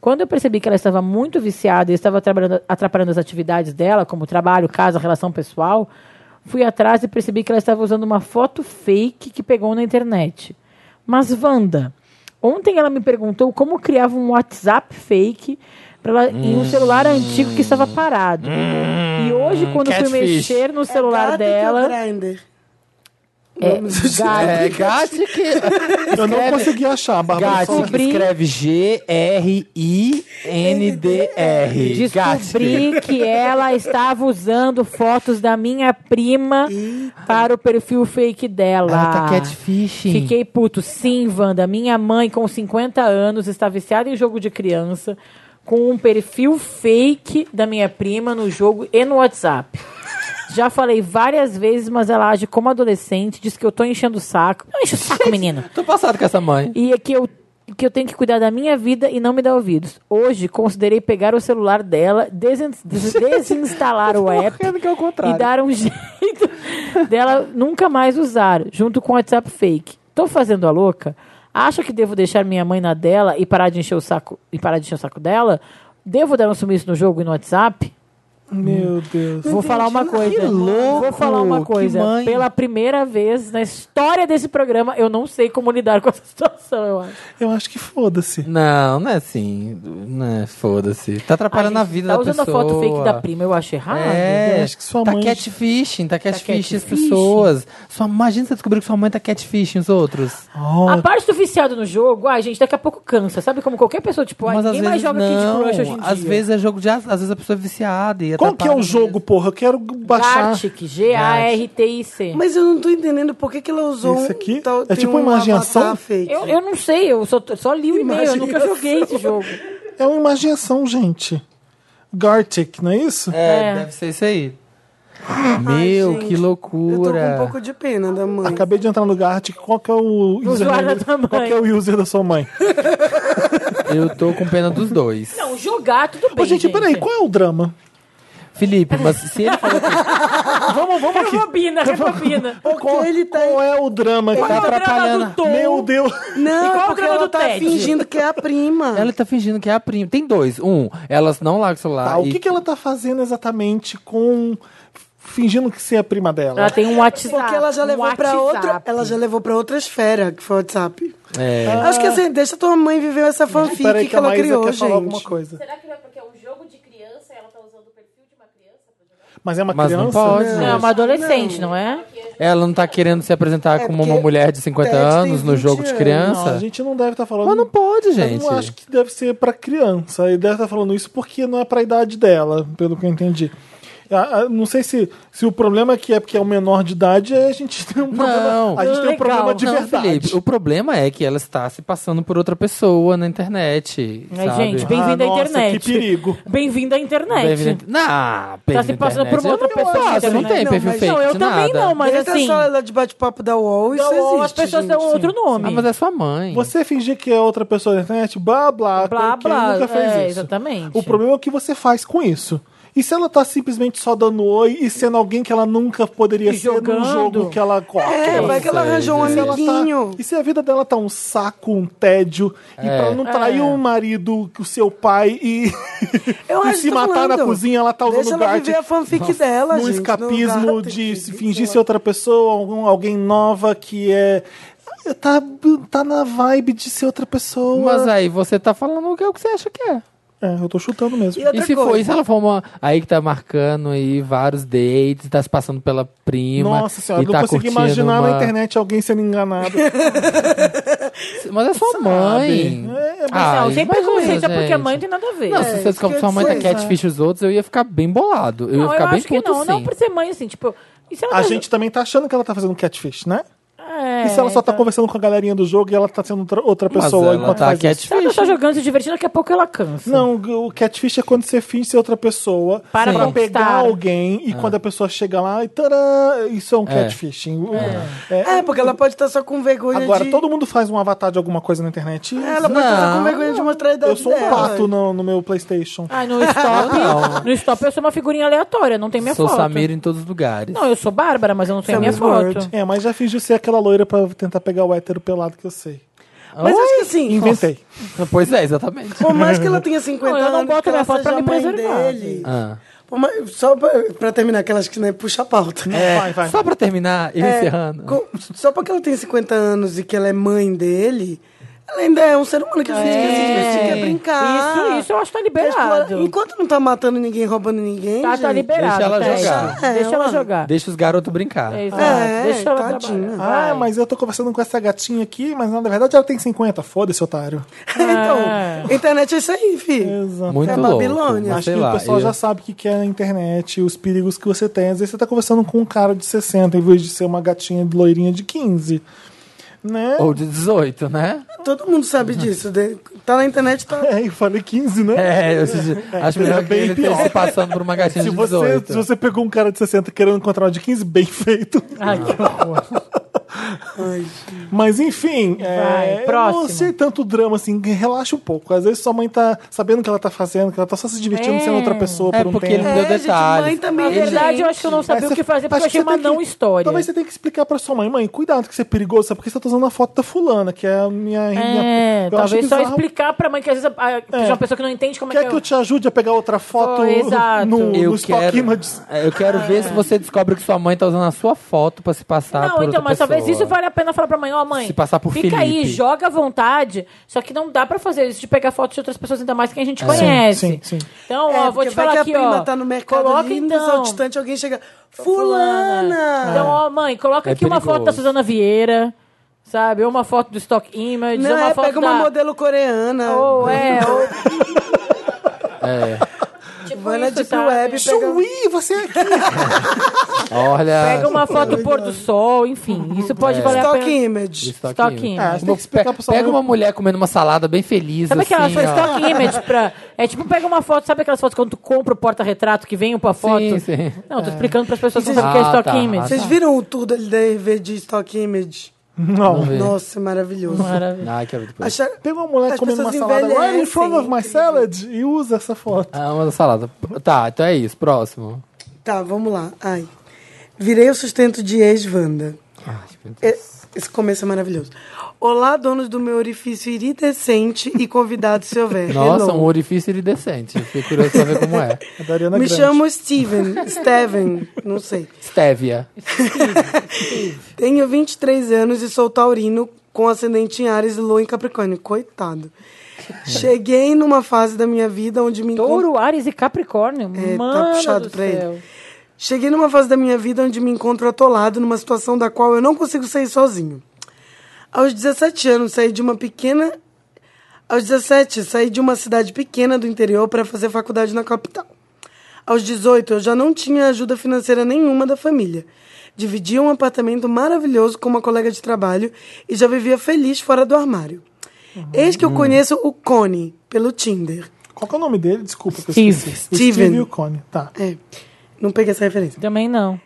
S2: Quando eu percebi que ela estava muito viciada e estava trabalhando- atrapalhando as atividades dela, como trabalho, casa, relação pessoal, fui atrás e percebi que ela estava usando uma foto fake que pegou na internet. Mas, Wanda, ontem ela me perguntou como criava um WhatsApp fake pra ela, em um celular antigo que estava parado. e hoje, quando eu fui
S3: catfish.
S2: mexer no celular
S4: Gartic ou
S2: dela.
S4: Grindr?
S2: É,
S3: É,
S2: Gabi,
S3: Gatti que.
S1: Eu não consegui achar, Bárbara.
S3: Gatti
S1: só-
S3: que escreve G-R-I-N-D-R. Gatti.
S2: descobri que ela estava usando fotos da minha prima para o perfil fake dela.
S3: Ela tá catfishing.
S2: Fiquei puto. Sim, Wanda, minha mãe com 50 anos está viciada em jogo de criança com um perfil fake da minha prima no jogo e no WhatsApp. Já falei várias vezes, mas ela age como adolescente, diz que eu tô enchendo o saco. Não enche o saco, menino.
S3: Tô passado com essa mãe.
S2: E é que eu, que eu tenho que cuidar da minha vida e não me dar ouvidos. Hoje, considerei pegar o celular dela, desin- des- desinstalar o app
S3: Correndo que é o
S2: e
S3: contrário.
S2: dar um jeito dela nunca mais usar, junto com o WhatsApp fake. Tô fazendo a louca? Acho que devo deixar minha mãe na dela e parar de encher o saco e parar de encher o saco dela? Devo dar um sumiço no jogo e no WhatsApp?
S1: Meu Deus.
S2: Vou falar uma coisa.
S3: louco,
S2: Vou falar uma
S3: que
S2: coisa.
S3: mãe.
S2: Pela primeira vez na história desse programa, eu não sei como lidar com essa situação, eu acho.
S1: Eu acho que foda-se.
S3: Não, não é assim. Não é, foda-se. Tá atrapalhando a,
S2: gente
S3: vida
S2: tá
S3: da
S2: usando
S3: pessoa.
S2: a foto fake da prima, eu acho errado.
S3: É,
S1: eu acho que sua
S3: tá
S1: mãe-
S3: catfishing, tá catfishing as
S2: catfishing.
S3: pessoas. Sua, imagina você descobrir que sua mãe tá catfishing os outros.
S1: Ó,
S2: A parte do viciado no jogo, ai, gente, daqui a pouco cansa. Sabe como qualquer pessoa, tipo, ai,
S3: Mas às
S2: ninguém mais
S3: vezes
S2: joga
S3: não.
S2: Kid Crush hoje em dia.
S3: Às vezes é jogo de... Às vezes a pessoa é viciada e
S1: qual que
S3: atrapalha
S1: é o
S3: mesmo.
S1: jogo, porra? Eu quero baixar.
S2: Gartic, G-A-R-T-I-C.
S4: Mas eu não tô entendendo por que, que ela usou
S1: Esse
S4: um
S1: aqui?
S4: tal-
S1: É
S4: tem
S1: tipo
S4: um
S1: imaginação?
S4: avatar fake.
S2: Eu, eu não sei, eu só, só li o e-mail, eu nunca
S4: Imaginação.
S2: joguei esse jogo.
S1: É uma imaginação, gente. Gartic, não é isso?
S3: É,
S2: É.
S3: deve ser isso aí. Meu,
S4: gente,
S3: que
S4: Eu tô com um
S3: loucura.
S4: pouco de pena da mãe.
S1: Acabei de entrar no Gartic. Qual que é o
S2: usuário
S1: username-
S2: da tua mãe.
S1: Qual que é o user da sua mãe?
S3: Eu tô com pena dos dois.
S2: Não, jogar, tudo bem.
S1: Ô, gente, peraí, qual é o drama?
S3: Felipe, mas se ele falou que
S1: Vamos,
S2: É
S1: vamos aqui.
S2: Rebobina, rebobina.
S1: Qual,
S4: ele tá-
S1: qual é o drama que
S3: tá
S2: o drama
S3: atrapalhando.
S2: do Tom.
S1: Meu Deus.
S4: Não,
S2: qual é o
S4: porque
S2: drama
S4: ela
S2: do
S4: tá
S2: Ted?
S4: fingindo que é a prima.
S3: Ela tá fingindo que é a prima. Tem dois. Um, elas não largam o celular.
S1: Tá, o
S3: Ah, e-
S1: que, que ela tá fazendo exatamente com. fingindo que você é a prima dela?
S2: Ela tem um WhatsApp.
S4: Porque ela já
S2: um
S4: levou pra
S2: WhatsApp.
S4: outra, ela já levou para outra esfera, que foi o WhatsApp.
S1: tá
S3: É.
S4: Acho que assim, deixa tua mãe viver essa fanfic
S1: Peraí
S4: que, ela
S1: Maísa
S4: criou,
S1: quer falar alguma
S4: gente.
S1: coisa.
S9: Será que não é porque é um jogo de criança e ela tá usando o perfil de uma criança? pra jogar?
S1: Mas é uma
S3: Mas não
S1: criança?
S3: pode. né?
S2: Não, é uma adolescente, não, é?
S3: Ela não tá querendo se apresentar
S4: É
S3: como uma
S4: porque
S3: mulher de 50
S4: Ted tem
S3: anos no
S4: 20
S3: jogo de
S4: anos.
S1: Não,
S3: criança.
S1: a gente não deve estar falando.
S3: Mas não pode,
S1: Eu
S3: gente.
S1: não acho que deve ser pra criança. E deve estar falando isso porque não é pra idade dela, pelo que eu entendi. Ah, ah, Não sei se, se o problema é que é porque é o menor de idade, é a gente tem um problema.
S3: Não.
S1: a gente tem um
S2: Legal.
S1: problema de
S3: Não,
S1: verdade.
S3: Felipe, o problema é que ela está se passando por outra pessoa na internet.
S2: Ai,
S3: sabe?
S2: É, gente, bem-vindo
S1: Ah,
S2: à
S1: nossa,
S2: internet.
S1: que perigo.
S2: Bem-vindo à internet.
S3: Bem-vindo- Não, bem-vindo
S2: Tá se passando
S3: internet.
S2: por uma outra
S3: Eu não
S2: pessoa
S3: faço,
S2: na
S3: Não
S2: internet.
S3: tem
S4: Não,
S3: perfil
S4: mas-
S3: fake
S2: Não, eu
S3: de
S2: também
S3: nada.
S2: não, mas
S4: Entra
S2: assim.
S4: só ela de bate-papo da UOL, isso
S2: da UOL, as
S4: existe,
S2: pessoas
S4: gente.
S2: dão outro nome.
S3: Ah, mas é sua mãe.
S1: Você fingir que é outra pessoa na internet, blá blá,
S2: Blá,
S1: quem
S2: blá.
S1: nunca fez
S2: é,
S1: isso.
S2: Exatamente.
S1: O problema é o que você faz com isso. E se ela tá simplesmente só dando oi e sendo alguém que ela nunca poderia
S2: E
S1: ser num
S2: jogando.
S1: jogo que ela gosta?
S4: É, vai que ela
S3: sei,
S4: arranjou um
S1: Se ela tá-
S4: amiguinho.
S1: E se a vida dela tá um saco, um tédio, e pra ela não trair
S2: É.
S1: o marido, o seu pai e,
S4: Eu
S1: e
S4: acho
S1: se
S4: que
S1: matar
S4: falando.
S1: tá na cozinha, ela tá
S4: Deixa
S1: usando
S4: ela
S1: guard
S4: viver a fanfic dela,
S1: num
S4: gente. no
S1: escapismo
S4: gato.
S1: de fingir ser outra pessoa, algum, alguém nova que é. Tá, tá na vibe de ser outra
S2: é
S1: pessoa.
S3: Mas aí você tá falando o que é o que você acha que é.
S1: É, eu tô chutando mesmo.
S4: E outra
S3: E se
S4: coisa,
S3: for, e se ela for uma. Aí que tá marcando aí vários dates, tá se passando pela prima.
S1: Nossa senhora,
S3: e
S1: eu
S3: tá
S1: não consegui
S3: curtindo
S1: imaginar
S3: uma-
S1: na internet alguém sendo enganado.
S3: Mas é sua mãe.
S1: É, mas
S3: Ah,
S2: Não, sem
S3: imagina,
S2: preconceito é porque a
S3: gente.
S2: mãe não tem nada a ver.
S3: Não,
S2: É.
S3: se você descobre que sua mãe tá
S4: isso que eu ia dizer.
S3: catfish os outros, eu ia ficar bem bolado. Eu ia
S2: Não,
S3: ficar
S2: eu
S3: bem
S2: acho que
S3: puto,
S2: não.
S3: sim.
S2: Não por ser mãe, assim, tipo... E se ela
S1: A
S2: tá-
S1: gente também tá achando que ela tá fazendo catfish, né?
S2: É,
S1: E se ela só tá
S2: então-
S1: conversando com a galerinha do jogo e ela tá sendo outra, outra
S3: Mas
S1: pessoa
S3: ela
S1: enquanto
S3: tá
S1: faz isso?
S2: Se ela tá
S3: catfish.
S2: só jogando, se divertindo, daqui a pouco ela cansa.
S1: Não, o catfish é quando você finge ser outra pessoa
S2: Para
S1: pra
S2: conquistar.
S1: pegar alguém e quando a pessoa chega lá e tará, isso é um
S3: Ah. É.
S1: catfishing. É.
S4: É, porque ela pode estar só com vergonha
S1: Agora,
S4: de...
S1: todo mundo faz um avatar de alguma coisa na internet. e
S4: Ela pode estar só
S3: Não.
S4: com vergonha de mostrar a idade
S1: eu sou um
S4: dela.
S1: pato no, no meu Playstation.
S2: Ai, no stop, no stop eu sou uma figurinha aleatória, não tem minha
S3: Sou
S2: foto.
S3: Samira em todos os lugares.
S2: Não, eu sou Bárbara, mas eu não tenho a minha
S4: Samus Ward.
S2: foto.
S1: É, mas já fingiu ser aquela loira pra tentar pegar o hétero pelado que eu sei.
S4: Mas acho que assim,
S1: Inventei.
S3: Pois é, exatamente.
S4: por mais que ela tenha 50
S2: Não, eu não
S4: anos,
S2: boto
S4: que ela
S2: minha foto pra
S4: seja
S2: me
S4: mãe
S2: preservar,
S4: dele...
S3: Ah.
S4: Pô, mas Só pra, pra terminar, aquelas que né, puxa a pauta.
S1: Vai, vai.
S3: Só pra terminar, eu É. encerrando.
S4: É, Co- Só porque ela tem 50 anos e que ela é mãe dele, ela ainda é um ser humano que precisa se divertir, quer brincar.
S2: Isso, isso eu acho que tá
S4: Quer explorar.
S2: liberado.
S4: Enquanto não tá matando ninguém, roubando ninguém.
S2: Tá, tá
S4: gente,
S2: liberado.
S3: Deixa ela
S2: Ted.
S3: jogar.
S2: Deixa,
S4: É,
S2: ela
S4: mano.
S2: jogar.
S3: Deixa os garotos brincar.
S2: É, exato.
S4: É,
S2: Deixa ela
S4: tadinha.
S2: trabalhar.
S1: Ah,
S2: Vai.
S1: mas eu tô conversando com essa gatinha aqui, mas na verdade ela tem 50. Foda-se, otário.
S4: então, internet é isso aí, fi.
S1: Exato.
S3: Muito
S4: É
S3: louco.
S4: Babilônia.
S1: Acho
S3: mas Ah, sei
S1: que
S3: lá,
S1: o pessoal
S3: eu-
S1: já sabe o que que é a internet, os perigos que você tem. Às vezes você tá conversando com um cara de 60 em vez de ser uma gatinha loirinha de 15. Né?
S3: Ou de 18, né?
S4: Todo mundo sabe disso. de- Tá na internet, tá.
S1: É, eu falei 15, né?
S3: É, eu te- acho melhor que
S1: bem
S3: ele
S1: pior.
S3: esteja se passando por uma gatinha
S1: Se
S3: de
S1: você,
S3: 18.
S1: se você pegou um cara de 60 querendo encontrar uma de 15, bem feito.
S2: Ai, que horror.
S4: Ai, gente.
S1: Mas enfim, é,
S2: Vai,
S1: eu
S2: próximo.
S1: não sei tanto drama assim, relaxa um pouco. Às vezes sua mãe tá sabendo o que ela tá fazendo, que ela tá só se divertindo
S2: É.
S1: sendo outra pessoa
S3: É,
S1: por um
S3: porque
S1: tempo.
S3: ele não deu
S4: É, gente,
S3: detalhes.
S4: mãe também
S2: Na
S4: é
S2: verdade,
S4: gente.
S2: eu acho que eu não
S1: Aí
S2: sabia o
S1: você-
S2: que fazer, porque
S1: acho
S2: eu achei
S1: que você
S2: uma
S1: tem
S2: não
S1: que-
S2: história.
S1: Talvez você tenha que explicar pra sua mãe, mãe, cuidado que isso é perigoso, sabe? Porque você tá usando a foto da fulana, que é a minha... minha...
S2: É,
S1: eu
S2: talvez
S1: acho
S2: só
S1: bizarro.
S2: explicar pra mãe que às vezes a, a- que
S1: É.
S2: uma pessoa que não entende como é
S1: Quer que eu te ajude a pegar outra foto
S2: Foi, exato.
S1: no, no
S3: Eu
S1: Stock
S3: quero,
S1: Images?
S3: é, eu quero ver se você descobre que sua mãe tá usando a sua foto pra se
S1: Tá,
S3: passar
S2: Não,
S3: por
S2: então,
S3: outra
S2: mas talvez
S3: pessoa.
S2: isso vale a pena falar pra mãe, ó, mãe.
S3: Se passar por
S2: Fica aí,
S3: Felipe.
S2: joga à vontade. Só que não dá pra fazer isso de pegar fotos de outras pessoas, ainda mais quem a gente conhece.
S1: É. sim, sim.
S2: Então,
S4: É,
S2: ó, vou
S4: porque
S2: te
S4: vai
S2: falar
S4: que
S2: aqui,
S4: a prima
S2: ó.
S4: tá no mercado
S2: coloca
S4: ali, no
S2: então.
S4: saltistante, alguém chega... tá Fulana!
S2: Então, ó, mãe, coloca
S3: É
S2: aqui uma foto da
S3: perigoso.
S2: Suzana Vieira, sabe? Ou uma foto do Stock Image,
S4: Não,
S2: ou uma
S4: é,
S2: foto
S4: pega
S2: da...
S4: uma modelo coreana.
S2: Ou, é, ou...
S3: É.
S2: Tipo
S4: Vai na
S2: isso,
S4: Deep
S2: sabe?
S4: Web e pega...
S1: Chuí, você é aqui!
S3: Olha.
S2: Pega uma foto do pôr do sol, enfim. Isso pode
S3: É.
S2: valer a
S4: Stock
S2: pena.
S4: image.
S3: Stock
S2: Stock
S3: image.
S2: image.
S1: É, você tem que explicar pro
S3: Pe-
S1: sua mãe.
S3: Pega uma mulher comendo uma salada bem feliz.
S2: Sabe aquela
S3: assim,
S2: foi
S3: ó.
S2: stock image pra. É tipo, pega uma foto, sabe aquelas fotos quando tu compra o porta-retrato que vem pra foto?
S3: Sim, sim.
S2: Não, tô explicando pras pessoas que não sabem o que é
S3: Ah,
S2: stock
S3: tá.
S2: image.
S4: Vocês viram o tour da LDRV de Stock Image?
S1: Não.
S3: Vamos ver.
S4: Nossa, é maravilhoso.
S2: Maravilha.
S3: Ai, Ah, quero depois.
S4: Acharam...
S1: Tem uma mulher
S4: As
S1: comendo uma
S4: pessoas
S1: salada right in front of my
S4: envelhecem,
S1: salad e usa essa foto.
S3: Ah, uma salada. Tá, então é isso. Próximo.
S4: Tá, vamos lá. Ai. Virei o sustento de ex-Wanda.
S3: Ai, meu Deus.
S4: É, Esse começo é maravilhoso. Olá, donos do meu orifício iridescente e convidados se houver.
S3: Nossa,
S4: Hello.
S3: um orifício iridescente. Fiquei curioso pra ver como é.
S1: É da Ariana
S4: Me
S1: Grande.
S4: chamo Steven. Steven, não sei.
S3: Stevia.
S4: Tenho 23 anos e sou taurino com ascendente em Ares e lua em Capricórnio. Coitado. Cheguei numa fase da minha vida onde me encontro-
S2: Touro, Ares e Capricórnio.
S4: É,
S2: Mano
S4: tá puxado
S2: do
S4: pra ele.
S2: céu.
S4: Cheguei numa fase da minha vida onde me encontro atolado numa situação da qual eu não consigo sair sozinho. Aos 17 anos, saí de uma pequena. Aos 17, saí de uma cidade pequena do interior para fazer faculdade na capital. Aos 18, eu já não tinha ajuda financeira nenhuma da família. Dividia um apartamento maravilhoso com uma colega de trabalho e já vivia feliz fora do armário. Eis que eu conheço o Cone pelo Tinder.
S1: Qual que é o nome dele? Desculpa. que eu
S2: Steve.
S1: esqueci. O Steve
S4: Steven.
S1: e o Cone. Tá.
S4: É, não peguei essa referência.
S2: Também não.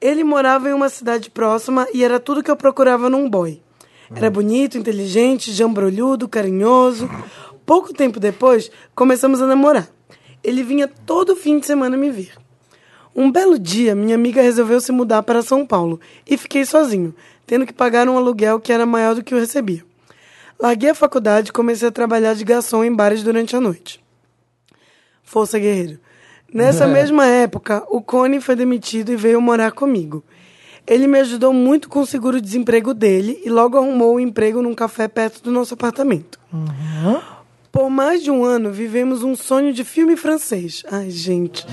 S4: Ele morava em uma cidade próxima e era tudo que eu procurava num boy. Era bonito, inteligente, jambrolhudo, carinhoso. Pouco tempo depois, começamos a namorar. Ele vinha todo fim de semana me ver. Um belo dia, minha amiga resolveu se mudar para São Paulo e fiquei sozinho, tendo que pagar um aluguel que era maior do que eu recebia. Larguei a faculdade e comecei a trabalhar de garçom em bares durante a noite. Força Guerreiro. Nessa mesma época, o Cone foi demitido e veio morar comigo. Ele me ajudou muito com o seguro-desemprego dele e logo arrumou um emprego num café perto do nosso apartamento. Por mais de um ano, vivemos um sonho de filme francês. Ai, gente.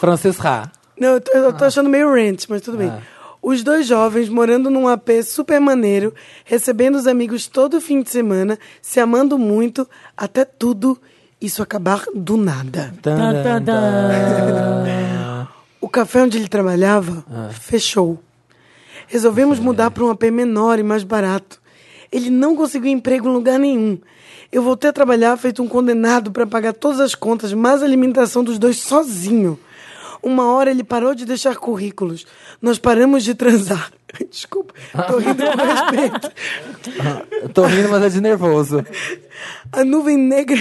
S3: Francis Ra.
S4: Não, eu tô, eu tô achando meio rant, mas tudo bem. Os dois jovens morando num AP super maneiro, recebendo os amigos todo fim de semana, se amando muito, até tudo isso acabar do nada.
S2: Tan, tan, tan.
S4: O café onde ele trabalhava fechou. Resolvemos mudar para um AP menor e mais barato. Ele não conseguiu emprego em lugar nenhum. Eu voltei a trabalhar feito um condenado para pagar todas as contas, mais a alimentação dos dois sozinho. Uma hora ele parou de deixar currículos. Nós paramos de transar. Desculpa, tô rindo com respeito.
S3: Eu tô rindo, mas é de nervoso.
S4: A nuvem negra.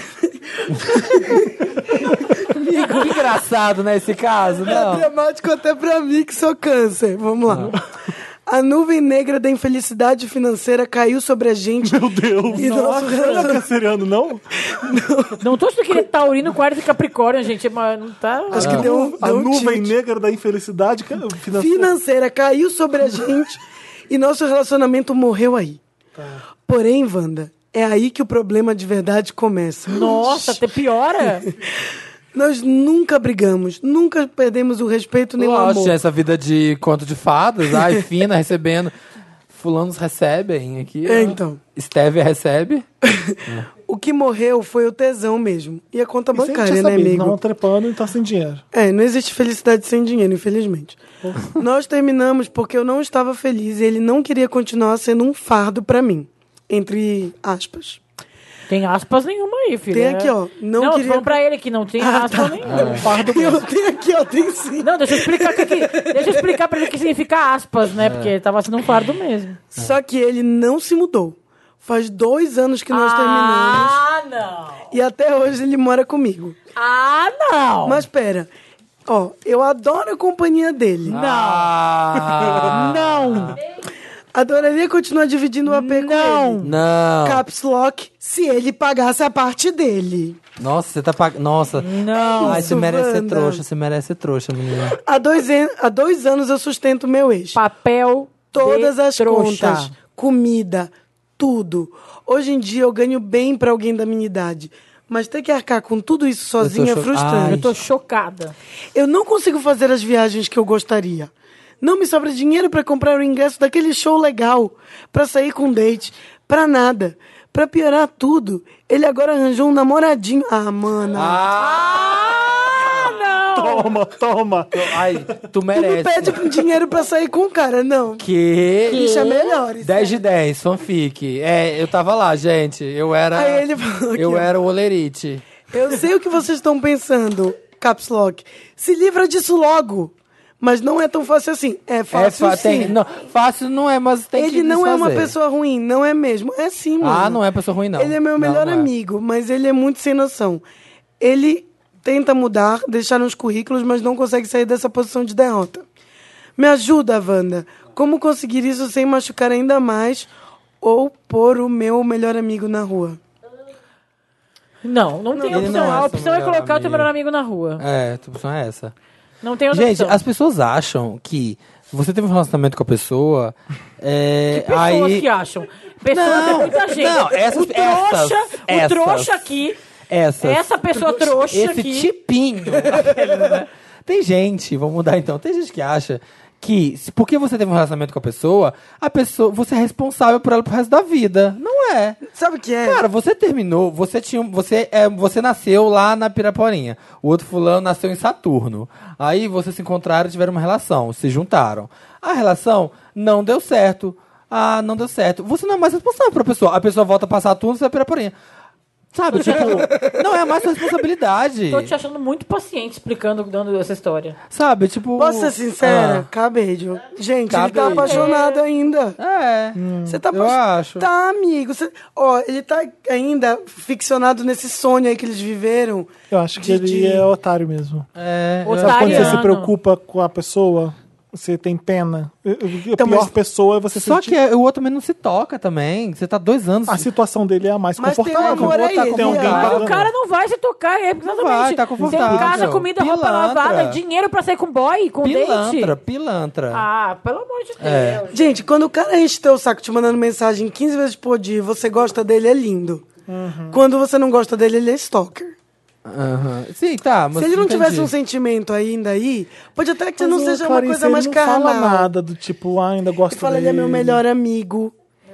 S3: Que engraçado, né, esse caso?
S4: É
S3: Não.
S4: dramático até pra mim que sou câncer. Vamos lá. A nuvem negra da infelicidade financeira caiu sobre a gente.
S1: Meu Deus.
S4: E nosso
S1: Não é canceriano, não?
S2: Não tô achando que ele é taurino com Ares e Capricórnio, gente. Mas não tá.
S4: Acho que deu, um-
S1: A
S4: deu um
S1: nuvem
S4: tilt.
S1: negra da infelicidade que- financeira.
S4: financeira caiu sobre a gente e nosso relacionamento morreu aí.
S1: Tá.
S4: Porém, Wanda, é aí que o problema de verdade começa.
S2: Nossa, até piora.
S4: Nós nunca brigamos, nunca perdemos o respeito nem o
S3: Lógico,
S4: um amor.
S3: tinha essa vida de conto de fadas. Ai, fina, recebendo. Fulanos recebem aqui.
S4: É,
S3: ó.
S4: então.
S3: Stevia recebe.
S4: o que morreu foi o tesão mesmo. E a conta
S1: Isso a gente já
S4: bancária, né,
S1: sabia,
S4: amigo?
S1: Não trepando e tá sem dinheiro.
S4: É, não existe felicidade sem dinheiro, infelizmente. Nós terminamos porque eu não estava feliz e ele não queria continuar sendo um fardo pra mim. Entre aspas.
S2: Tem aspas nenhuma aí, filho.
S4: Tem
S2: né?
S4: aqui, ó. Não
S2: não
S4: queria- Ah, tá.
S2: vão pra ele que não tem aspa nenhuma.
S1: Pardo
S4: Eu tenho aqui, ó, tem sim.
S2: Não, deixa eu explicar o que que- deixa eu explicar pra ele o que significa aspas,
S3: É.
S2: né? Porque tava sendo um fardo mesmo.
S4: Só que ele não se mudou. Faz dois anos que nós terminamos
S2: ah, não.
S4: e até hoje ele mora comigo.
S2: Ah, não.
S4: Mas pera, ó, eu adoro a companhia dele.
S3: Ah,
S2: Não.
S4: Adoraria continuar dividindo o AP com ele.
S3: não.
S4: Caps Lock, se ele pagasse a parte dele.
S3: Nossa, você tá pagando. Nossa.
S2: Não.
S3: Ai,
S4: Isso,
S3: você merece ser
S4: Wanda.
S3: trouxa, você merece ser trouxa, menina.
S4: Há dois, en- há dois anos eu sustento meu ex.
S2: Papel
S4: Todas
S2: de
S4: as
S2: trouxa.
S4: contas, comida, tudo. Hoje em dia eu ganho bem pra alguém da minha idade. Mas ter que arcar com tudo isso sozinha é
S3: cho-
S4: frustrante.
S2: Eu tô chocada.
S4: Eu não consigo fazer as viagens que eu gostaria. Não me sobra dinheiro pra comprar o ingresso daquele show legal, pra sair com um date, pra nada. Pra piorar tudo, ele agora arranjou um namoradinho. Ah, mano.
S2: Ah, não.
S1: Toma, toma.
S3: Ai, tu
S4: tu me
S3: merece.
S4: pede é dinheiro pra sair com o cara, não.
S3: Que.
S4: Bicha, melhores.
S3: 10 de 10, fanfic. É, eu tava lá, gente. Eu era.
S4: Aí ele falou aqui,
S3: eu
S4: ó.
S3: era o olerite.
S4: Eu sei o que vocês estão pensando, Caps Lock. Se livra disso logo. Mas não é tão fácil assim. É
S3: É
S4: fácil
S3: fa-
S4: sim.
S3: tem- não, fácil não é, mas tem que
S4: ele não é uma
S3: desfazer.
S4: pessoa ruim, não é mesmo. É sim, mano.
S3: Ah, não é pessoa ruim, não.
S4: Ele é meu
S3: Não,
S4: melhor
S3: não é.
S4: amigo, mas ele é muito sem noção. Ele tenta mudar, deixar uns currículos, mas não consegue sair dessa posição de derrota. Me ajuda, Wanda. Como conseguir isso sem machucar ainda mais ou pôr o meu melhor amigo na rua?
S2: Não, não tem
S3: Ele
S2: opção.
S3: não é
S2: a
S3: seu
S2: opção é
S3: melhor
S2: colocar o teu
S3: amigo.
S2: melhor amigo na rua.
S3: É, a opção é essa.
S2: Não tem outra
S3: Gente,
S2: opção.
S3: as pessoas acham que você teve um relacionamento com a pessoa. É,
S2: Pessoas
S3: aí,
S2: que acham. Pessoas
S3: Não,
S2: é muita gente.
S3: não, essas-
S2: o trouxa,
S3: essas,
S2: o
S3: essas.
S2: trouxa aqui.
S3: Essas,
S2: Essa pessoa trouxa
S3: esse
S2: aqui.
S3: tipinho. aquele, né? Tem gente, vamos mudar então. Tem gente que acha que se- porque você teve um relacionamento com a pessoa, a pessoa, você é responsável por ela pro resto da vida. Não é.
S4: Sabe o que é?
S3: Cara, você terminou, você tinha, você é, você nasceu lá na Piraporinha. O outro fulano nasceu em Saturno. Aí vocês se encontraram, tiveram uma relação, se juntaram. A relação não deu certo. Ah, não deu certo. Você não é mais responsável pra pessoa. A pessoa volta pra Saturno, você é Piraporinha. Sabe, tipo, não é mais sua responsabilidade.
S2: Tô te achando muito paciente explicando, dando essa história.
S3: Sabe, tipo,
S4: Posso ser
S1: Ah.
S4: sincera? Cabejo. Gente, ele tá
S3: Cabejo.
S4: apaixonado ainda.
S3: Ah, é.
S4: Você tá
S3: Eu
S4: apaixon-
S3: acho.
S4: Tá, amigo. Você- Ó, ele tá ainda ficcionado nesse sonho aí que eles viveram.
S1: Eu acho que
S4: De- de-
S1: ele é otário mesmo.
S3: É, eu-
S1: Sabe quando você se
S2: Otariano.
S1: preocupa com a pessoa? Você tem pena? Eu- eu- A
S4: Então,
S1: pior
S4: mas-
S1: pessoa é você
S3: Só
S1: sentir...
S3: que é, o outro também não se toca também. Você tá dois anos.
S4: Ah,
S1: A situação dele é a mais
S4: Mas tem um
S1: confortável.
S4: amor aí,
S1: tem alguém
S4: Eliana.
S2: Mas
S1: pagando.
S2: o cara não vai se tocar, é exatamente.
S3: vai, tá
S2: Tem
S3: confortável.
S2: casa, comida, roupa
S3: Pilantra.
S2: lavada, dinheiro pra sair com boy, com
S3: pilantra,
S2: date.
S3: pilantra.
S2: Ah, pelo amor de Deus.
S4: Gente, quando o cara enche teu saco te mandando mensagem 15 vezes por dia e você gosta dele, é lindo.
S1: Uhum.
S4: Quando você não gosta dele, ele é stalker.
S3: Aham. Sim, tá, mas
S4: Se ele não
S3: entendi.
S4: tivesse um sentimento ainda aí, pode até que
S1: Mas
S4: não
S1: o
S4: seja uma
S1: Clarice,
S4: coisa mais
S1: ele não fala
S4: carnal.
S1: nada do tipo, ah, ainda gosto
S4: Ele fala, ele
S1: dele.
S4: é meu melhor amigo.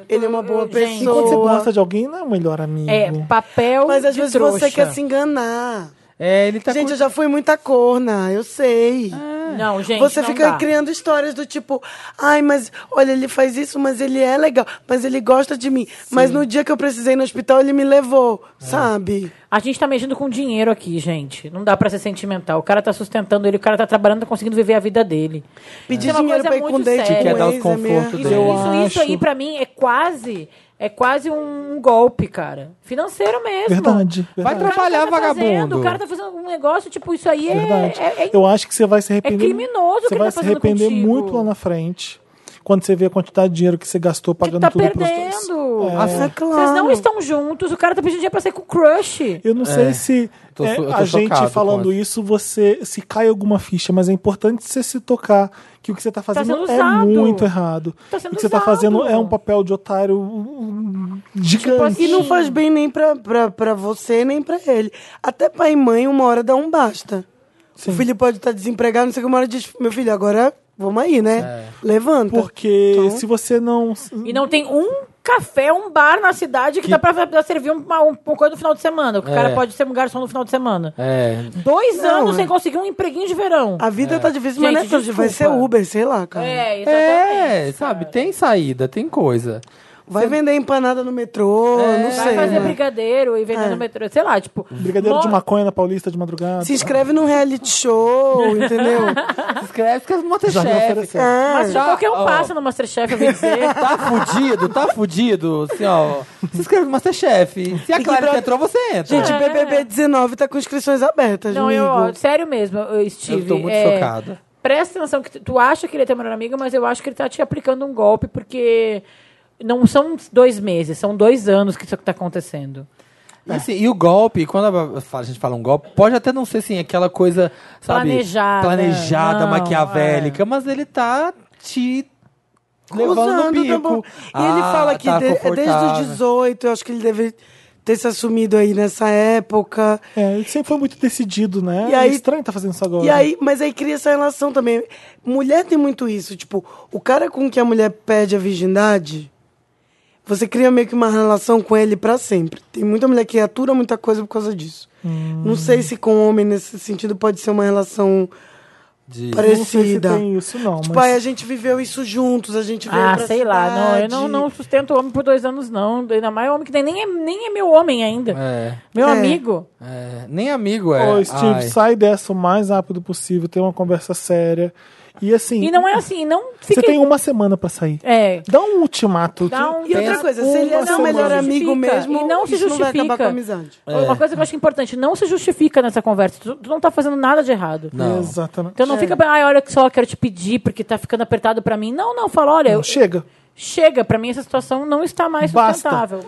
S4: Ele é uma boa
S2: gente,
S1: Quando você
S4: pessoa.
S1: gosta de alguém, não é o melhor amigo.
S2: É, papel.
S4: Mas às
S2: de
S4: vezes
S2: trouxa.
S4: você quer se enganar.
S3: É, ele tá
S4: Gente,
S3: com...
S4: eu já fui muita corna, eu sei.
S2: Não, Ah, gente.
S4: Você
S2: não
S4: fica
S2: dá.
S4: criando histórias do tipo, ai, mas olha, ele faz isso, mas ele é legal, mas ele gosta de mim. Mas no dia que eu precisei ir no hospital, ele me levou,
S2: É.
S4: sabe?
S2: A gente tá mexendo com dinheiro aqui, gente. Não dá pra ser sentimental. O cara tá sustentando ele, o cara tá trabalhando, tá conseguindo viver a vida dele.
S4: Pedir
S2: Isso é uma
S4: dinheiro
S2: coisa
S4: pra ir com
S2: muito
S4: date
S2: séria.
S4: com
S3: Quer dar os
S4: ex, é meio-
S3: confortos
S2: Isso,
S3: dele.
S1: Eu
S2: isso, isso aí
S1: acho.
S2: pra mim é quase, é quase um golpe, cara. Financeiro mesmo.
S1: Verdade.
S3: Vai
S1: verdade.
S2: O cara
S3: trabalhar,
S2: tá fazendo,
S3: vagabundo.
S2: o cara tá fazendo um negócio, tipo, isso aí é,
S1: Verdade.
S2: é, é
S1: eu acho que você vai se arrepender.
S2: criminoso o que
S1: Você
S2: ele
S1: vai
S2: tá
S1: se
S2: fazendo
S1: arrepender
S2: contigo.
S1: muito lá na frente. Quando você vê a quantidade de dinheiro que você gastou
S2: que
S1: pagando
S2: tá
S1: tudo é pros dois.
S2: perdendo.
S4: Nossa, É. claro.
S2: É. Vocês não estão juntos, o cara tá pedindo dinheiro pra sair com o crush.
S1: Eu não sei se
S3: Tô
S1: é,
S3: so- eu tô
S1: a gente
S3: chocado com
S1: falando isso, você se cai alguma ficha, mas é importante você se tocar que o que você tá fazendo
S2: sendo
S1: é
S2: usado.
S1: muito errado.
S2: Tá sendo
S1: o que você tá
S2: usado.
S1: fazendo é um papel de otário hum,
S2: Tipo
S1: gigante.
S2: assim,
S4: E não faz bem nem pra, pra, pra você, nem pra ele. Até pai e mãe, uma hora dá um basta. O filho pode estar desempregado, não sei o que, uma hora diz, meu filho,
S2: É.
S4: agora vamos aí, né? Levanta.
S1: Porque se você não.
S2: E não tem um café, um bar na cidade que,
S3: Que-
S2: dá pra, dá pra servir uma, um- uma coisa no final de semana. Que o
S3: É.
S2: cara pode ser um garçom no final de semana.
S3: É.
S2: Dois
S4: Não,
S2: anos
S4: é.
S2: sem conseguir um empreguinho de verão.
S4: A vida tá difícil, mas
S2: Gente,
S4: não é tudo. vai ser
S2: desculpa.
S4: Uber, sei lá, cara.
S2: É,
S3: É, sabe? Tem saída, tem coisa.
S4: Vai vender empanada no metrô, não
S2: É, Vai
S4: sei.
S2: fazer
S4: né?
S2: brigadeiro e vender
S4: É.
S2: no metrô, sei lá, tipo.
S1: Brigadeiro de
S2: mo-
S1: maconha na Paulista de madrugada.
S4: Se inscreve num reality show, entendeu?
S3: Se inscreve que as
S1: Já me
S3: Masterchef.
S1: ofereceu.
S2: Mas
S3: Já,
S2: qualquer um
S3: ó.
S2: passa no Masterchef, eu vim dizer.
S3: Tá fudido, tá fudido. Assim, ó. Se inscreve no Masterchef. Se a Clara que entrou, você entra.
S4: Gente, BBB 19 tá com inscrições abertas,
S2: É. Não, eu,
S4: amigo.
S2: ó, sério mesmo, eu estive.
S3: eu tô muito
S2: é,
S3: chocado.
S2: Presta atenção que tu- tu acha que ele é teu melhor amigo, mas eu acho que ele tá te aplicando um golpe, porque não são dois meses, são dois anos que isso tá acontecendo.
S3: E, assim, e o golpe, quando a, fala- a gente fala um golpe, pode até não ser assim, aquela coisa, sabe?
S2: Planejada.
S3: Planejada,
S2: Não, é.
S3: maquiavélica, mas ele tá te levando no
S4: Usando, tá
S3: bico.
S4: bom. E ele
S3: Ah,
S4: fala que
S3: tá
S4: de- é desde os
S3: confortável.
S4: 18, eu acho que ele deve ter se assumido aí nessa época.
S1: É, ele sempre foi muito decidido, né?
S4: E aí-
S1: é estranho tá fazendo isso agora.
S4: E aí, mas aí cria essa relação também. Mulher tem muito isso, tipo, o cara com que a mulher perde a virgindade, você cria meio que uma relação com ele pra sempre. Tem muita mulher que atura muita coisa por causa disso.
S2: Hum.
S4: Não sei se com homem nesse sentido pode ser uma relação
S3: De-
S1: não sei se
S4: parecida.
S1: tem isso, não.
S4: Tipo,
S1: mas...
S4: ai, a gente viveu isso juntos, a gente veio
S2: Ah,
S4: pra
S2: sei lá, não, eu
S4: cidade.
S2: não, não sustento homem por dois anos, não. Ainda mais homem que nem- nem é, nem é meu homem ainda.
S3: É,
S2: Meu
S4: É.
S2: amigo.
S3: é, nem amigo é.
S1: Ô, Steve,
S3: Ai.
S1: sai dessa o mais rápido possível, tem uma conversa séria. E assim,
S2: E não é assim, não
S1: você
S2: fica.
S4: um-
S1: tem uma semana pra sair.
S2: É.
S1: Dá um ultimato.
S2: Dá um-
S4: E outra
S3: Pensa
S4: coisa, se ele é
S1: uma
S4: seu melhor
S1: semana.
S4: amigo
S2: Justifica,
S4: mesmo,
S2: e não se
S4: isso não vai
S2: justifica.
S4: acabar com a amizade.
S3: É.
S2: Uma coisa que eu acho importante, não se justifica nessa conversa. Tu, tu não tá fazendo nada de errado.
S3: Não.
S1: Exatamente.
S4: É.
S2: Então não fica, ai, olha só, quero te pedir porque tá ficando apertado pra mim. Não, não, fala,
S4: É.
S2: olha, eu-
S1: Não, chega.
S2: chega, pra mim essa situação não está mais
S1: Basta.
S2: sustentável.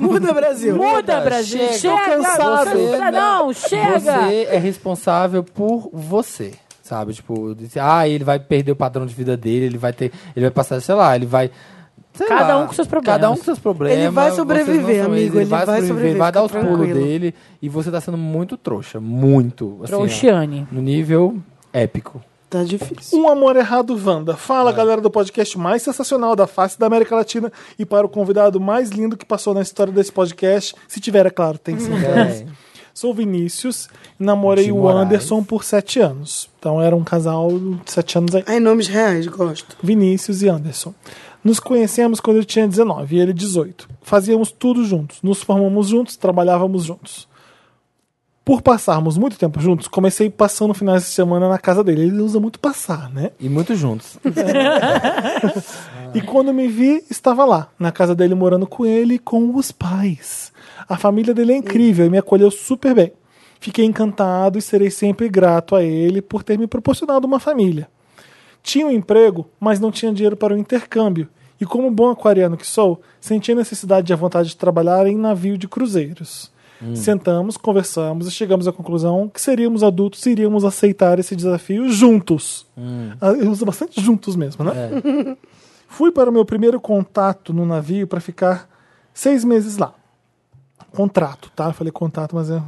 S4: Muda, Brasil.
S2: Muda, Brasil.
S3: chega,
S2: Chega,
S3: tô cansado.
S2: você-
S3: Você-
S2: não, chega.
S3: Você é responsável por você. Sabe, tipo, disse, ah, ele vai perder o padrão de vida dele, ele vai ter. Ele vai passar, sei lá, ele vai. sei
S2: Cada
S3: lá,
S2: um com seus problemas.
S3: Cada um com seus problemas.
S4: Ele vai
S3: vocês não
S4: sobreviver,
S3: são
S4: amigo, ele vai sobreviver,
S3: vai dar os
S4: fica
S3: pulos
S4: tranquilo.
S3: dele e você tá sendo muito trouxa. Muito. Assim, ó,
S2: Trouxiane.
S3: no nível épico.
S4: Tá difícil.
S1: Um amor errado, Wanda. Fala,
S4: É.
S1: galera do podcast mais sensacional da face da América Latina e para o convidado mais lindo que passou na história desse podcast. Se tiver, é claro, tem sim.
S2: Uhum.
S3: É.
S1: Sou Vinícius, namorei
S3: De
S1: o
S3: Moraes.
S1: Anderson por sete anos. Então era um casal de sete anos aí.
S4: Ai, nomes reais, gosto.
S1: Vinícius e Anderson. Nos conhecemos quando eu tinha 19 e ele 18. Fazíamos tudo juntos, nos formamos juntos, trabalhávamos juntos. Por passarmos muito tempo juntos, comecei passando finais de semana na casa dele. Ele usa muito passar, né?
S3: E muito juntos.
S1: E quando me vi, estava lá, na casa dele, morando com ele e com os pais. A família dele é incrível e me acolheu super bem. Fiquei encantado e serei sempre grato a ele por ter me proporcionado uma família. Tinha um emprego, mas não tinha dinheiro para o intercâmbio. E como bom aquariano que sou, senti a necessidade e a vontade de trabalhar em navio de cruzeiros. Sentamos, conversamos e chegamos à conclusão que seríamos adultos e iríamos aceitar esse desafio juntos. Ah, Ele usa bastante juntos mesmo, né? Fui para o meu primeiro contato no navio para ficar seis meses lá. Contrato, tá? Eu falei contato, mas é.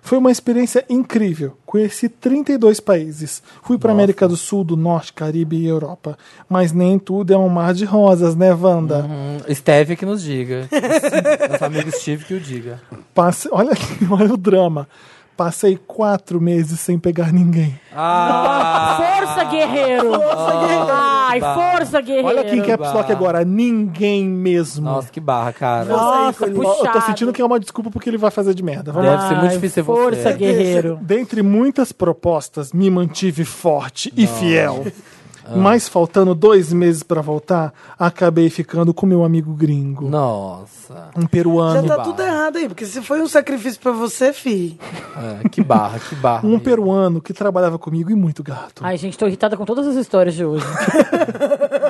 S1: Foi uma experiência incrível. Conheci 32 países. Fui para América do Sul, do Norte, Caribe e Europa. Mas nem tudo é um mar de rosas, né, Wanda?
S3: Hum, Steve que nos diga. Nosso amigo Steve que o diga.
S1: Passe... Olha, aqui, olha o drama. Passei quatro meses sem pegar ninguém.
S3: Ah!
S2: Força, guerreiro. Força, guerreiro. Ai, força, guerreiro.
S1: Olha quem que é a pessoa que agora. Ninguém mesmo.
S3: Nossa, que barra, cara.
S2: Nossa,
S1: Eu tô
S2: puxado.
S1: sentindo que é uma desculpa porque ele vai fazer de merda. Vamos
S3: Deve ser muito
S2: Ai,
S3: difícil ser você.
S2: Força, guerreiro.
S1: Dentre muitas propostas, me mantive forte e fiel.
S2: Ah.
S1: Mas faltando dois meses pra voltar, acabei ficando com meu amigo gringo,
S3: Nossa.
S1: um
S4: Já
S1: peruano.
S4: tá tudo errado aí, porque se foi um sacrifício pra você, fi.
S3: É, que barra, que barra.
S1: Um peruano que trabalhava comigo e muito gato.
S2: Ai, gente, tô irritada com todas as histórias de hoje.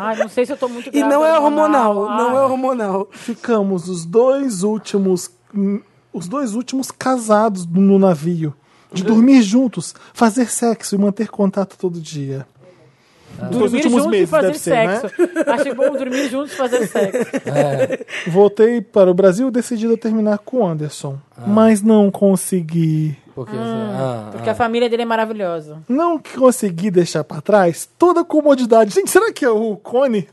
S2: Ai, não sei se eu tô muito
S4: E
S2: grávida Ah,
S4: não é hormonal,
S2: Ai.
S4: não é hormonal.
S1: Ficamos os dois últimos hum, os dois últimos casados no navio, de dormir juntos, fazer sexo e manter contato todo dia. Dos dois
S2: Dormir
S1: últimos
S2: juntos e
S1: meses
S2: fazer
S1: deve ser, né?
S2: sexo. Achei bom dormir juntos e fazer sexo.
S1: Voltei para o Brasil decidido a terminar com o Anderson, mas não consegui.
S3: Porque, ah,
S2: Porque a família dele é maravilhosa.
S1: não consegui deixar pra trás toda a comodidade. Gente, será que é o Cone?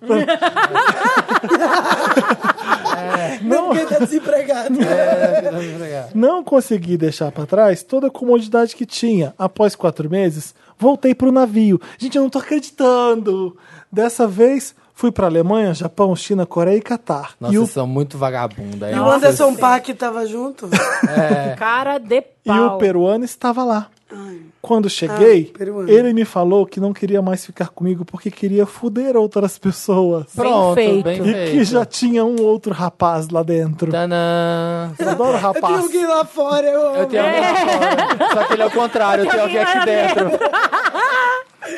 S4: Não porque tá desempregado.
S1: Não consegui deixar pra trás toda a comodidade que tinha. Após quatro meses, voltei pro navio. Gente, eu não tô acreditando. Dessa vez, fui pra Alemanha, Japão, China, Coreia e Catar.
S3: Nossa,
S1: e o,
S3: vocês são muito vagabunda.
S4: E o Anderson Paak tava junto?
S2: Um Cara de
S1: É. e o
S2: pau.
S1: peruano estava lá. Quando cheguei,
S4: Ah, peruano.
S1: ele me falou que não queria mais ficar comigo porque queria foder outras pessoas.
S3: Pronto,
S2: feito.
S3: bem
S1: E
S3: feito.
S1: que já tinha um outro rapaz lá
S3: Tá.
S1: dentro.
S3: Tadã.
S1: Eu adoro
S4: Eu tenho
S1: rapaz.
S4: alguém lá fora, eu amo.
S3: Eu tenho alguém
S1: É.
S3: lá fora. Só que ele é o contrário, eu tenho alguém aqui dentro.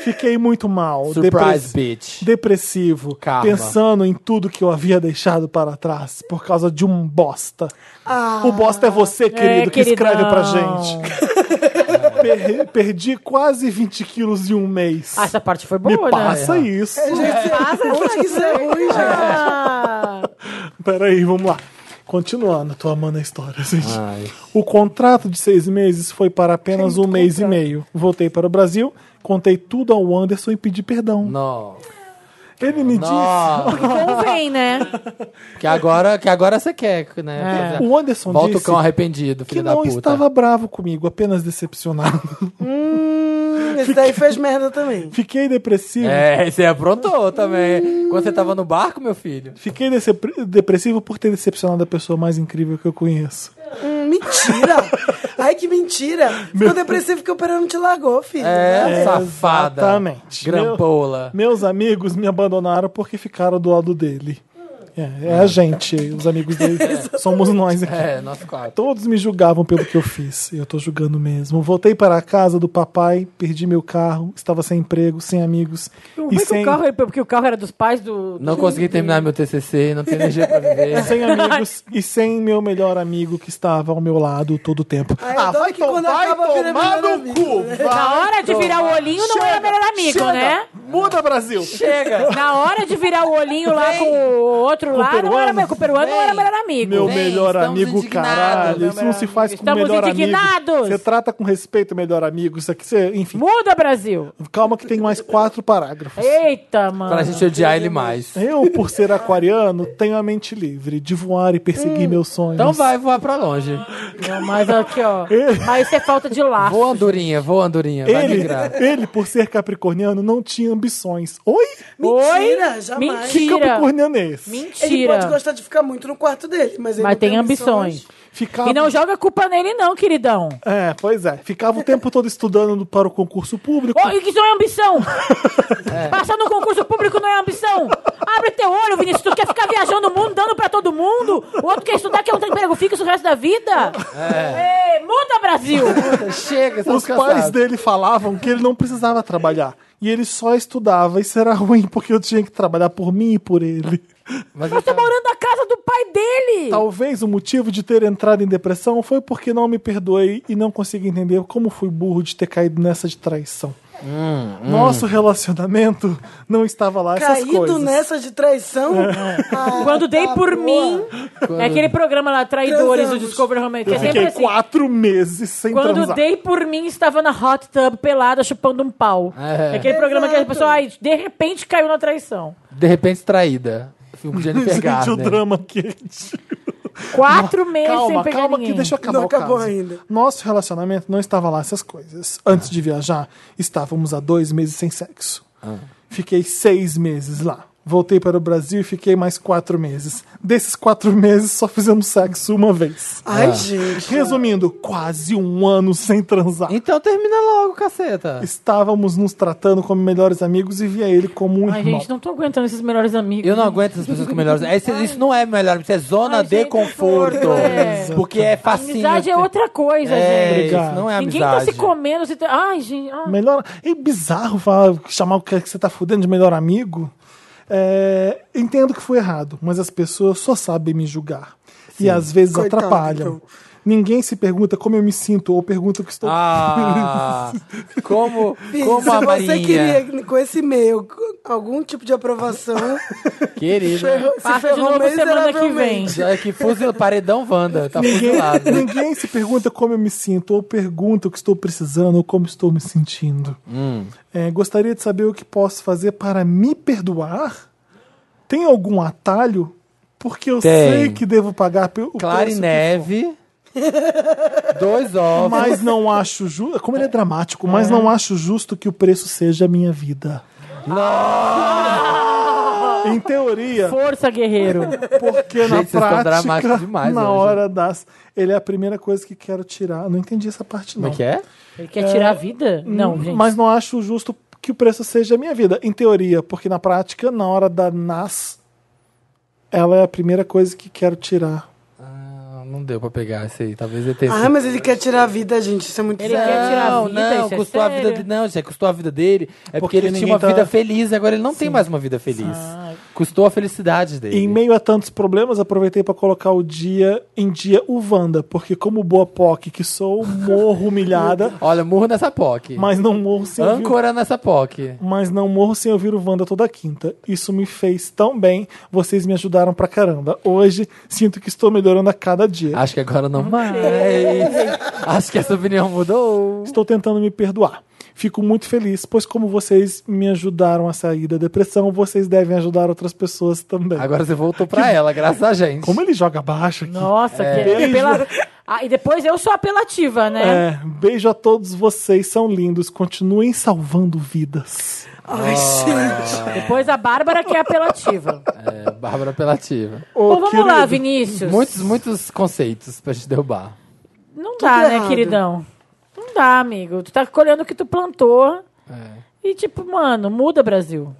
S1: Fiquei muito mal.
S3: Surprise,
S1: depres-
S3: bitch.
S1: Depressivo,
S3: Karma.
S1: pensando em tudo que eu havia deixado para trás por causa de um bosta. O bosta é você, querido, que
S2: queridão.
S1: escreve pra gente. Per- perdi quase 20 quilos em um mês.
S2: Ah, essa parte foi
S1: Me
S2: boa, né?
S1: passa isso.
S4: Onde que isso é ruim, gente?
S2: Ah,
S1: Peraí, vamos lá. Continuando, tô amando a história, gente.
S3: Ai.
S1: O contrato de seis meses foi para apenas um mês e meio. Voltei para o Brasil, contei tudo ao Anderson e pedi perdão.
S3: Não.
S1: Ele me
S3: Não.
S2: Convém, né?
S3: Que agora, que agora você quer, né?
S1: disse. O Anderson
S3: Volta o
S1: É. Um disse
S3: cão arrependido, filho
S1: que
S3: da
S1: não
S3: puta.
S1: estava bravo comigo, apenas decepcionado.
S4: Hum, Esse daí fez merda também.
S1: Fiquei depressivo.
S3: É, você aprontou também. Quando você tava no barco, meu filho.
S1: Fiquei decep- depressivo por ter decepcionado a pessoa mais incrível que eu conheço.
S4: Hum, mentira! Ai, que mentira! Ficou depressivo porque o Perão te largou, filho.
S3: É, safada.
S1: Exatamente.
S3: Grampola.
S1: Meus amigos me abandonaram porque ficaram do lado dele. É,
S3: Ah.
S1: é a gente, os amigos dele. Somos nós aqui.
S3: É, nosso quarto.
S1: Todos me julgavam pelo que eu fiz. Eu tô julgando mesmo. Voltei para a casa do papai, perdi meu carro, estava sem emprego, sem amigos.
S2: Como
S1: e
S2: é que
S1: sem,
S2: o carro era? Porque o carro era dos pais do.
S3: Não consegui terminar meu TCC, não tenho energia pra viver.
S1: sem amigos e sem meu melhor amigo que estava ao meu lado todo o tempo. Ah,
S4: Ai, eu adoro que quando acaba, vira melhor amigo, né?
S2: Na hora de virar o olhinho, não era melhor amigo,
S1: Chega!
S2: né?
S1: Muda, Brasil!
S3: Chega!
S2: Na hora de virar o olhinho lá com o outro lá, não era
S1: peruano?
S2: meu, com o peruano não era melhor amigo.
S1: Meu
S3: Vem,
S1: melhor
S3: estamos
S1: amigo,
S3: indignados,
S1: caralho.
S3: meu
S1: Isso não se faz com o
S2: Estamos
S1: melhor amigo.
S2: indignados.
S1: Você trata com respeito, melhor amigo. Isso aqui, você, enfim.
S2: Muda, Brasil!
S1: Calma que tem mais quatro parágrafos.
S2: Eita, mano.
S3: Pra gente odiar ele mais.
S1: Eu, por ser aquariano, tenho a mente livre de voar e
S2: Hum.
S1: perseguir meus sonhos.
S3: Então vai voar pra longe.
S2: Não, mas aqui, ó. Mas isso é falta de laço.
S3: Voa, Andorinha, voa, Andorinha. Vai
S1: Ele,
S3: migrar.
S1: ele, por ser capricorniano, não tinha ambições. Oi?
S4: Mentira, jamais.
S1: Que
S2: Mentira.
S1: capricorniano é esse?
S4: Ele
S2: Mentira.
S4: pode gostar de ficar muito no quarto dele, mas ele
S2: Mas
S4: não
S2: tem ambições.
S1: Ficava...
S2: E não joga culpa nele, não, queridão.
S1: É, pois é. Ficava o tempo todo estudando no- para o concurso público.
S2: Ô, isso não é ambição!
S1: É.
S2: Passar no concurso público não é ambição! Abre teu olho, Vinícius, tu quer ficar viajando o mundo, dando pra todo mundo? O outro quer estudar, quer um emprego fixo o resto da vida? É. muda, Brasil!
S3: Chega,
S1: Os
S3: estamos
S1: pais
S3: cansados.
S1: dele falavam que ele não precisava trabalhar. E ele só estudava. Isso era ruim, porque eu tinha que trabalhar por mim e por ele.
S3: Mas
S2: Você
S3: então-
S2: morando na casa do pai dele!
S1: Talvez o motivo de ter entrado em depressão foi porque não me perdoei e não consigo entender como fui burro de ter caído nessa de traição. Nosso relacionamento não estava lá essas
S4: Caído
S1: coisas.
S2: né?
S4: nessa de traição?
S2: É.
S4: Ah,
S2: Quando dei
S4: tá
S2: por
S4: boa.
S2: mim, é aquele programa lá, Traidores do
S4: Transamos.
S2: Discovery Home, que é
S1: Eu
S2: sempre
S1: fiquei
S2: assim.
S1: quatro meses sem
S2: Quando
S1: transar.
S2: dei por mim, estava na hot tub, pelada, chupando um pau.
S3: É.
S2: É aquele programa que a pessoa, ai, de repente caiu na traição.
S3: De repente traída. Filme de né? Jennifer
S1: Gente, o
S3: Garner.
S1: drama quente.
S2: Quatro meses sem
S1: Calma,
S2: pegar
S1: calma
S2: ninguém.
S1: que deixa eu acabar
S4: Não
S1: o caso.
S4: acabou ainda.
S1: Nosso relacionamento não estava lá essas coisas. Antes de viajar, estávamos há dois meses sem sexo.
S4: Ah.
S1: Fiquei seis meses lá. Voltei para o Brasil e fiquei mais quatro meses. Desses quatro meses, só fizemos sexo uma vez.
S2: É.
S4: Ai, gente.
S1: Resumindo, quase um ano sem transar.
S3: Então termina logo, caceta.
S1: Estávamos nos tratando como melhores amigos e via ele como um
S2: Ai,
S1: irmão.
S2: gente, não tô aguentando esses melhores amigos.
S3: Eu não aguento essas pessoas com melhores. É, Isso, isso não é melhor, isso é zona
S2: Ai,
S3: de
S2: gente,
S3: conforto.
S2: é.
S3: Porque é facinho.
S2: Amizade é outra coisa,
S3: É,
S2: gente.
S3: isso
S1: Obrigado.
S3: não é amizade.
S2: Ninguém tá se comendo. Se tá- Ai, gente. ai.
S1: Melhor. É bizarro falar, chamar o cara que você tá fudendo de melhor amigo. É, entendo que foi errado, mas as pessoas só sabem me julgar. E às vezes
S4: Coitado,
S1: atrapalham.
S4: então.
S1: Ninguém se pergunta como eu me sinto ou pergunta o que estou.
S3: Ah, como,
S4: Filho,
S3: como a
S4: se
S3: Marinha.
S4: você queria, com esse e-mail, algum tipo de aprovação,
S3: Querida.
S4: se
S2: Passa de
S4: ferrou
S2: novo semana que vem.
S4: miseravelmente.
S3: Já é que fuzil, paredão Wanda. Tá fuzilado.
S1: Ninguém se pergunta como eu me sinto ou pergunta o que estou precisando ou como estou me sentindo.
S3: Hum.
S1: É, gostaria de saber o que posso fazer para me perdoar? Tem algum atalho? Porque eu
S3: Tem.
S1: sei que devo pagar pe- o
S3: Clare
S1: preço que
S3: Neve. Dois
S1: for.
S3: ovos.
S1: Mas não acho justo. Como ele é dramático, mas não acho justo que o preço seja a minha vida. Em teoria,
S2: Força, guerreiro.
S1: porque na
S3: Gente, vocês estão
S1: prática,
S3: dramáticos demais
S1: na
S3: hoje.
S1: hora das. Ele é a primeira coisa que quero tirar. Não entendi essa parte, não.
S3: Como é que é?
S2: Ele quer tirar a vida? Não,
S3: Hum,
S2: gente.
S1: Mas não acho justo que o preço seja a minha vida. Em teoria, porque na prática, na hora da NAS, ela é a primeira coisa que quero tirar.
S3: Ah, não deu pra pegar esse aí. Talvez ele tenha.
S4: Ah, mas ele quer tirar a vida, gente. Isso é muito
S2: Ele
S4: sério.
S2: quer tirar a
S3: não,
S2: vida,
S3: não,
S2: isso é
S3: custou a vida
S2: sério.
S3: dele. Não, gente, custou a vida dele. É porque,
S1: Porque
S3: ele tinha
S1: ninguém
S3: uma
S1: tá-
S3: vida feliz, agora ele não tem mais uma vida feliz. Custou a felicidade dele.
S1: Em meio a tantos problemas, aproveitei pra colocar o dia em dia o Wanda, porque como boa POC que sou, morro humilhada,
S3: Olha, murro nessa POC.
S1: mas não morro sem ouvir
S3: Âncora nessa POC.
S1: mas não morro sem ouvir o Wanda toda quinta. Isso me fez tão bem, vocês me ajudaram pra caramba. Hoje sinto que estou melhorando a cada dia.
S3: Acho que agora não mais. Acho que essa opinião mudou.
S1: Estou tentando me perdoar. Fico muito feliz, pois como vocês me ajudaram a sair da depressão, vocês devem ajudar outras pessoas também.
S3: Agora você voltou pra ela, graças a gente.
S1: como é? ele joga baixo aqui.
S2: Nossa,
S3: É.
S2: que
S1: Beijo.
S2: apela- Ah, e depois eu sou apelativa, né?
S1: É, beijo a todos vocês, são lindos. Continuem salvando vidas.
S4: Ai, gente.
S2: Depois a Bárbara que é apelativa.
S3: É, Bárbara apelativa.
S1: Ô,
S2: Pô, vamos
S1: querido,
S2: lá, Vinícius.
S3: Muitos, muitos conceitos pra gente derrubar.
S2: Não dá, né,
S4: errado.
S2: queridão? Não dá, amigo. Tu tá colhendo o que tu plantou.
S3: É.
S2: E tipo, mano, muda, Brasil.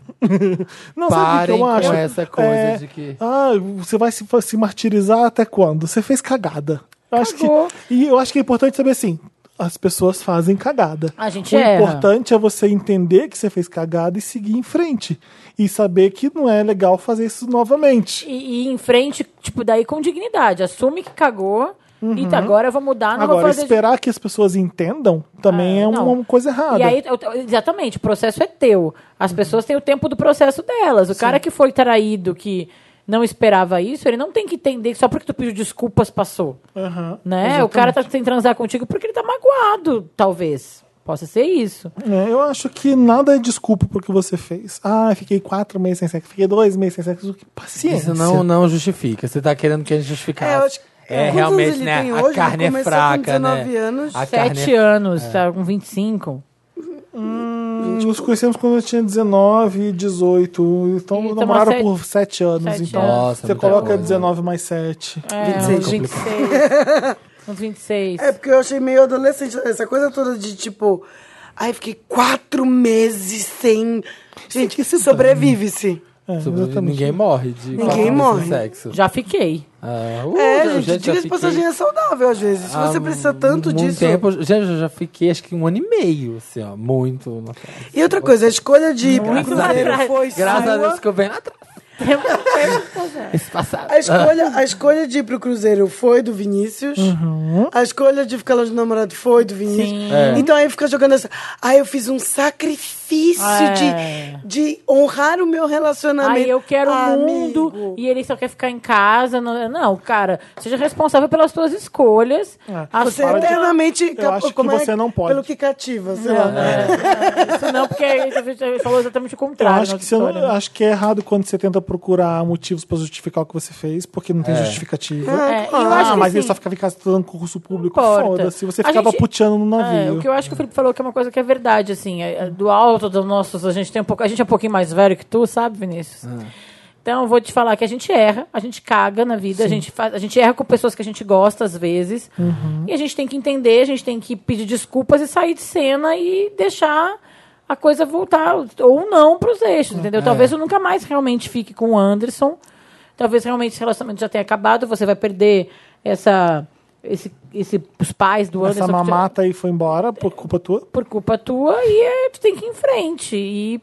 S1: Não, sabe o que
S3: Parem
S1: eu
S3: com
S1: acho?
S3: essa coisa
S1: É,
S3: de que.
S1: Ah, você vai se, se martirizar até quando? Você fez cagada. Eu acho que,
S2: Cagou.
S1: e eu acho que é importante saber assim: as pessoas fazem cagada.
S2: A gente
S1: o
S2: erra.
S1: importante é você entender que você fez cagada e seguir em frente. E saber que não é legal fazer isso novamente.
S2: E, e em frente, tipo, daí com dignidade. Assume que cagou. E tá, agora eu vou mudar, não vou
S1: Agora,
S2: fazer. de-
S1: esperar que as pessoas entendam também é
S2: Ah, não.
S1: uma, uma coisa errada.
S2: E aí, eu- eu- exatamente, o processo é teu. As pessoas têm o tempo do processo delas. O cara que foi traído, que não esperava isso, ele não tem que entender que só porque tu pediu desculpas passou.
S1: Aham.
S2: Né? O cara tá sem transar contigo porque ele tá magoado, talvez. Possa ser isso.
S1: É, eu acho que nada é desculpa pro que você fez. Ah, fiquei quatro meses sem sexo, fiquei dois meses sem sexo. Que Paciência.
S3: Isso não, não justifica. Você tá querendo que a gente justificasse.
S4: É, eu acho que-
S3: É,
S4: Quantos
S3: realmente,
S4: ele
S3: né?
S4: tem
S3: a
S4: hoje?
S3: carne é
S4: Começou com
S3: fraca, né?
S4: 19 anos.
S3: A carne é-
S2: Sete anos, tá com 25.
S1: Hum, Nos
S3: tipo-
S1: conhecemos quando eu tinha 19, 18. Então
S2: Então,
S1: namoraram
S2: sete-
S1: por 7 anos.
S2: sete
S1: então
S2: anos.
S3: Nossa, é
S1: você
S3: muita
S1: coloca
S3: coisa.
S1: 19 mais 7.
S2: É,
S4: 26.
S2: uns 26. uns 26.
S4: É porque eu achei meio adolescente essa coisa toda de tipo. Ai, fiquei quatro meses sem. Gente,
S1: que se dane.
S4: sobrevive-se.
S1: É,
S3: Sobre-
S1: exatamente.
S3: Ninguém morre de
S4: Ninguém morre.
S3: sexo.
S2: Já fiquei.
S3: Ah, uh,
S4: É,
S3: eu já-
S4: gente, diga
S3: já
S4: de
S3: fiquei
S4: passagem é saudável às vezes. Se
S3: há
S4: você precisa tanto
S3: muito
S4: disso.
S3: Tempo, eu já, já já fiquei acho que um ano e meio, assim, ó. Muito. na festa.
S4: E outra coisa, a escolha de ir pro
S2: Muito
S4: Cruzeiro
S2: atrás.
S4: foi
S3: Graças
S4: sua.
S3: a Deus que eu venho lá atrás.
S2: Temos- temos-
S1: é.
S3: Esse passado.
S4: A escolha, a escolha de ir pro Cruzeiro foi do Vinícius.
S2: Uhum.
S4: A escolha de ficar longe do namorado foi do Vinícius.
S3: É.
S4: Então aí fica jogando essa. Aí eu fiz um sacrifício
S2: É.
S4: de, de honrar o meu relacionamento.
S2: Aí eu quero o
S4: Amigo.
S2: mundo e ele só quer ficar em casa. Não, não, cara, seja responsável pelas tuas escolhas.
S1: É. Ah,
S2: As-
S4: Você
S1: Para de-
S4: eternamente.
S1: Eu acho que
S4: como é?
S1: você não pode.
S4: Pelo que cativa, sei
S2: Não,
S4: lá.
S2: não, não, É, isso não, porque ele falou exatamente o
S1: Eu
S2: contrário.
S1: acho
S2: na
S1: que, você não-
S2: história, né?
S1: acho que é errado quando você tenta procurar motivos pra justificar o que você fez, porque não tem justificativa.
S2: É, e eu
S1: ah,
S2: acho que,
S1: mas ele
S2: assim,
S1: só ficava em casa estudando concurso público.
S2: importa.
S1: Foda-se. Você
S2: A
S1: ficava
S2: gente-
S1: puteando no
S2: É, o
S1: navio.
S2: que eu acho que o Felipe falou que é uma coisa que é verdade, assim, é, é, do alto dos nossos, a gente tem um pouco, a gente é um pouquinho mais velho que tu, sabe, Vinícius? Então, eu vou te falar que a gente erra, a gente caga na vida, a gente, faz, a gente erra com pessoas que a gente gosta às vezes. E a gente tem que entender, a gente tem que pedir desculpas e sair de cena e deixar a coisa voltar, ou não, pros eixos, entendeu? Talvez eu nunca mais realmente fique com o Anderson. Talvez realmente esse relacionamento já tenha acabado, você vai perder essa. Esse, esse, os pais do Anderson.
S1: Essa
S2: que-
S1: mamata aí foi embora por culpa tua.
S2: por culpa tua e é, tu tem que ir em frente. E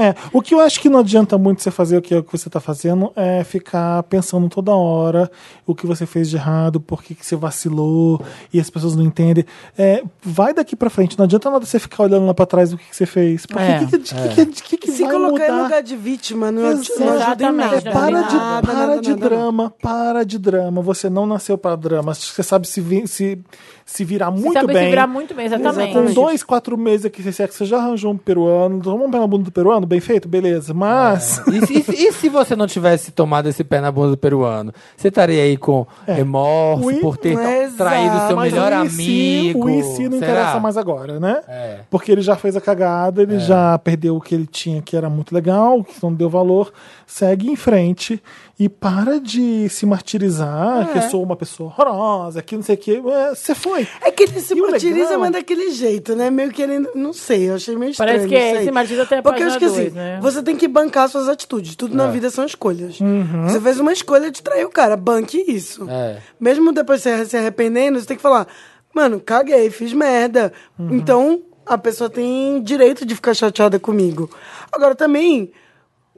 S1: É, o que eu acho que não adianta muito você fazer o que, o que você tá fazendo é ficar pensando toda hora o que você fez de errado, por que, que você vacilou e as pessoas não entendem. É, vai daqui pra frente, não adianta nada você ficar olhando lá pra trás o que, que você fez. Porque
S2: É,
S1: o que, que, que, que, que, que
S4: Se
S1: vai
S4: colocar
S1: mudar?
S4: em lugar de vítima, não, não ajuda em
S2: Exatamente,
S4: nada.
S2: não
S1: Para
S2: nada,
S1: de,
S2: nada,
S1: para de drama, para de drama. Você não nasceu para drama. Você sabe se, vi- se, se virar
S2: você
S1: muito
S2: sabe
S1: bem.
S2: se virar muito bem, exatamente.
S1: Com dois, quatro meses aqui, você já arranjou um peruano, tomou um pé na bunda do peruano, bem feito, beleza. Mas.
S3: Ah. E, se- e se- e se você não tivesse tomado esse pé na bunda do peruano? Você estaria aí com remorso
S1: É. Ui,
S3: por ter
S4: mas
S3: traído
S4: ah,
S3: seu
S1: mas
S3: melhor
S1: o IC,
S3: amigo?
S1: O IC não
S3: Será?
S1: interessa mais agora, né?
S3: É.
S1: Porque ele já fez a cagada, ele já perdeu o que ele tinha que era muito legal, que não deu valor. Segue em frente e para de se martirizar,
S3: É.
S1: que eu sou uma pessoa horrorosa, que não sei o que. Você foi.
S4: É que ele se
S1: E o
S4: martiriza,
S1: legal-
S4: mas daquele jeito, né? Meio que ele. Não sei, eu achei meio estranho.
S2: Parece que
S4: não
S2: é,
S4: sei.
S2: se martiriza até a
S4: Porque eu
S2: página
S4: acho que assim,
S2: dois, né? É.
S4: você tem que bancar suas atitudes. Tudo na vida são escolhas.
S2: Uhum.
S4: Você fez uma escolha de trair o cara, banque isso.
S3: É.
S4: Mesmo depois de você se arrependendo, você tem que falar: mano, caguei, fiz merda.
S2: Uhum.
S4: Então, a pessoa tem direito de ficar chateada comigo. Agora também.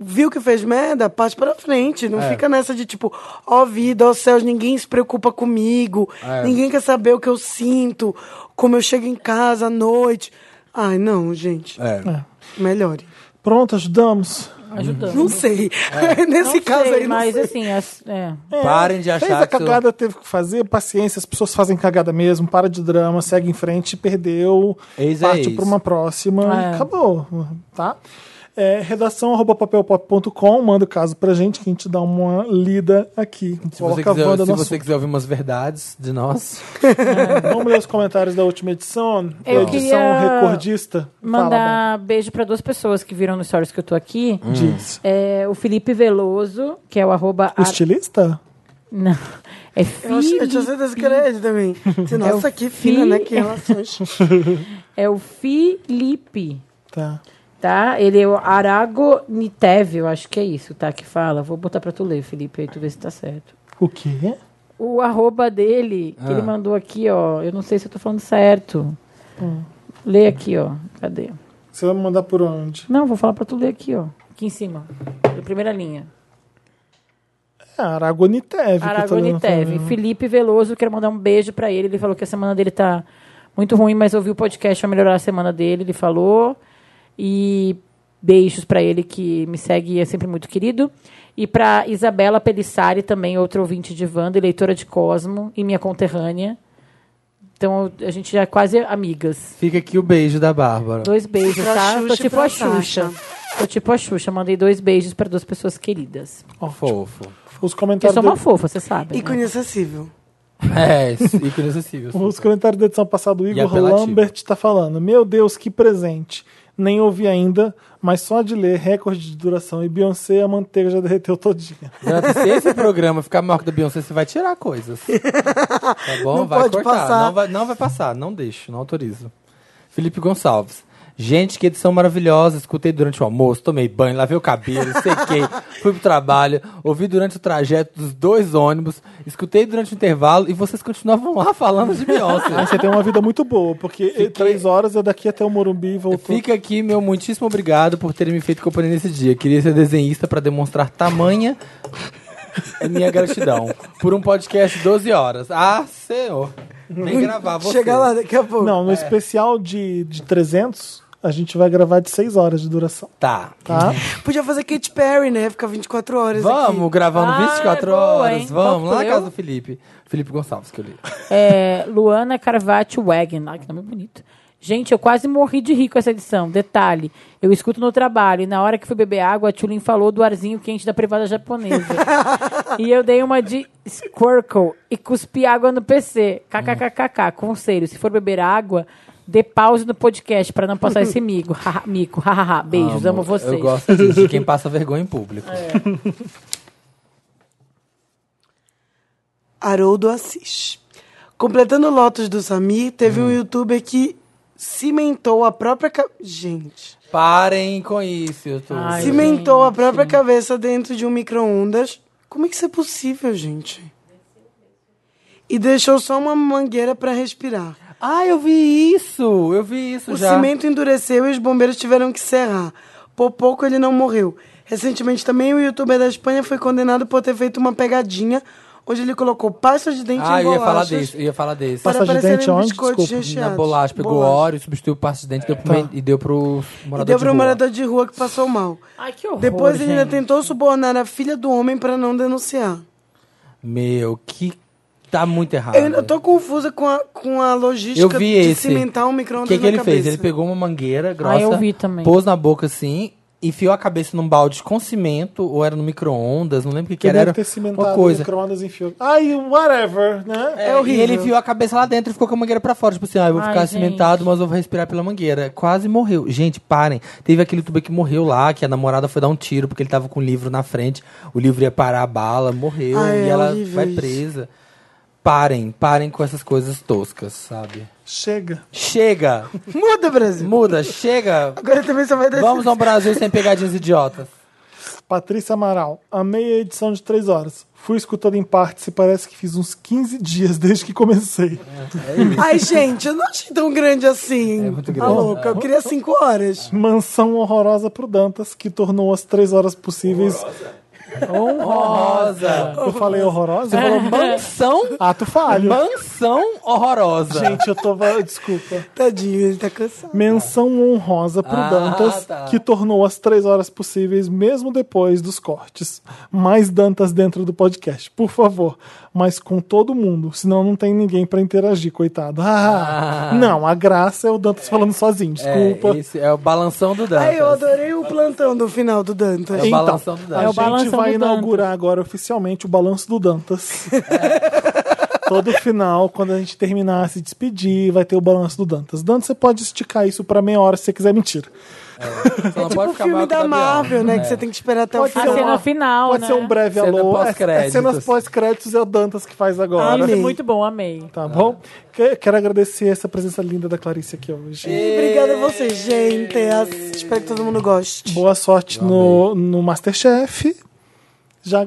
S4: Viu que fez merda, parte pra frente. Não
S2: É.
S4: fica nessa de tipo, ó vida, ó céus, ninguém se preocupa comigo.
S3: É.
S4: Ninguém quer saber o que eu sinto, como eu chego em casa à noite. Ai, não, gente.
S3: É.
S4: Melhore.
S1: Pronto, ajudamos.
S2: Ajudando.
S4: Não sei.
S3: É.
S4: Nesse
S2: Não
S4: caso
S2: sei,
S4: aí, não
S2: mas
S4: sei.
S2: assim, as- é.
S1: É,
S3: Parem de achar
S1: Fez a
S3: que seu-
S1: cagada, teve que fazer, paciência, as pessoas fazem cagada mesmo, para de drama, segue em frente, perdeu,
S3: Eis é
S1: parte
S3: eis.
S1: para uma próxima
S2: É.
S1: e acabou, tá? É, redação arroba papelpop.com, manda o caso pra gente que a gente dá uma lida aqui.
S3: Se você,
S1: a
S3: quiser,
S1: Wanda
S3: se
S1: no
S3: você
S1: assunto.
S3: quiser ouvir umas verdades de nós,
S1: Vamos ler os comentários da última edição,
S2: Eu
S1: edição
S2: queria
S1: recordista. Fala,
S2: Mandar beijo pra duas pessoas que viram nos stories que eu tô aqui.
S4: Hum.
S1: Bom. Diz.
S2: É o Felipe Veloso, que é o arroba...
S1: O
S2: ar-
S1: estilista?
S2: Não, é
S4: Eu, achei, eu tinha
S2: Felipe...
S4: certeza que era ele também.
S2: É
S4: Se, Nossa, que
S2: fi-
S4: fina, né? Que relações.
S2: É o Felipe,
S1: Tá.
S2: tá? Ele é o Arago Nitev, eu acho que é isso, tá? Que fala. Vou botar pra tu ler, Felipe, aí tu vê se tá certo.
S1: O quê?
S2: O arroba dele, que
S3: Ah.
S2: ele mandou aqui, ó. Eu não sei se eu tô falando certo. Hum. Lê aqui, ó. Cadê?
S1: Você vai me mandar por onde?
S2: Não, vou falar pra tu ler aqui, ó. Aqui em cima. Na primeira linha.
S1: É, Aragonitev.
S2: Aragonitev. Felipe Veloso, quero mandar um beijo pra ele. Ele falou que a semana dele tá muito ruim, mas ouviu o podcast pra melhorar a semana dele, ele falou. E beijos pra ele que me segue e é sempre muito querido. E pra Isabela Pelissari, também outra ouvinte de Wanda, e leitora de Cosmo e minha conterrânea. Então a gente já é quase amigas.
S3: fica aqui o beijo da Bárbara.
S2: Dois beijos,
S4: Pra
S2: tá?
S4: Xuxa
S2: Tô
S4: e
S2: tipo
S4: pra
S2: a Xuxa. Tô tipo a Xuxa, mandei dois beijos pra duas pessoas queridas.
S3: Fofo.
S1: Os
S2: Porque eu
S1: comentários
S2: sou uma
S1: do-
S2: fofa, você sabe. né?
S4: Ícone acessível.
S3: É, isso, ícone acessível.
S1: Os comentários da edição passada, o Igor
S3: apelativo.
S1: Lambert tá falando: Meu Deus, que presente. Nem ouvi ainda, mas só de ler recorde de duração e Beyoncé, a manteiga já derreteu todinha.
S3: Jonathan, se esse programa ficar maior que o da Beyoncé, você vai tirar coisas. Tá bom?
S4: Não
S3: vai
S4: pode
S3: cortar.
S4: passar.
S3: Não, vai, não vai passar. Não deixo, não autorizo. Felipe Gonçalves. Gente, que edição maravilhosa. Escutei durante o almoço, tomei banho, lavei o cabelo, sequei, fui pro trabalho, ouvi durante o trajeto dos dois ônibus, escutei durante o intervalo e vocês continuavam lá falando de
S1: Ah,
S3: Beyoncé.
S1: Você tem uma vida muito boa, porque três horas eu daqui até o Morumbi e voltou.
S3: Fica aqui meu muitíssimo obrigado por terem me feito companhia nesse dia. Queria ser desenhista para demonstrar tamanha minha gratidão por um podcast de 12 horas. Ah, senhor. Nem gravar você.
S4: Chega lá daqui a pouco.
S3: É.
S1: Não, no especial de, de 300, a gente vai gravar de seis horas de duração,
S3: Tá.
S1: tá?
S4: Podia fazer Katy Perry, né? Ficar 24 horas
S3: Vamos
S4: aqui.
S3: gravando
S2: Ah,
S3: 24
S2: boa,
S3: horas.
S2: hein?
S3: Vamos
S2: Qual
S3: lá
S2: que
S3: na
S2: eu?
S3: casa do Felipe. Felipe Gonçalves que eu li.
S2: É, Luana Carvati Wagen. Ah, que nome bonito. Gente, eu quase morri de rir com essa edição. Detalhe, eu escuto no trabalho e na hora que fui beber água, a Tulin falou do arzinho quente da privada japonesa. e eu dei uma de Squircle e cuspi água no PC. KKKKK. Conselho, se for beber água, dê pause no podcast pra não passar esse mico. Haha, mico, hahaha. Beijos, amo, vocês. É.
S3: Eu gosto disso, de quem passa vergonha em público.
S4: Haroldo Assis. Completando o Lotus do Samir,
S3: Hum.
S4: teve um youtuber que cimentou a própria. ca- Gente.
S3: Parem com isso, YouTube.
S2: Ai,
S4: cimentou a própria cabeça dentro de um micro-ondas. Como é que isso é possível, gente? E deixou só uma mangueira para respirar.
S3: Ah, eu vi isso. Eu vi isso
S4: O
S3: já.
S4: cimento endureceu e os bombeiros tiveram que serrar. Por pouco ele não morreu. Recentemente também o youtuber da Espanha foi condenado por ter feito uma pegadinha onde ele colocou pasta de dente
S3: Ah,
S4: em
S3: eu ia
S4: bolachas.
S3: falar disso. Eu ia falar desse.
S1: Pasta de
S4: parecerem
S1: dente aonde?
S4: biscoitos
S1: Desculpa.
S3: na
S4: recheados.
S3: bolacha, pegou
S4: Bolacha.
S3: óleo, substituiu parte de dente deu pro men- e deu pro morador
S4: E deu
S3: de
S4: para um
S3: rua.
S4: morador de rua que passou mal.
S2: Ai, que horror,
S4: Depois ele ainda
S2: gente.
S4: tentou subornar a filha do homem para não denunciar.
S3: Meu, que tá muito errado.
S4: Eu ainda tô confusa com a, com a logística
S3: Eu vi
S4: de
S3: esse.
S4: cimentar um
S3: O
S4: micro-ondas
S3: que, que
S4: na
S3: ele
S4: cabeça.
S3: fez? Ele pegou uma mangueira grossa,
S2: eu Ah, vi também.
S3: pôs na boca assim, enfiou a cabeça num balde com cimento, ou era no micro-ondas, não lembro o que, que
S1: Que
S3: era.
S1: deve
S3: Era
S1: ter
S3: uma
S1: cimentado
S3: coisa.
S1: micro-ondas em fio. Ai, whatever, né?
S3: É, E ele viu a cabeça lá dentro e ficou com a mangueira pra fora. Tipo assim, ah, eu vou
S2: Ai,
S3: ficar
S2: gente.
S3: cimentado, mas eu vou respirar pela mangueira. Quase morreu. Gente, parem. Teve aquele youtuber que morreu lá, que a namorada foi dar um tiro porque ele tava com o livro na frente. O livro ia parar a bala, morreu. e
S4: Ai, é
S3: ela
S4: horrível
S3: vai
S4: isso.
S3: presa. Parem, parem com essas coisas toscas, sabe?
S1: Chega.
S3: Chega!
S4: Muda, Brasil.
S3: Muda, chega!
S4: Agora também só vai dar
S3: Vamos ao Brasil sem pegadinhas idiotas.
S1: Patrícia Amaral. Amei a edição de três horas. Fui escutando em partes e parece que fiz uns 15 dias desde que comecei.
S4: Ai, gente, eu não achei tão grande assim.
S3: É muito
S4: Tá
S3: grande.
S4: louca, eu queria cinco horas.
S1: Mansão horrorosa pro Dantas, que tornou as três horas possíveis.
S3: Rosa!
S1: Eu falei horrorosa? Você
S3: É.
S1: falou man-
S3: Mansão,
S1: Ah, tu falho.
S3: mansão horrorosa.
S1: Gente, eu tô. Desculpa.
S4: Tadinho, ele tá cansado.
S1: Menção honrosa pro
S3: Ah,
S1: Dantas,
S3: tá.
S1: que tornou as três horas possíveis mesmo depois dos cortes. Mais Dantas dentro do podcast, por favor. Mas com todo mundo, senão não tem ninguém pra interagir, coitado. Ah,
S3: Ah.
S1: Não, a graça é o Dantas falando sozinho, desculpa.
S3: É, esse é o balanção do Dantas.
S4: Ai, eu adorei o plantão do final do Dantas.
S3: tá. É o balanção do
S1: Então, a
S3: Dantas.
S2: É o
S1: gente
S2: balanção
S1: vai
S2: do
S1: inaugurar agora oficialmente o balanço do Dantas. Todo final, quando a gente terminar, se despedir, vai ter o balanço do Dantas. Dantas, você pode esticar isso pra meia hora se você quiser mentira.
S3: Só não
S4: Tipo o filme
S3: maior que o
S4: da
S3: Gabriel. É.
S4: Marvel, né? Que você tem que esperar até
S1: Pode
S4: o
S1: ser
S2: A
S4: final.
S2: cena final,
S1: Então Pode
S2: né?
S1: ser um breve
S3: Cena
S1: alô. É-
S3: pós-créditos.
S1: é cenas pós-créditos é o Dantas que faz agora.
S4: Amei.
S2: Muito bom, amei.
S1: Tá bom? Que- Quero agradecer essa presença linda da Clarice aqui hoje.
S4: Ih, Obrigada a vocês, gente. As- Espero que todo mundo goste.
S1: Boa sorte no, no Masterchef. Já...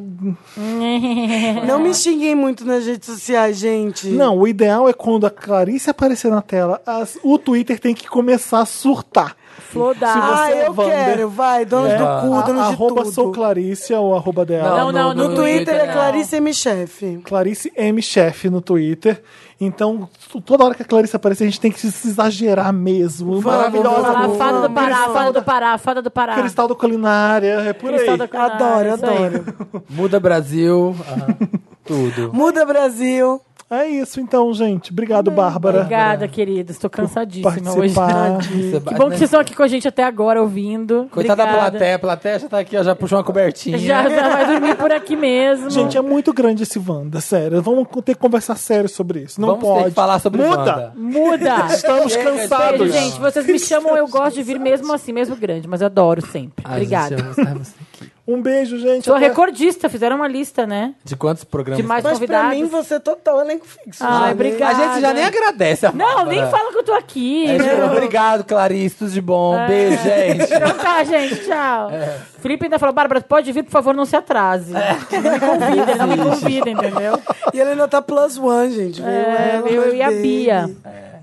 S4: Não me xinguem muito nas redes sociais, gente.
S1: Não, o ideal é quando a Clarice aparecer na tela, as- o Twitter tem que começar a surtar.
S2: Flor da...
S4: Ah,
S1: você é
S4: eu
S1: Wander,
S4: quero, vai. Donos
S1: É,
S4: do cu,
S1: a-
S4: donos de
S1: arroba
S4: tudo.
S1: sou Clarice é o arroba dela.
S2: Não, não,
S4: No Twitter é
S2: não.
S4: Clarice M. Chefe.
S1: Clarice M. Chef no Twitter. Então, t- toda hora que a Clarice aparecer, a gente tem que se exagerar mesmo. Maravilhosa.
S2: Falar,
S1: boa.
S2: fada do Pará, fada do Pará, fada do Pará.
S1: Cristal da culinária, é por aí.
S2: Ah. Cristal da Culinária,
S4: Adoro,
S2: isso aí.
S4: adoro.
S3: Muda Brasil. ah, tudo.
S4: Muda Brasil.
S1: É isso então, gente. Obrigado, Bárbara.
S2: Obrigada, queridos. Tô cansadíssima hoje.
S1: Participar.
S2: Que bom que tá vocês estão aqui com a gente até agora, ouvindo.
S3: né? Coitada da
S2: Obrigada.
S3: plateia. A plateia já tá aqui, ó, já puxou uma cobertinha.
S2: Já, já vai dormir por aqui mesmo.
S1: Gente, é muito grande esse Wanda, sério. Vamos ter que conversar sério sobre isso. Não
S3: Vamos ter
S1: pode.
S3: que falar sobre
S1: Muda.
S3: Wanda.
S2: Muda!
S1: Estamos
S3: Chega de
S1: cansados.
S2: Beijo, gente. Vocês me chamam, eu gosto de vir mesmo assim, mesmo grande, mas eu adoro sempre.
S3: Ai,
S2: Obrigada.
S3: gente, eu amo estar você aqui.
S1: Um beijo, gente.
S2: Sou
S1: Até-
S2: recordista, fizeram uma lista, né?
S3: De quantos programas? tá
S2: De mais
S4: Mas pra
S2: convidados.
S4: mim, você é total elenco fixo.
S2: Ai,
S4: gente.
S2: obrigada.
S3: A gente já nem agradece a
S2: Não,
S3: Bárbara.
S2: nem fala que eu tô aqui.
S3: É, tipo, Obrigado, Clarice. Tudo de bom. Beijo, gente.
S2: Então tá, gente, tchau.
S3: É.
S2: Felipe ainda falou, Bárbara, pode vir, por favor, não se atrase. Não me convida, não me convida, entendeu?
S4: E ele ainda tá plus one, gente. Veio
S2: É,
S4: ela,
S2: veio eu
S4: mas
S2: e a
S4: baby.
S2: Bia.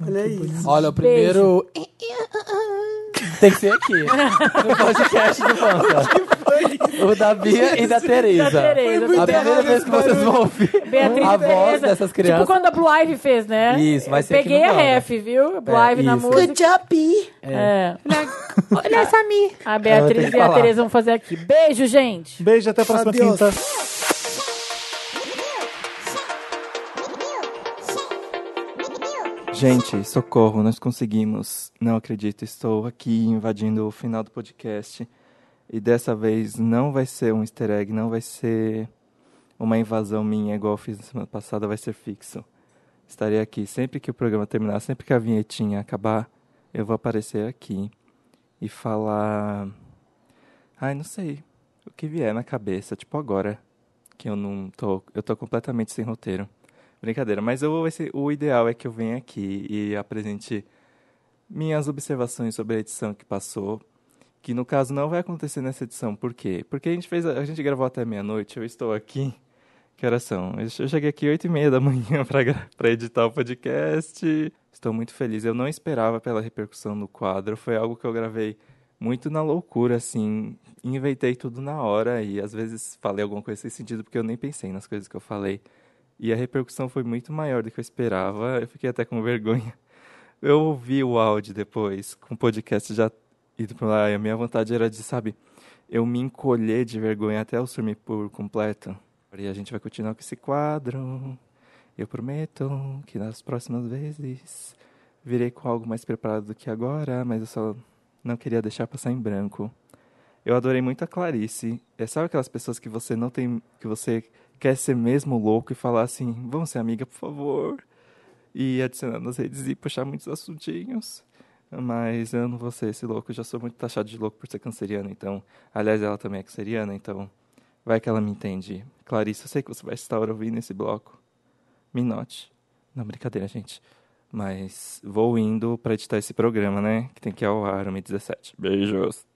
S4: Olha isso.
S3: Olha, o primeiro. Tem que ser aqui. No podcast do Fanta. O da Bia e da Tereza.
S2: Da Tereza.
S4: Foi
S3: A
S4: muito
S3: primeira
S4: errado
S3: vez que
S4: esse
S3: vocês
S4: barulho.
S3: vão ouvir
S2: Beatriz
S3: a
S2: Tereza.
S3: voz dessas crianças.
S2: tá Tipo quando a Blue Live fez, né?
S3: Isso, vai ser aqui
S2: Peguei
S3: no
S2: a
S3: Banda.
S2: ref, viu? Blue Live na
S3: isso.
S2: música.
S4: job, Bia.
S2: É. Olha essa Mi. A
S3: Ela tem
S2: Beatriz
S3: que
S2: e a
S3: falar.
S2: Tereza vão fazer aqui. Beijo, gente.
S1: Beijo, até a próxima
S4: Adeus.
S1: quinta.
S5: Gente, socorro, nós conseguimos. Não acredito, estou aqui invadindo o final do podcast. E dessa vez não vai ser um easter egg, não vai ser uma invasão minha igual eu fiz na semana passada, vai ser fixo. Estarei aqui sempre que o programa terminar, sempre que a vinhetinha acabar, eu vou aparecer aqui e falar. Ai, não sei. O que vier na cabeça, tipo agora, que eu não tô. Eu tô completamente sem roteiro. Brincadeira, mas eu, esse, o ideal é que eu venha aqui e apresente minhas observações sobre a edição que passou, que no caso não vai acontecer nessa edição. Por quê? Porque a gente fez, a, a gente gravou até meia-noite, eu estou aqui. Que horas são? Eu che- eu cheguei aqui oito e meia da manhã para editar o podcast. Estou muito feliz. Eu não esperava pela repercussão do quadro. Foi algo que eu gravei muito na loucura, assim. Inventei tudo na hora e às vezes falei alguma coisa sem sentido porque eu nem pensei nas coisas que eu falei. E a repercussão foi muito maior do que eu esperava. Eu fiquei até com vergonha. Eu ouvi o áudio depois, com o podcast já ido pra lá. E a minha vontade era de, sabe, eu me encolher de vergonha até eu sumir por completo. E a gente vai continuar com esse quadro. Eu prometo que nas próximas vezes virei com algo mais preparado do que agora, mas eu só não queria deixar passar em branco.
S3: Eu adorei muito a Clarice. É, sabe aquelas pessoas que você não tem. que você quer ser mesmo louco e falar assim, vamos ser amiga, por favor. E adicionar nas redes e puxar muitos assuntinhos. Mas eu não vou ser esse louco, eu já sou muito taxado de louco por ser canceriana, então. Aliás, ela também é canceriana, então. Vai que ela me entende. Clarice, eu sei que você vai estar ouvindo esse bloco. Me note. Não, brincadeira, gente. Mas vou indo pra editar esse programa, né? Que tem que ir ao ar, 1h17. Beijos.